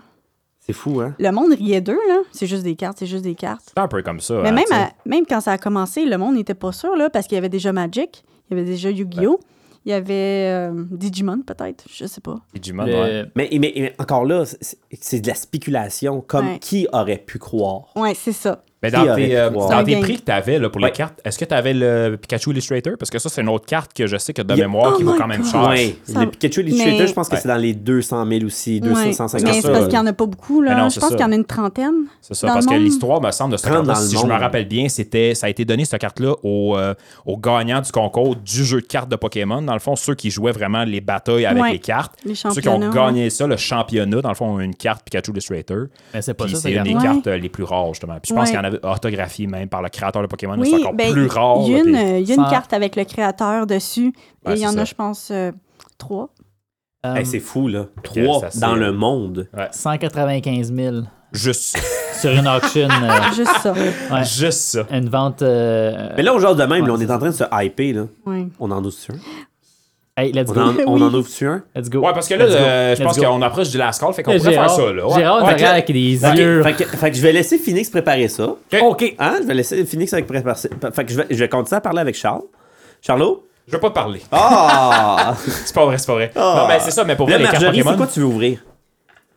[SPEAKER 3] C'est fou, hein?
[SPEAKER 5] le monde riait d'eux, là. C'est juste des cartes, c'est juste des cartes.
[SPEAKER 4] C'est un peu comme ça.
[SPEAKER 5] Mais
[SPEAKER 4] hein,
[SPEAKER 5] même,
[SPEAKER 4] tu sais.
[SPEAKER 5] à- même quand ça a commencé, le monde n'était pas sûr, là, parce qu'il y avait déjà Magic, il y avait déjà Yu-Gi-Oh! Il y avait euh, Digimon, peut-être, je sais pas.
[SPEAKER 4] Digimon,
[SPEAKER 2] Le-
[SPEAKER 4] ouais.
[SPEAKER 3] Mais, mais- mais encore là, c'est- c'est de la spéculation. Comme
[SPEAKER 5] Ouais.
[SPEAKER 3] qui aurait pu croire?
[SPEAKER 5] Ouais, c'est ça.
[SPEAKER 4] Mais
[SPEAKER 3] Qui
[SPEAKER 4] dans
[SPEAKER 3] aurait pu
[SPEAKER 4] tes, euh,
[SPEAKER 3] croire?
[SPEAKER 4] dans
[SPEAKER 5] C'est un
[SPEAKER 4] tes
[SPEAKER 5] game.
[SPEAKER 4] prix que tu avais pour
[SPEAKER 3] Ouais.
[SPEAKER 4] les cartes, est-ce que tu avais le Pikachu Illustrator? Parce que ça, c'est une autre carte que je sais que de
[SPEAKER 3] Il y a-
[SPEAKER 4] mémoire qui
[SPEAKER 5] Oh
[SPEAKER 4] vaut
[SPEAKER 5] my
[SPEAKER 4] quand même
[SPEAKER 5] God.
[SPEAKER 4] cher.
[SPEAKER 3] Oui.
[SPEAKER 5] Ça-
[SPEAKER 3] Le Pikachu Illustrator,
[SPEAKER 5] Mais-
[SPEAKER 3] je pense que c'est dans les 200 000 aussi,
[SPEAKER 5] Ouais.
[SPEAKER 3] 200
[SPEAKER 5] Mais c'est
[SPEAKER 3] 000.
[SPEAKER 5] parce qu'il n'y en a pas beaucoup, là.
[SPEAKER 4] Mais non,
[SPEAKER 5] je
[SPEAKER 4] c'est
[SPEAKER 5] pense
[SPEAKER 4] ça.
[SPEAKER 5] qu'il y en a une trentaine.
[SPEAKER 4] C'est ça,
[SPEAKER 5] dans
[SPEAKER 4] parce
[SPEAKER 5] le
[SPEAKER 4] que
[SPEAKER 5] monde.
[SPEAKER 4] l'histoire, me semble, de cette
[SPEAKER 3] Prendre
[SPEAKER 4] carte-là,
[SPEAKER 3] dans le
[SPEAKER 4] si je me
[SPEAKER 3] monde.
[SPEAKER 4] rappelle bien, c'était, ça a été donné, cette carte-là, au, euh, aux gagnants du concours du jeu de cartes de Pokémon. Dans le fond, ceux qui jouaient vraiment les batailles avec
[SPEAKER 5] Ouais.
[SPEAKER 4] les cartes.
[SPEAKER 5] Les
[SPEAKER 4] Ceux qui ont
[SPEAKER 5] championnats,
[SPEAKER 4] gagné ça, le championnat, dans le fond, ont une carte Pikachu Illustrator.
[SPEAKER 2] Mais c'est pas
[SPEAKER 4] Puis
[SPEAKER 2] ça,
[SPEAKER 4] c'est
[SPEAKER 2] cette
[SPEAKER 4] une des
[SPEAKER 5] carte-là.
[SPEAKER 4] cartes euh, les plus rares, justement. Puis je pense
[SPEAKER 5] Ouais.
[SPEAKER 4] qu'il y en avait autographié même par le créateur de Pokémon. mais
[SPEAKER 5] Oui,
[SPEAKER 4] c'est encore
[SPEAKER 5] ben,
[SPEAKER 4] plus rare.
[SPEAKER 5] Il y a
[SPEAKER 4] là,
[SPEAKER 5] une,
[SPEAKER 4] puis-
[SPEAKER 5] euh, il y a
[SPEAKER 2] sans-
[SPEAKER 5] une carte avec le créateur dessus.
[SPEAKER 4] Ouais,
[SPEAKER 5] et il y
[SPEAKER 4] c'est
[SPEAKER 5] en
[SPEAKER 4] ça.
[SPEAKER 5] a, je pense, euh, trois.
[SPEAKER 2] Euh,
[SPEAKER 3] Hey, c'est fou, là. Trois
[SPEAKER 4] ça, c'est-
[SPEAKER 3] dans le monde.
[SPEAKER 2] 195 000
[SPEAKER 4] Juste,
[SPEAKER 2] sur une auction.
[SPEAKER 4] (laughs)
[SPEAKER 2] euh,
[SPEAKER 5] Juste ça.
[SPEAKER 2] (laughs) Ouais.
[SPEAKER 4] juste ça.
[SPEAKER 2] une vente. euh,
[SPEAKER 3] Mais là, aujourd'hui de même,
[SPEAKER 2] Ouais,
[SPEAKER 3] là, on
[SPEAKER 2] c'est
[SPEAKER 3] est en train de se hyper, là.
[SPEAKER 5] Ouais.
[SPEAKER 3] On en ouvre-tu un?
[SPEAKER 2] hey, let's
[SPEAKER 3] On
[SPEAKER 2] go.
[SPEAKER 3] en, on
[SPEAKER 5] Oui.
[SPEAKER 3] en ouvre-tu un?
[SPEAKER 2] Let's go.
[SPEAKER 4] Ouais, parce que là,
[SPEAKER 2] Let's go.
[SPEAKER 4] euh, je
[SPEAKER 2] Let's
[SPEAKER 4] pense
[SPEAKER 2] go.
[SPEAKER 4] qu'on approche du last call, fait qu'on
[SPEAKER 2] Là,
[SPEAKER 4] pourrait faire
[SPEAKER 2] Gérard-
[SPEAKER 4] ça, là. Ouais.
[SPEAKER 2] Gérard,
[SPEAKER 4] Ouais,
[SPEAKER 2] il
[SPEAKER 4] fait que-
[SPEAKER 2] regarde avec des
[SPEAKER 3] Ok,
[SPEAKER 2] yeux.
[SPEAKER 3] Fait, que, fait que je vais laisser Phoenix préparer ça.
[SPEAKER 2] OK.
[SPEAKER 3] Hein? Je vais laisser Phoenix avec préparer ça. Fait que je vais, je vais continuer à parler avec Charles. Charlot?
[SPEAKER 4] Je veux pas te parler.
[SPEAKER 3] (laughs) Ah!
[SPEAKER 4] C'est pas vrai, c'est pas vrai.
[SPEAKER 3] Ah.
[SPEAKER 4] Non, mais c'est ça, mais pour
[SPEAKER 3] là,
[SPEAKER 4] vrai, les cartes
[SPEAKER 3] Marjorie, c'est
[SPEAKER 4] Pokémon.
[SPEAKER 3] quoi tu veux ouvrir?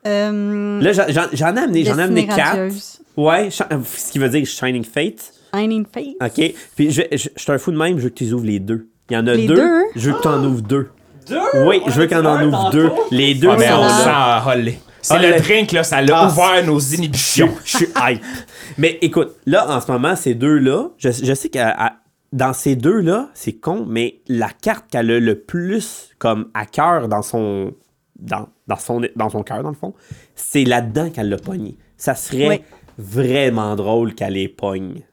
[SPEAKER 5] Euh,
[SPEAKER 3] Là, j'en- j'en j'en ai amené, j'en ai amené
[SPEAKER 5] Destinée
[SPEAKER 3] quatre.
[SPEAKER 5] radieuse.
[SPEAKER 3] Ouais, sh- ce qui veut dire Shining Fate.
[SPEAKER 5] Shining Fate.
[SPEAKER 3] OK. Puis je, je, je suis un fou de même, je veux que tu les ouvres les deux. Il y en a
[SPEAKER 5] Les
[SPEAKER 3] deux.
[SPEAKER 5] deux?
[SPEAKER 3] Je veux que tu en ouvres deux. Deux? Oui, je veux qu'on en ouvre deux. Les deux
[SPEAKER 4] Ah, mais
[SPEAKER 3] sont
[SPEAKER 4] on
[SPEAKER 5] Voilà.
[SPEAKER 4] sent
[SPEAKER 3] là.
[SPEAKER 4] euh, hollé. C'est
[SPEAKER 3] Ah,
[SPEAKER 4] le
[SPEAKER 3] le-
[SPEAKER 4] drink, là, ça l'a
[SPEAKER 3] Ah,
[SPEAKER 4] ouvert nos
[SPEAKER 3] Je,
[SPEAKER 4] inhibitions.
[SPEAKER 3] je suis hype. (laughs) Mais écoute, là, en ce moment, ces deux-là, je, je sais que à- dans ces deux-là, c'est con, mais la carte qu'elle a le plus comme à cœur dans son, dans, dans son, dans son cœur, dans le fond, c'est là-dedans qu'elle l'a pognée. Ça serait
[SPEAKER 5] Oui.
[SPEAKER 3] vraiment drôle qu'elle les pogne.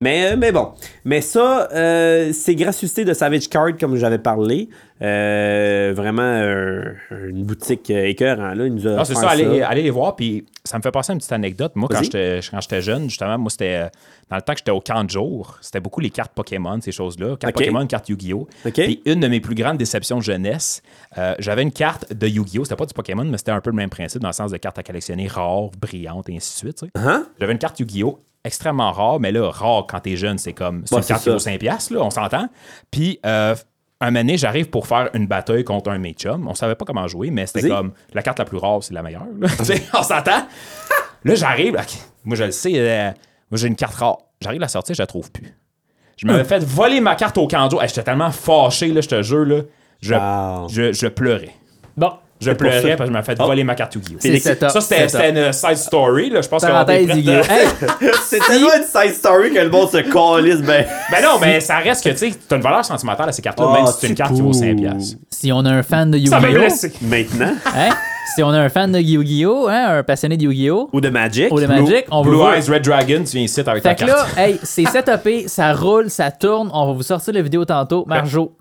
[SPEAKER 3] Mais, euh, mais bon. Mais ça, euh, c'est gracieuseté de Savage Card, comme j'avais parlé. Euh, vraiment euh, une boutique euh, écœurante, là. Ils nous a
[SPEAKER 4] Non, c'est
[SPEAKER 3] offert
[SPEAKER 4] ça, allez, allez les voir. Puis ça me fait penser à une petite anecdote. Moi, quand
[SPEAKER 3] Vas-y.
[SPEAKER 4] j'étais quand j'étais jeune, justement, moi, c'était euh, dans le temps que j'étais au camp de jour, c'était beaucoup les cartes Pokémon, ces choses-là. Cartes
[SPEAKER 3] OK.
[SPEAKER 4] Pokémon, cartes Yu-Gi-Oh!
[SPEAKER 3] OK.
[SPEAKER 4] Puis une de mes plus grandes déceptions jeunesse, euh, j'avais une carte de Yu-Gi-Oh! C'était pas du Pokémon, mais c'était un peu le même principe dans le sens de carte à collectionner rare, brillante, et ainsi de suite. tu sais.
[SPEAKER 3] Hein?
[SPEAKER 4] J'avais une carte Yu-Gi-Oh! extrêmement rare, mais là, rare quand t'es jeune, c'est comme. C'est
[SPEAKER 3] Ouais,
[SPEAKER 4] une carte
[SPEAKER 3] c'est
[SPEAKER 4] qui vaut
[SPEAKER 3] ça.
[SPEAKER 4] 5$, piastres, là, on s'entend. Puis, euh, un moment donné, j'arrive pour faire une bataille contre un de mes chums. On savait pas comment jouer, mais c'était
[SPEAKER 3] Vas-y.
[SPEAKER 4] comme la carte la plus rare, c'est la meilleure. là. (laughs) Tu sais, on s'entend. Là, j'arrive. ok, Moi, je le sais. euh, moi, j'ai une carte rare. J'arrive à la sortir, je la trouve plus. Je
[SPEAKER 3] Hmm.
[SPEAKER 4] m'avais fait voler ma carte au canjo. Hey, J'étais tellement fâché, là, je te jure. Là. Je,
[SPEAKER 3] Wow.
[SPEAKER 4] je, je pleurais.
[SPEAKER 2] Bon.
[SPEAKER 4] Je
[SPEAKER 3] pour
[SPEAKER 4] pleurais
[SPEAKER 3] ça.
[SPEAKER 4] parce que je m'avais fait
[SPEAKER 3] Oh.
[SPEAKER 4] voler ma carte Yu-Gi-Oh!
[SPEAKER 2] C'est setup,
[SPEAKER 4] Ça, c'était
[SPEAKER 2] setup.
[SPEAKER 4] c'était une side story. Là. Je pense qu'on va
[SPEAKER 2] Parenthèse
[SPEAKER 4] être prêt de-
[SPEAKER 2] Yu-Gi-Oh! Hey,
[SPEAKER 3] C'est tellement une side story que le monde se calisse, ben.
[SPEAKER 4] Ben non, mais ça reste que, tu sais, t'as une valeur sentimentale à ces cartes-là,
[SPEAKER 3] Oh,
[SPEAKER 4] même si c'est une
[SPEAKER 3] c'est
[SPEAKER 4] carte qui vaut
[SPEAKER 3] cool.
[SPEAKER 4] 5 piastres.
[SPEAKER 2] si on a un fan de
[SPEAKER 4] Ça m'a
[SPEAKER 2] Yu-Gi-Oh!
[SPEAKER 4] blessé.
[SPEAKER 3] Maintenant.
[SPEAKER 2] hein, si on a un fan de Yu-Gi-Oh! hein, un passionné de Yu-Gi-Oh!
[SPEAKER 3] Ou de Magic.
[SPEAKER 2] Ou de Magic, on veut
[SPEAKER 4] Blue
[SPEAKER 2] voir.
[SPEAKER 4] Eyes Red Dragon, tu viens ici avec ta
[SPEAKER 2] Fait que
[SPEAKER 4] carte.
[SPEAKER 2] là, hey, c'est setupé, ça roule, ça tourne. On va vous sortir la vidéo tantôt. Marjo,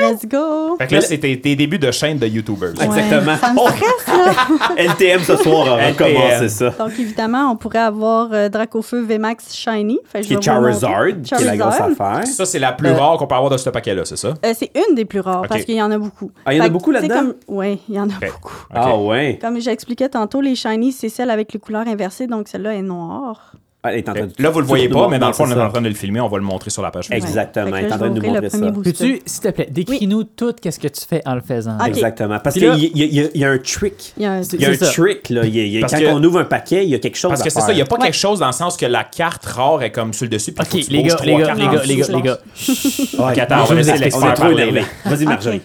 [SPEAKER 5] Let's go!
[SPEAKER 4] Fait que là, c'est tes, tes débuts de chaîne de YouTubers.
[SPEAKER 5] Ouais,
[SPEAKER 3] Exactement.
[SPEAKER 5] ça me stresse, là.
[SPEAKER 3] LTM ce soir, on va
[SPEAKER 4] LTM.
[SPEAKER 3] commencer ça.
[SPEAKER 5] Donc, évidemment, on pourrait avoir euh, Dracofeu VMAX Shiny. Fait que je
[SPEAKER 3] Qui est
[SPEAKER 5] vais vous le
[SPEAKER 3] Charizard,
[SPEAKER 5] montrer.
[SPEAKER 3] qui est la grosse
[SPEAKER 5] Charizard.
[SPEAKER 3] affaire.
[SPEAKER 4] Ça, c'est la plus
[SPEAKER 5] Euh,
[SPEAKER 4] rare qu'on peut avoir de ce paquet-là, c'est ça?
[SPEAKER 5] Euh, c'est une des plus rares
[SPEAKER 4] Ok.
[SPEAKER 5] parce qu'il y en a beaucoup.
[SPEAKER 3] Ah, il y en a
[SPEAKER 5] Fait que,
[SPEAKER 3] beaucoup
[SPEAKER 5] tu sais,
[SPEAKER 3] là-dedans?
[SPEAKER 5] comme- Oui, il y en a
[SPEAKER 4] Ok.
[SPEAKER 5] beaucoup.
[SPEAKER 4] Ok.
[SPEAKER 3] Ah ouais.
[SPEAKER 5] Comme j'expliquais tantôt, les shiny, c'est celle avec les couleurs inversées, donc celle-là est noire.
[SPEAKER 3] Ah, elle est en train de-
[SPEAKER 4] Là, vous le voyez pas, mais dans le fond, on
[SPEAKER 3] c'est
[SPEAKER 4] est
[SPEAKER 3] ça.
[SPEAKER 4] en train de le filmer, on va le montrer sur la page. Facebook.
[SPEAKER 3] Exactement,
[SPEAKER 5] Ouais.
[SPEAKER 3] il est en
[SPEAKER 5] Fait que
[SPEAKER 3] train de
[SPEAKER 5] là,
[SPEAKER 3] nous
[SPEAKER 5] je vais ouvrir le
[SPEAKER 3] montrer ça.
[SPEAKER 5] premier booster.
[SPEAKER 2] peux-tu, s'il te plaît, décris-nous tout qu'est-ce que tu fais en le faisant?
[SPEAKER 5] Ah, Ok.
[SPEAKER 3] Exactement. Parce
[SPEAKER 2] Puis
[SPEAKER 3] qu'il y,
[SPEAKER 2] là-
[SPEAKER 3] a- il y a- il y a- il y a un trick.
[SPEAKER 5] Il y a un-
[SPEAKER 3] Il y a un
[SPEAKER 2] C'est ça.
[SPEAKER 3] trick, là. Il y a- il y a-
[SPEAKER 4] Parce
[SPEAKER 3] quand
[SPEAKER 4] que-
[SPEAKER 3] on ouvre un paquet, il y a quelque chose
[SPEAKER 4] Parce
[SPEAKER 3] à
[SPEAKER 4] que c'est
[SPEAKER 3] faire.
[SPEAKER 4] ça, il n'y a pas
[SPEAKER 5] Ouais.
[SPEAKER 4] quelque chose dans le sens que la carte rare est comme sur le dessus. Puis
[SPEAKER 2] Ok, les gars, les gars, les gars, les gars, les gars. Chut.
[SPEAKER 4] Ok,
[SPEAKER 2] Je
[SPEAKER 4] attends, on va
[SPEAKER 2] vous explique.
[SPEAKER 4] laisser
[SPEAKER 3] On est
[SPEAKER 4] l'expert
[SPEAKER 3] trop
[SPEAKER 4] parler. là.
[SPEAKER 3] énervé. Vas-y, Marjorie.
[SPEAKER 5] Ok.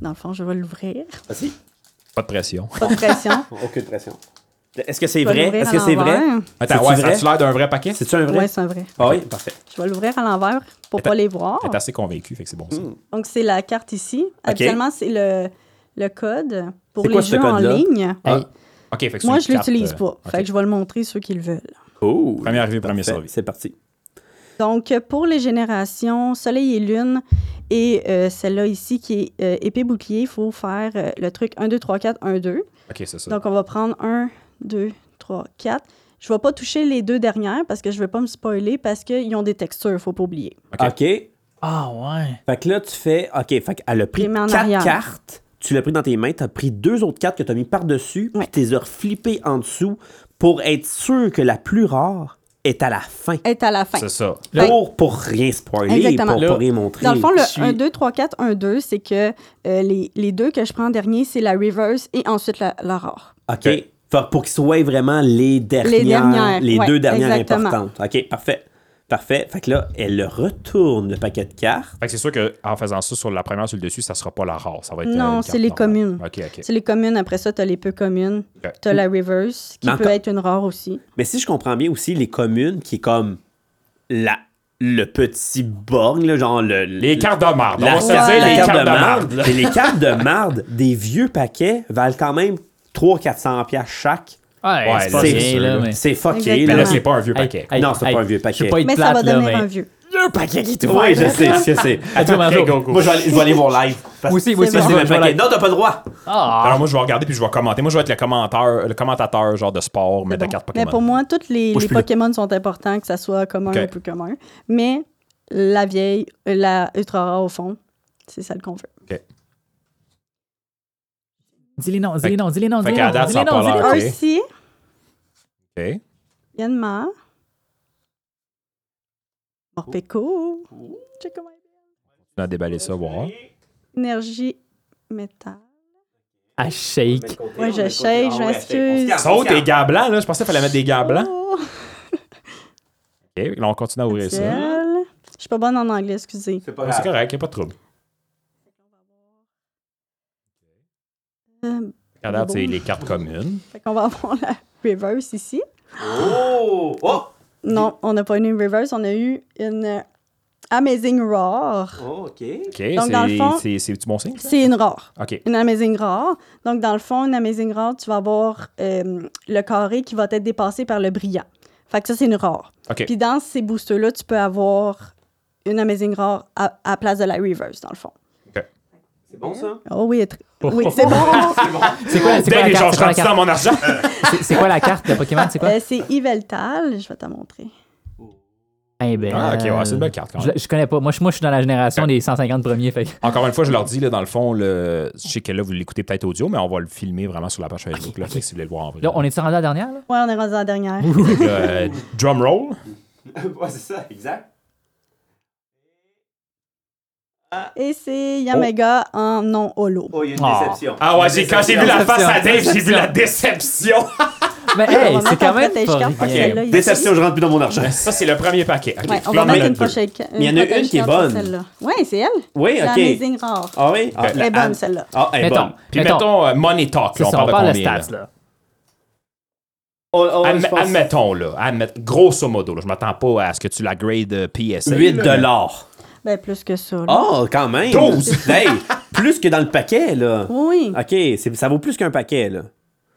[SPEAKER 5] Dans le fond, je vais l'ouvrir.
[SPEAKER 3] Vas-y.
[SPEAKER 4] Pas de pression.
[SPEAKER 5] Pas
[SPEAKER 3] (laughs)
[SPEAKER 5] de pression.
[SPEAKER 3] Aucune pression. Est-ce que c'est
[SPEAKER 5] Je vais
[SPEAKER 3] vrai?
[SPEAKER 5] l'ouvrir
[SPEAKER 3] Est-ce
[SPEAKER 5] à
[SPEAKER 3] que c'est vrai?
[SPEAKER 5] l'envers.
[SPEAKER 4] Attends,
[SPEAKER 3] C'est-tu
[SPEAKER 4] ouais, ça
[SPEAKER 3] vrai?
[SPEAKER 4] a-tu l'air d'un vrai paquet?
[SPEAKER 3] C'est-tu un
[SPEAKER 5] Ouais,
[SPEAKER 3] vrai? Eh ben,
[SPEAKER 5] c'est un vrai.
[SPEAKER 3] Ah oui, parfait.
[SPEAKER 5] Je vais l'ouvrir à l'envers pour
[SPEAKER 4] Attends.
[SPEAKER 5] pas les voir.
[SPEAKER 4] T'es assez convaincu, fait que c'est bon ça.
[SPEAKER 2] Mm.
[SPEAKER 5] Donc, c'est la carte ici. Habituellement, c'est le, le code pour
[SPEAKER 3] C'est
[SPEAKER 5] les
[SPEAKER 3] quoi, ce
[SPEAKER 5] jeux en
[SPEAKER 3] code-là?
[SPEAKER 5] ligne.
[SPEAKER 2] Hey,
[SPEAKER 4] Ok, fait que Ah, c'est
[SPEAKER 5] Moi,
[SPEAKER 4] une
[SPEAKER 5] je l'utilise
[SPEAKER 4] carte,
[SPEAKER 5] pas.
[SPEAKER 4] euh, ok.
[SPEAKER 5] Fait que je vais le montrer ceux qui le veulent.
[SPEAKER 3] Cool.
[SPEAKER 4] Premier arrivé, premier
[SPEAKER 3] Parfait.
[SPEAKER 4] servi.
[SPEAKER 3] C'est parti.
[SPEAKER 5] Donc, pour les générations Soleil et Lune et euh, celle-là ici qui est euh, épée bouclier, il faut faire euh, le truc 1, 2, 3, 4, 1, 2.
[SPEAKER 4] Ok, c'est ça.
[SPEAKER 5] Donc, on va prendre 1, 2, 3, 4. Je ne vais pas toucher les deux dernières parce que je ne vais pas me spoiler parce qu'ils ont des textures, faut pas oublier.
[SPEAKER 4] Ok.
[SPEAKER 3] OK. Fait
[SPEAKER 2] Ah ouais.
[SPEAKER 3] que là, tu fais. OK. Fait qu'elle a
[SPEAKER 5] Je
[SPEAKER 3] pris
[SPEAKER 5] les mets en
[SPEAKER 3] quatre
[SPEAKER 5] arrière.
[SPEAKER 3] cartes. Tu l'as pris dans tes mains. Tu as pris deux autres cartes que tu as mis par-dessus.
[SPEAKER 5] Ouais.
[SPEAKER 3] Puis tu les as reflippées en dessous pour être sûr que la plus rare est à la fin.
[SPEAKER 5] Est à la fin.
[SPEAKER 4] C'est ça.
[SPEAKER 5] Là-
[SPEAKER 3] Pour, pour rien spoiler, pour,
[SPEAKER 5] Exactement.
[SPEAKER 3] pour
[SPEAKER 2] Là,
[SPEAKER 3] rien montrer.
[SPEAKER 5] Dans le fond, le
[SPEAKER 2] Je suis-
[SPEAKER 5] 1, 2, 3, 4, 1, 2, c'est que euh, les, les deux que je prends en dernier, c'est la reverse et ensuite la, la rare.
[SPEAKER 3] OK. Fait que pour qu'ils soient vraiment les dernières. Les,
[SPEAKER 5] dernières, ouais,
[SPEAKER 3] deux dernières
[SPEAKER 5] exactement.
[SPEAKER 3] importantes. OK, parfait. Parfait. Fait que là, elle le retourne le paquet de cartes.
[SPEAKER 4] Fait que c'est sûr qu'en faisant ça sur la première, sur le dessus, ça sera pas la rare. Ça va être euh,
[SPEAKER 5] Non,
[SPEAKER 4] une
[SPEAKER 5] c'est
[SPEAKER 4] carte
[SPEAKER 5] les
[SPEAKER 4] normale.
[SPEAKER 5] communes.
[SPEAKER 4] OK, OK.
[SPEAKER 5] C'est les communes, après ça, tu as les peu communes,
[SPEAKER 4] Ok.
[SPEAKER 5] tu as la reverse, qui
[SPEAKER 3] Mais
[SPEAKER 5] peut
[SPEAKER 3] encore-
[SPEAKER 5] être une rare aussi.
[SPEAKER 3] Mais si je comprends bien aussi, les communes qui est comme la, le petit borgne, là, genre le.
[SPEAKER 4] Les cartes de marde.
[SPEAKER 3] la-
[SPEAKER 4] on va se
[SPEAKER 3] la-
[SPEAKER 4] dire
[SPEAKER 3] la
[SPEAKER 4] les
[SPEAKER 3] carte
[SPEAKER 4] cartes
[SPEAKER 3] de
[SPEAKER 4] de
[SPEAKER 3] marde.
[SPEAKER 4] marde.
[SPEAKER 3] Mais les cartes de marde des vieux paquets valent quand même 300-400$ piastres chaque.
[SPEAKER 2] Ouais,
[SPEAKER 4] Ouais,
[SPEAKER 2] c'est pas
[SPEAKER 3] c'est
[SPEAKER 2] bien,
[SPEAKER 4] sûr,
[SPEAKER 2] là,
[SPEAKER 4] là.
[SPEAKER 2] mais...
[SPEAKER 3] C'est fucké.
[SPEAKER 4] Mais
[SPEAKER 5] Exactement.
[SPEAKER 3] Là,
[SPEAKER 4] là, c'est pas un vieux paquet.
[SPEAKER 2] Hey,
[SPEAKER 3] Non, c'est
[SPEAKER 2] hey,
[SPEAKER 3] pas un vieux
[SPEAKER 2] Je
[SPEAKER 3] paquet.
[SPEAKER 2] veux pas être
[SPEAKER 5] Mais ça
[SPEAKER 2] plate,
[SPEAKER 5] va
[SPEAKER 2] là,
[SPEAKER 5] donner
[SPEAKER 2] mais...
[SPEAKER 5] un vieux.
[SPEAKER 3] un paquet qui te Oui, je sais, je sais.
[SPEAKER 2] Adieu, Marjo.
[SPEAKER 4] Ok, go, go.
[SPEAKER 3] Moi, je vais aller, je vais aller voir live. Parce-
[SPEAKER 2] Moi aussi, moi aussi,
[SPEAKER 3] parce que c'est le
[SPEAKER 2] moi aussi, je vais
[SPEAKER 3] paquet. Non, t'as pas le droit.
[SPEAKER 2] Ah,
[SPEAKER 4] Alors moi, je vais regarder puis je vais commenter. Moi, je vais être le commentateur, le commentateur genre de sport, mais de
[SPEAKER 5] Bon.
[SPEAKER 4] cartes Pokémon.
[SPEAKER 5] Mais pour moi, tous les,
[SPEAKER 3] Moi, je
[SPEAKER 5] les
[SPEAKER 3] suis là.
[SPEAKER 5] Pokémon sont importants, que ça soit commun
[SPEAKER 4] Ok.
[SPEAKER 5] ou plus commun. Mais la vieille, euh, la ultra rare au fond, c'est celle qu'on veut.
[SPEAKER 2] dis-les non, dis-les non, dis-les non,
[SPEAKER 4] Fait
[SPEAKER 2] dis-les
[SPEAKER 4] qu'à
[SPEAKER 2] non,
[SPEAKER 4] date, ça
[SPEAKER 2] dis-les
[SPEAKER 4] a pas
[SPEAKER 2] non, dis-les
[SPEAKER 4] l'air.
[SPEAKER 2] non.
[SPEAKER 5] Un
[SPEAKER 4] Ah, Ok.
[SPEAKER 5] ici,
[SPEAKER 4] OK.
[SPEAKER 5] Yanmar. Morpeko. Check comment elle
[SPEAKER 4] On va déballer ça, voir.
[SPEAKER 5] est. Énergie métal.
[SPEAKER 2] Ah, shake.
[SPEAKER 5] Ouais, je sais, je m'excuse.
[SPEAKER 4] Saute tes gants blancs, là. Je pensais qu'il fallait mettre des gants blancs.
[SPEAKER 5] Oh,
[SPEAKER 4] OK, là, on continue à ouvrir ça.
[SPEAKER 5] ciel. Je suis pas bonne en anglais, excusez.
[SPEAKER 3] C'est pas
[SPEAKER 4] Ah, C'est correct, il n'y a pas de trouble.
[SPEAKER 5] Euh,
[SPEAKER 4] Regarde, c'est les cartes communes.
[SPEAKER 5] fait qu'on va avoir la reverse ici.
[SPEAKER 3] Oh! Oh!
[SPEAKER 5] Non, on n'a pas eu une reverse, on a eu une Amazing Rare.
[SPEAKER 3] Oh, OK.
[SPEAKER 4] OK,
[SPEAKER 5] Donc, dans le fond-
[SPEAKER 4] c'est- c'est- c'est-tu bon signe? ça?
[SPEAKER 5] C'est une rare.
[SPEAKER 4] OK.
[SPEAKER 5] Une Amazing Rare. Donc, dans le fond, une Amazing Rare, tu vas avoir euh, le carré qui va être dépassé par le brillant. Fait que ça, c'est une rare.
[SPEAKER 4] OK.
[SPEAKER 5] Puis dans ces boosters-là, tu peux avoir une Amazing Rare à, à place de la Reverse, dans le fond.
[SPEAKER 3] C'est bon, ça?
[SPEAKER 5] Oh oui, tr- oui c'est bon.
[SPEAKER 2] C'est quoi, c'est quoi
[SPEAKER 4] Dave,
[SPEAKER 2] la
[SPEAKER 4] il
[SPEAKER 2] carte?
[SPEAKER 4] change
[SPEAKER 2] C'est quoi la
[SPEAKER 4] 30
[SPEAKER 2] carte?
[SPEAKER 4] mon
[SPEAKER 5] (laughs)
[SPEAKER 4] argent.
[SPEAKER 2] C'est- c'est quoi la carte de Pokémon? C'est quoi?
[SPEAKER 5] Euh, c'est Yveltal, je vais te montrer.
[SPEAKER 2] Eh ben,
[SPEAKER 4] Ah, ok, ouais, c'est une belle
[SPEAKER 2] euh,
[SPEAKER 4] carte quand
[SPEAKER 2] Je,
[SPEAKER 4] même.
[SPEAKER 2] je connais pas. Moi, je, moi, je suis dans la génération des 150 premiers. Fait. que-
[SPEAKER 4] Encore une fois, je leur dis, là, dans le fond, le... je sais que là, vous l'écoutez peut-être audio, mais on va le filmer vraiment sur la page Facebook. là, fait que si vous voulez le voir en vrai.
[SPEAKER 2] Là, on est-tu rendu à la dernière? Là?
[SPEAKER 5] Ouais, on est rendu à la dernière.
[SPEAKER 4] Euh, drum roll.
[SPEAKER 3] (laughs) ouais, c'est ça, exact.
[SPEAKER 5] Et c'est Yamega en non holo.
[SPEAKER 3] Oh, il y a une
[SPEAKER 2] Ah.
[SPEAKER 3] déception.
[SPEAKER 4] Ah ouais, j'ai- quand j'ai vu la face à Dave,
[SPEAKER 2] Déception.
[SPEAKER 4] j'ai vu la déception.
[SPEAKER 2] Mais hey,
[SPEAKER 5] Vraiment,
[SPEAKER 2] c'est quand même
[SPEAKER 5] protège
[SPEAKER 2] pas
[SPEAKER 5] carte,
[SPEAKER 2] rien.
[SPEAKER 5] celle-là, il-
[SPEAKER 3] Déception, je rentre plus dans mon argent.
[SPEAKER 4] (laughs) Ça, c'est le premier paquet. Ok,
[SPEAKER 5] Ouais, on
[SPEAKER 4] tu
[SPEAKER 5] va
[SPEAKER 4] en mets
[SPEAKER 5] mettre
[SPEAKER 4] le
[SPEAKER 5] une
[SPEAKER 4] deux.
[SPEAKER 5] prochaine.
[SPEAKER 3] Mais il y en a
[SPEAKER 5] protège
[SPEAKER 3] une qui est
[SPEAKER 5] carte,
[SPEAKER 3] bonne.
[SPEAKER 5] c'est Celle-là. Ouais, c'est elle.
[SPEAKER 3] Oui,
[SPEAKER 5] C'est
[SPEAKER 3] ok.
[SPEAKER 5] Amazing Rare.
[SPEAKER 3] Ah oui?
[SPEAKER 4] Elle
[SPEAKER 5] est bonne, celle-là.
[SPEAKER 3] Ah, elle est
[SPEAKER 2] Mettons.
[SPEAKER 3] bonne.
[SPEAKER 4] Puis mettons euh, Money Talk,
[SPEAKER 2] C'est
[SPEAKER 4] là, on
[SPEAKER 2] ça,
[SPEAKER 4] parle de combien, là?
[SPEAKER 2] stats. Là.
[SPEAKER 3] Oh, oh,
[SPEAKER 4] Adme-
[SPEAKER 3] je pense-
[SPEAKER 4] admettons, là, admet- grosso modo, là, je m'attends pas à ce que tu la grade euh, PSA.
[SPEAKER 3] 8
[SPEAKER 4] là,
[SPEAKER 3] dollars.
[SPEAKER 5] Ben, plus que ça. là.
[SPEAKER 3] Oh, quand même.
[SPEAKER 4] 12.
[SPEAKER 3] hey, plus que dans le paquet, là.
[SPEAKER 5] Oui.
[SPEAKER 3] OK, c'est- ça vaut plus qu'un paquet, là.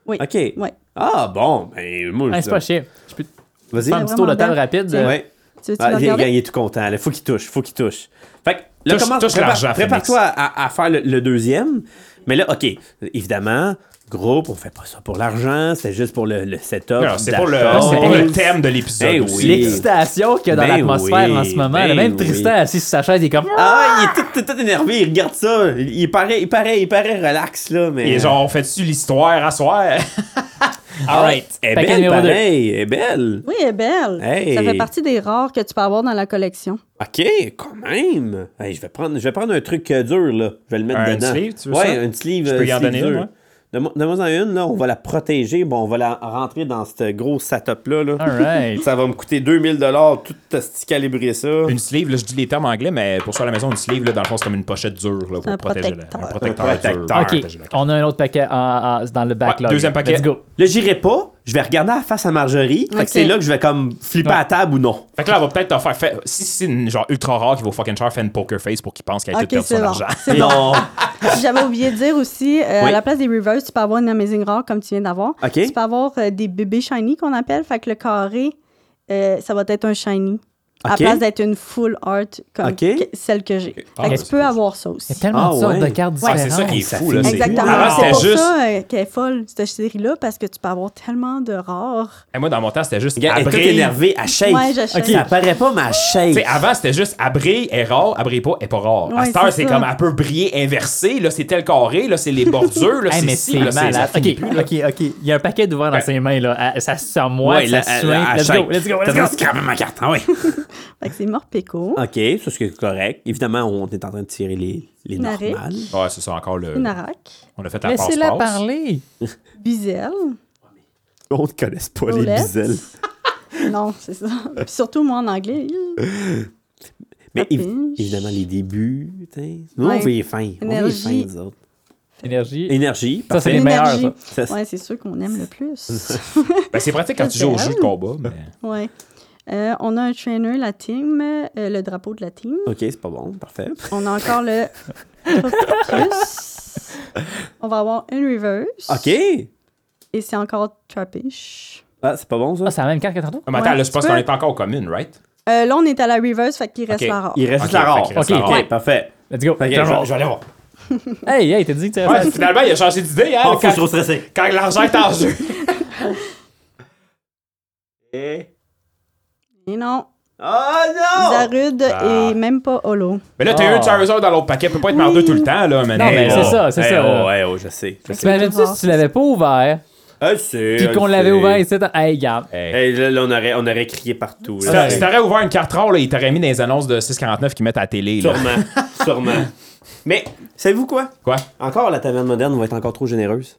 [SPEAKER 5] Oui.
[SPEAKER 3] Ah, OK.
[SPEAKER 5] Ouais.
[SPEAKER 3] Ah, bon, ben, moi,
[SPEAKER 2] Hey,
[SPEAKER 3] je-
[SPEAKER 2] c'est pas chier. Je peux te
[SPEAKER 3] Vas-y.
[SPEAKER 2] faire un
[SPEAKER 5] Ouais,
[SPEAKER 2] petit tour de
[SPEAKER 5] vraiment
[SPEAKER 2] table
[SPEAKER 5] belle.
[SPEAKER 2] rapide.
[SPEAKER 5] Tiens.
[SPEAKER 2] euh,
[SPEAKER 3] Ouais.
[SPEAKER 5] Tu veux-tu
[SPEAKER 3] Ah,
[SPEAKER 5] la
[SPEAKER 3] il,
[SPEAKER 5] regarder?
[SPEAKER 3] il est tout content. Il faut qu'il touche. faut qu'il touche. Fait que, là,
[SPEAKER 4] Touche-
[SPEAKER 3] commence-
[SPEAKER 4] touche
[SPEAKER 3] prépare-
[SPEAKER 4] l'argent,
[SPEAKER 3] Prépare-toi à, à faire le, le deuxième. Mais là, OK, évidemment, groupe, on fait pas ça pour l'argent. C'est juste pour le, le setup.
[SPEAKER 4] Non, c'est pour, le,
[SPEAKER 3] d'achat.
[SPEAKER 4] c'est pour le
[SPEAKER 2] Hey.
[SPEAKER 4] thème de l'épisode.
[SPEAKER 3] Hey,
[SPEAKER 4] aussi.
[SPEAKER 3] oui.
[SPEAKER 2] L'excitation qu'il y a dans
[SPEAKER 3] Ben
[SPEAKER 2] l'atmosphère
[SPEAKER 3] oui,
[SPEAKER 2] en ce moment.
[SPEAKER 3] ben
[SPEAKER 2] le même
[SPEAKER 3] oui.
[SPEAKER 2] Tristan assis sur sa chaise, il est
[SPEAKER 4] (laughs)
[SPEAKER 2] comme.
[SPEAKER 3] Ah, il est tout, tout, tout énervé. Il regarde ça. Il, il paraît, il, paraît, il paraît relax, là. Mais...
[SPEAKER 4] Et genre, on fait-tu l'histoire à soir? (laughs)
[SPEAKER 3] All right. Elle Ah, est
[SPEAKER 2] Paquet
[SPEAKER 3] belle,
[SPEAKER 2] numéro deux.
[SPEAKER 3] pareil. Elle est belle.
[SPEAKER 5] Oui, elle est belle.
[SPEAKER 3] Hey.
[SPEAKER 5] Ça fait partie des rares que tu peux avoir dans la collection.
[SPEAKER 3] OK, quand même. Hey, je, vais prendre, je vais prendre un truc euh, dur, là. Je vais le mettre
[SPEAKER 4] Un
[SPEAKER 3] dedans.
[SPEAKER 4] sleeve, tu veux
[SPEAKER 3] ouais,
[SPEAKER 4] ça?
[SPEAKER 3] un sleeve.
[SPEAKER 4] Je peux
[SPEAKER 3] euh,
[SPEAKER 4] y en
[SPEAKER 3] sleeve
[SPEAKER 4] donner une,
[SPEAKER 3] dur.
[SPEAKER 4] ouais?
[SPEAKER 3] Donne-moi- Donne-moi-en une, là. On va la protéger. Bon, on va la rentrer dans cette grosse satope-là. Là.
[SPEAKER 2] All right.
[SPEAKER 3] Ça va me coûter 2000 tout euh, calibrer ça.
[SPEAKER 4] Une sleeve, là, je dis les termes anglais, mais pour ça à la maison, une sleeve, là, dans le fond, c'est comme une pochette dure là, pour
[SPEAKER 5] Un
[SPEAKER 4] protéger la-
[SPEAKER 5] protecteur.
[SPEAKER 4] un protecteur.
[SPEAKER 3] Un
[SPEAKER 4] dur.
[SPEAKER 3] protecteur.
[SPEAKER 2] Ok,
[SPEAKER 4] Protéger la carte.
[SPEAKER 2] on a un autre paquet en- en- dans le backlog.
[SPEAKER 4] Ouais, deuxième paquet.
[SPEAKER 2] Let's go.
[SPEAKER 3] Là, j'irai pas. Je vais regarder la face à Marjorie. Fait
[SPEAKER 5] Ok.
[SPEAKER 3] que c'est là que je vais comme flipper à table ou non.
[SPEAKER 4] Fait que là, on va peut-être te faire. fait- si c'est une genre ultra rare qui vaut fucking cher, fais une poker face pour qu'il pense qu'elle a
[SPEAKER 5] Ok,
[SPEAKER 4] tout perdu
[SPEAKER 5] c'est
[SPEAKER 4] son
[SPEAKER 5] bon.
[SPEAKER 4] argent.
[SPEAKER 5] (laughs) C'est bon.
[SPEAKER 3] (laughs)
[SPEAKER 4] (laughs)
[SPEAKER 3] Non.
[SPEAKER 5] J'avais oublié de dire aussi, euh,
[SPEAKER 3] Oui.
[SPEAKER 5] à la place des reverse, tu peux avoir une Amazing Rare comme tu viens d'avoir.
[SPEAKER 3] OK.
[SPEAKER 5] Tu peux avoir euh, des bébés shiny qu'on appelle. Fait que le carré, euh, ça va être un shiny. À
[SPEAKER 3] OK.
[SPEAKER 5] place d'être une full art comme
[SPEAKER 3] OK.
[SPEAKER 5] que- celle que j'ai.
[SPEAKER 4] Ah,
[SPEAKER 5] fait que
[SPEAKER 4] c'est
[SPEAKER 5] tu peux avoir ça aussi.
[SPEAKER 2] Il y a tellement
[SPEAKER 3] Ah,
[SPEAKER 2] de sortes
[SPEAKER 3] ouais.
[SPEAKER 2] de cartes
[SPEAKER 4] Ouais,
[SPEAKER 2] différentes.
[SPEAKER 4] c'est ça qui est
[SPEAKER 3] ça
[SPEAKER 4] fou.
[SPEAKER 3] fait
[SPEAKER 4] Là, c'est-
[SPEAKER 5] Exactement.
[SPEAKER 4] Avant,
[SPEAKER 5] C'est
[SPEAKER 4] c'était
[SPEAKER 5] pour
[SPEAKER 4] juste.
[SPEAKER 5] ça euh, qu'elle est folle, cette série-là, parce que tu peux avoir tellement de rares.
[SPEAKER 4] Hey, Moi, dans mon temps, c'était juste.
[SPEAKER 3] Elle est toute
[SPEAKER 4] abri.
[SPEAKER 3] énervée. Elle shake.
[SPEAKER 5] Ouais, je shake.
[SPEAKER 3] OK, ça paraît pas, mais elle shake.
[SPEAKER 4] Tu sais, avant, c'était juste abré est rare, abré pas est pas rare. à
[SPEAKER 5] Ouais,
[SPEAKER 4] cette heure,
[SPEAKER 5] c'est
[SPEAKER 4] c'est
[SPEAKER 5] ça.
[SPEAKER 4] comme un peu briller inversé. Là, c'est tel carré. Là, c'est les bordures. Là,
[SPEAKER 2] (laughs) Hey,
[SPEAKER 4] c'est
[SPEAKER 2] mais
[SPEAKER 4] ci,
[SPEAKER 2] c'est
[SPEAKER 4] là, c'est ça
[SPEAKER 2] malade.
[SPEAKER 4] finit
[SPEAKER 2] Ok,
[SPEAKER 4] plus, là.
[SPEAKER 2] ok, ok. Il y a un paquet d'ouvert dans ses mains, là. Ah, Ça se moi,
[SPEAKER 3] là,
[SPEAKER 2] ça se
[SPEAKER 3] elle-
[SPEAKER 2] suinte.
[SPEAKER 3] elle
[SPEAKER 2] Let's
[SPEAKER 3] shake.
[SPEAKER 2] go, let's go, let's
[SPEAKER 3] T'as
[SPEAKER 2] go.
[SPEAKER 3] quand même ma carte. Ah oui.
[SPEAKER 5] Fait que c'est Morpeko,
[SPEAKER 3] (laughs) OK, ça c'est correct. Évidemment, on est en train de tirer les, les
[SPEAKER 5] Narek.
[SPEAKER 3] normales.
[SPEAKER 4] Ouais, c'est ça encore le.
[SPEAKER 5] Narak,
[SPEAKER 4] On a fait la passe
[SPEAKER 2] Laissez-la parler.
[SPEAKER 5] Bizel.
[SPEAKER 3] On ne connaisse pas
[SPEAKER 5] Roulette. Non, c'est ça. Puis surtout, moi, en anglais. euh,
[SPEAKER 3] Mais évi-
[SPEAKER 5] pinche.
[SPEAKER 3] évidemment, les débuts, tu sais. Nous, on
[SPEAKER 5] Ouais.
[SPEAKER 3] veut les fins. On veut les
[SPEAKER 5] Énergie.
[SPEAKER 3] fins, nous autres.
[SPEAKER 2] Énergie.
[SPEAKER 3] Énergie,
[SPEAKER 2] Ça, c'est
[SPEAKER 3] parfait.
[SPEAKER 2] les meilleurs,
[SPEAKER 5] Énergie.
[SPEAKER 2] ça.
[SPEAKER 3] Ça, c'est-
[SPEAKER 5] Ouais, c'est ceux qu'on aime le plus.
[SPEAKER 4] Ben, c'est pratique quand tu joues au jeu de combat. Mais...
[SPEAKER 5] Ouais. Euh, on a un trainer, la team, euh, le drapeau de la team.
[SPEAKER 3] OK, c'est pas bon, parfait.
[SPEAKER 5] On a encore le Tropicus. On va avoir une reverse.
[SPEAKER 3] OK!
[SPEAKER 5] Et c'est encore Trapish.
[SPEAKER 3] Ah, c'est pas bon, ça.
[SPEAKER 2] Ah, c'est la même carte que tantôt?
[SPEAKER 4] Ah, mais attends,
[SPEAKER 5] Ouais,
[SPEAKER 4] là, je
[SPEAKER 5] tu
[SPEAKER 4] pense
[SPEAKER 5] peux.
[SPEAKER 4] qu'on est encore aux communes, right?
[SPEAKER 5] Euh, là, on est à la reverse, fait qu'il reste
[SPEAKER 4] Ok.
[SPEAKER 5] la rare.
[SPEAKER 3] Il reste
[SPEAKER 4] Ok,
[SPEAKER 3] la
[SPEAKER 4] fait
[SPEAKER 3] rare.
[SPEAKER 4] qu'il reste
[SPEAKER 2] Ok,
[SPEAKER 4] la rare.
[SPEAKER 2] ok.
[SPEAKER 3] OK, parfait.
[SPEAKER 2] Let's go.
[SPEAKER 3] Fait que je- je vais aller voir.
[SPEAKER 2] Hey, hey, t'as dit que tu
[SPEAKER 4] Ouais,
[SPEAKER 2] restais-
[SPEAKER 4] finalement, il a changé d'idée. Hein,
[SPEAKER 3] Ah, faut que
[SPEAKER 4] quand
[SPEAKER 3] je suis trop stressé.
[SPEAKER 4] quand l'argent est en jeu.
[SPEAKER 5] Et non,
[SPEAKER 3] Eh. Oh non!
[SPEAKER 5] Zarud
[SPEAKER 4] Ah.
[SPEAKER 5] et même pas Holo.
[SPEAKER 4] Mais là, t'as eu
[SPEAKER 2] Ah.
[SPEAKER 4] un Charizard dans l'autre paquet. Peut pas être mardeux tout le temps, là, maintenant.
[SPEAKER 2] Non, mais
[SPEAKER 4] Hey,
[SPEAKER 2] c'est
[SPEAKER 4] oh.
[SPEAKER 2] ça, c'est
[SPEAKER 3] Hey,
[SPEAKER 2] ça.
[SPEAKER 3] Oh,
[SPEAKER 2] là.
[SPEAKER 3] hey, oh, je sais. Je sais.
[SPEAKER 2] T'imagines-tu si tu l'avais pas ouvert,
[SPEAKER 3] Ah, c'est.
[SPEAKER 2] puis
[SPEAKER 3] ah,
[SPEAKER 2] qu'on
[SPEAKER 3] c'est-
[SPEAKER 2] l'avait ouvert ici? t'as- Hey, garde.
[SPEAKER 4] Hey.
[SPEAKER 3] Hey, là, là, on aurait, on aurait crié partout.
[SPEAKER 4] Si
[SPEAKER 3] là.
[SPEAKER 4] t'a- si t'aurais ouvert une carte rare, là, il t'aurait mis dans les annonces de 6,49 qu'ils mettent à la télé. Là.
[SPEAKER 3] Sûrement, sûrement. (laughs) Mais, savez-vous quoi?
[SPEAKER 4] Quoi?
[SPEAKER 3] Encore, la taverne moderne va être encore trop généreuse.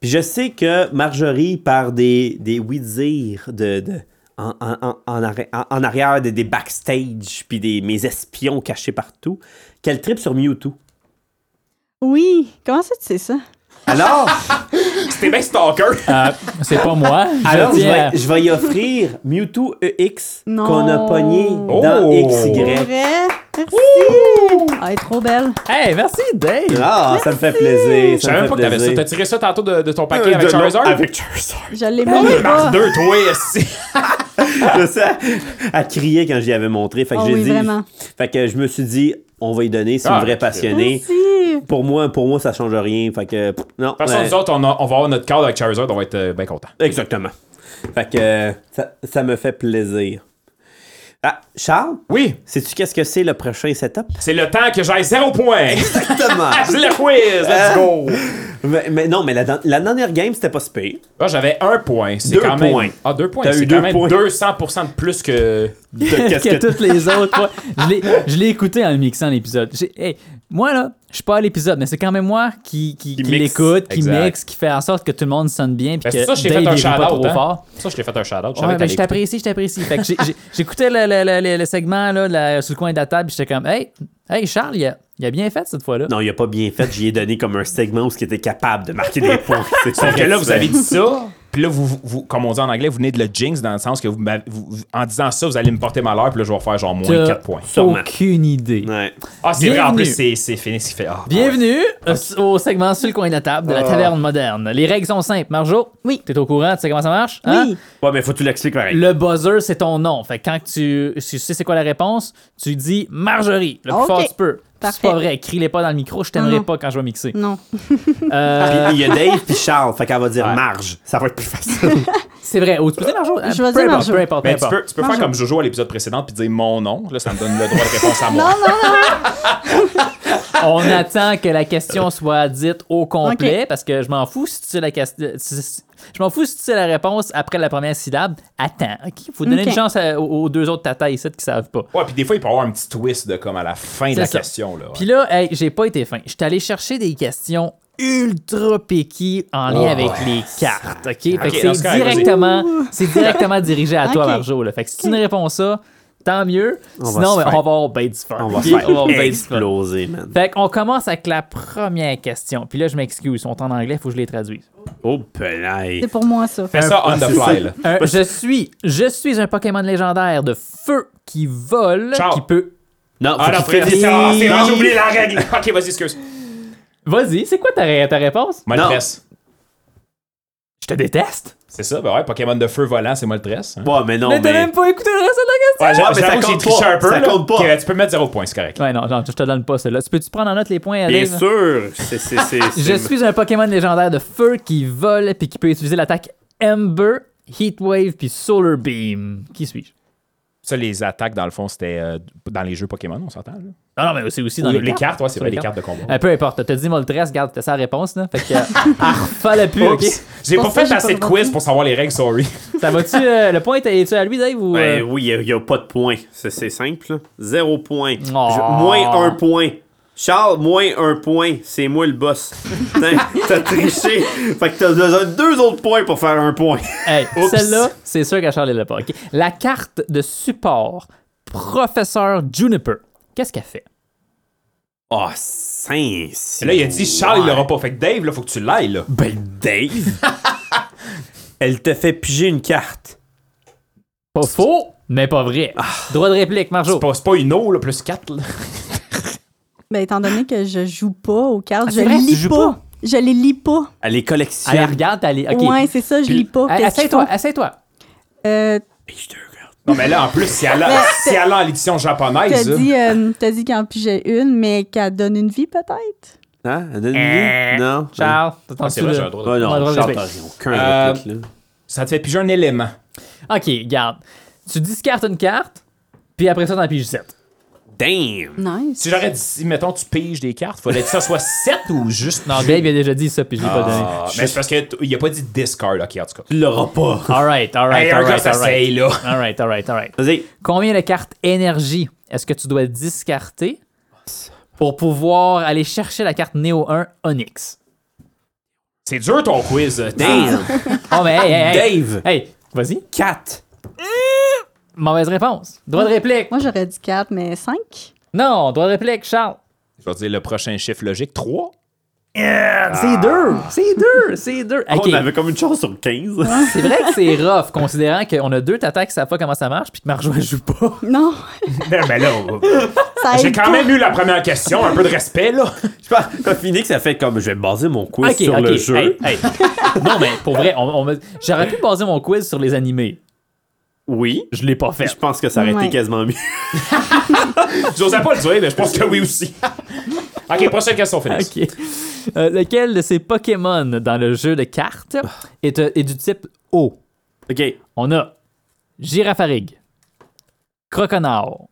[SPEAKER 3] Puis je sais que Marjorie, par des, des oui-dire de, de- en, en- en- en arri- en- en arrière des, des backstage, puis des mes espions cachés partout, qu'elle tripe sur Mewtwo.
[SPEAKER 5] Oui, comment ça tu sais ça?
[SPEAKER 2] (laughs)
[SPEAKER 3] Alors,
[SPEAKER 4] C'était bien stalker.
[SPEAKER 2] Euh, c'est pas
[SPEAKER 4] (laughs)
[SPEAKER 2] moi. Je
[SPEAKER 3] alors je,
[SPEAKER 2] tiens à-
[SPEAKER 3] vais, je vais y offrir Mewtwo EX
[SPEAKER 5] Non.
[SPEAKER 3] qu'on a pogné dans
[SPEAKER 4] Oh.
[SPEAKER 5] Pour
[SPEAKER 3] XY.
[SPEAKER 5] vrai? Merci! Ah, elle est trop belle.
[SPEAKER 2] Hey, merci, Dave.
[SPEAKER 3] Ah, ça me fait plaisir. Ça
[SPEAKER 4] Je
[SPEAKER 3] me
[SPEAKER 4] savais
[SPEAKER 3] fait
[SPEAKER 4] même pas que t'avais ça.
[SPEAKER 3] plaisir.
[SPEAKER 4] T'as tiré ça tantôt de, de ton paquet
[SPEAKER 3] Euh,
[SPEAKER 4] avec Oh
[SPEAKER 3] de- non,
[SPEAKER 5] (laughs)
[SPEAKER 4] Charizard?
[SPEAKER 3] Avec Charizard.
[SPEAKER 5] Je l'ai même pas.
[SPEAKER 4] Deux, toi, ici.
[SPEAKER 3] Je sais, elle criait quand j'y avais montré. Fait que
[SPEAKER 5] Ah
[SPEAKER 3] j'ai
[SPEAKER 5] oui,
[SPEAKER 3] dit-
[SPEAKER 5] vraiment.
[SPEAKER 3] fait que je me suis dit, on va y donner, c'est
[SPEAKER 4] Ah,
[SPEAKER 3] une vraie passionnée.
[SPEAKER 5] Merci.
[SPEAKER 3] Pour moi, pour moi, ça change rien. Fait que pff, non.
[SPEAKER 4] toute façon,
[SPEAKER 3] ouais.
[SPEAKER 4] nous autres, on, a- on va avoir notre cadre avec Charizard, on va être euh, bien content.
[SPEAKER 3] Exactement. Fait que euh, ça, ça me fait plaisir. Ah, Charles,
[SPEAKER 4] Oui,
[SPEAKER 3] sais-tu qu'est-ce que c'est le prochain setup?
[SPEAKER 4] c'est le temps que j'aille zéro point.
[SPEAKER 3] (laughs) Exactement.
[SPEAKER 4] Ah, c'est le quiz, let's go.
[SPEAKER 3] mais, mais non, mais la, dan- la dernière game, c'était pas spé.
[SPEAKER 4] Ah, J'avais un point. C'est
[SPEAKER 3] Deux
[SPEAKER 4] quand même...
[SPEAKER 3] points.
[SPEAKER 4] Ah, deux points.
[SPEAKER 3] T'as
[SPEAKER 4] C'est
[SPEAKER 3] eu
[SPEAKER 4] quand
[SPEAKER 3] deux
[SPEAKER 4] même
[SPEAKER 3] points.
[SPEAKER 4] 200% de plus que.
[SPEAKER 3] De qu'est-ce
[SPEAKER 2] (laughs) que
[SPEAKER 3] que-
[SPEAKER 2] toutes les autres. ouais. Je l'ai- Je l'ai écouté en le mixant l'épisode. J'ai- hey, moi, là, je suis pas à l'épisode, mais c'est quand même moi qui, qui, qui
[SPEAKER 4] mixe.
[SPEAKER 2] l'écoute, qui
[SPEAKER 4] Exact.
[SPEAKER 2] mixe, qui fait en sorte que tout le monde sonne bien. Puis
[SPEAKER 4] Ben,
[SPEAKER 2] que
[SPEAKER 4] c'est ça, je t'ai
[SPEAKER 2] Dave,
[SPEAKER 4] fait un
[SPEAKER 2] il rit pas
[SPEAKER 4] shout-out.
[SPEAKER 2] trop
[SPEAKER 4] hein.
[SPEAKER 2] fort.
[SPEAKER 4] Ça, je t'ai fait un shout-out. Je
[SPEAKER 2] Ouais,
[SPEAKER 4] savais que
[SPEAKER 2] ben,
[SPEAKER 4] t'allais
[SPEAKER 2] je t'apprécie, je t'apprécie. Fait que j'ai-
[SPEAKER 4] (laughs)
[SPEAKER 2] j'ai- j'écoutais le, le- le- le segment là, là, sur le coin de la table, puis j'étais comme, hey, hey Charles, il a, il a bien fait cette fois-là.
[SPEAKER 3] Non, il a pas bien fait. J'y ai donné comme un segment où ce qui était capable de marquer des points. C'est
[SPEAKER 4] Sauf que là, vous avez dit ça, puis là, vous, vous, comme on dit en anglais, vous venez de le jinx dans le sens que vous, m'avez- vous- vous- en disant ça, vous allez me porter malheur, puis là, je vais faire genre moins
[SPEAKER 2] T'as
[SPEAKER 4] 4 points.
[SPEAKER 3] sûrement.
[SPEAKER 2] Aucune idée.
[SPEAKER 3] Ouais.
[SPEAKER 4] Ah, c'est vrai, en
[SPEAKER 2] Bienvenue.
[SPEAKER 4] plus, c'est c'est Phoenix qui fait. ah,
[SPEAKER 2] Bienvenue euh, au segment sur le coin de la table de la taverne moderne. Les règles sont simples. Marjo,
[SPEAKER 5] Oui.
[SPEAKER 2] t'es au courant, tu sais comment ça marche? hein?
[SPEAKER 5] Oui.
[SPEAKER 3] Ouais, mais faut que tu l'expliques pareil.
[SPEAKER 2] Le buzzer, c'est ton nom. Fait que quand tu, si tu sais c'est quoi la réponse, tu dis Marjorie, le plus
[SPEAKER 5] Ok.
[SPEAKER 2] fort que tu peux. C'est
[SPEAKER 5] Parfait.
[SPEAKER 2] pas vrai, crie-les pas dans le micro, je t'aimerai
[SPEAKER 5] Non. Mm.
[SPEAKER 2] pas quand je vais mixer.
[SPEAKER 5] Non.
[SPEAKER 2] Euh,
[SPEAKER 3] Puis il y a Dave puis Charles, fait qu'elle va dire marge. Ça va être plus
[SPEAKER 2] (laughs)
[SPEAKER 3] facile.
[SPEAKER 2] c'est vrai, ou tu peux dire Marjo.
[SPEAKER 5] Je
[SPEAKER 2] euh,
[SPEAKER 5] vais
[SPEAKER 2] peu importe,
[SPEAKER 5] dire Marjo.
[SPEAKER 2] Peu importe, peu
[SPEAKER 4] Mais Ben, tu
[SPEAKER 2] importe.
[SPEAKER 4] peux, tu peux faire comme Jojo à l'épisode précédent, puis dire mon nom. Là, ça me donne le droit de réponse à moi.
[SPEAKER 2] On attend que la
[SPEAKER 5] (laughs)
[SPEAKER 2] question soit dite au complet parce que je m'en fous si tu sais la question. Je m'en fous si tu sais la réponse après la première syllabe. Attends, ok? Faut donner
[SPEAKER 5] Ok.
[SPEAKER 2] une chance à- aux aux deux autres tatas ici qui savent pas.
[SPEAKER 4] Ouais, puis des fois, il peut y avoir un petit twist de comme à la fin de
[SPEAKER 2] C'est
[SPEAKER 4] la
[SPEAKER 2] ça.
[SPEAKER 4] question. Là, ouais.
[SPEAKER 2] Puis là, hey, j'ai pas été fin. Je suis allé chercher des questions ultra piquées en
[SPEAKER 3] Oh,
[SPEAKER 2] lien avec les cartes. OK? Fait que
[SPEAKER 4] Ok, dans ce
[SPEAKER 2] c'est
[SPEAKER 4] cas, vas-y.
[SPEAKER 2] directement, c'est directement dirigé à toi,
[SPEAKER 5] Ok.
[SPEAKER 2] Marjo. là. Fait que si tu ne réponds ça, tant mieux.
[SPEAKER 3] On va
[SPEAKER 2] Sinon,
[SPEAKER 3] se
[SPEAKER 2] ben, on
[SPEAKER 3] faire-
[SPEAKER 2] va avoir ben du fun.
[SPEAKER 3] On va
[SPEAKER 2] OK?
[SPEAKER 3] faire
[SPEAKER 2] On va avoir ben du fun.
[SPEAKER 3] exploser, man.
[SPEAKER 2] Fait qu'on commence avec la première question. Puis là, je m'excuse. Ils sont en anglais, il faut que je les traduise.
[SPEAKER 3] Oh, pelaille.
[SPEAKER 5] C'est pour moi, ça.
[SPEAKER 4] Fais ça on the fly. là.
[SPEAKER 2] Euh, je suis je suis un Pokémon légendaire de feu qui vole,
[SPEAKER 4] Ciao.
[SPEAKER 2] qui peut...
[SPEAKER 3] Non,
[SPEAKER 4] Ah non,
[SPEAKER 3] faut qu'il
[SPEAKER 4] frère,
[SPEAKER 3] te dise-
[SPEAKER 4] c'est- ah, c'est vrai, j'ai oublié la règle. (laughs) Ok, vas-y, excuse.
[SPEAKER 2] Vas-y, c'est quoi ta, ré- ta réponse?
[SPEAKER 4] Moltres.
[SPEAKER 2] Je te déteste.
[SPEAKER 4] C'est ça, ben ouais, Pokémon de feu volant, c'est Moltres. hein. Ah,
[SPEAKER 3] Ouais, mais non,
[SPEAKER 2] mais t'as
[SPEAKER 3] mais.
[SPEAKER 2] même pas écouté le reste de la question!
[SPEAKER 4] Ouais,
[SPEAKER 3] mais ça
[SPEAKER 4] j'avoue que j'ai
[SPEAKER 3] compte
[SPEAKER 4] triché
[SPEAKER 3] pas.
[SPEAKER 4] un peu,
[SPEAKER 3] Ça
[SPEAKER 4] là.
[SPEAKER 3] compte pas.
[SPEAKER 4] Ok, tu peux mettre zéro point, c'est correct.
[SPEAKER 2] Ouais, non, non, je te donne pas celle-là. Tu peux-tu prendre en note les points,
[SPEAKER 3] Bien
[SPEAKER 2] Dave?
[SPEAKER 3] sûr. C'est- c'est- c'est-
[SPEAKER 2] (laughs) Je
[SPEAKER 3] c'est-
[SPEAKER 2] suis un Pokémon légendaire de feu qui vole puis qui peut utiliser l'attaque Ember, Heatwave puis Solar Beam. Qui suis-je?
[SPEAKER 4] Ça, les attaques, dans le fond, c'était euh, dans les jeux Pokémon, on s'entend. là?
[SPEAKER 2] Non, non, mais c'est aussi dans
[SPEAKER 4] Ou
[SPEAKER 2] les,
[SPEAKER 4] les cartes, ouais, c'est
[SPEAKER 2] Sur
[SPEAKER 4] vrai,
[SPEAKER 2] les
[SPEAKER 4] les cartes de combat.
[SPEAKER 2] Euh, peu importe, t'as dit Moltres, garde, c'était sa réponse, là. Fait (laughs) que. Ah, refais-le plus, ok?
[SPEAKER 4] Oups. J'ai pas
[SPEAKER 5] Pour ça,
[SPEAKER 4] fait
[SPEAKER 5] j'ai
[SPEAKER 4] assez
[SPEAKER 5] pas
[SPEAKER 4] de
[SPEAKER 5] compris.
[SPEAKER 4] quiz pour savoir les
[SPEAKER 2] (laughs)
[SPEAKER 4] règles, sorry.
[SPEAKER 2] Ça va-tu. euh, le point, t'es- es-tu à lui, Dave? Ou,
[SPEAKER 3] Ben
[SPEAKER 2] euh,
[SPEAKER 3] oui, il n'y a, pas de point. C'est c'est simple. là. Zéro point. Je-
[SPEAKER 2] Oh.
[SPEAKER 3] moins un point. Charles, moins un point. C'est moi le boss. Putain, T'as triché. Fait que t'as besoin de deux autres points pour faire un point.
[SPEAKER 2] hey,
[SPEAKER 3] Oups.
[SPEAKER 2] celle-là, c'est sûr qu'à Charles, elle l'a pas, ok? La carte de support, Professeur Juniper. Qu'est-ce qu'elle fait?
[SPEAKER 3] (laughs) Ah, c'est
[SPEAKER 4] Là, il a dit Charles, il l'aura pas. Fait que Dave, là, faut que tu l'ailles, là.
[SPEAKER 3] Ben, (laughs) Dave. Elle te fait piger une carte.
[SPEAKER 2] Pas faux, mais pas vrai. Droit de réplique, Marjo.
[SPEAKER 4] C'est pas, c'est pas une eau, là, plus 4, là.
[SPEAKER 5] Ben, étant donné que je joue pas aux cartes,
[SPEAKER 2] Ah,
[SPEAKER 5] je
[SPEAKER 2] c'est vrai,
[SPEAKER 5] les
[SPEAKER 2] tu
[SPEAKER 5] lis
[SPEAKER 2] joues
[SPEAKER 5] pas.
[SPEAKER 2] pas?
[SPEAKER 5] Je les lis pas.
[SPEAKER 3] Elle est
[SPEAKER 2] Allez,
[SPEAKER 3] collectionne.
[SPEAKER 2] regarde, allez, ok.
[SPEAKER 5] Ouais, c'est ça, je lis pas.
[SPEAKER 2] Hey,
[SPEAKER 5] Qu'est-ce qu'il
[SPEAKER 2] Essaye-toi,
[SPEAKER 5] faut?
[SPEAKER 2] essaye-toi.
[SPEAKER 5] Euh,
[SPEAKER 4] Non, mais là, en plus, si elle a,
[SPEAKER 2] (laughs)
[SPEAKER 4] si elle a l'édition
[SPEAKER 5] T'as
[SPEAKER 4] japonaise, là,
[SPEAKER 5] dit, euh, t'as dit qu'elle en pigeait une, mais qu'elle donne une vie peut-être?
[SPEAKER 3] Hein? Elle donne une idée? Non.
[SPEAKER 2] Charles,
[SPEAKER 4] Ah, c'est vrai, j'ai un
[SPEAKER 2] t'entends-tu?
[SPEAKER 4] droit de-
[SPEAKER 3] Ah
[SPEAKER 2] On a le droit
[SPEAKER 3] non,
[SPEAKER 2] de
[SPEAKER 3] Charles,
[SPEAKER 2] répéter.
[SPEAKER 3] t'as aucun
[SPEAKER 4] Euh,
[SPEAKER 3] réplique, là.
[SPEAKER 4] ça te fait piger un élément.
[SPEAKER 2] là? Ok, regarde. Tu discartes une carte, puis après ça, t'en piges 7.
[SPEAKER 3] Damn!
[SPEAKER 5] Nice.
[SPEAKER 4] Si j'aurais dit, si, mettons, tu piges des cartes, fallait que ça soit (laughs) 7 ou juste.
[SPEAKER 2] Non, Dave il a déjà dit ça, puis je l'ai pas donné.
[SPEAKER 4] Ah, mais c'est parce qu'il a pas dit discard, ok, en tout cas.
[SPEAKER 3] Tu l'auras pas.
[SPEAKER 2] Alright,
[SPEAKER 4] Hey,
[SPEAKER 2] alright,
[SPEAKER 4] un gars,
[SPEAKER 2] alright,
[SPEAKER 4] ça
[SPEAKER 2] alright.
[SPEAKER 4] s'essaye, là.
[SPEAKER 2] Alright, alright, alright.
[SPEAKER 3] Vas-y.
[SPEAKER 2] Combien de cartes énergie est-ce que tu dois discarter pour pouvoir aller chercher la carte Neo 1 Onyx?
[SPEAKER 4] C'est dur ton quiz. euh,
[SPEAKER 3] Damn!
[SPEAKER 2] Oh, mais hey, hey, hey.
[SPEAKER 3] Dave!
[SPEAKER 2] Hey, vas-y.
[SPEAKER 3] 4.
[SPEAKER 2] Mauvaise réponse. Droit de réplique.
[SPEAKER 5] Moi, j'aurais dit 4, mais 5.
[SPEAKER 2] Non, droit de réplique, Charles.
[SPEAKER 4] Je vais dire le prochain chiffre logique, 3.
[SPEAKER 2] C'est deux, c'est deux, c'est deux. Ok,
[SPEAKER 3] On avait comme une chance sur 15.
[SPEAKER 2] C'est vrai que c'est rough, considérant qu'on a deux tatas qui savent pas comment ça marche, puis que Marjo elle joue
[SPEAKER 5] (laughs)
[SPEAKER 2] pas.
[SPEAKER 5] Non,
[SPEAKER 4] Ben, ben là, euh,
[SPEAKER 5] ça
[SPEAKER 4] j'ai
[SPEAKER 5] aide
[SPEAKER 4] quand
[SPEAKER 5] pas.
[SPEAKER 4] même eu la première question, un peu de respect, (laughs) là.
[SPEAKER 3] (laughs) Je pense que Phoenix a fait comme je vais baser mon quiz
[SPEAKER 2] Ok,
[SPEAKER 3] sur
[SPEAKER 2] ok,
[SPEAKER 3] le jeu.
[SPEAKER 2] hey, hey. Non, mais pour vrai, on- on me- j'aurais pu baser mon quiz sur les animés.
[SPEAKER 3] Oui.
[SPEAKER 2] Je l'ai pas fait.
[SPEAKER 3] Je pense que ça aurait
[SPEAKER 5] Ouais.
[SPEAKER 3] été quasiment mieux. (laughs)
[SPEAKER 4] J'osais pas le dire, mais je pense que oui aussi. (laughs) ok, prochaine question, Félix.
[SPEAKER 2] Ok. Euh, lequel de ces Pokémon dans le jeu de cartes est, euh, est du type eau?
[SPEAKER 3] OK.
[SPEAKER 2] On a Girafarig, Croconaw,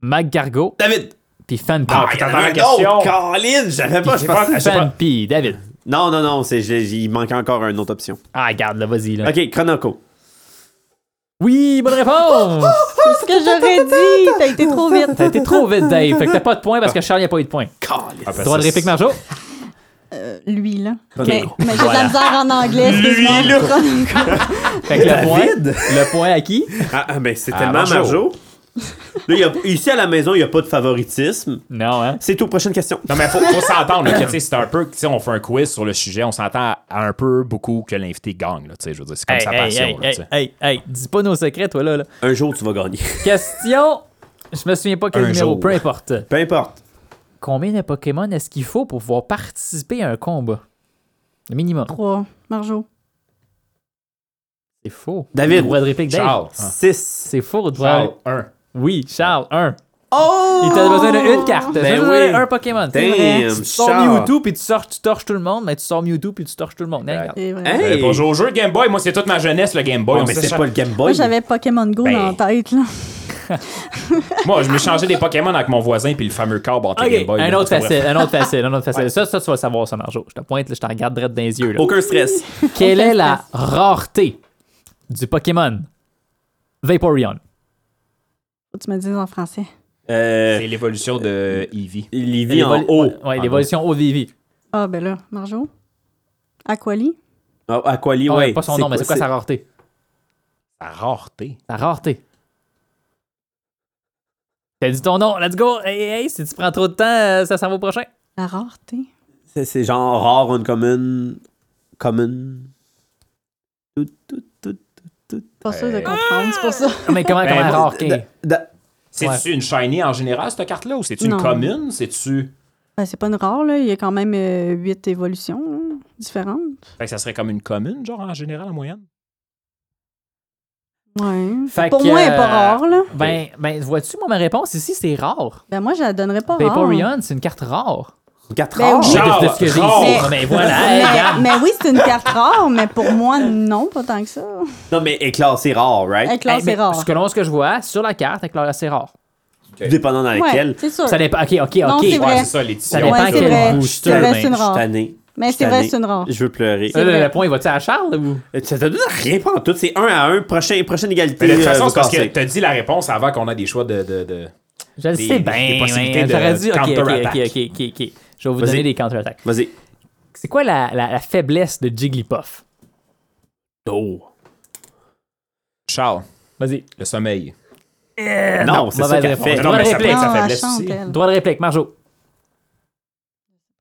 [SPEAKER 2] Maggargo,
[SPEAKER 3] David!
[SPEAKER 2] puis Fanpy.
[SPEAKER 4] Ah, il y en a un autre.
[SPEAKER 3] Caroline, j'avais pas, je
[SPEAKER 4] J'ai pas-
[SPEAKER 3] pense.
[SPEAKER 4] je sais pas.
[SPEAKER 2] Fanpy, David.
[SPEAKER 3] Non, non, non, c'est, j'ai- il manque encore une autre option.
[SPEAKER 2] Ah, garde, là, vas-y. Là.
[SPEAKER 3] OK, Chronoco.
[SPEAKER 2] Oui, bonne réponse!
[SPEAKER 5] C'est ce que j'aurais dit. T'as été trop vite.
[SPEAKER 2] T'as été trop vite, Dave. Fait que t'as pas de point parce que Charles n'a pas eu de point.
[SPEAKER 3] Caroline.
[SPEAKER 4] Ah, ben,
[SPEAKER 2] Droit de
[SPEAKER 4] ça,
[SPEAKER 2] réplique, Marjo.
[SPEAKER 5] Euh, lui, là.
[SPEAKER 3] Ok.
[SPEAKER 5] Mais, mais j'ai de la misère en anglais. Lui, là.
[SPEAKER 2] Fait que le point, le point à qui?
[SPEAKER 3] Ah, ah, ben, c'est
[SPEAKER 4] Ah,
[SPEAKER 3] tellement
[SPEAKER 4] Marjo.
[SPEAKER 3] Marjo. Là, il y a- ici, à la maison, il n'y a pas de favoritisme.
[SPEAKER 2] Non, hein?
[SPEAKER 3] C'est tout. Prochaine question.
[SPEAKER 4] Non, mais faut, faut s'entendre. là, que, tu sais, C'est un peu, tu sais, on fait un quiz sur le sujet, on s'entend à un peu beaucoup que l'invité gagne. là, tu sais, Je veux dire, c'est comme sa passion.
[SPEAKER 2] hey,
[SPEAKER 4] là, tu
[SPEAKER 2] hey,
[SPEAKER 4] sais.
[SPEAKER 2] hey, hey, dis pas nos secrets, toi, là. là.
[SPEAKER 3] Un jour, tu vas gagner.
[SPEAKER 2] Question. Je me souviens pas quel
[SPEAKER 4] Un
[SPEAKER 2] numéro,
[SPEAKER 4] jour.
[SPEAKER 2] peu importe.
[SPEAKER 3] Peu importe.
[SPEAKER 2] Combien de Pokémon est-ce qu'il faut pour pouvoir participer à un combat? Le minimum.
[SPEAKER 5] Trois. Marjo.
[SPEAKER 2] C'est faux.
[SPEAKER 3] David.
[SPEAKER 2] Droit de réplique, Dave.
[SPEAKER 4] Charles. hein.
[SPEAKER 3] 6.
[SPEAKER 2] C'est faux, droit
[SPEAKER 4] Charles, un.
[SPEAKER 2] Oui, Charles, un.
[SPEAKER 3] Oh!
[SPEAKER 2] Il t'a besoin d'une carte. T'as
[SPEAKER 3] Ben
[SPEAKER 2] juste besoin
[SPEAKER 3] oui.
[SPEAKER 2] d'un Pokémon.
[SPEAKER 3] Damn,
[SPEAKER 2] Tu sors
[SPEAKER 3] Charles.
[SPEAKER 2] Mewtwo, puis tu sors, tu torches tout le monde, mais tu sors Mewtwo, puis tu torches tout le monde. Regarde.
[SPEAKER 5] C'est vrai.
[SPEAKER 3] Hein?
[SPEAKER 4] J'avais pas joué au jeu Game Boy. Moi, c'est toute ma jeunesse, le Game Boy.
[SPEAKER 3] Oh,
[SPEAKER 4] Eh, On
[SPEAKER 3] mais
[SPEAKER 4] s'est
[SPEAKER 3] c'est
[SPEAKER 4] cha-
[SPEAKER 3] pas le Game
[SPEAKER 5] Moi,
[SPEAKER 3] Boy.
[SPEAKER 5] j'avais Pokémon Go
[SPEAKER 4] Ben.
[SPEAKER 5] dans la tête, là.
[SPEAKER 4] Moi, je me changeais des Pokémon avec mon voisin puis le fameux câble entre
[SPEAKER 2] Ok,
[SPEAKER 4] les Game Boy.
[SPEAKER 2] un
[SPEAKER 4] là,
[SPEAKER 2] autre
[SPEAKER 4] c'est pas vrai.
[SPEAKER 2] facile, un autre facile, (laughs) un autre facile. Ça, ça, tu vas le savoir, ça, Marjo. Je te pointe, là, je te regarde droit dans les yeux. là.
[SPEAKER 3] Aucun stress.
[SPEAKER 2] Quelle est la rareté du Pokémon Vaporeon?
[SPEAKER 5] Faut que Tu me dis en français.
[SPEAKER 3] Euh,
[SPEAKER 4] C'est l'évolution de Eevee.
[SPEAKER 3] il vit en
[SPEAKER 2] L'évol-
[SPEAKER 3] haut.
[SPEAKER 2] Ouais, l'évolution haut Vivi.
[SPEAKER 5] Ah, ben là. Marjo. Aquali.
[SPEAKER 3] Ah, Aquali,
[SPEAKER 2] Ah,
[SPEAKER 3] ouais.
[SPEAKER 2] Pas son nom, mais c'est quoi sa rareté?
[SPEAKER 4] La rareté.
[SPEAKER 2] La rareté. T'as dit ton nom, let's go! Hey, hey, hey, si tu prends trop de temps, euh, ça s'en va au prochain.
[SPEAKER 5] La rareté.
[SPEAKER 3] C'est, c'est genre rare, uncommon, common. Tout, tout, tout, tout, tout.
[SPEAKER 5] Pas sûr de comprendre, c'est pour ça.
[SPEAKER 2] (laughs) Mais comment,
[SPEAKER 4] Ben,
[SPEAKER 2] comment
[SPEAKER 4] moi,
[SPEAKER 2] rare? ok.
[SPEAKER 3] Da- da-
[SPEAKER 4] C'est-tu une shiny en général, cette carte-là, ou c'est-tu une
[SPEAKER 5] Non.
[SPEAKER 4] commune? C'est-tu.
[SPEAKER 5] Ben, c'est pas une rare, là. Il y a quand même euh, huit évolutions là, différentes.
[SPEAKER 4] Fait que ça serait comme une commune, genre, en général, en moyenne?
[SPEAKER 5] Ouais.
[SPEAKER 2] Fait
[SPEAKER 5] pour
[SPEAKER 2] que,
[SPEAKER 5] moi, elle est
[SPEAKER 2] euh,
[SPEAKER 5] pas rare, là.
[SPEAKER 2] Ben, ben vois-tu, moi, ma réponse ici, c'est rare.
[SPEAKER 5] Ben, moi, je la donnerais pas rare.
[SPEAKER 2] Vaporeon, c'est une carte Ah, rare.
[SPEAKER 3] Quatre
[SPEAKER 5] Ben
[SPEAKER 3] rares.
[SPEAKER 5] oui.
[SPEAKER 2] De-
[SPEAKER 4] Rare,
[SPEAKER 2] de ce que j'ai
[SPEAKER 4] rare.
[SPEAKER 2] ici. Mais voilà, hey,
[SPEAKER 5] Mais,
[SPEAKER 2] regarde.
[SPEAKER 5] mais oui, c'est une carte rare, mais pour moi, non, pas tant que ça.
[SPEAKER 3] Non, mais est classé rare, right?
[SPEAKER 5] Avec là,
[SPEAKER 2] Hey,
[SPEAKER 5] c'est
[SPEAKER 2] mais
[SPEAKER 5] rare.
[SPEAKER 2] Selon ce que je vois, sur la carte, avec leur c'est rare.
[SPEAKER 3] Dépendant dans laquelle.
[SPEAKER 5] Ouais, c'est sûr.
[SPEAKER 2] Ça dépend. Ok, ok,
[SPEAKER 5] Euh.
[SPEAKER 2] Euh,
[SPEAKER 5] Non,
[SPEAKER 2] ok.
[SPEAKER 5] c'est vrai.
[SPEAKER 4] Ouais, c'est ça, l'édition.
[SPEAKER 2] Ça dépend
[SPEAKER 5] Ouais, c'est
[SPEAKER 2] quel
[SPEAKER 5] vrai.
[SPEAKER 2] goût, je
[SPEAKER 5] C'est vrai,
[SPEAKER 2] te
[SPEAKER 5] c'est une
[SPEAKER 2] mets.
[SPEAKER 3] Je suis
[SPEAKER 5] rare.
[SPEAKER 3] tanné.
[SPEAKER 5] Mais
[SPEAKER 3] Je suis
[SPEAKER 5] c'est vrai,
[SPEAKER 3] tanné.
[SPEAKER 5] c'est une rare.
[SPEAKER 3] Je veux pleurer.
[SPEAKER 2] Là, le,
[SPEAKER 5] vrai.
[SPEAKER 2] le point, il va-tu à Charles ou?
[SPEAKER 3] Euh, Ça te donne rien pas en tout. C'est un à un. Prochain, prochaine égalité.
[SPEAKER 4] Mais de toute
[SPEAKER 3] euh,
[SPEAKER 4] façon,
[SPEAKER 3] vous
[SPEAKER 4] c'est parce que
[SPEAKER 3] cassez.
[SPEAKER 4] t'as dit la réponse avant qu'on a des choix de. de, de...
[SPEAKER 2] Je le
[SPEAKER 4] Des-
[SPEAKER 2] sais
[SPEAKER 4] des
[SPEAKER 2] bien.
[SPEAKER 4] possibilités
[SPEAKER 2] mais
[SPEAKER 4] de
[SPEAKER 2] J'aurais dû. ok, ok,
[SPEAKER 4] counter-attaque.
[SPEAKER 2] ok, ok, ok, ok. Je vais vous
[SPEAKER 3] Vas-y.
[SPEAKER 2] donner des counter-attaques.
[SPEAKER 3] Vas-y.
[SPEAKER 2] C'est quoi la, la, la faiblesse de Jigglypuff?
[SPEAKER 3] Oh.
[SPEAKER 4] Charles,
[SPEAKER 2] Vas-y.
[SPEAKER 4] le sommeil. Euh,
[SPEAKER 3] Non, c'est ça
[SPEAKER 2] mauvaise
[SPEAKER 3] qu'elle
[SPEAKER 2] réponse.
[SPEAKER 3] fait.
[SPEAKER 2] Non,
[SPEAKER 3] Non,
[SPEAKER 2] mais
[SPEAKER 3] mais-
[SPEAKER 2] ça
[SPEAKER 4] peut être
[SPEAKER 5] Non,
[SPEAKER 4] sa
[SPEAKER 5] elle
[SPEAKER 4] faiblesse
[SPEAKER 5] chante,
[SPEAKER 4] aussi.
[SPEAKER 5] elle.
[SPEAKER 2] Droit de réplique, Marjo.
[SPEAKER 5] Je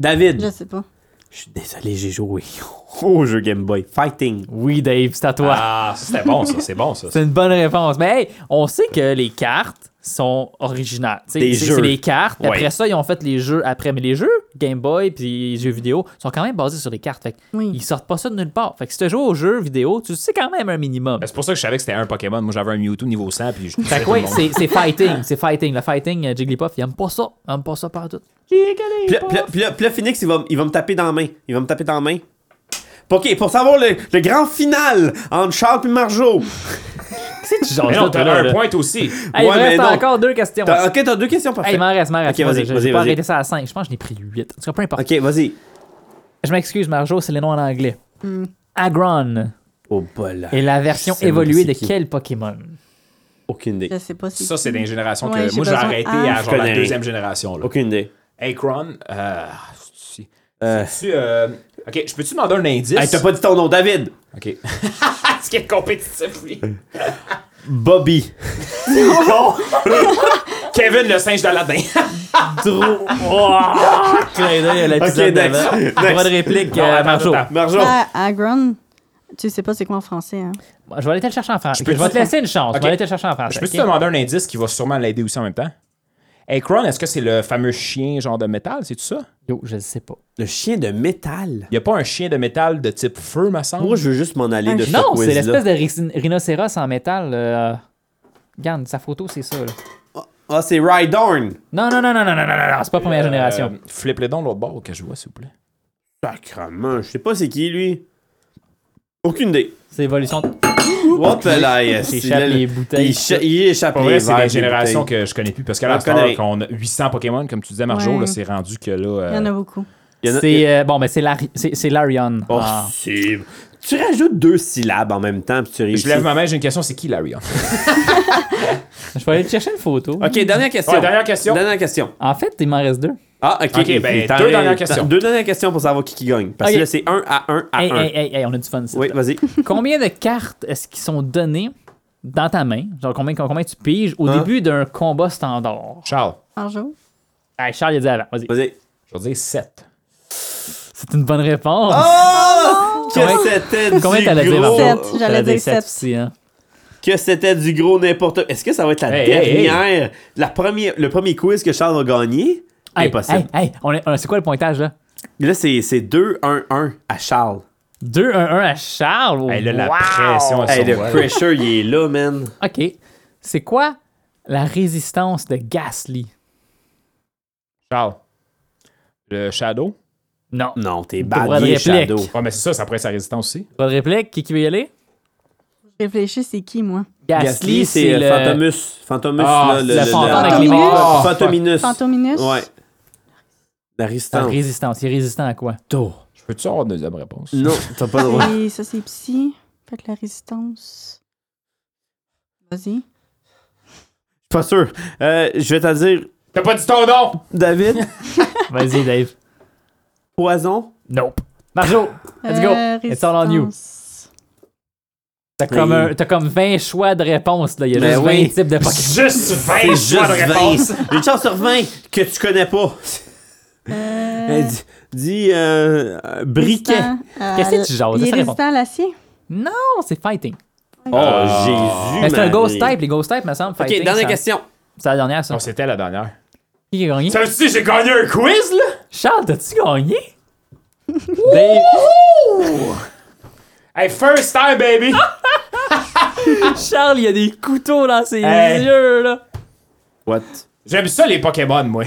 [SPEAKER 3] David.
[SPEAKER 5] sais pas.
[SPEAKER 3] Je suis désolé, j'ai joué (laughs) au jeu Game Boy. Fighting.
[SPEAKER 2] Oui, Dave, c'est à toi.
[SPEAKER 4] Ah, ça, c'était bon, ça. C'est bon, ça.
[SPEAKER 2] C'est une bonne réponse. Mais hey, on sait que les cartes sont originales. Tu sais,
[SPEAKER 3] Des
[SPEAKER 2] c'est-
[SPEAKER 3] jeux.
[SPEAKER 2] C'est les cartes. puis
[SPEAKER 4] Ouais.
[SPEAKER 2] Après ça, ils ont fait les jeux après. Mais les jeux Game Boy puis les jeux vidéo sont quand même basés sur les cartes. Fait que
[SPEAKER 5] Oui.
[SPEAKER 2] Ils sortent pas ça de nulle part. Fait que si tu joues aux jeux vidéo, tu sais quand même un minimum.
[SPEAKER 4] Ben, C'est pour ça que je savais que c'était un Pokémon. Moi, j'avais un Mewtwo niveau 100, puis je
[SPEAKER 2] Fait que ouais, c'est c'est fighting, c'est fighting. Le fighting, euh, Jigglypuff, il aime pas ça. Il aime pas ça par tout.
[SPEAKER 3] Puis là, puis là- puis là- puis là, Phoenix, il va, il va me taper dans la main. Il va me taper dans la main. OK, pour savoir le, le grand final entre Charles et Marjo.
[SPEAKER 2] Qu'est-ce que tu
[SPEAKER 4] Mais
[SPEAKER 2] jases
[SPEAKER 4] non,
[SPEAKER 2] là, toi,
[SPEAKER 4] t'as
[SPEAKER 2] là,
[SPEAKER 4] un
[SPEAKER 2] là?
[SPEAKER 4] point aussi.
[SPEAKER 3] Ouais,
[SPEAKER 2] Hey, il me
[SPEAKER 3] mais
[SPEAKER 2] reste
[SPEAKER 3] non.
[SPEAKER 2] encore deux questions.
[SPEAKER 3] T'as- OK, t'as deux questions, parfait.
[SPEAKER 2] Hey, il m'en reste, il m'en reste.
[SPEAKER 3] Ok, vas-y,
[SPEAKER 2] J'ai-
[SPEAKER 3] vas-y,
[SPEAKER 2] J'ai pas
[SPEAKER 3] vas-y.
[SPEAKER 2] arrêté ça à 5. Je pense que j'en ai pris 8. En tout cas, peu importe.
[SPEAKER 3] OK, vas-y.
[SPEAKER 2] Je m'excuse, Marjo, c'est les noms en anglais. Agron
[SPEAKER 3] Oh, bol.
[SPEAKER 2] est la version
[SPEAKER 3] C'est
[SPEAKER 2] évoluée de
[SPEAKER 3] c'est qui?
[SPEAKER 2] quel Pokémon?
[SPEAKER 3] Aucune idée.
[SPEAKER 5] Je sais pas si.
[SPEAKER 4] Ça, c'est des générations que.
[SPEAKER 5] Ouais, j'ai
[SPEAKER 4] moi, j'ai
[SPEAKER 5] besoin-
[SPEAKER 4] arrêté
[SPEAKER 5] Ah.
[SPEAKER 4] à
[SPEAKER 3] Je
[SPEAKER 4] genre la
[SPEAKER 3] connais.
[SPEAKER 4] deuxième génération. Là.
[SPEAKER 3] Aucune idée.
[SPEAKER 4] Akron. Euh, si-
[SPEAKER 3] Euh.
[SPEAKER 4] c'est-tu, euh, ok, je peux-tu demander un indice?
[SPEAKER 3] Hey, t'as pas dit ton nom, David.
[SPEAKER 4] Ok. (laughs) Ce qui est compétitif, lui.
[SPEAKER 3] Bobby. (laughs)
[SPEAKER 4] Kevin, le singe d'Aladin. (laughs)
[SPEAKER 3] Drou.
[SPEAKER 2] Clin d'œil à
[SPEAKER 3] l'épisode
[SPEAKER 2] l'épisode
[SPEAKER 3] d'avant. Droit
[SPEAKER 2] Droit
[SPEAKER 3] de
[SPEAKER 2] de réplique,
[SPEAKER 4] euh, Marjo.
[SPEAKER 2] Marjo.
[SPEAKER 3] Marjo.
[SPEAKER 5] Ah, Agron, tu sais pas c'est quoi en français, hein?
[SPEAKER 2] Bon, Je vais aller te le chercher en France. Je,
[SPEAKER 4] Je peux
[SPEAKER 2] vais te
[SPEAKER 4] te-
[SPEAKER 2] laisser une chance.
[SPEAKER 4] Ok.
[SPEAKER 2] Je vais aller te le chercher en France.
[SPEAKER 4] Je peux-tu
[SPEAKER 2] ok?
[SPEAKER 4] demander un indice qui va sûrement l'aider aussi en même temps? Akron, est-ce que c'est le fameux chien genre de métal, c'est tout ça?
[SPEAKER 2] Yo, je le sais pas.
[SPEAKER 3] Le chien de métal.
[SPEAKER 4] Il n'y a pas un chien de métal de type feu, ma semble?
[SPEAKER 3] Moi, je veux juste m'en aller
[SPEAKER 5] Un
[SPEAKER 3] de
[SPEAKER 5] chien.
[SPEAKER 3] ce
[SPEAKER 2] Non, c'est
[SPEAKER 3] quiz-là.
[SPEAKER 2] l'espèce de ri- rhinocéros en métal. euh, Regarde, sa photo, c'est ça. là.
[SPEAKER 3] Ah, c'est Rydorn.
[SPEAKER 2] Non, non, non, non, non, non, non, non, non, c'est pas
[SPEAKER 3] Euh,
[SPEAKER 2] première génération.
[SPEAKER 4] Euh, Flip les dons l'autre bord que je vois, s'il vous plaît.
[SPEAKER 3] Sacrement, je sais pas c'est qui, lui. Aucune idée.
[SPEAKER 2] C'est évolution. de-
[SPEAKER 3] Hop là, il
[SPEAKER 2] Il échappe les bouteilles.
[SPEAKER 3] Il, cha- il échappe
[SPEAKER 4] Pour
[SPEAKER 3] les
[SPEAKER 4] vrai, c'est
[SPEAKER 3] verres, les
[SPEAKER 4] des générations
[SPEAKER 3] bouteilles.
[SPEAKER 4] que Ah, je connais plus. Parce qu'à
[SPEAKER 3] Je
[SPEAKER 4] la star,
[SPEAKER 3] connais.
[SPEAKER 4] qu'on a 800 Pokémon, comme tu disais, Marjo,
[SPEAKER 5] Ouais.
[SPEAKER 4] là, c'est rendu que là.
[SPEAKER 5] Il y en
[SPEAKER 4] euh,
[SPEAKER 5] a beaucoup.
[SPEAKER 3] Il y en a-
[SPEAKER 2] C'est euh, bon, mais c'est Lari- c'est c'est Larion.
[SPEAKER 3] Oh,
[SPEAKER 2] Ah.
[SPEAKER 3] c'est- Tu rajoutes deux syllabes en même temps, puis tu réussis.
[SPEAKER 4] Je lève ma main, j'ai une question, c'est qui Larry? Ah,
[SPEAKER 2] Je vais aller te chercher une photo.
[SPEAKER 3] Ok, dernière question.
[SPEAKER 4] Ouais, dernière question.
[SPEAKER 3] Dernière question.
[SPEAKER 2] En fait, il m'en reste deux.
[SPEAKER 3] Ah, ok.
[SPEAKER 4] Ok, ben,
[SPEAKER 3] Il t'en
[SPEAKER 4] deux
[SPEAKER 3] reste-
[SPEAKER 4] dernières questions.
[SPEAKER 3] Deux dernières questions pour savoir qui, qui gagne. Parce
[SPEAKER 2] Ok.
[SPEAKER 3] que là, c'est 1 à 1 à
[SPEAKER 2] Hey,
[SPEAKER 3] 1.
[SPEAKER 2] hey, hey, hey, on a du fun. ici.
[SPEAKER 3] Oui, vas-y.
[SPEAKER 2] Combien de cartes est-ce qui sont données dans ta main? Genre combien, combien tu piges au
[SPEAKER 3] Hein?
[SPEAKER 2] début d'un combat standard?
[SPEAKER 4] Charles,
[SPEAKER 5] Par jour?
[SPEAKER 2] Hey, Charles, il a dit avant. Vas-y.
[SPEAKER 3] Vas-y.
[SPEAKER 4] je veux dire 7.
[SPEAKER 2] C'est une bonne réponse.
[SPEAKER 3] Oh!
[SPEAKER 2] Combien-
[SPEAKER 3] Que c'était du
[SPEAKER 2] combien t'allais dire,
[SPEAKER 3] gros...
[SPEAKER 2] Marco?
[SPEAKER 5] Sept.
[SPEAKER 2] T'allais
[SPEAKER 5] J'allais dire
[SPEAKER 2] sept
[SPEAKER 5] sept.
[SPEAKER 2] aussi, hein.
[SPEAKER 3] Que c'était du gros n'importe... Est-ce que ça va être la
[SPEAKER 4] Hey, hey,
[SPEAKER 3] dernière... La première... Le premier quiz que Charles va gagner?
[SPEAKER 2] Hey,
[SPEAKER 3] Impossible.
[SPEAKER 2] hey, hey, on est- on- c'est quoi le pointage, là?
[SPEAKER 3] Là, c'est 2-1-1 à Charles.
[SPEAKER 2] 2-1-1 à Charles. Oh,
[SPEAKER 4] Elle a la
[SPEAKER 2] wow.
[SPEAKER 4] pression.
[SPEAKER 2] Ah,
[SPEAKER 3] Hey,
[SPEAKER 4] sur
[SPEAKER 3] le
[SPEAKER 4] moi, là.
[SPEAKER 3] pressure, il est là, man.
[SPEAKER 2] OK. C'est quoi la résistance de Gasly?
[SPEAKER 4] Charles, le Shadow?
[SPEAKER 2] Non.
[SPEAKER 3] Non, t'es
[SPEAKER 2] Droit de
[SPEAKER 3] bad,
[SPEAKER 2] réplique.
[SPEAKER 3] Shadow.
[SPEAKER 4] Ouais, mais c'est ça, ça pourrait être sa résistance aussi.
[SPEAKER 2] Pas de réplique? Qui, qui veut y aller?
[SPEAKER 5] Je réfléchis, c'est qui, moi?
[SPEAKER 2] Gasly,
[SPEAKER 3] Gasly, c'est
[SPEAKER 2] c'est
[SPEAKER 3] euh,
[SPEAKER 2] le...
[SPEAKER 3] Fantomus. Fantomus,
[SPEAKER 4] Ah,
[SPEAKER 3] là, le...
[SPEAKER 4] le
[SPEAKER 3] le-
[SPEAKER 2] fantôme
[SPEAKER 5] avec les
[SPEAKER 3] Fantominus.
[SPEAKER 5] bras.
[SPEAKER 3] Ah,
[SPEAKER 2] Euh,
[SPEAKER 3] Fantominus.
[SPEAKER 5] Fantominus?
[SPEAKER 3] Ouais. La
[SPEAKER 2] La
[SPEAKER 3] résistance.
[SPEAKER 2] résistance. Il est résistant à quoi?
[SPEAKER 4] Je peux-tu avoir une deuxième réponse?
[SPEAKER 3] Non, t'as pas le
[SPEAKER 2] (laughs)
[SPEAKER 3] droit.
[SPEAKER 5] Et ça, c'est psy. Fait que la résistance. Vas-y.
[SPEAKER 3] Pas sûr. Euh, je vais te dire,
[SPEAKER 4] T'as pas dit ton nom!
[SPEAKER 3] David,
[SPEAKER 2] (laughs) Vas-y, Dave.
[SPEAKER 3] poison.
[SPEAKER 2] Nope. Marjo, let's go.
[SPEAKER 5] Euh,
[SPEAKER 2] It's all on you.
[SPEAKER 5] résistance.
[SPEAKER 2] T'as comme, un- t'as comme 20 choix de réponses, là. Il y a
[SPEAKER 3] Ben
[SPEAKER 2] juste
[SPEAKER 3] oui.
[SPEAKER 2] 20 types de Pokémon.
[SPEAKER 4] Juste 20
[SPEAKER 3] C'est
[SPEAKER 4] juste de réponse!
[SPEAKER 3] 20. Une chance sur 20 que tu connais pas.
[SPEAKER 5] Euh,
[SPEAKER 3] Euh, dis dis, euh, euh, briquet.
[SPEAKER 5] résistant à-
[SPEAKER 2] Qu'est-ce que tu jases?
[SPEAKER 5] Il est
[SPEAKER 2] Ça répond.
[SPEAKER 5] résistant à l'acier?
[SPEAKER 2] Non, c'est fighting.
[SPEAKER 3] Oh, Jésus.
[SPEAKER 2] Ah. Mais c'est un
[SPEAKER 3] Marie.
[SPEAKER 2] ghost type. Les ghost type, me semble,
[SPEAKER 3] Ok,
[SPEAKER 2] fighting.
[SPEAKER 3] dernière
[SPEAKER 2] ça-
[SPEAKER 3] question.
[SPEAKER 2] C'est la dernière, ça.
[SPEAKER 4] Non, c'était la dernière.
[SPEAKER 2] Qui a gagné?
[SPEAKER 4] Ça veut dire j'ai gagné un quiz, là?
[SPEAKER 2] Charles, t'as-tu gagné? Dave,
[SPEAKER 4] Hey, first
[SPEAKER 3] (laughs)
[SPEAKER 4] time, baby!
[SPEAKER 2] Charles, il y a des couteaux dans ses
[SPEAKER 4] Hey.
[SPEAKER 2] yeux, là.
[SPEAKER 3] What?
[SPEAKER 4] J'aime ça, les Pokémon, moi.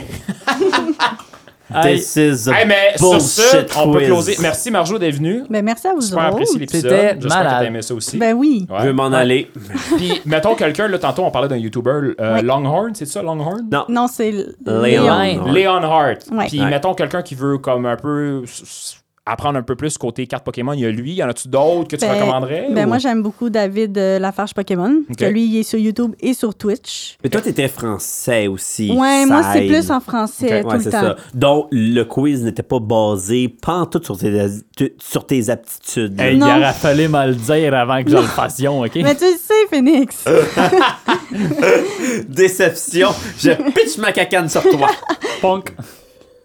[SPEAKER 2] Hey,
[SPEAKER 3] This is a
[SPEAKER 4] Hey, mais sur ce,
[SPEAKER 3] bullshit
[SPEAKER 4] on peut
[SPEAKER 3] quiz.
[SPEAKER 4] closer. Merci, Marjo, d'être venu.
[SPEAKER 5] Ben, merci à vous
[SPEAKER 4] Super apprécié
[SPEAKER 5] autres.
[SPEAKER 4] l'épisode.
[SPEAKER 2] C'était
[SPEAKER 4] J'espère
[SPEAKER 2] malade.
[SPEAKER 4] que t'as aimé ça aussi.
[SPEAKER 5] Ben oui.
[SPEAKER 4] Ouais.
[SPEAKER 3] Je vais m'en aller.
[SPEAKER 4] Puis, mettons quelqu'un, là, tantôt, on parlait d'un YouTuber, euh,
[SPEAKER 5] Ouais.
[SPEAKER 4] Longhorn, c'est ça, Longhorn?
[SPEAKER 3] Non.
[SPEAKER 5] Non, c'est
[SPEAKER 3] Léon.
[SPEAKER 5] Léon.
[SPEAKER 2] Léon.
[SPEAKER 4] Leon Hart.
[SPEAKER 5] Ouais.
[SPEAKER 4] Puis,
[SPEAKER 3] Ouais.
[SPEAKER 4] mettons quelqu'un qui veut, comme, un peu s- s- apprendre un peu plus côté carte Pokémon. Il y a lui. Y en a-tu d'autres que tu
[SPEAKER 5] Ben-
[SPEAKER 4] recommanderais?
[SPEAKER 5] Ben,
[SPEAKER 4] ou-
[SPEAKER 5] moi, j'aime beaucoup David euh, Lafarge Pokémon.
[SPEAKER 4] Ok.
[SPEAKER 5] Que lui, il est sur YouTube et sur Twitch.
[SPEAKER 3] Mais toi, t'étais français aussi.
[SPEAKER 5] Ouais, moi,
[SPEAKER 3] ça
[SPEAKER 5] c'est
[SPEAKER 3] aide.
[SPEAKER 5] plus en
[SPEAKER 3] Ouais,
[SPEAKER 5] français tout le
[SPEAKER 3] c'est
[SPEAKER 5] temps.
[SPEAKER 3] ça. Donc, le quiz n'était pas basé pantoute sur tes, sur tes aptitudes.
[SPEAKER 2] Hey, il
[SPEAKER 5] Non.
[SPEAKER 2] aurait fallu me le dire avant que je le fasse, Yon, OK?
[SPEAKER 5] (laughs) Mais tu le sais, Phoenix.
[SPEAKER 3] Déception, je pitch ma cacane sur
[SPEAKER 4] (laughs)
[SPEAKER 3] toi.
[SPEAKER 2] Punk.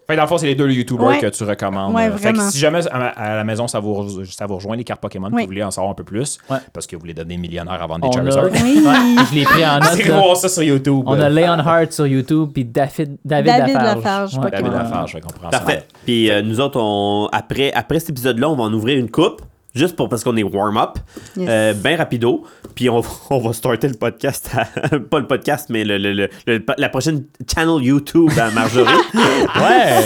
[SPEAKER 4] Fait que dans le fond, c'est les deux YouTubers
[SPEAKER 5] Ouais.
[SPEAKER 4] que tu recommandes.
[SPEAKER 5] Ouais,
[SPEAKER 4] Euh, fait que
[SPEAKER 5] vraiment.
[SPEAKER 4] si jamais à, à la maison, ça vous, re- ça vous rejoint les cartes Pokémon, puis
[SPEAKER 5] Oui.
[SPEAKER 4] vous voulez en savoir un peu plus,
[SPEAKER 2] Ouais.
[SPEAKER 4] parce que vous voulez devenir millionnaire avant des
[SPEAKER 2] On a...
[SPEAKER 4] Charizard,
[SPEAKER 2] (laughs)
[SPEAKER 5] Oui.
[SPEAKER 2] Ouais, je l'ai pris (laughs) en note.
[SPEAKER 4] allez
[SPEAKER 2] là.
[SPEAKER 4] voir ça sur YouTube.
[SPEAKER 2] On a Leon Hart sur YouTube, puis David, David, Lafarge.
[SPEAKER 5] David Lafarge,
[SPEAKER 2] Ouais.
[SPEAKER 4] David
[SPEAKER 5] Pokémon.
[SPEAKER 4] Lafarge, je comprends ça.
[SPEAKER 3] Parfait. Puis euh, nous autres, on, après, après cet épisode-là, on va en ouvrir une coupe, juste pour parce qu'on est warm-up,
[SPEAKER 5] Yes.
[SPEAKER 3] euh, bien rapido. Puis on, on va (laughs) starter le podcast, à- (laughs) pas le podcast, mais le, le- le- le- la prochaine channel YouTube à
[SPEAKER 5] (laughs)
[SPEAKER 3] Marjorie.
[SPEAKER 2] (laughs)
[SPEAKER 4] Ouais.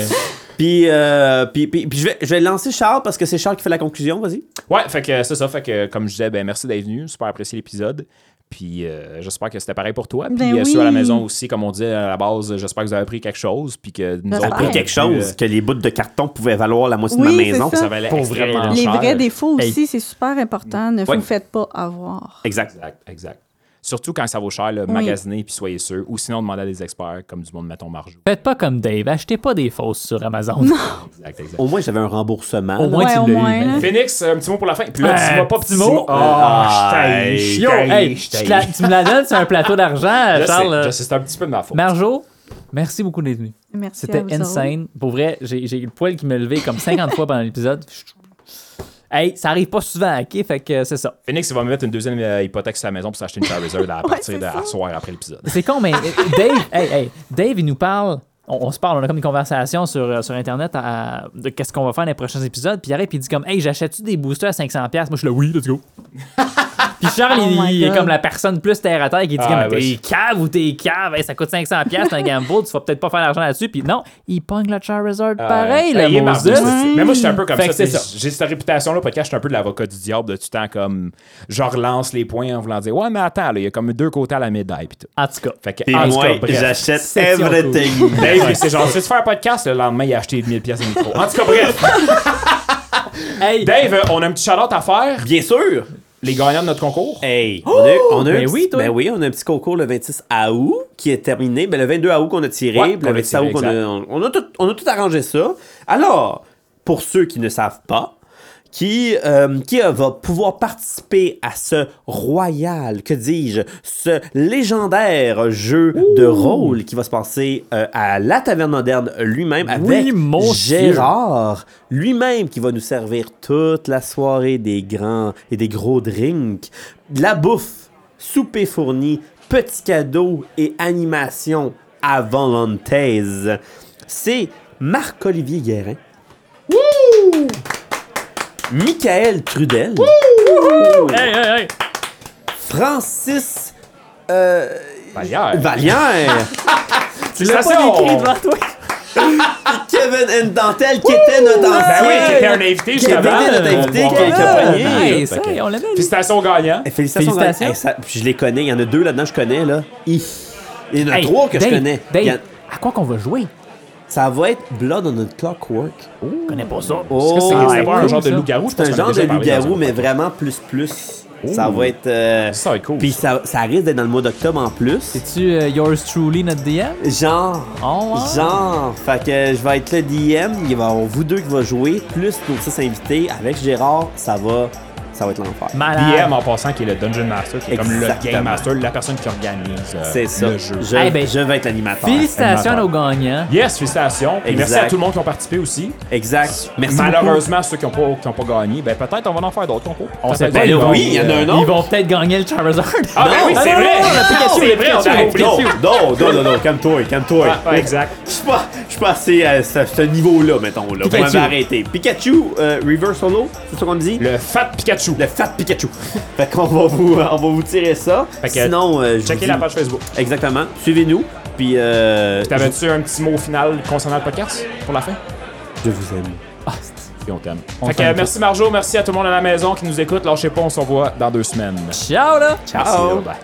[SPEAKER 3] puis euh, puis, puis, puis je, vais, je vais lancer Charles parce que c'est Charles qui fait la conclusion, vas-y.
[SPEAKER 4] ouais, fait que euh, c'est ça. Fait que euh, comme je disais, ben, merci d'être venu. Super apprécié l'épisode. Puis euh, j'espère que c'était pareil pour toi. Puis
[SPEAKER 5] Ben
[SPEAKER 4] euh, ceux à la
[SPEAKER 5] oui.
[SPEAKER 4] maison aussi, comme on dit à la base, euh, j'espère que vous avez appris quelque chose. Puis que nous
[SPEAKER 5] J'espère.
[SPEAKER 4] autres,
[SPEAKER 3] Pris
[SPEAKER 5] Ouais.
[SPEAKER 3] quelque
[SPEAKER 4] on a pu,
[SPEAKER 3] chose
[SPEAKER 4] euh,
[SPEAKER 3] que les bouts de carton pouvaient valoir la moitié de ma
[SPEAKER 5] Oui, c'est
[SPEAKER 3] maison.
[SPEAKER 5] ça.
[SPEAKER 4] ça valait
[SPEAKER 2] Pour
[SPEAKER 4] extrêmement
[SPEAKER 2] vrai,
[SPEAKER 5] Les
[SPEAKER 4] cher.
[SPEAKER 5] vrais défauts
[SPEAKER 2] Hey.
[SPEAKER 5] aussi, c'est super important. Ne
[SPEAKER 3] Ouais.
[SPEAKER 5] vous faites pas avoir.
[SPEAKER 3] Exact.
[SPEAKER 4] Exact, exact. Surtout quand ça vaut cher, là, magasinez puis soyez sûr. Ou sinon, demandez à des experts comme du monde, mettons Marjo. (laughs)
[SPEAKER 2] Faites pas comme Dave, achetez pas des fausses sur Amazon.
[SPEAKER 4] Exact, exact.
[SPEAKER 3] Au moins, j'avais un remboursement.
[SPEAKER 2] Au moins,
[SPEAKER 5] Ouais,
[SPEAKER 2] tu
[SPEAKER 5] au
[SPEAKER 2] l'as eu,
[SPEAKER 5] moins,
[SPEAKER 2] man.
[SPEAKER 5] là.
[SPEAKER 4] Phoenix, euh, un petit mot pour la fin. Puis
[SPEAKER 2] Un
[SPEAKER 4] là, dis-moi pas petit mot. Ah, je t'haïs, je
[SPEAKER 2] Yo,
[SPEAKER 4] t'haïs,
[SPEAKER 2] hey,
[SPEAKER 4] je
[SPEAKER 2] tu, te
[SPEAKER 4] t'haïs.
[SPEAKER 2] la- tu me la donnes sur un plateau d'argent,
[SPEAKER 4] Je sais,
[SPEAKER 2] Charles.
[SPEAKER 4] je sais, C'est un petit peu de ma faute.
[SPEAKER 2] Marjo, merci beaucoup d'être venu.
[SPEAKER 5] Merci à
[SPEAKER 2] C'était
[SPEAKER 5] vous
[SPEAKER 2] (laughs)
[SPEAKER 5] autres.
[SPEAKER 2] insane. Pour vrai, j'ai j'ai le poil qui me levait comme 50 fois pendant l'épisode. Je- Hey, ça arrive pas souvent, OK? Fait que euh, c'est ça.
[SPEAKER 4] Phoenix, il va me mettre une deuxième euh, hypothèque sur la maison pour s'acheter une Charizard à partir
[SPEAKER 5] c'est
[SPEAKER 4] de
[SPEAKER 5] ça.
[SPEAKER 4] à soir après l'épisode.
[SPEAKER 2] C'est con, mais euh, Dave, hey, hey, Dave, il nous parle. On, on se parle, on a comme une conversation sur, euh, sur Internet à- de qu'est-ce qu'on va faire dans les prochains épisodes. Puis il arrive, puis il dit comme, hey, j'achète-tu des boosters à 500$? Moi, je suis là, oui, let's (laughs) go. puis Charles,
[SPEAKER 5] Oh
[SPEAKER 2] il,
[SPEAKER 5] my
[SPEAKER 2] il est
[SPEAKER 5] God.
[SPEAKER 2] comme la personne plus terre à terre qui dit,
[SPEAKER 4] Ah,
[SPEAKER 2] comme,
[SPEAKER 4] ouais,
[SPEAKER 2] t'es
[SPEAKER 4] c'est-
[SPEAKER 2] cave ou t'es cave, Hey, ça coûte 500$, c'est un gamble, tu vas peut-être pas faire d'argent là-dessus. Puis non, il pogne le Charizard pareil,
[SPEAKER 4] Euh, il
[SPEAKER 2] le
[SPEAKER 4] est barbé,
[SPEAKER 2] Moses.
[SPEAKER 4] c'est- c'est- Mais moi, je suis un peu comme
[SPEAKER 2] Fait
[SPEAKER 4] ça.
[SPEAKER 2] que c'est
[SPEAKER 4] tu sais, J'ai cette réputation-là, podcast, je suis un peu de l'avocat du diable de tout temps, comme je relance les points en voulant dire Ouais, mais attends, là, il y a comme deux côtés à la médaille. Puis tout.
[SPEAKER 2] En tout cas.
[SPEAKER 4] Fait que,
[SPEAKER 3] Puis
[SPEAKER 4] en tout
[SPEAKER 3] moi,
[SPEAKER 4] cas, bref.
[SPEAKER 3] j'achète
[SPEAKER 2] Section
[SPEAKER 3] everything.
[SPEAKER 4] Dave, c'est genre, tu veux faire un podcast, le lendemain, il a acheté 1000 pièces de micro. En tout cas, bref.
[SPEAKER 2] Hey,
[SPEAKER 4] Dave, euh, on a un petit shout-out à faire.
[SPEAKER 3] Bien sûr!
[SPEAKER 4] Les gagnants de notre concours.
[SPEAKER 3] Hey, on a, eu- on a eu
[SPEAKER 2] Ben
[SPEAKER 3] un petit-
[SPEAKER 2] oui, toi.
[SPEAKER 3] ben oui, on a un petit concours le 26 août qui est terminé. Ben, le 22 août qu'on a tiré,
[SPEAKER 4] Ouais,
[SPEAKER 3] puis
[SPEAKER 4] qu'on
[SPEAKER 3] le
[SPEAKER 4] a
[SPEAKER 3] 26
[SPEAKER 4] tiré,
[SPEAKER 3] août qu'on a, on, on a tout, on a tout arrangé ça. Alors, pour ceux qui ne savent pas, qui, euh, qui euh, va pouvoir participer à ce royal, que dis-je, ce légendaire jeu de rôle qui va se passer euh, à la Taverne Moderne lui-même avec
[SPEAKER 2] mon
[SPEAKER 3] Gérard lui-même qui va nous servir toute la soirée des grands et des gros drinks, de la bouffe, souper fourni, petits cadeaux et animation à volontaise. C'est Marc-Olivier Guérin. Michael Trudel.
[SPEAKER 2] hey, hey, hey.
[SPEAKER 3] Francis euh,
[SPEAKER 4] D'ailleurs. (laughs)
[SPEAKER 3] Vallière.
[SPEAKER 4] Ben, tu
[SPEAKER 2] T'as pas écrit devant toi.
[SPEAKER 3] Kevin Dantel qui était notre ancien.
[SPEAKER 4] Ben oui, qui était un invité
[SPEAKER 3] Qui
[SPEAKER 4] justement.
[SPEAKER 3] était notre
[SPEAKER 4] On
[SPEAKER 3] invité,
[SPEAKER 4] va voir
[SPEAKER 3] qui
[SPEAKER 4] qui
[SPEAKER 3] était
[SPEAKER 4] a
[SPEAKER 3] pogné.
[SPEAKER 4] gagné.
[SPEAKER 2] Nice,
[SPEAKER 4] Fait que-
[SPEAKER 2] hey, on l'avait dit.
[SPEAKER 4] Félicitations aux gagnants.
[SPEAKER 3] Eh, Félicitations,
[SPEAKER 2] Félicitations.
[SPEAKER 3] Val- Eh, ça- je les connais. Il y en a deux là-dedans que je connais. Là. Hi. Il y en a
[SPEAKER 2] Hey,
[SPEAKER 3] trois que
[SPEAKER 2] Dave,
[SPEAKER 3] je connais.
[SPEAKER 2] Dave,
[SPEAKER 3] Il y en-
[SPEAKER 2] à quoi qu'on va jouer?
[SPEAKER 3] Ça va être Blood on a Clockwork.
[SPEAKER 2] Je connais pas ça.
[SPEAKER 3] Oh,
[SPEAKER 4] Est-ce que c'est
[SPEAKER 2] Ah,
[SPEAKER 4] c'est
[SPEAKER 2] ouais,
[SPEAKER 4] pas un
[SPEAKER 2] cool,
[SPEAKER 4] genre de
[SPEAKER 2] ça.
[SPEAKER 4] loup-garou? Je
[SPEAKER 3] C'est
[SPEAKER 4] pense
[SPEAKER 3] un
[SPEAKER 4] qu'on a
[SPEAKER 3] genre de
[SPEAKER 4] déjà parlé dans
[SPEAKER 3] loup-garou,
[SPEAKER 4] un
[SPEAKER 3] mais
[SPEAKER 4] podcast.
[SPEAKER 3] vraiment plus plus. Ça va être. euh,
[SPEAKER 4] Ça va être cool.
[SPEAKER 3] Puis ça, ça risque d'être dans le mois d'octobre en plus.
[SPEAKER 2] C'est-tu euh, Yours Truly, notre DM?
[SPEAKER 3] Genre.
[SPEAKER 2] Oh, ouais.
[SPEAKER 3] Genre. Fait que je vais être le DM. Il va y avoir vous deux qui va jouer. Plus nos six invités. Avec Gérard, ça va. Ça va être l'enfer.
[SPEAKER 2] Malade.
[SPEAKER 4] DM en passant qui est le Dungeon Master, qui est comme le
[SPEAKER 3] Exactement.
[SPEAKER 4] Game Master, la personne qui organise euh,
[SPEAKER 3] C'est ça.
[SPEAKER 4] le jeu.
[SPEAKER 3] Je,
[SPEAKER 2] Eh ben,
[SPEAKER 3] je vais être l'animateur.
[SPEAKER 2] Félicitations à nos gagnants.
[SPEAKER 4] Yes, félicitations. Et merci
[SPEAKER 3] Exact.
[SPEAKER 4] à tout le monde qui ont participé aussi.
[SPEAKER 3] Exact. Merci. beaucoup.
[SPEAKER 4] Malheureusement, ceux qui n'ont pas, qui ont pas gagné, ben peut-être on va en faire d'autres concours. On sait
[SPEAKER 3] Ben
[SPEAKER 4] pas, ils
[SPEAKER 3] là,
[SPEAKER 4] vont-
[SPEAKER 3] oui, il y en a un
[SPEAKER 2] Ils
[SPEAKER 3] autre.
[SPEAKER 2] vont peut-être gagner le Charizard.
[SPEAKER 4] Ah, ben oui,
[SPEAKER 3] Non.
[SPEAKER 4] c'est
[SPEAKER 3] Non,
[SPEAKER 4] vrai!
[SPEAKER 3] non, non,
[SPEAKER 4] C'est vrai, on
[SPEAKER 3] Non,
[SPEAKER 4] arrête Pikachu.
[SPEAKER 3] non, non, non, non, calme-toi, calme-toi.
[SPEAKER 4] Ouais, ouais, exact.
[SPEAKER 3] Je suis pas, je suis pas assez à ce, ce niveau-là, mettons. Là. Vous
[SPEAKER 2] Pikachu.
[SPEAKER 3] m'avez arrêté. Pikachu, euh, Reverse Solo, c'est ça qu'on me dit?
[SPEAKER 4] Le Fat Pikachu.
[SPEAKER 3] Le fat Pikachu. (laughs) fait qu'on va vous, on va vous tirer ça.
[SPEAKER 4] Fait que,
[SPEAKER 3] Sinon, euh, je vous
[SPEAKER 4] Checkez
[SPEAKER 3] dis-
[SPEAKER 4] la page Facebook.
[SPEAKER 3] Exactement. Suivez-nous. Puis, euh,
[SPEAKER 4] T'avais-tu un petit mot final concernant le podcast pour la fin?
[SPEAKER 3] je vous aime.
[SPEAKER 4] Puis on t'aime.
[SPEAKER 2] On
[SPEAKER 4] Fait que,
[SPEAKER 2] t'aime
[SPEAKER 4] euh, merci Marjo, merci à tout le monde à la maison qui nous écoute. Lâchez pas, on se revoit dans deux semaines.
[SPEAKER 2] (laughs) Ciao, là!
[SPEAKER 4] Merci, là, bye.